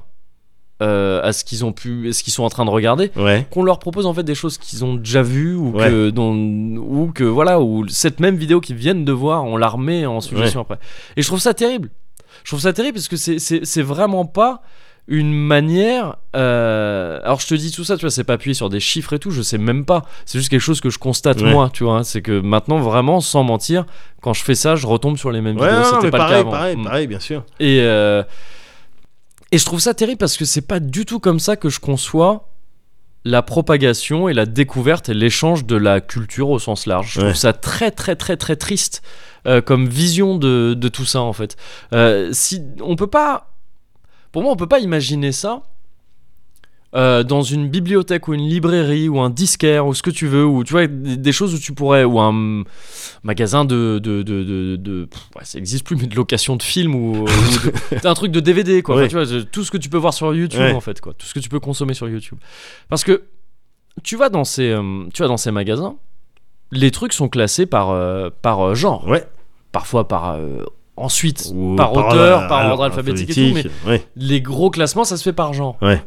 [SPEAKER 1] euh, à ce qu'ils ont pu, ce qu'ils sont en train de regarder,
[SPEAKER 8] Ouais.
[SPEAKER 1] qu'on leur propose en fait des choses qu'ils ont déjà vues ou
[SPEAKER 8] Ouais.
[SPEAKER 1] que dont, ou que voilà ou cette même vidéo qu'ils viennent de voir on la remet en suggestion après et je trouve ça terrible je trouve ça terrible parce que c'est- c'est c'est vraiment pas une manière euh, alors je te dis tout ça tu vois c'est pas appuyé sur des chiffres et tout je sais même pas c'est juste quelque chose que je constate
[SPEAKER 8] Ouais.
[SPEAKER 1] moi tu vois hein. c'est que maintenant vraiment sans mentir quand je fais ça je retombe sur les mêmes
[SPEAKER 8] Ouais,
[SPEAKER 1] vidéos
[SPEAKER 8] non,
[SPEAKER 1] c'était
[SPEAKER 8] mais
[SPEAKER 1] pas le cas
[SPEAKER 8] pareil,
[SPEAKER 1] avant
[SPEAKER 8] pareil,
[SPEAKER 1] Mm.
[SPEAKER 8] pareil, bien sûr.
[SPEAKER 1] Et, euh, et je trouve ça terrible parce que c'est pas du tout comme ça que je conçois la propagation et la découverte et l'échange de la culture au sens large. Je
[SPEAKER 8] Ouais.
[SPEAKER 1] trouve ça très très très très triste euh, comme vision de, de tout ça en fait. Euh, si on peut pas, pour moi, on peut pas imaginer ça. euh, dans une bibliothèque ou une librairie ou un disquaire ou ce que tu veux ou tu vois des, des choses où tu pourrais ou un magasin de de, de, de- de- pff, ouais, ça existe plus mais de location de films ou, ou de- c'est un truc de DVD quoi
[SPEAKER 8] Ouais.
[SPEAKER 1] Enfin, tu vois je- tout ce que tu peux voir sur YouTube
[SPEAKER 8] Ouais.
[SPEAKER 1] en fait quoi tout ce que tu peux consommer sur YouTube parce que tu vas dans ces euh, tu vas dans ces magasins les trucs sont classés par euh, par euh, genre
[SPEAKER 8] Ouais.
[SPEAKER 1] parfois par euh, ensuite
[SPEAKER 8] Ou
[SPEAKER 1] par auteur,
[SPEAKER 8] euh,
[SPEAKER 1] par
[SPEAKER 8] alors,
[SPEAKER 1] ordre alphabétique et tout,
[SPEAKER 8] Ouais.
[SPEAKER 1] les gros classements, ça se fait par genre.
[SPEAKER 8] Ouais.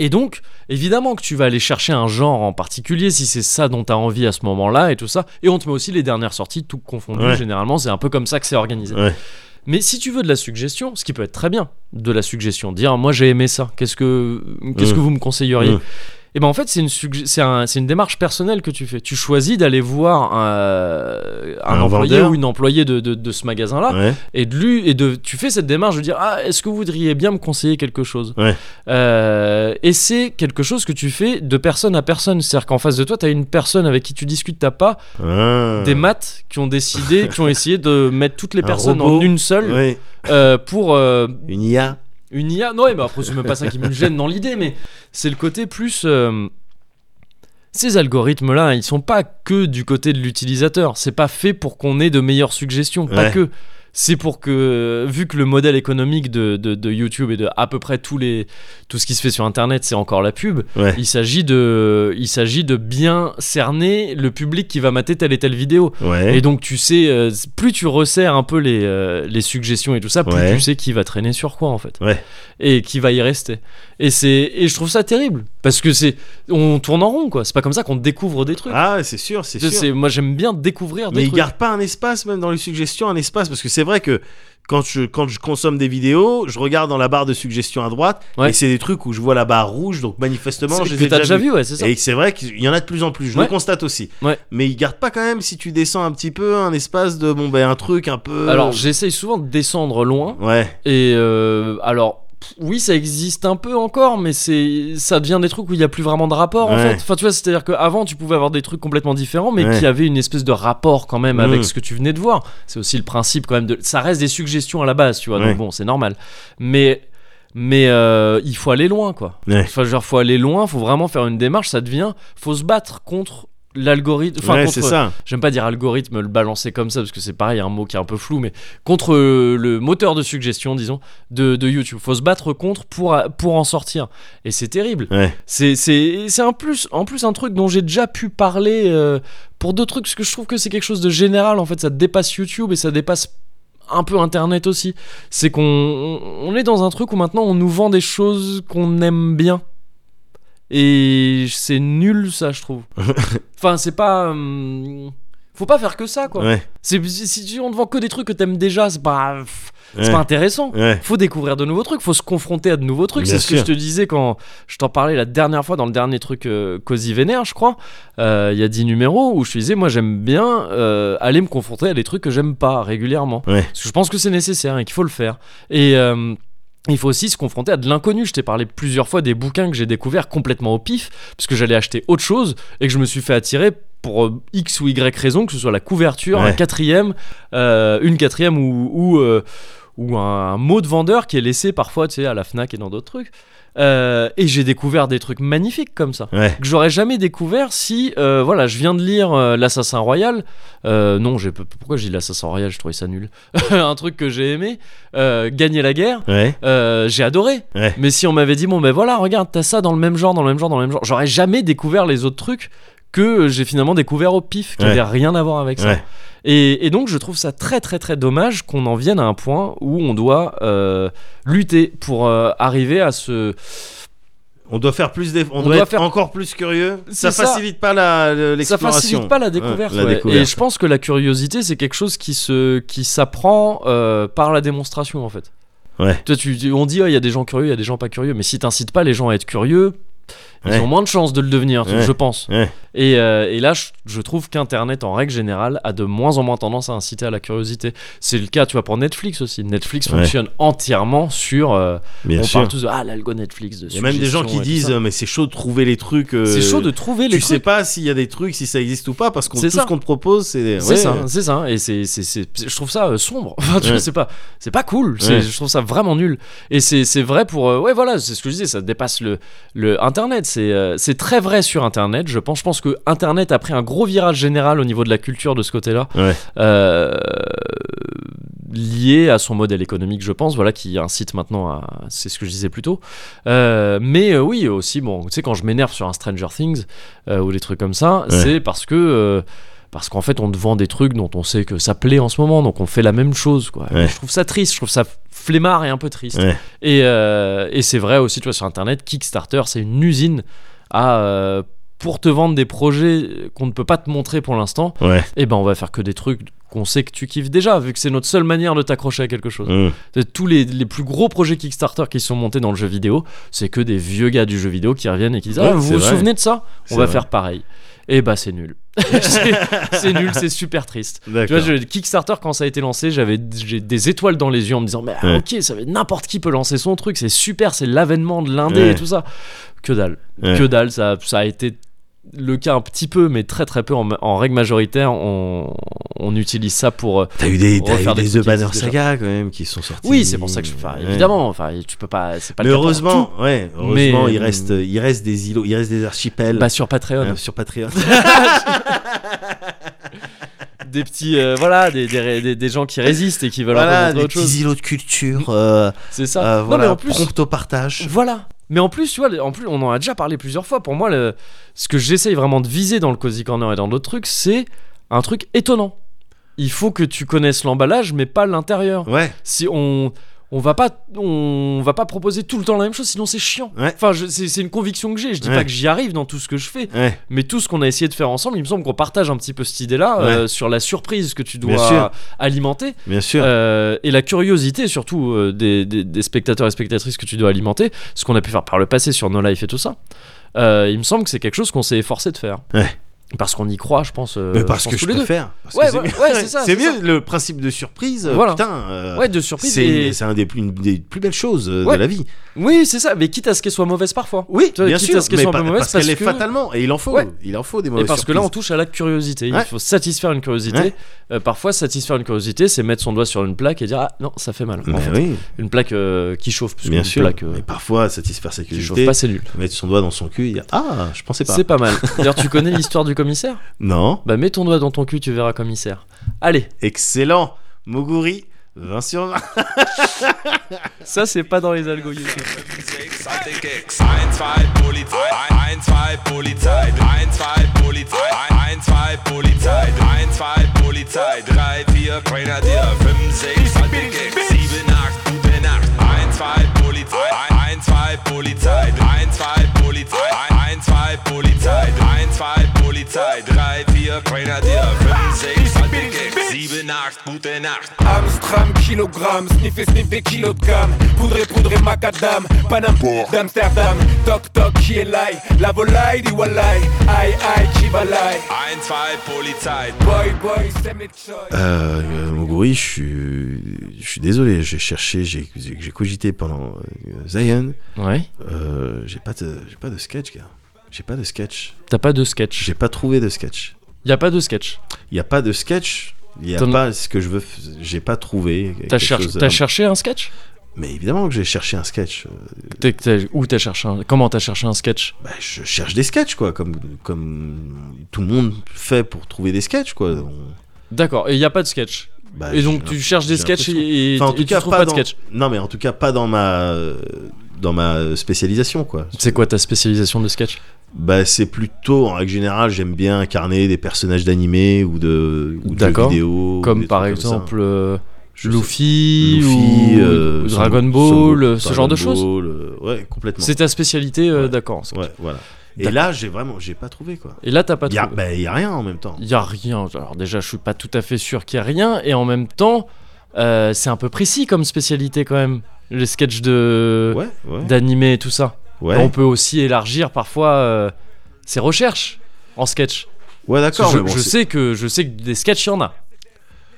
[SPEAKER 1] Et donc, évidemment que tu vas aller chercher un genre en particulier si c'est ça dont tu as envie à ce moment-là et tout ça. Et on te met aussi les dernières sorties, tout confondu.
[SPEAKER 8] Ouais.
[SPEAKER 1] Généralement, c'est un peu comme ça que c'est organisé.
[SPEAKER 8] Ouais.
[SPEAKER 1] Mais si tu veux de la suggestion, ce qui peut être très bien, de la suggestion, dire moi j'ai aimé ça, qu'est-ce que, qu'est-ce
[SPEAKER 8] Mm.
[SPEAKER 1] que vous me conseilleriez
[SPEAKER 8] Mm.
[SPEAKER 1] Et ben en fait, c'est une, sugge- c'est un- c'est une démarche personnelle que tu fais. Tu choisis d'aller voir un, un
[SPEAKER 8] Un
[SPEAKER 1] employé
[SPEAKER 8] vendeur.
[SPEAKER 1] ou une employée de, de- de ce magasin-là
[SPEAKER 8] Ouais.
[SPEAKER 1] et de lui et de tu fais cette démarche de dire ah est-ce que vous voudriez bien me conseiller quelque chose
[SPEAKER 8] Ouais.
[SPEAKER 1] Euh, et c'est quelque chose que tu fais de personne à personne c'est-à-dire qu'en face de toi t'as une personne avec qui tu discutes t'as pas
[SPEAKER 8] Ah.
[SPEAKER 1] des maths qui ont décidé qui ont essayé de mettre toutes les
[SPEAKER 8] Un
[SPEAKER 1] personnes en
[SPEAKER 8] robot.
[SPEAKER 1] une
[SPEAKER 2] Ah.
[SPEAKER 1] seule
[SPEAKER 8] Ouais.
[SPEAKER 1] euh, pour euh,
[SPEAKER 8] Une IA.
[SPEAKER 1] une IA non et ben après c'est même pas ça qui me gêne dans l'idée mais c'est le côté plus euh, ces algorithmes-là, hein, ils sont pas que du côté de l'utilisateur. C'est pas fait pour qu'on ait de meilleures suggestions, pas
[SPEAKER 8] Ouais.
[SPEAKER 1] que. C'est pour que, vu que le modèle économique de, de- de YouTube et de à peu près tous les, tout ce qui se fait sur Internet, c'est encore la pub,
[SPEAKER 8] Ouais.
[SPEAKER 1] il s'agit de, il s'agit de bien cerner le public qui va mater telle et telle vidéo.
[SPEAKER 8] Ouais.
[SPEAKER 1] Et donc tu sais, euh, plus tu resserres un peu les, euh, les suggestions et tout ça, plus
[SPEAKER 8] Ouais.
[SPEAKER 1] tu sais qui va traîner sur quoi en fait.
[SPEAKER 8] Ouais.
[SPEAKER 1] Et qui va y rester. Et c'est et je trouve ça terrible parce que c'est on tourne en rond quoi. C'est pas comme ça qu'on découvre des trucs.
[SPEAKER 8] Ah, c'est sûr, c'est
[SPEAKER 1] Tu sais,
[SPEAKER 8] sûr.
[SPEAKER 1] c'est- moi j'aime bien découvrir des
[SPEAKER 8] Mais ils
[SPEAKER 1] trucs.
[SPEAKER 8] gardent pas un espace, même dans les suggestions, un espace. Parce que c'est vrai que quand je, quand je consomme des vidéos, je regarde dans la barre de suggestions à droite,
[SPEAKER 1] Ouais.
[SPEAKER 8] et c'est des trucs où je vois la barre rouge, donc manifestement,
[SPEAKER 1] C'est-
[SPEAKER 8] je les
[SPEAKER 1] que
[SPEAKER 8] ai
[SPEAKER 1] t'as déjà
[SPEAKER 8] vus.
[SPEAKER 1] vu, ouais, c'est ça.
[SPEAKER 8] Et c'est vrai qu'il y en a de plus en plus, je
[SPEAKER 1] Ouais.
[SPEAKER 8] le constate aussi.
[SPEAKER 1] Ouais.
[SPEAKER 8] Mais ils gardent pas quand même, si tu descends un petit peu, un espace de, bon, ben, un truc un peu.
[SPEAKER 1] Alors j'essaye souvent de descendre loin
[SPEAKER 8] Ouais,
[SPEAKER 1] et euh, alors. pff, Oui, ça existe un peu encore, mais c'est ça devient des trucs où il n'y a plus vraiment de rapport en
[SPEAKER 8] Ouais.
[SPEAKER 1] fait. Enfin, tu vois, c'est-à-dire qu'avant, tu pouvais avoir des trucs complètement différents, mais
[SPEAKER 8] Ouais.
[SPEAKER 1] qui avaient une espèce de rapport quand même
[SPEAKER 8] Mm.
[SPEAKER 1] avec ce que tu venais de voir. C'est aussi le principe quand même de. Ça reste des suggestions à la base, tu vois.
[SPEAKER 8] Ouais.
[SPEAKER 1] Donc bon, c'est normal. Mais mais euh, il faut aller loin, quoi.
[SPEAKER 8] Ouais.
[SPEAKER 1] Enfin, genre, faut aller loin, faut vraiment faire une démarche. Ça devient, faut se battre contre l'algorithme. Enfin,
[SPEAKER 8] ouais
[SPEAKER 1] contre-
[SPEAKER 8] c'est ça.
[SPEAKER 1] J'aime pas dire algorithme, le balancer comme ça, parce que c'est pareil, un mot qui est un peu flou, mais contre euh, le moteur de suggestion, disons, de, de YouTube. Faut se battre contre pour, pour en sortir. Et c'est terrible.
[SPEAKER 8] Ouais.
[SPEAKER 1] C'est- C'est c'est un plus, en plus un truc dont j'ai déjà pu parler euh, pour d'autres trucs, parce que je trouve que c'est quelque chose de général, en fait, ça dépasse YouTube et ça dépasse un peu Internet aussi. C'est qu'on on- on est dans un truc où maintenant on nous vend des choses qu'on aime bien. Et c'est nul ça, je trouve. enfin, c'est pas... hum, faut pas faire que ça, quoi.
[SPEAKER 8] Ouais.
[SPEAKER 1] C'est- Si si on te vend que des trucs que t'aimes déjà, c'est pas... pff,
[SPEAKER 2] Ouais.
[SPEAKER 1] C'est pas intéressant.
[SPEAKER 2] Ouais.
[SPEAKER 1] Faut découvrir de nouveaux trucs, faut se confronter à de nouveaux trucs.
[SPEAKER 2] Bien
[SPEAKER 1] C'est ce que je
[SPEAKER 2] sûr.
[SPEAKER 1] te disais quand je t'en parlais la dernière fois dans le dernier truc euh, Cozy Vénère, je crois. Euh, Il y a 10 numéros où je te disais, moi j'aime bien euh, aller me confronter à des trucs que j'aime pas régulièrement.
[SPEAKER 2] Ouais.
[SPEAKER 1] Parce que je pense que c'est nécessaire et qu'il faut le faire. Et. euh, il faut aussi se confronter à de l'inconnu. Je t'ai parlé plusieurs fois des bouquins que j'ai découverts complètement au pif, parce que j'allais acheter autre chose et que je me suis fait attirer pour euh, X ou Y raison, que ce soit la couverture, un
[SPEAKER 2] Ouais.
[SPEAKER 1] quatrième, euh, une quatrième ou, ou, euh, ou un, mot de vendeur qui est laissé parfois tu sais, à la FNAC et dans d'autres trucs. Euh, et j'ai découvert des trucs magnifiques comme ça
[SPEAKER 2] Ouais.
[SPEAKER 1] que j'aurais jamais découvert si euh, voilà je viens de lire euh, l'assassin royal Euh, non j'ai pourquoi j'ai dit l'assassin royal je trouvais ça nul un truc que j'ai aimé euh, gagner la guerre
[SPEAKER 2] Ouais.
[SPEAKER 1] euh, j'ai adoré.
[SPEAKER 2] Ouais.
[SPEAKER 1] Mais si on m'avait dit, bon, ben voilà, regarde, t'as ça dans le même genre, dans le même genre, dans le même genre, j'aurais jamais découvert les autres trucs que j'ai finalement découvert au pif, qui
[SPEAKER 2] Ouais.
[SPEAKER 1] n'avaient rien à voir avec ça.
[SPEAKER 2] Ouais.
[SPEAKER 1] Et, et donc, je trouve ça très, très, très dommage qu'on en vienne à un point où on doit euh, lutter pour euh, arriver à ce.
[SPEAKER 2] On doit faire plus d'eff- on,
[SPEAKER 1] On
[SPEAKER 2] doit,
[SPEAKER 1] doit
[SPEAKER 2] être
[SPEAKER 1] faire-
[SPEAKER 2] encore plus curieux. Ça,
[SPEAKER 1] C'est ça.
[SPEAKER 2] facilite pas la le-
[SPEAKER 1] Ça
[SPEAKER 2] l'exploration.
[SPEAKER 1] facilite pas la découverte.
[SPEAKER 2] Ouais, la
[SPEAKER 1] ouais.
[SPEAKER 2] découverte.
[SPEAKER 1] Et je pense que la curiosité, c'est quelque chose qui se, qui s'apprend euh, par la démonstration, en fait.
[SPEAKER 2] Ouais.
[SPEAKER 1] Toi, tu, tu- on dit, Ah, il y a des gens curieux, il y a des gens pas curieux, mais si t'incites pas les gens à être curieux, ils
[SPEAKER 2] Ouais.
[SPEAKER 1] ont moins de chances de le devenir,
[SPEAKER 2] Ouais.
[SPEAKER 1] je pense.
[SPEAKER 2] Ouais.
[SPEAKER 1] Et, euh, et là, je, je trouve qu'Internet, en règle générale, a de moins en moins tendance à inciter à la curiosité. C'est le cas, tu vois, pour Netflix aussi. Netflix
[SPEAKER 2] Ouais.
[SPEAKER 1] fonctionne entièrement sur. euh,
[SPEAKER 2] Bien
[SPEAKER 1] on
[SPEAKER 2] sûr.
[SPEAKER 1] parle tous de ah l'algo Netflix. De
[SPEAKER 2] Il y a même des gens
[SPEAKER 1] suggestions
[SPEAKER 2] qui
[SPEAKER 1] et tout
[SPEAKER 2] disent
[SPEAKER 1] ça.
[SPEAKER 2] euh, mais c'est chaud de trouver les trucs. euh,
[SPEAKER 1] c'est chaud de trouver les
[SPEAKER 2] Tu sais
[SPEAKER 1] trucs.
[SPEAKER 2] pas s'il y a des trucs, si ça existe ou pas, parce que
[SPEAKER 1] C'est
[SPEAKER 2] tout
[SPEAKER 1] ça.
[SPEAKER 2] ce qu'on te propose, c'est.
[SPEAKER 1] C'est
[SPEAKER 2] ouais.
[SPEAKER 1] ça, c'est ça, et c'est, c'est, c'est- c'est- je trouve ça euh, sombre. Enfin, tu
[SPEAKER 2] Ouais.
[SPEAKER 1] vois, c'est pas, c'est pas cool. C'est-
[SPEAKER 2] Ouais.
[SPEAKER 1] Je trouve ça vraiment nul. Et c'est, c'est vrai pour, euh, ouais, voilà, c'est ce que je disais, ça dépasse le, le internet. C'est, euh, c'est très vrai sur internet. Je pense, je pense que internet a pris un gros virage général au niveau de la culture de ce côté-là,
[SPEAKER 2] Ouais.
[SPEAKER 1] Euh, lié à son modèle économique, je pense, voilà, qui incite maintenant à, c'est ce que je disais plus tôt. Euh, mais euh, oui, aussi, bon, tu sais, quand je m'énerve sur un Stranger Things euh, ou des trucs comme ça, c'est parce que euh, parce qu'en fait on te vend des trucs dont on sait que ça plaît en ce moment donc on fait la même chose quoi
[SPEAKER 2] Ouais.
[SPEAKER 1] je trouve ça triste je trouve ça flemmard et un peu triste
[SPEAKER 2] Ouais.
[SPEAKER 1] et, euh, et c'est vrai aussi tu vois sur internet Kickstarter c'est une usine à euh, pour te vendre des projets qu'on ne peut pas te montrer pour l'instant
[SPEAKER 2] Ouais.
[SPEAKER 1] et ben on va faire que des trucs qu'on sait que tu kiffes déjà vu que c'est notre seule manière de t'accrocher à quelque chose
[SPEAKER 2] Mmh.
[SPEAKER 1] c'est tous les, les plus gros projets Kickstarter qui sont montés dans le jeu vidéo, c'est que des vieux gars du jeu vidéo qui reviennent et qui disent
[SPEAKER 2] Ouais,
[SPEAKER 1] Ah, vous
[SPEAKER 2] c'est
[SPEAKER 1] vous
[SPEAKER 2] vrai.
[SPEAKER 1] souvenez de ça
[SPEAKER 2] C'est
[SPEAKER 1] On va
[SPEAKER 2] vrai.
[SPEAKER 1] faire pareil. Et bah, c'est nul. c'est c'est nul, c'est super triste. Tu vois,
[SPEAKER 2] D'accord.
[SPEAKER 1] je- Kickstarter, quand ça a été lancé, j'avais j'ai des étoiles dans les yeux en me disant Mais ah,
[SPEAKER 2] Ouais.
[SPEAKER 1] ok, ça veut n'importe qui peut lancer son truc, c'est super, c'est l'avènement de l'indé
[SPEAKER 2] Ouais.
[SPEAKER 1] et tout ça. Que dalle.
[SPEAKER 2] Ouais.
[SPEAKER 1] Que dalle, ça, ça a été le cas un petit peu, mais très très peu. En, en règle majoritaire, on, on utilise ça pour. euh,
[SPEAKER 2] T'as eu des,
[SPEAKER 1] On
[SPEAKER 2] t'as
[SPEAKER 1] va
[SPEAKER 2] eu
[SPEAKER 1] faire des
[SPEAKER 2] des The
[SPEAKER 1] trucs qui
[SPEAKER 2] Banner
[SPEAKER 1] existent
[SPEAKER 2] Saga quand même qui sont sortis.
[SPEAKER 1] Oui, c'est pour ça que je. Enfin,
[SPEAKER 2] Ouais.
[SPEAKER 1] évidemment, enfin, tu peux pas. C'est pas
[SPEAKER 2] Mais
[SPEAKER 1] le cas pour tout.
[SPEAKER 2] heureusement, ouais, heureusement,
[SPEAKER 1] Mais,
[SPEAKER 2] il
[SPEAKER 1] euh,
[SPEAKER 2] reste, il reste des îlots, il reste des archipels
[SPEAKER 1] Bah sur Patreon,
[SPEAKER 2] hein, sur Patreon.
[SPEAKER 1] des petits, euh, voilà, des, des, des, des gens qui résistent et qui veulent
[SPEAKER 2] voilà,
[SPEAKER 1] inventer
[SPEAKER 2] des
[SPEAKER 1] autre chose.
[SPEAKER 2] petits îlots de culture. euh,
[SPEAKER 1] C'est ça.
[SPEAKER 2] euh,
[SPEAKER 1] Non,
[SPEAKER 2] voilà,
[SPEAKER 1] mais en plus,
[SPEAKER 2] prompt au partage.
[SPEAKER 1] voilà. Mais en plus, tu vois, en plus, on en a déjà parlé plusieurs fois. Pour moi, le- ce que j'essaye vraiment de viser dans le cozy corner et dans d'autres trucs, c'est un truc étonnant. Il faut que tu connaisses l'emballage, mais pas l'intérieur.
[SPEAKER 2] Ouais,
[SPEAKER 1] Si on on va pas on va pas proposer tout le temps la même chose, sinon c'est chiant.
[SPEAKER 2] Ouais.
[SPEAKER 1] Enfin, je- c'est c'est une conviction que j'ai. Je dis
[SPEAKER 2] Ouais.
[SPEAKER 1] pas que j'y arrive dans tout ce que je fais,
[SPEAKER 2] ouais,
[SPEAKER 1] Mais tout ce qu'on a essayé de faire ensemble, il me semble qu'on partage un petit peu cette idée-là
[SPEAKER 2] Ouais.
[SPEAKER 1] euh, sur la surprise que tu
[SPEAKER 2] Bien sûr.
[SPEAKER 1] dois alimenter
[SPEAKER 2] bien sûr.
[SPEAKER 1] euh, et la curiosité surtout euh, des, des- des spectateurs et spectatrices que tu dois alimenter, ce qu'on a pu faire par le passé sur No Life et tout ça. Euh, il me semble que c'est quelque chose qu'on s'est efforcé de faire.
[SPEAKER 2] Ouais.
[SPEAKER 1] Parce qu'on y croit, je pense. euh,
[SPEAKER 2] mais parce
[SPEAKER 1] je pense
[SPEAKER 2] que je
[SPEAKER 1] tous les
[SPEAKER 2] peux
[SPEAKER 1] deux.
[SPEAKER 2] faire. parce
[SPEAKER 1] Ouais,
[SPEAKER 2] que c'est
[SPEAKER 1] ouais,
[SPEAKER 2] mieux.
[SPEAKER 1] ouais, c'est ça,
[SPEAKER 2] C'est
[SPEAKER 1] c'est ça.
[SPEAKER 2] mieux le principe de surprise. euh,
[SPEAKER 1] Voilà.
[SPEAKER 2] Putain. euh,
[SPEAKER 1] Ouais, de surprise.
[SPEAKER 2] C'est
[SPEAKER 1] et-
[SPEAKER 2] c'est un des plus, des plus belles choses euh,
[SPEAKER 1] Ouais.
[SPEAKER 2] de la vie.
[SPEAKER 1] Oui, c'est ça. Mais quitte à ce qu'elle soit mauvaise parfois.
[SPEAKER 2] Oui,
[SPEAKER 1] Tu vois,
[SPEAKER 2] bien
[SPEAKER 1] quitte
[SPEAKER 2] sûr.
[SPEAKER 1] à ce qu'elles
[SPEAKER 2] mais
[SPEAKER 1] soient un
[SPEAKER 2] pa-
[SPEAKER 1] peu mauvaises,
[SPEAKER 2] parce qu'elle
[SPEAKER 1] parce
[SPEAKER 2] est
[SPEAKER 1] que-
[SPEAKER 2] fatalement. Et il en faut.
[SPEAKER 1] Ouais.
[SPEAKER 2] Il en faut des
[SPEAKER 1] Et
[SPEAKER 2] mauvaises
[SPEAKER 1] parce que là, on
[SPEAKER 2] surprises.
[SPEAKER 1] touche à la curiosité.
[SPEAKER 2] Ouais.
[SPEAKER 1] Il faut satisfaire une curiosité.
[SPEAKER 2] Ouais.
[SPEAKER 1] Euh, parfois, satisfaire une curiosité, c'est mettre son doigt sur une plaque et dire Ah non, ça fait mal. en
[SPEAKER 2] Mais
[SPEAKER 1] fait.
[SPEAKER 2] oui,
[SPEAKER 1] Une plaque euh, qui chauffe, plus
[SPEAKER 2] bien
[SPEAKER 1] qu'une
[SPEAKER 2] sûr.
[SPEAKER 1] plaque euh,
[SPEAKER 2] Mais parfois, satisfaire sa
[SPEAKER 1] qui chauffe
[SPEAKER 2] curiosité,
[SPEAKER 1] pas, c'est nul.
[SPEAKER 2] mettre son doigt dans son cul et dire Ah, je pensais pas.
[SPEAKER 1] C'est pas mal. D'ailleurs, tu connais l'histoire du commissaire
[SPEAKER 2] Non.
[SPEAKER 1] Bah, mets ton doigt dans ton cul, tu verras commissaire. Allez,
[SPEAKER 2] Excellent. Moguri, 20 sur 20.
[SPEAKER 1] ça, c'est pas dans les algos. YouTube.
[SPEAKER 9] 6, alte Gags. 1, 2, Polizei. 1, 2, Polizei. 1, 2, Polizei. 1, 2, Polizei. 1, 2, Polizei. 3, 4, Grenadier. 5, 6, alte Gags. 7, 8, gute Nacht. 1, 2, Polizei. 1, 2, Polizei. 1, 2, Polizei. 1, 2, Polizei. 1, 2, Polizei. 3, 4, Grenadier. 5, 6, alte Gags. 7, 8, gute Nacht.
[SPEAKER 10] Amstrad
[SPEAKER 9] femme, kilogramme, sniff et sniff des kilos de gamme, poudre et poudre et macadam, Paname, d'Amsterdam, toc toc, qui est l'ail, la volaille dit wallahi, aïe aïe, qui va l'ail, boy boy, c'est mes choices.
[SPEAKER 2] Euh, euh, Moguri, je suis, je suis désolé, j'ai cherché, j'ai j'ai j'ai cogité pendant euh, Zion.
[SPEAKER 1] Ouais.
[SPEAKER 2] Euh, j'ai pas de, j'ai pas de sketch, gars. J'ai pas de sketch.
[SPEAKER 1] T'as pas de sketch.
[SPEAKER 2] J'ai pas trouvé de sketch.
[SPEAKER 1] Y a pas de sketch.
[SPEAKER 2] Il y a pas de sketch. Il y a
[SPEAKER 1] T'en-
[SPEAKER 2] pas ce que je veux. f- J'ai pas trouvé. quelque
[SPEAKER 1] T'as cher-
[SPEAKER 2] chose- euh,
[SPEAKER 1] t'as cherché un sketch
[SPEAKER 2] Mais évidemment que j'ai cherché un sketch. Euh,
[SPEAKER 1] T'es- t'as- Où t'as cherché un... Comment t'as cherché un sketch
[SPEAKER 2] bah, je cherche des sketchs, quoi, comme comme tout le monde fait pour trouver des sketchs, quoi. On-
[SPEAKER 1] D'accord, et y a pas de sketch.
[SPEAKER 2] bah,
[SPEAKER 1] et
[SPEAKER 2] j'ai
[SPEAKER 1] donc
[SPEAKER 2] l'impression-
[SPEAKER 1] tu cherches des
[SPEAKER 2] j'ai
[SPEAKER 1] sketchs
[SPEAKER 2] l'impression-
[SPEAKER 1] et, et-
[SPEAKER 2] Enfin, en
[SPEAKER 1] et
[SPEAKER 2] tout
[SPEAKER 1] tu
[SPEAKER 2] cas,
[SPEAKER 1] trouves pas de
[SPEAKER 2] dans-
[SPEAKER 1] sketch.
[SPEAKER 2] Non, mais en tout cas, pas dans ma dans ma spécialisation, quoi.
[SPEAKER 1] C'est quoi ta spécialisation de sketch
[SPEAKER 2] Bah, c'est plutôt en règle générale, j'aime bien incarner des personnages d'animé ou de ou de jeux
[SPEAKER 1] D'accord.
[SPEAKER 2] vidéo, ou
[SPEAKER 1] Comme
[SPEAKER 2] des
[SPEAKER 1] par
[SPEAKER 2] trucs ça.
[SPEAKER 1] exemple euh,
[SPEAKER 2] Je sais-
[SPEAKER 1] Luffy,
[SPEAKER 2] Luffy,
[SPEAKER 1] ou
[SPEAKER 2] euh,
[SPEAKER 1] ou Dragon
[SPEAKER 2] Son-
[SPEAKER 1] Ball,
[SPEAKER 2] Son-
[SPEAKER 1] euh, ce genre de
[SPEAKER 2] Dragon
[SPEAKER 1] choses.
[SPEAKER 2] Ball, euh, ouais, complètement.
[SPEAKER 1] C'est ta spécialité, euh,
[SPEAKER 2] Ouais.
[SPEAKER 1] d'accord.
[SPEAKER 2] Ouais, voilà. Et
[SPEAKER 1] D'accord.
[SPEAKER 2] là, j'ai vraiment, j'ai pas trouvé quoi.
[SPEAKER 1] Et là t'as pas
[SPEAKER 2] Il y a,
[SPEAKER 1] trouvé.
[SPEAKER 2] bah, y a rien en même temps.
[SPEAKER 1] Il y a rien. Alors déjà, je suis pas tout à fait sûr qu'il y a rien, et en même temps, euh, c'est un peu précis comme spécialité quand même. Les sketchs de
[SPEAKER 2] Ouais, ouais,
[SPEAKER 1] d'animé et tout ça.
[SPEAKER 2] ouais.
[SPEAKER 1] On peut aussi élargir parfois euh, ses recherches en sketch.
[SPEAKER 2] Ouais,
[SPEAKER 1] Parce
[SPEAKER 2] d'accord.
[SPEAKER 1] que
[SPEAKER 2] mais bon,
[SPEAKER 1] je, je
[SPEAKER 2] c'est
[SPEAKER 1] sais que je sais que des sketchs il y en a.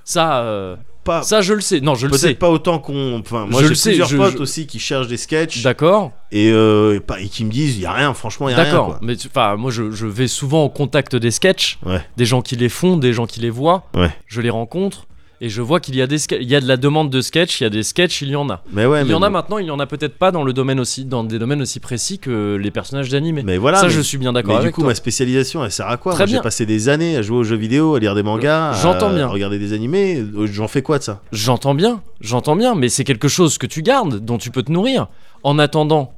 [SPEAKER 1] Ça, euh,
[SPEAKER 2] pas.
[SPEAKER 1] ça je le sais. Non, je le sais.
[SPEAKER 2] Ah. Peut-être pas autant qu'on. Enfin, moi,
[SPEAKER 1] Je
[SPEAKER 2] j'ai
[SPEAKER 1] le sais,
[SPEAKER 2] plusieurs
[SPEAKER 1] je-
[SPEAKER 2] potes
[SPEAKER 1] je-
[SPEAKER 2] aussi qui cherchent des sketchs
[SPEAKER 1] D'accord,
[SPEAKER 2] et, euh, et pas- et qui me disent, il y a rien. Franchement, il y a rien.
[SPEAKER 1] d'accord.
[SPEAKER 2] quoi.
[SPEAKER 1] Mais tu- enfin, moi, je, je vais souvent au contact des sketchs,
[SPEAKER 2] Ouais.
[SPEAKER 1] des gens qui les font, des gens qui les voient.
[SPEAKER 2] Ouais.
[SPEAKER 1] Je les rencontre et je vois qu'il y a des sketchs- il y a de la demande de sketch, il y a des sketchs, il y en a.
[SPEAKER 2] Mais ouais,
[SPEAKER 1] Il
[SPEAKER 2] mais
[SPEAKER 1] y en a
[SPEAKER 2] bon.
[SPEAKER 1] maintenant, il y en a peut-être pas dans le domaine aussi, dans des domaines aussi précis que les personnages d'animé.
[SPEAKER 2] Mais voilà.
[SPEAKER 1] ça,
[SPEAKER 2] mais-
[SPEAKER 1] je suis bien d'accord
[SPEAKER 2] Mais du
[SPEAKER 1] avec
[SPEAKER 2] coup,
[SPEAKER 1] toi.
[SPEAKER 2] ma spécialisation, elle sert à quoi
[SPEAKER 1] Très
[SPEAKER 2] Moi, J'ai
[SPEAKER 1] bien.
[SPEAKER 2] passé des années à jouer aux jeux vidéo, à lire des mangas,
[SPEAKER 1] J'entends
[SPEAKER 2] à
[SPEAKER 1] bien.
[SPEAKER 2] regarder des animés. Euh, J'en fais quoi de ça
[SPEAKER 1] J'entends bien, j'entends bien, mais c'est quelque chose que tu gardes, dont tu peux te nourrir. En attendant,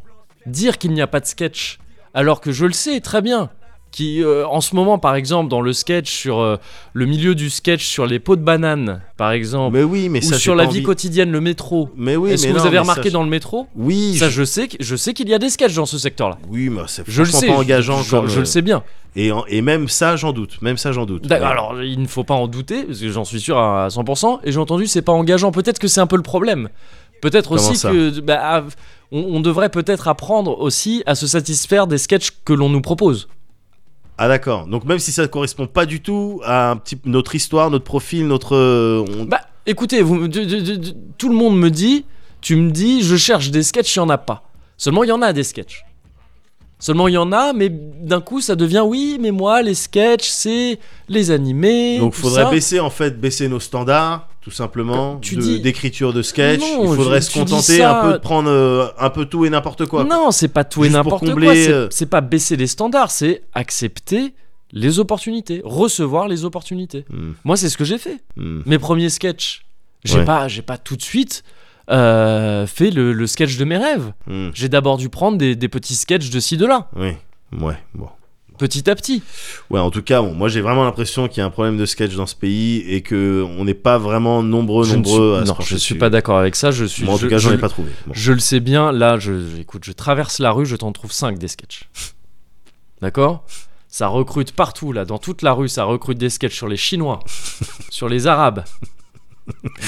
[SPEAKER 1] dire qu'il n'y a pas de sketch, alors que je le sais très bien, qui euh, en ce moment, par exemple, dans le sketch sur euh, le milieu du sketch sur les pots de banane, par exemple,
[SPEAKER 2] Mais oui, mais
[SPEAKER 1] ou
[SPEAKER 2] ça. j'ai
[SPEAKER 1] sur la
[SPEAKER 2] pas
[SPEAKER 1] vie
[SPEAKER 2] envie-
[SPEAKER 1] quotidienne, le métro.
[SPEAKER 2] Mais oui,
[SPEAKER 1] Est-ce
[SPEAKER 2] mais
[SPEAKER 1] que vous
[SPEAKER 2] non,
[SPEAKER 1] avez
[SPEAKER 2] mais
[SPEAKER 1] remarqué
[SPEAKER 2] ça,
[SPEAKER 1] dans le métro
[SPEAKER 2] Oui,
[SPEAKER 1] Ça,
[SPEAKER 2] je-
[SPEAKER 1] je sais, que- je sais qu'il y a des sketchs dans ce secteur-là.
[SPEAKER 2] oui, mais c'est
[SPEAKER 1] Je le
[SPEAKER 2] franchement
[SPEAKER 1] sais,
[SPEAKER 2] pas engageant.
[SPEAKER 1] je,
[SPEAKER 2] comme, euh,
[SPEAKER 1] je le sais bien.
[SPEAKER 2] Et, en- et même ça, j'en doute. Même ça, j'en doute.
[SPEAKER 1] D'a- Alors, il ne faut pas en douter, parce que j'en suis sûr à 100%, et j'ai entendu, c'est pas engageant. Peut-être que c'est un peu le problème. Peut-être
[SPEAKER 2] Comment
[SPEAKER 1] aussi
[SPEAKER 2] ça
[SPEAKER 1] que bah, à- on, on devrait peut-être apprendre aussi à se satisfaire des sketchs que l'on nous propose.
[SPEAKER 2] Ah d'accord. Donc même si ça ne correspond pas du tout à un petit, notre histoire, notre profil, notre... euh, on-
[SPEAKER 1] Bah, écoutez, vous, me- tu- tu- tu- tu- tout le monde me dit, tu me dis, je cherche des sketchs, il n'y en a pas. Seulement, il y en a des sketchs. Seulement, il y en a, mais d'un coup, ça devient, oui, mais moi, les sketchs, c'est les animés.
[SPEAKER 2] Donc
[SPEAKER 1] tout
[SPEAKER 2] faudrait
[SPEAKER 1] ça.
[SPEAKER 2] baisser en fait, baisser nos standards, tout simplement,
[SPEAKER 1] Tu
[SPEAKER 2] de-
[SPEAKER 1] dis-
[SPEAKER 2] d'écriture de sketch.
[SPEAKER 1] Non,
[SPEAKER 2] Il faudrait
[SPEAKER 1] je-
[SPEAKER 2] se
[SPEAKER 1] tu dis
[SPEAKER 2] contenter
[SPEAKER 1] ça-
[SPEAKER 2] un peu de prendre euh, un peu tout et n'importe quoi. quoi.
[SPEAKER 1] Non, c'est pas tout et
[SPEAKER 2] Juste pour
[SPEAKER 1] n'importe
[SPEAKER 2] combler,
[SPEAKER 1] quoi. c'est-
[SPEAKER 2] euh,
[SPEAKER 1] C'est pas baisser les standards, c'est accepter les opportunités, recevoir les opportunités.
[SPEAKER 2] Hmm,
[SPEAKER 1] Moi, c'est ce que j'ai fait.
[SPEAKER 2] hmm.
[SPEAKER 1] Mes premiers sketchs, j'ai
[SPEAKER 2] Ouais.
[SPEAKER 1] pas, j'ai pas tout de suite euh, fait le, le sketch de mes rêves.
[SPEAKER 2] Hmm,
[SPEAKER 1] J'ai d'abord dû prendre des, des petits sketchs de ci de là,
[SPEAKER 2] Oui. Ouais, bon.
[SPEAKER 1] petit à petit.
[SPEAKER 2] Ouais, en tout cas, bon, moi j'ai vraiment l'impression qu'il y a un problème de sketch dans ce pays et que on n'est pas vraiment nombreux,
[SPEAKER 1] je ne suis,
[SPEAKER 2] nombreux à se
[SPEAKER 1] non,
[SPEAKER 2] pencher
[SPEAKER 1] je suis
[SPEAKER 2] dessus.
[SPEAKER 1] pas d'accord avec ça. Je suis.
[SPEAKER 2] Moi en tout
[SPEAKER 1] je-
[SPEAKER 2] cas, j'en
[SPEAKER 1] je-
[SPEAKER 2] ai pas trouvé. Bon.
[SPEAKER 1] Je le sais bien, là, je, je- écoute, je traverse la rue, je t'en trouve 5 des sketchs. D'accord Ça recrute partout, là, dans toute la rue, ça recrute des sketchs sur les Chinois, sur les Arabes.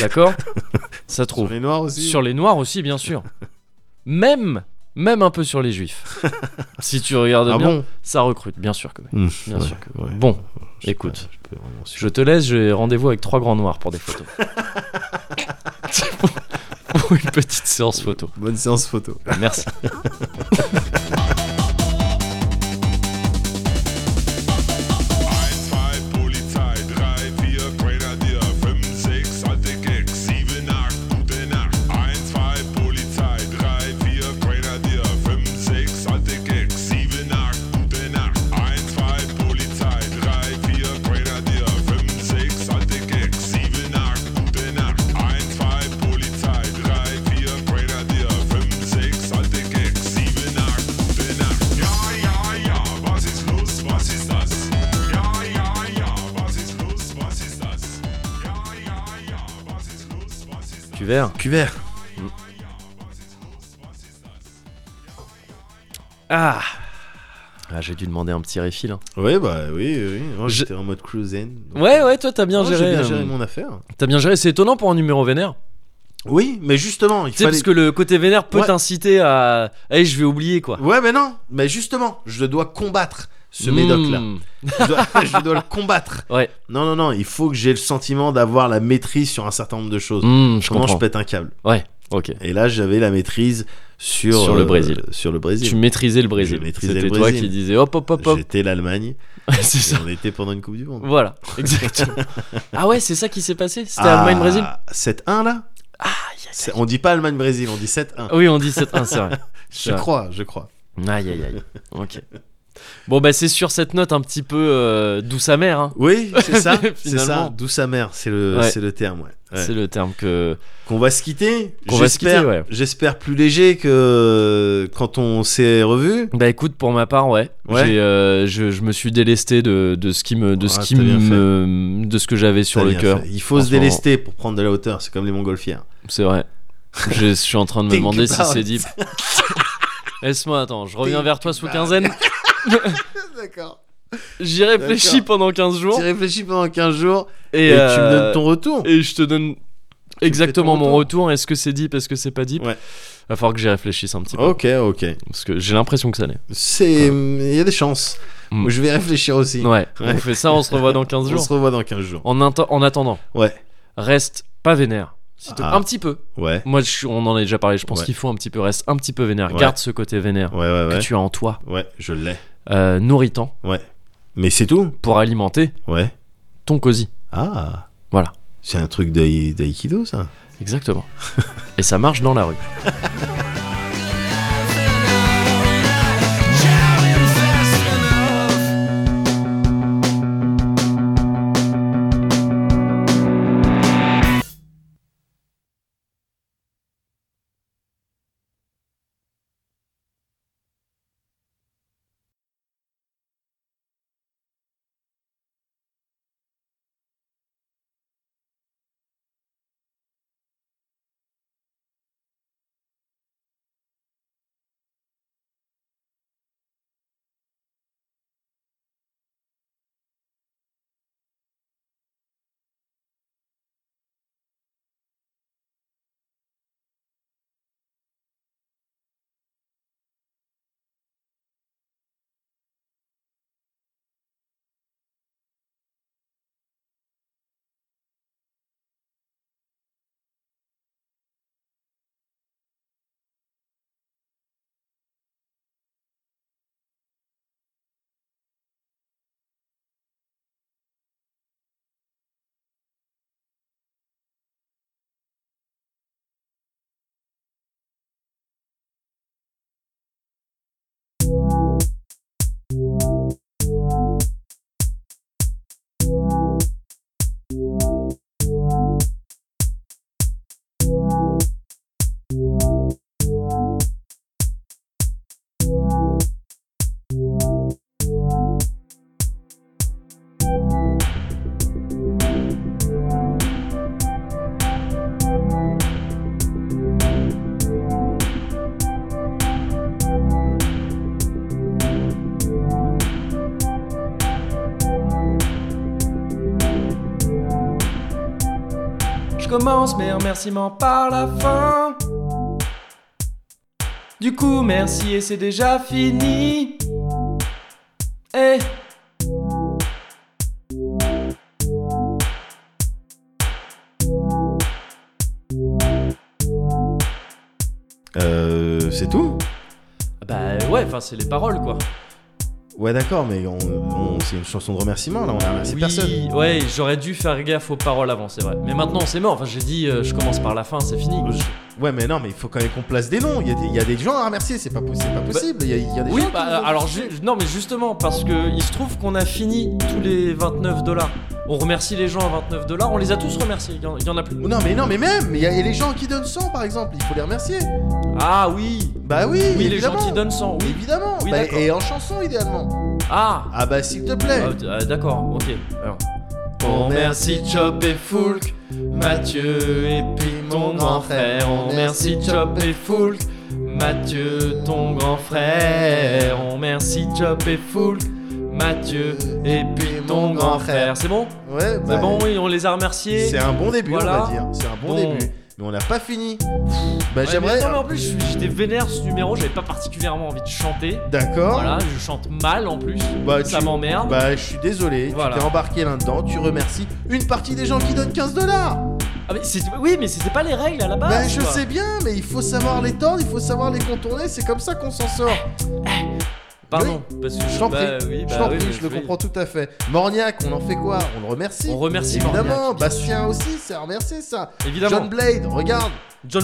[SPEAKER 1] D'accord Ça
[SPEAKER 2] Sur
[SPEAKER 1] trouve.
[SPEAKER 2] les noirs aussi. hein.
[SPEAKER 1] Sur les Noirs aussi, bien sûr. Même, même un peu sur les Juifs. Si tu regardes
[SPEAKER 2] Ah
[SPEAKER 1] bien,
[SPEAKER 2] bon
[SPEAKER 1] ça recrute, bien sûr que oui.
[SPEAKER 2] Hmm,
[SPEAKER 1] Bien
[SPEAKER 2] ouais,
[SPEAKER 1] sûr que
[SPEAKER 2] ouais.
[SPEAKER 1] Bon,
[SPEAKER 2] Je sais
[SPEAKER 1] écoute.
[SPEAKER 2] pas, je peux vraiment
[SPEAKER 1] je te laisse, j'ai rendez-vous avec trois grands noirs pour des photos. C'est pour- pour une petite séance photo.
[SPEAKER 2] Bonne séance photo.
[SPEAKER 1] Merci. Tu verras.
[SPEAKER 2] Cuvert.
[SPEAKER 1] Ah Ah, j'ai dû demander un petit refill. hein.
[SPEAKER 2] Ouais, bah oui, oui. Moi,
[SPEAKER 1] Je-
[SPEAKER 2] J'étais en mode cruising. donc-
[SPEAKER 1] Ouais, ouais, toi, t'as bien
[SPEAKER 2] Oh, j'ai
[SPEAKER 1] géré.
[SPEAKER 2] bien
[SPEAKER 1] euh,
[SPEAKER 2] géré mon affaire.
[SPEAKER 1] T'as bien géré. C'est étonnant pour un numéro vénère.
[SPEAKER 2] Oui, mais justement, il
[SPEAKER 1] Tu sais,
[SPEAKER 2] fallait.
[SPEAKER 1] parce que le côté vénère peut
[SPEAKER 2] Ouais.
[SPEAKER 1] t'inciter à. Eh, je vais oublier, quoi.
[SPEAKER 2] Ouais, mais non, mais justement, je dois combattre ce
[SPEAKER 1] Mmh.
[SPEAKER 2] médoc-là. Je dois, je dois le combattre.
[SPEAKER 1] Ouais.
[SPEAKER 2] Non, non, non, il faut que j'ai le sentiment d'avoir la maîtrise sur un certain nombre de choses.
[SPEAKER 1] Mmh, je
[SPEAKER 2] Comment je
[SPEAKER 1] comprends.
[SPEAKER 2] pète un câble
[SPEAKER 1] Ok.
[SPEAKER 2] Et là, j'avais la maîtrise sur, euh,
[SPEAKER 1] Sur le Brésil.
[SPEAKER 2] Sur le Brésil.
[SPEAKER 1] Tu maîtrisais le Brésil.
[SPEAKER 2] Je maîtrisais
[SPEAKER 1] C'était
[SPEAKER 2] le
[SPEAKER 1] toi
[SPEAKER 2] Brésil.
[SPEAKER 1] qui disais hop, hop, hop, hop.
[SPEAKER 2] J'étais l'Allemagne.
[SPEAKER 1] c'est
[SPEAKER 2] et
[SPEAKER 1] ça.
[SPEAKER 2] On était pendant une Coupe du Monde.
[SPEAKER 1] Voilà, exactement. ah ouais, c'est ça qui s'est passé C'était
[SPEAKER 2] Ah,
[SPEAKER 1] Allemagne-Brésil
[SPEAKER 2] 7-1 là C'est- On dit pas Allemagne-Brésil, on dit 7-1.
[SPEAKER 1] Ah Oui, on dit 7-1, c'est vrai.
[SPEAKER 2] je crois, je crois.
[SPEAKER 1] Aïe, aïe, aïe. Ok. Bon, bah, c'est sur cette note un petit peu euh, douce amère, hein.
[SPEAKER 2] Oui, c'est ça, c'est
[SPEAKER 1] Finalement.
[SPEAKER 2] ça. D'où sa mère, c'est le,
[SPEAKER 1] Ouais.
[SPEAKER 2] c'est le terme. Ouais. Ouais.
[SPEAKER 1] C'est le terme que.
[SPEAKER 2] Qu'on va se quitter.
[SPEAKER 1] Qu'on va se
[SPEAKER 2] J'espère-
[SPEAKER 1] quitter, ouais.
[SPEAKER 2] J'espère plus léger que quand on s'est revu.
[SPEAKER 1] Bah écoute, pour ma part, ouais.
[SPEAKER 2] Ouais.
[SPEAKER 1] J'ai, euh, je, je me suis délesté de, de ce qui me. de, ce,
[SPEAKER 2] Ah,
[SPEAKER 1] qui
[SPEAKER 2] t'as bien
[SPEAKER 1] me de ce que j'avais sur
[SPEAKER 2] T'as
[SPEAKER 1] le
[SPEAKER 2] bien
[SPEAKER 1] cœur.
[SPEAKER 2] fait. Il faut
[SPEAKER 1] en
[SPEAKER 2] se
[SPEAKER 1] ce moment.
[SPEAKER 2] délester pour prendre de la hauteur. C'est comme les montgolfières.
[SPEAKER 1] C'est vrai. Je, je suis en train de me
[SPEAKER 2] Think
[SPEAKER 1] demander si
[SPEAKER 2] about
[SPEAKER 1] c'est
[SPEAKER 2] it.
[SPEAKER 1] dit. Laisse-moi, attends, je reviens
[SPEAKER 2] Think
[SPEAKER 1] vers toi sous
[SPEAKER 2] about it.
[SPEAKER 1] quinzaine.
[SPEAKER 2] D'accord.
[SPEAKER 1] J'y réfléchis
[SPEAKER 2] D'accord.
[SPEAKER 1] pendant 15 jours.
[SPEAKER 2] Tu réfléchis pendant 15 jours
[SPEAKER 1] Et,
[SPEAKER 2] et, tu me
[SPEAKER 1] euh,
[SPEAKER 2] donnes ton retour.
[SPEAKER 1] et je te donne exactement
[SPEAKER 2] fais ton
[SPEAKER 1] mon retour. Est-ce que c'est dit parce que c'est pas dit
[SPEAKER 2] Ouais. Oh.
[SPEAKER 1] Va falloir que j'y réfléchisse un petit peu.
[SPEAKER 2] Ok, ok.
[SPEAKER 1] Parce que j'ai l'impression que ça l'est.
[SPEAKER 2] C'est, il y a des chances.
[SPEAKER 1] Mm.
[SPEAKER 2] Je vais réfléchir aussi.
[SPEAKER 1] Ouais. On fait ça, on se revoit dans
[SPEAKER 2] On
[SPEAKER 1] 15 jours.
[SPEAKER 2] se revoit dans 15 jours.
[SPEAKER 1] En, atte- en attendant,
[SPEAKER 2] Ouais.
[SPEAKER 1] reste pas vénère. s'il te-
[SPEAKER 2] Ah.
[SPEAKER 1] Un petit peu.
[SPEAKER 2] Ouais.
[SPEAKER 1] Moi, je suis- on en a déjà parlé. Je pense
[SPEAKER 2] Ouais.
[SPEAKER 1] qu'il faut un petit peu. Reste un petit peu vénère.
[SPEAKER 2] Ouais.
[SPEAKER 1] Garde ce côté vénère
[SPEAKER 2] Ouais, ouais,
[SPEAKER 1] que
[SPEAKER 2] ouais.
[SPEAKER 1] tu as en toi.
[SPEAKER 2] Ouais, je l'ai.
[SPEAKER 1] Euh, Nourris-t'en
[SPEAKER 2] Ouais. Mais c'est tout.
[SPEAKER 1] pour alimenter
[SPEAKER 2] Ouais.
[SPEAKER 1] ton cosy.
[SPEAKER 2] Ah.
[SPEAKER 1] Voilà.
[SPEAKER 2] C'est un truc d'aï- d'aïkido, ça.
[SPEAKER 1] Exactement. Et ça marche dans la rue.
[SPEAKER 3] Drowning fast enough. Je commence mes remerciements par la fin. Du coup, merci et c'est déjà fini. Eh.
[SPEAKER 2] Euh, c'est tout.
[SPEAKER 1] Bah ouais, enfin c'est les paroles quoi.
[SPEAKER 2] Ouais, d'accord, mais on, on- c'est une chanson de remerciement, là, on a remercié personne.
[SPEAKER 1] Ouais, j'aurais dû faire gaffe aux paroles avant, c'est vrai. Mais maintenant c'est mort. Enfin j'ai dit, euh, je commence par la fin, c'est fini.
[SPEAKER 2] Je- Ouais, mais non, mais il faut quand même qu'on place des noms. Il y a des, il y a des gens à remercier, c'est pas, possi- c'est pas possible. Il y a, il y a des
[SPEAKER 1] Bah, Oui,
[SPEAKER 2] gens.
[SPEAKER 1] bah alors ju- non mais justement parce que il se trouve qu'on a fini tous les 29 dollars. On remercie les gens à 29 dollars. On les a tous remerciés. Il y en- il y, en a plus.
[SPEAKER 2] Non, mais non, mais même, il y a il y a les gens qui donnent 100, par exemple, il faut les remercier.
[SPEAKER 1] Ah oui.
[SPEAKER 2] Bah oui,
[SPEAKER 1] Oui, les gens
[SPEAKER 2] évidemment.
[SPEAKER 1] qui donnent 100. Oui.
[SPEAKER 2] Évidemment.
[SPEAKER 1] Oui,
[SPEAKER 2] Bah,
[SPEAKER 1] d'accord.
[SPEAKER 2] et en chanson, idéalement.
[SPEAKER 1] Ah.
[SPEAKER 2] Ah bah, s'il te plaît.
[SPEAKER 1] Ah, d- ah, D'accord. Ok. Alors.
[SPEAKER 2] On remercie
[SPEAKER 1] Chop et
[SPEAKER 2] Foulk,
[SPEAKER 1] Mathieu et puis
[SPEAKER 2] mon grand frère. On remercie Chop
[SPEAKER 1] et Foulk, Mathieu, ton grand frère. On merci Job et Foul. Mathieu et puis ton grand frère. C'est bon
[SPEAKER 2] Ouais,
[SPEAKER 1] C'est
[SPEAKER 2] bah,
[SPEAKER 1] bon, oui, on les a remerciés.
[SPEAKER 2] C'est un bon début, on
[SPEAKER 1] Voilà.
[SPEAKER 2] va dire. C'est un bon,
[SPEAKER 1] Bon.
[SPEAKER 2] début. Mais on n'a pas fini. Bah,
[SPEAKER 1] Ouais, mais
[SPEAKER 2] j'aimerais.
[SPEAKER 1] non, mais en plus, je- j'étais vénère ce numéro, j'avais pas particulièrement envie de chanter.
[SPEAKER 2] D'accord.
[SPEAKER 1] Voilà, je chante mal en plus.
[SPEAKER 2] Bah,
[SPEAKER 1] ça
[SPEAKER 2] tu-
[SPEAKER 1] m'emmerde.
[SPEAKER 2] Bah, je suis désolé.
[SPEAKER 1] Voilà.
[SPEAKER 2] Tu t'es embarqué là-dedans. Tu remercies une partie des gens qui donnent 15 dollars.
[SPEAKER 1] Ah, mais c'est- oui, mais c'était pas les règles à la base.
[SPEAKER 2] Bah, je
[SPEAKER 1] quoi.
[SPEAKER 2] sais bien, mais il faut savoir les tordre, il faut savoir les contourner. C'est comme ça qu'on s'en sort.
[SPEAKER 1] Pardon, parce que
[SPEAKER 2] Je t'en
[SPEAKER 1] bah,
[SPEAKER 2] prie,
[SPEAKER 1] oui,
[SPEAKER 2] je
[SPEAKER 1] bah
[SPEAKER 2] t'en
[SPEAKER 1] oui,
[SPEAKER 2] prie,
[SPEAKER 1] mais
[SPEAKER 2] je le
[SPEAKER 1] oui.
[SPEAKER 2] comprends tout à fait. Morniac, on en fait quoi On le remercie.
[SPEAKER 1] On remercie
[SPEAKER 2] Évidemment,
[SPEAKER 1] Morniac, bien
[SPEAKER 2] Bastien aussi, c'est à remercier ça.
[SPEAKER 1] sûr. Évidemment.
[SPEAKER 2] John
[SPEAKER 1] John,
[SPEAKER 2] Blade, regarde.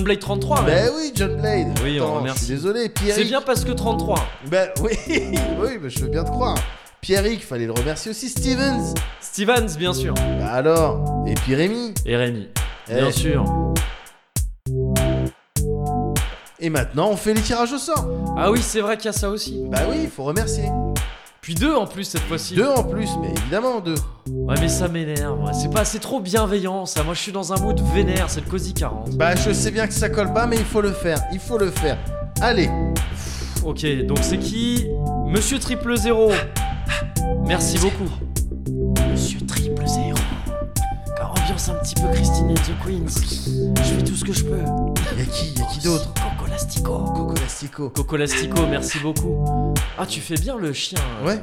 [SPEAKER 1] Blade 33. ouais.
[SPEAKER 2] Bah oui, John Blade.
[SPEAKER 1] Oui, on
[SPEAKER 2] Attends,
[SPEAKER 1] remercie.
[SPEAKER 2] Je suis désolé. Pierrick.
[SPEAKER 1] C'est bien parce que 33.
[SPEAKER 2] Bah oui, oui, bah, je veux bien te croire. Pierrick, fallait le remercier aussi. Stevens.
[SPEAKER 1] Stevens, bien sûr.
[SPEAKER 2] Bah alors. Et puis Rémi.
[SPEAKER 1] Et Rémi,
[SPEAKER 2] Eh,
[SPEAKER 1] bien sûr.
[SPEAKER 2] Et maintenant, on fait les tirages au sort.
[SPEAKER 1] Ah oui, c'est vrai qu'il y a ça aussi.
[SPEAKER 2] Bah oui, il faut remercier.
[SPEAKER 1] Puis deux en plus cette fois-ci.
[SPEAKER 2] Deux en plus, mais évidemment deux.
[SPEAKER 1] Ouais, mais ça m'énerve. ouais. C'est pas, c'est trop bienveillant ça. Moi, je suis dans un mood vénère. C'est le cosy 40.
[SPEAKER 2] Bah je sais bien que ça colle pas, mais il faut le faire. Il faut le faire. Allez,
[SPEAKER 1] Ok, donc c'est qui Monsieur Triple Zéro. Merci beaucoup.
[SPEAKER 5] Monsieur triple zéro.
[SPEAKER 1] Bah,
[SPEAKER 5] Car ambiance un petit peu Christine and the Queens. Je fais tout ce que je peux.
[SPEAKER 2] y a qui, y a qui d'autre
[SPEAKER 5] Coco Lastico.
[SPEAKER 2] Coco Lastico.
[SPEAKER 1] Coco Lastico, merci beaucoup. Ah, tu fais bien le chien. euh,
[SPEAKER 2] Ouais,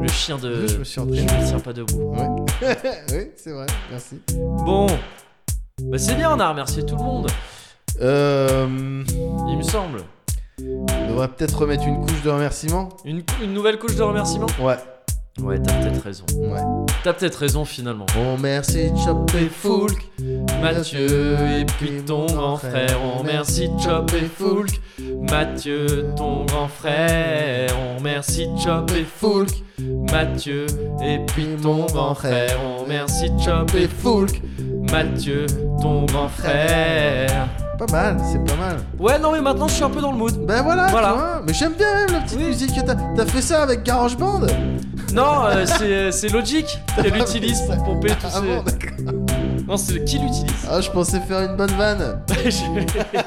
[SPEAKER 1] Le chien de.
[SPEAKER 2] je me suis
[SPEAKER 1] Je
[SPEAKER 2] entraîné.
[SPEAKER 1] me tiens pas debout.
[SPEAKER 2] oui, c'est vrai, merci.
[SPEAKER 1] Bon. Bah, c'est bien, on a remercié tout le monde,
[SPEAKER 2] Euh.
[SPEAKER 1] il me semble.
[SPEAKER 2] On devrait peut-être remettre une couche de remerciements.
[SPEAKER 1] Une, une nouvelle couche de remerciements
[SPEAKER 2] Ouais,
[SPEAKER 1] Ouais, t'as peut-être raison.
[SPEAKER 2] ouais.
[SPEAKER 1] T'as peut-être raison finalement.
[SPEAKER 2] On merci Chop et Foulk.
[SPEAKER 1] Mathieu et puis ton grand frère, on remercie Chop et Foulk. Mathieu, ton grand frère, on remercie Chop et Foulk. Mathieu et puis ton grand frère, on remercie Chop et
[SPEAKER 2] Et
[SPEAKER 1] Foulk.
[SPEAKER 2] Foulk.
[SPEAKER 1] Mathieu, ton grand frère.
[SPEAKER 2] Pas mal, c'est pas mal.
[SPEAKER 1] Ouais, non mais maintenant je suis un peu dans le mood.
[SPEAKER 2] Ben voilà,
[SPEAKER 1] Voilà.
[SPEAKER 2] tu vois. Mais j'aime bien même la petite
[SPEAKER 1] Oui.
[SPEAKER 2] musique que t'as. T'as fait ça avec GarageBand
[SPEAKER 1] Non, euh, c'est- c'est Logic qu'elle utilise pour pomper tous
[SPEAKER 2] Ah bon,
[SPEAKER 1] ces...
[SPEAKER 2] d'accord.
[SPEAKER 1] Non, c'est qui l'utilise
[SPEAKER 2] Ah, je pensais faire une bonne vanne.
[SPEAKER 1] Je-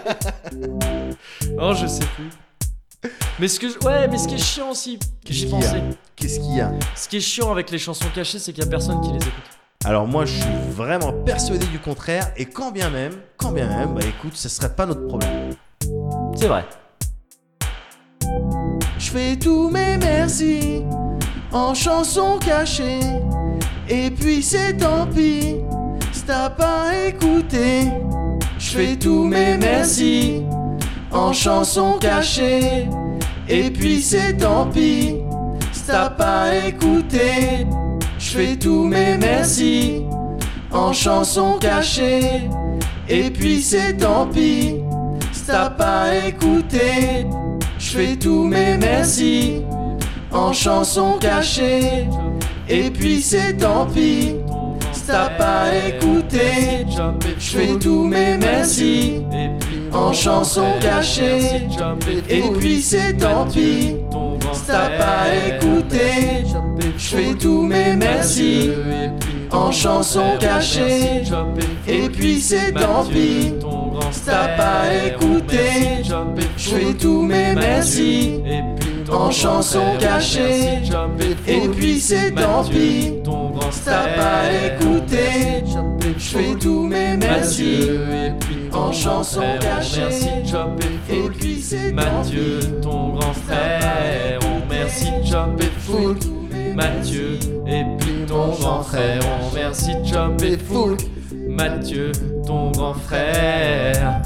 [SPEAKER 1] Oh, je sais plus. Mais ce que je- ouais, mais ce qui est chiant aussi, que
[SPEAKER 2] Qu'est-ce
[SPEAKER 1] j'y
[SPEAKER 2] qu'il y a
[SPEAKER 1] pensais.
[SPEAKER 2] Qu'est-ce qu'il y a
[SPEAKER 1] Ce qui est chiant avec les chansons cachées, c'est qu'il y a personne qui les écoute.
[SPEAKER 8] Alors moi, je suis vraiment persuadé du contraire. Et quand bien même, quand bien même, bah écoute, ce serait pas notre problème.
[SPEAKER 1] C'est vrai.
[SPEAKER 2] Je fais tous mes merci en chansons cachées. Et puis c'est tant pis, si t'as pas écouté. Je fais tous mes merci en chansons cachées. Et puis c'est tant pis, si t'as pas écouté. Je fais tous mes merci en chansons cachées. Et puis c'est tant pis, si t'as pas écouté. Je fais tous mes merci en chansons cachées. Et puis c'est tant pis, si t'as pas écouté. Je fais tous mes merci en chansons cachées. Et puis c'est tant pis, si t'as pas écouté. Je fais tous mes merci en chansons cachées. Et puis c'est tant pis, si t'as pas écouté. Je fais tous mes merci en chansons cachées. Et puis c'est tant pis, si t'as pas écouté. Je fais tous mes merci en chansons cachées. Et puis c'est tant
[SPEAKER 1] Mathieu,
[SPEAKER 2] pis,
[SPEAKER 1] ton grand frère, on merci Chop et Foulk. Mathieu, et puis ton grand frère, on merci Chop et Foulk. Mathieu, ton grand frère.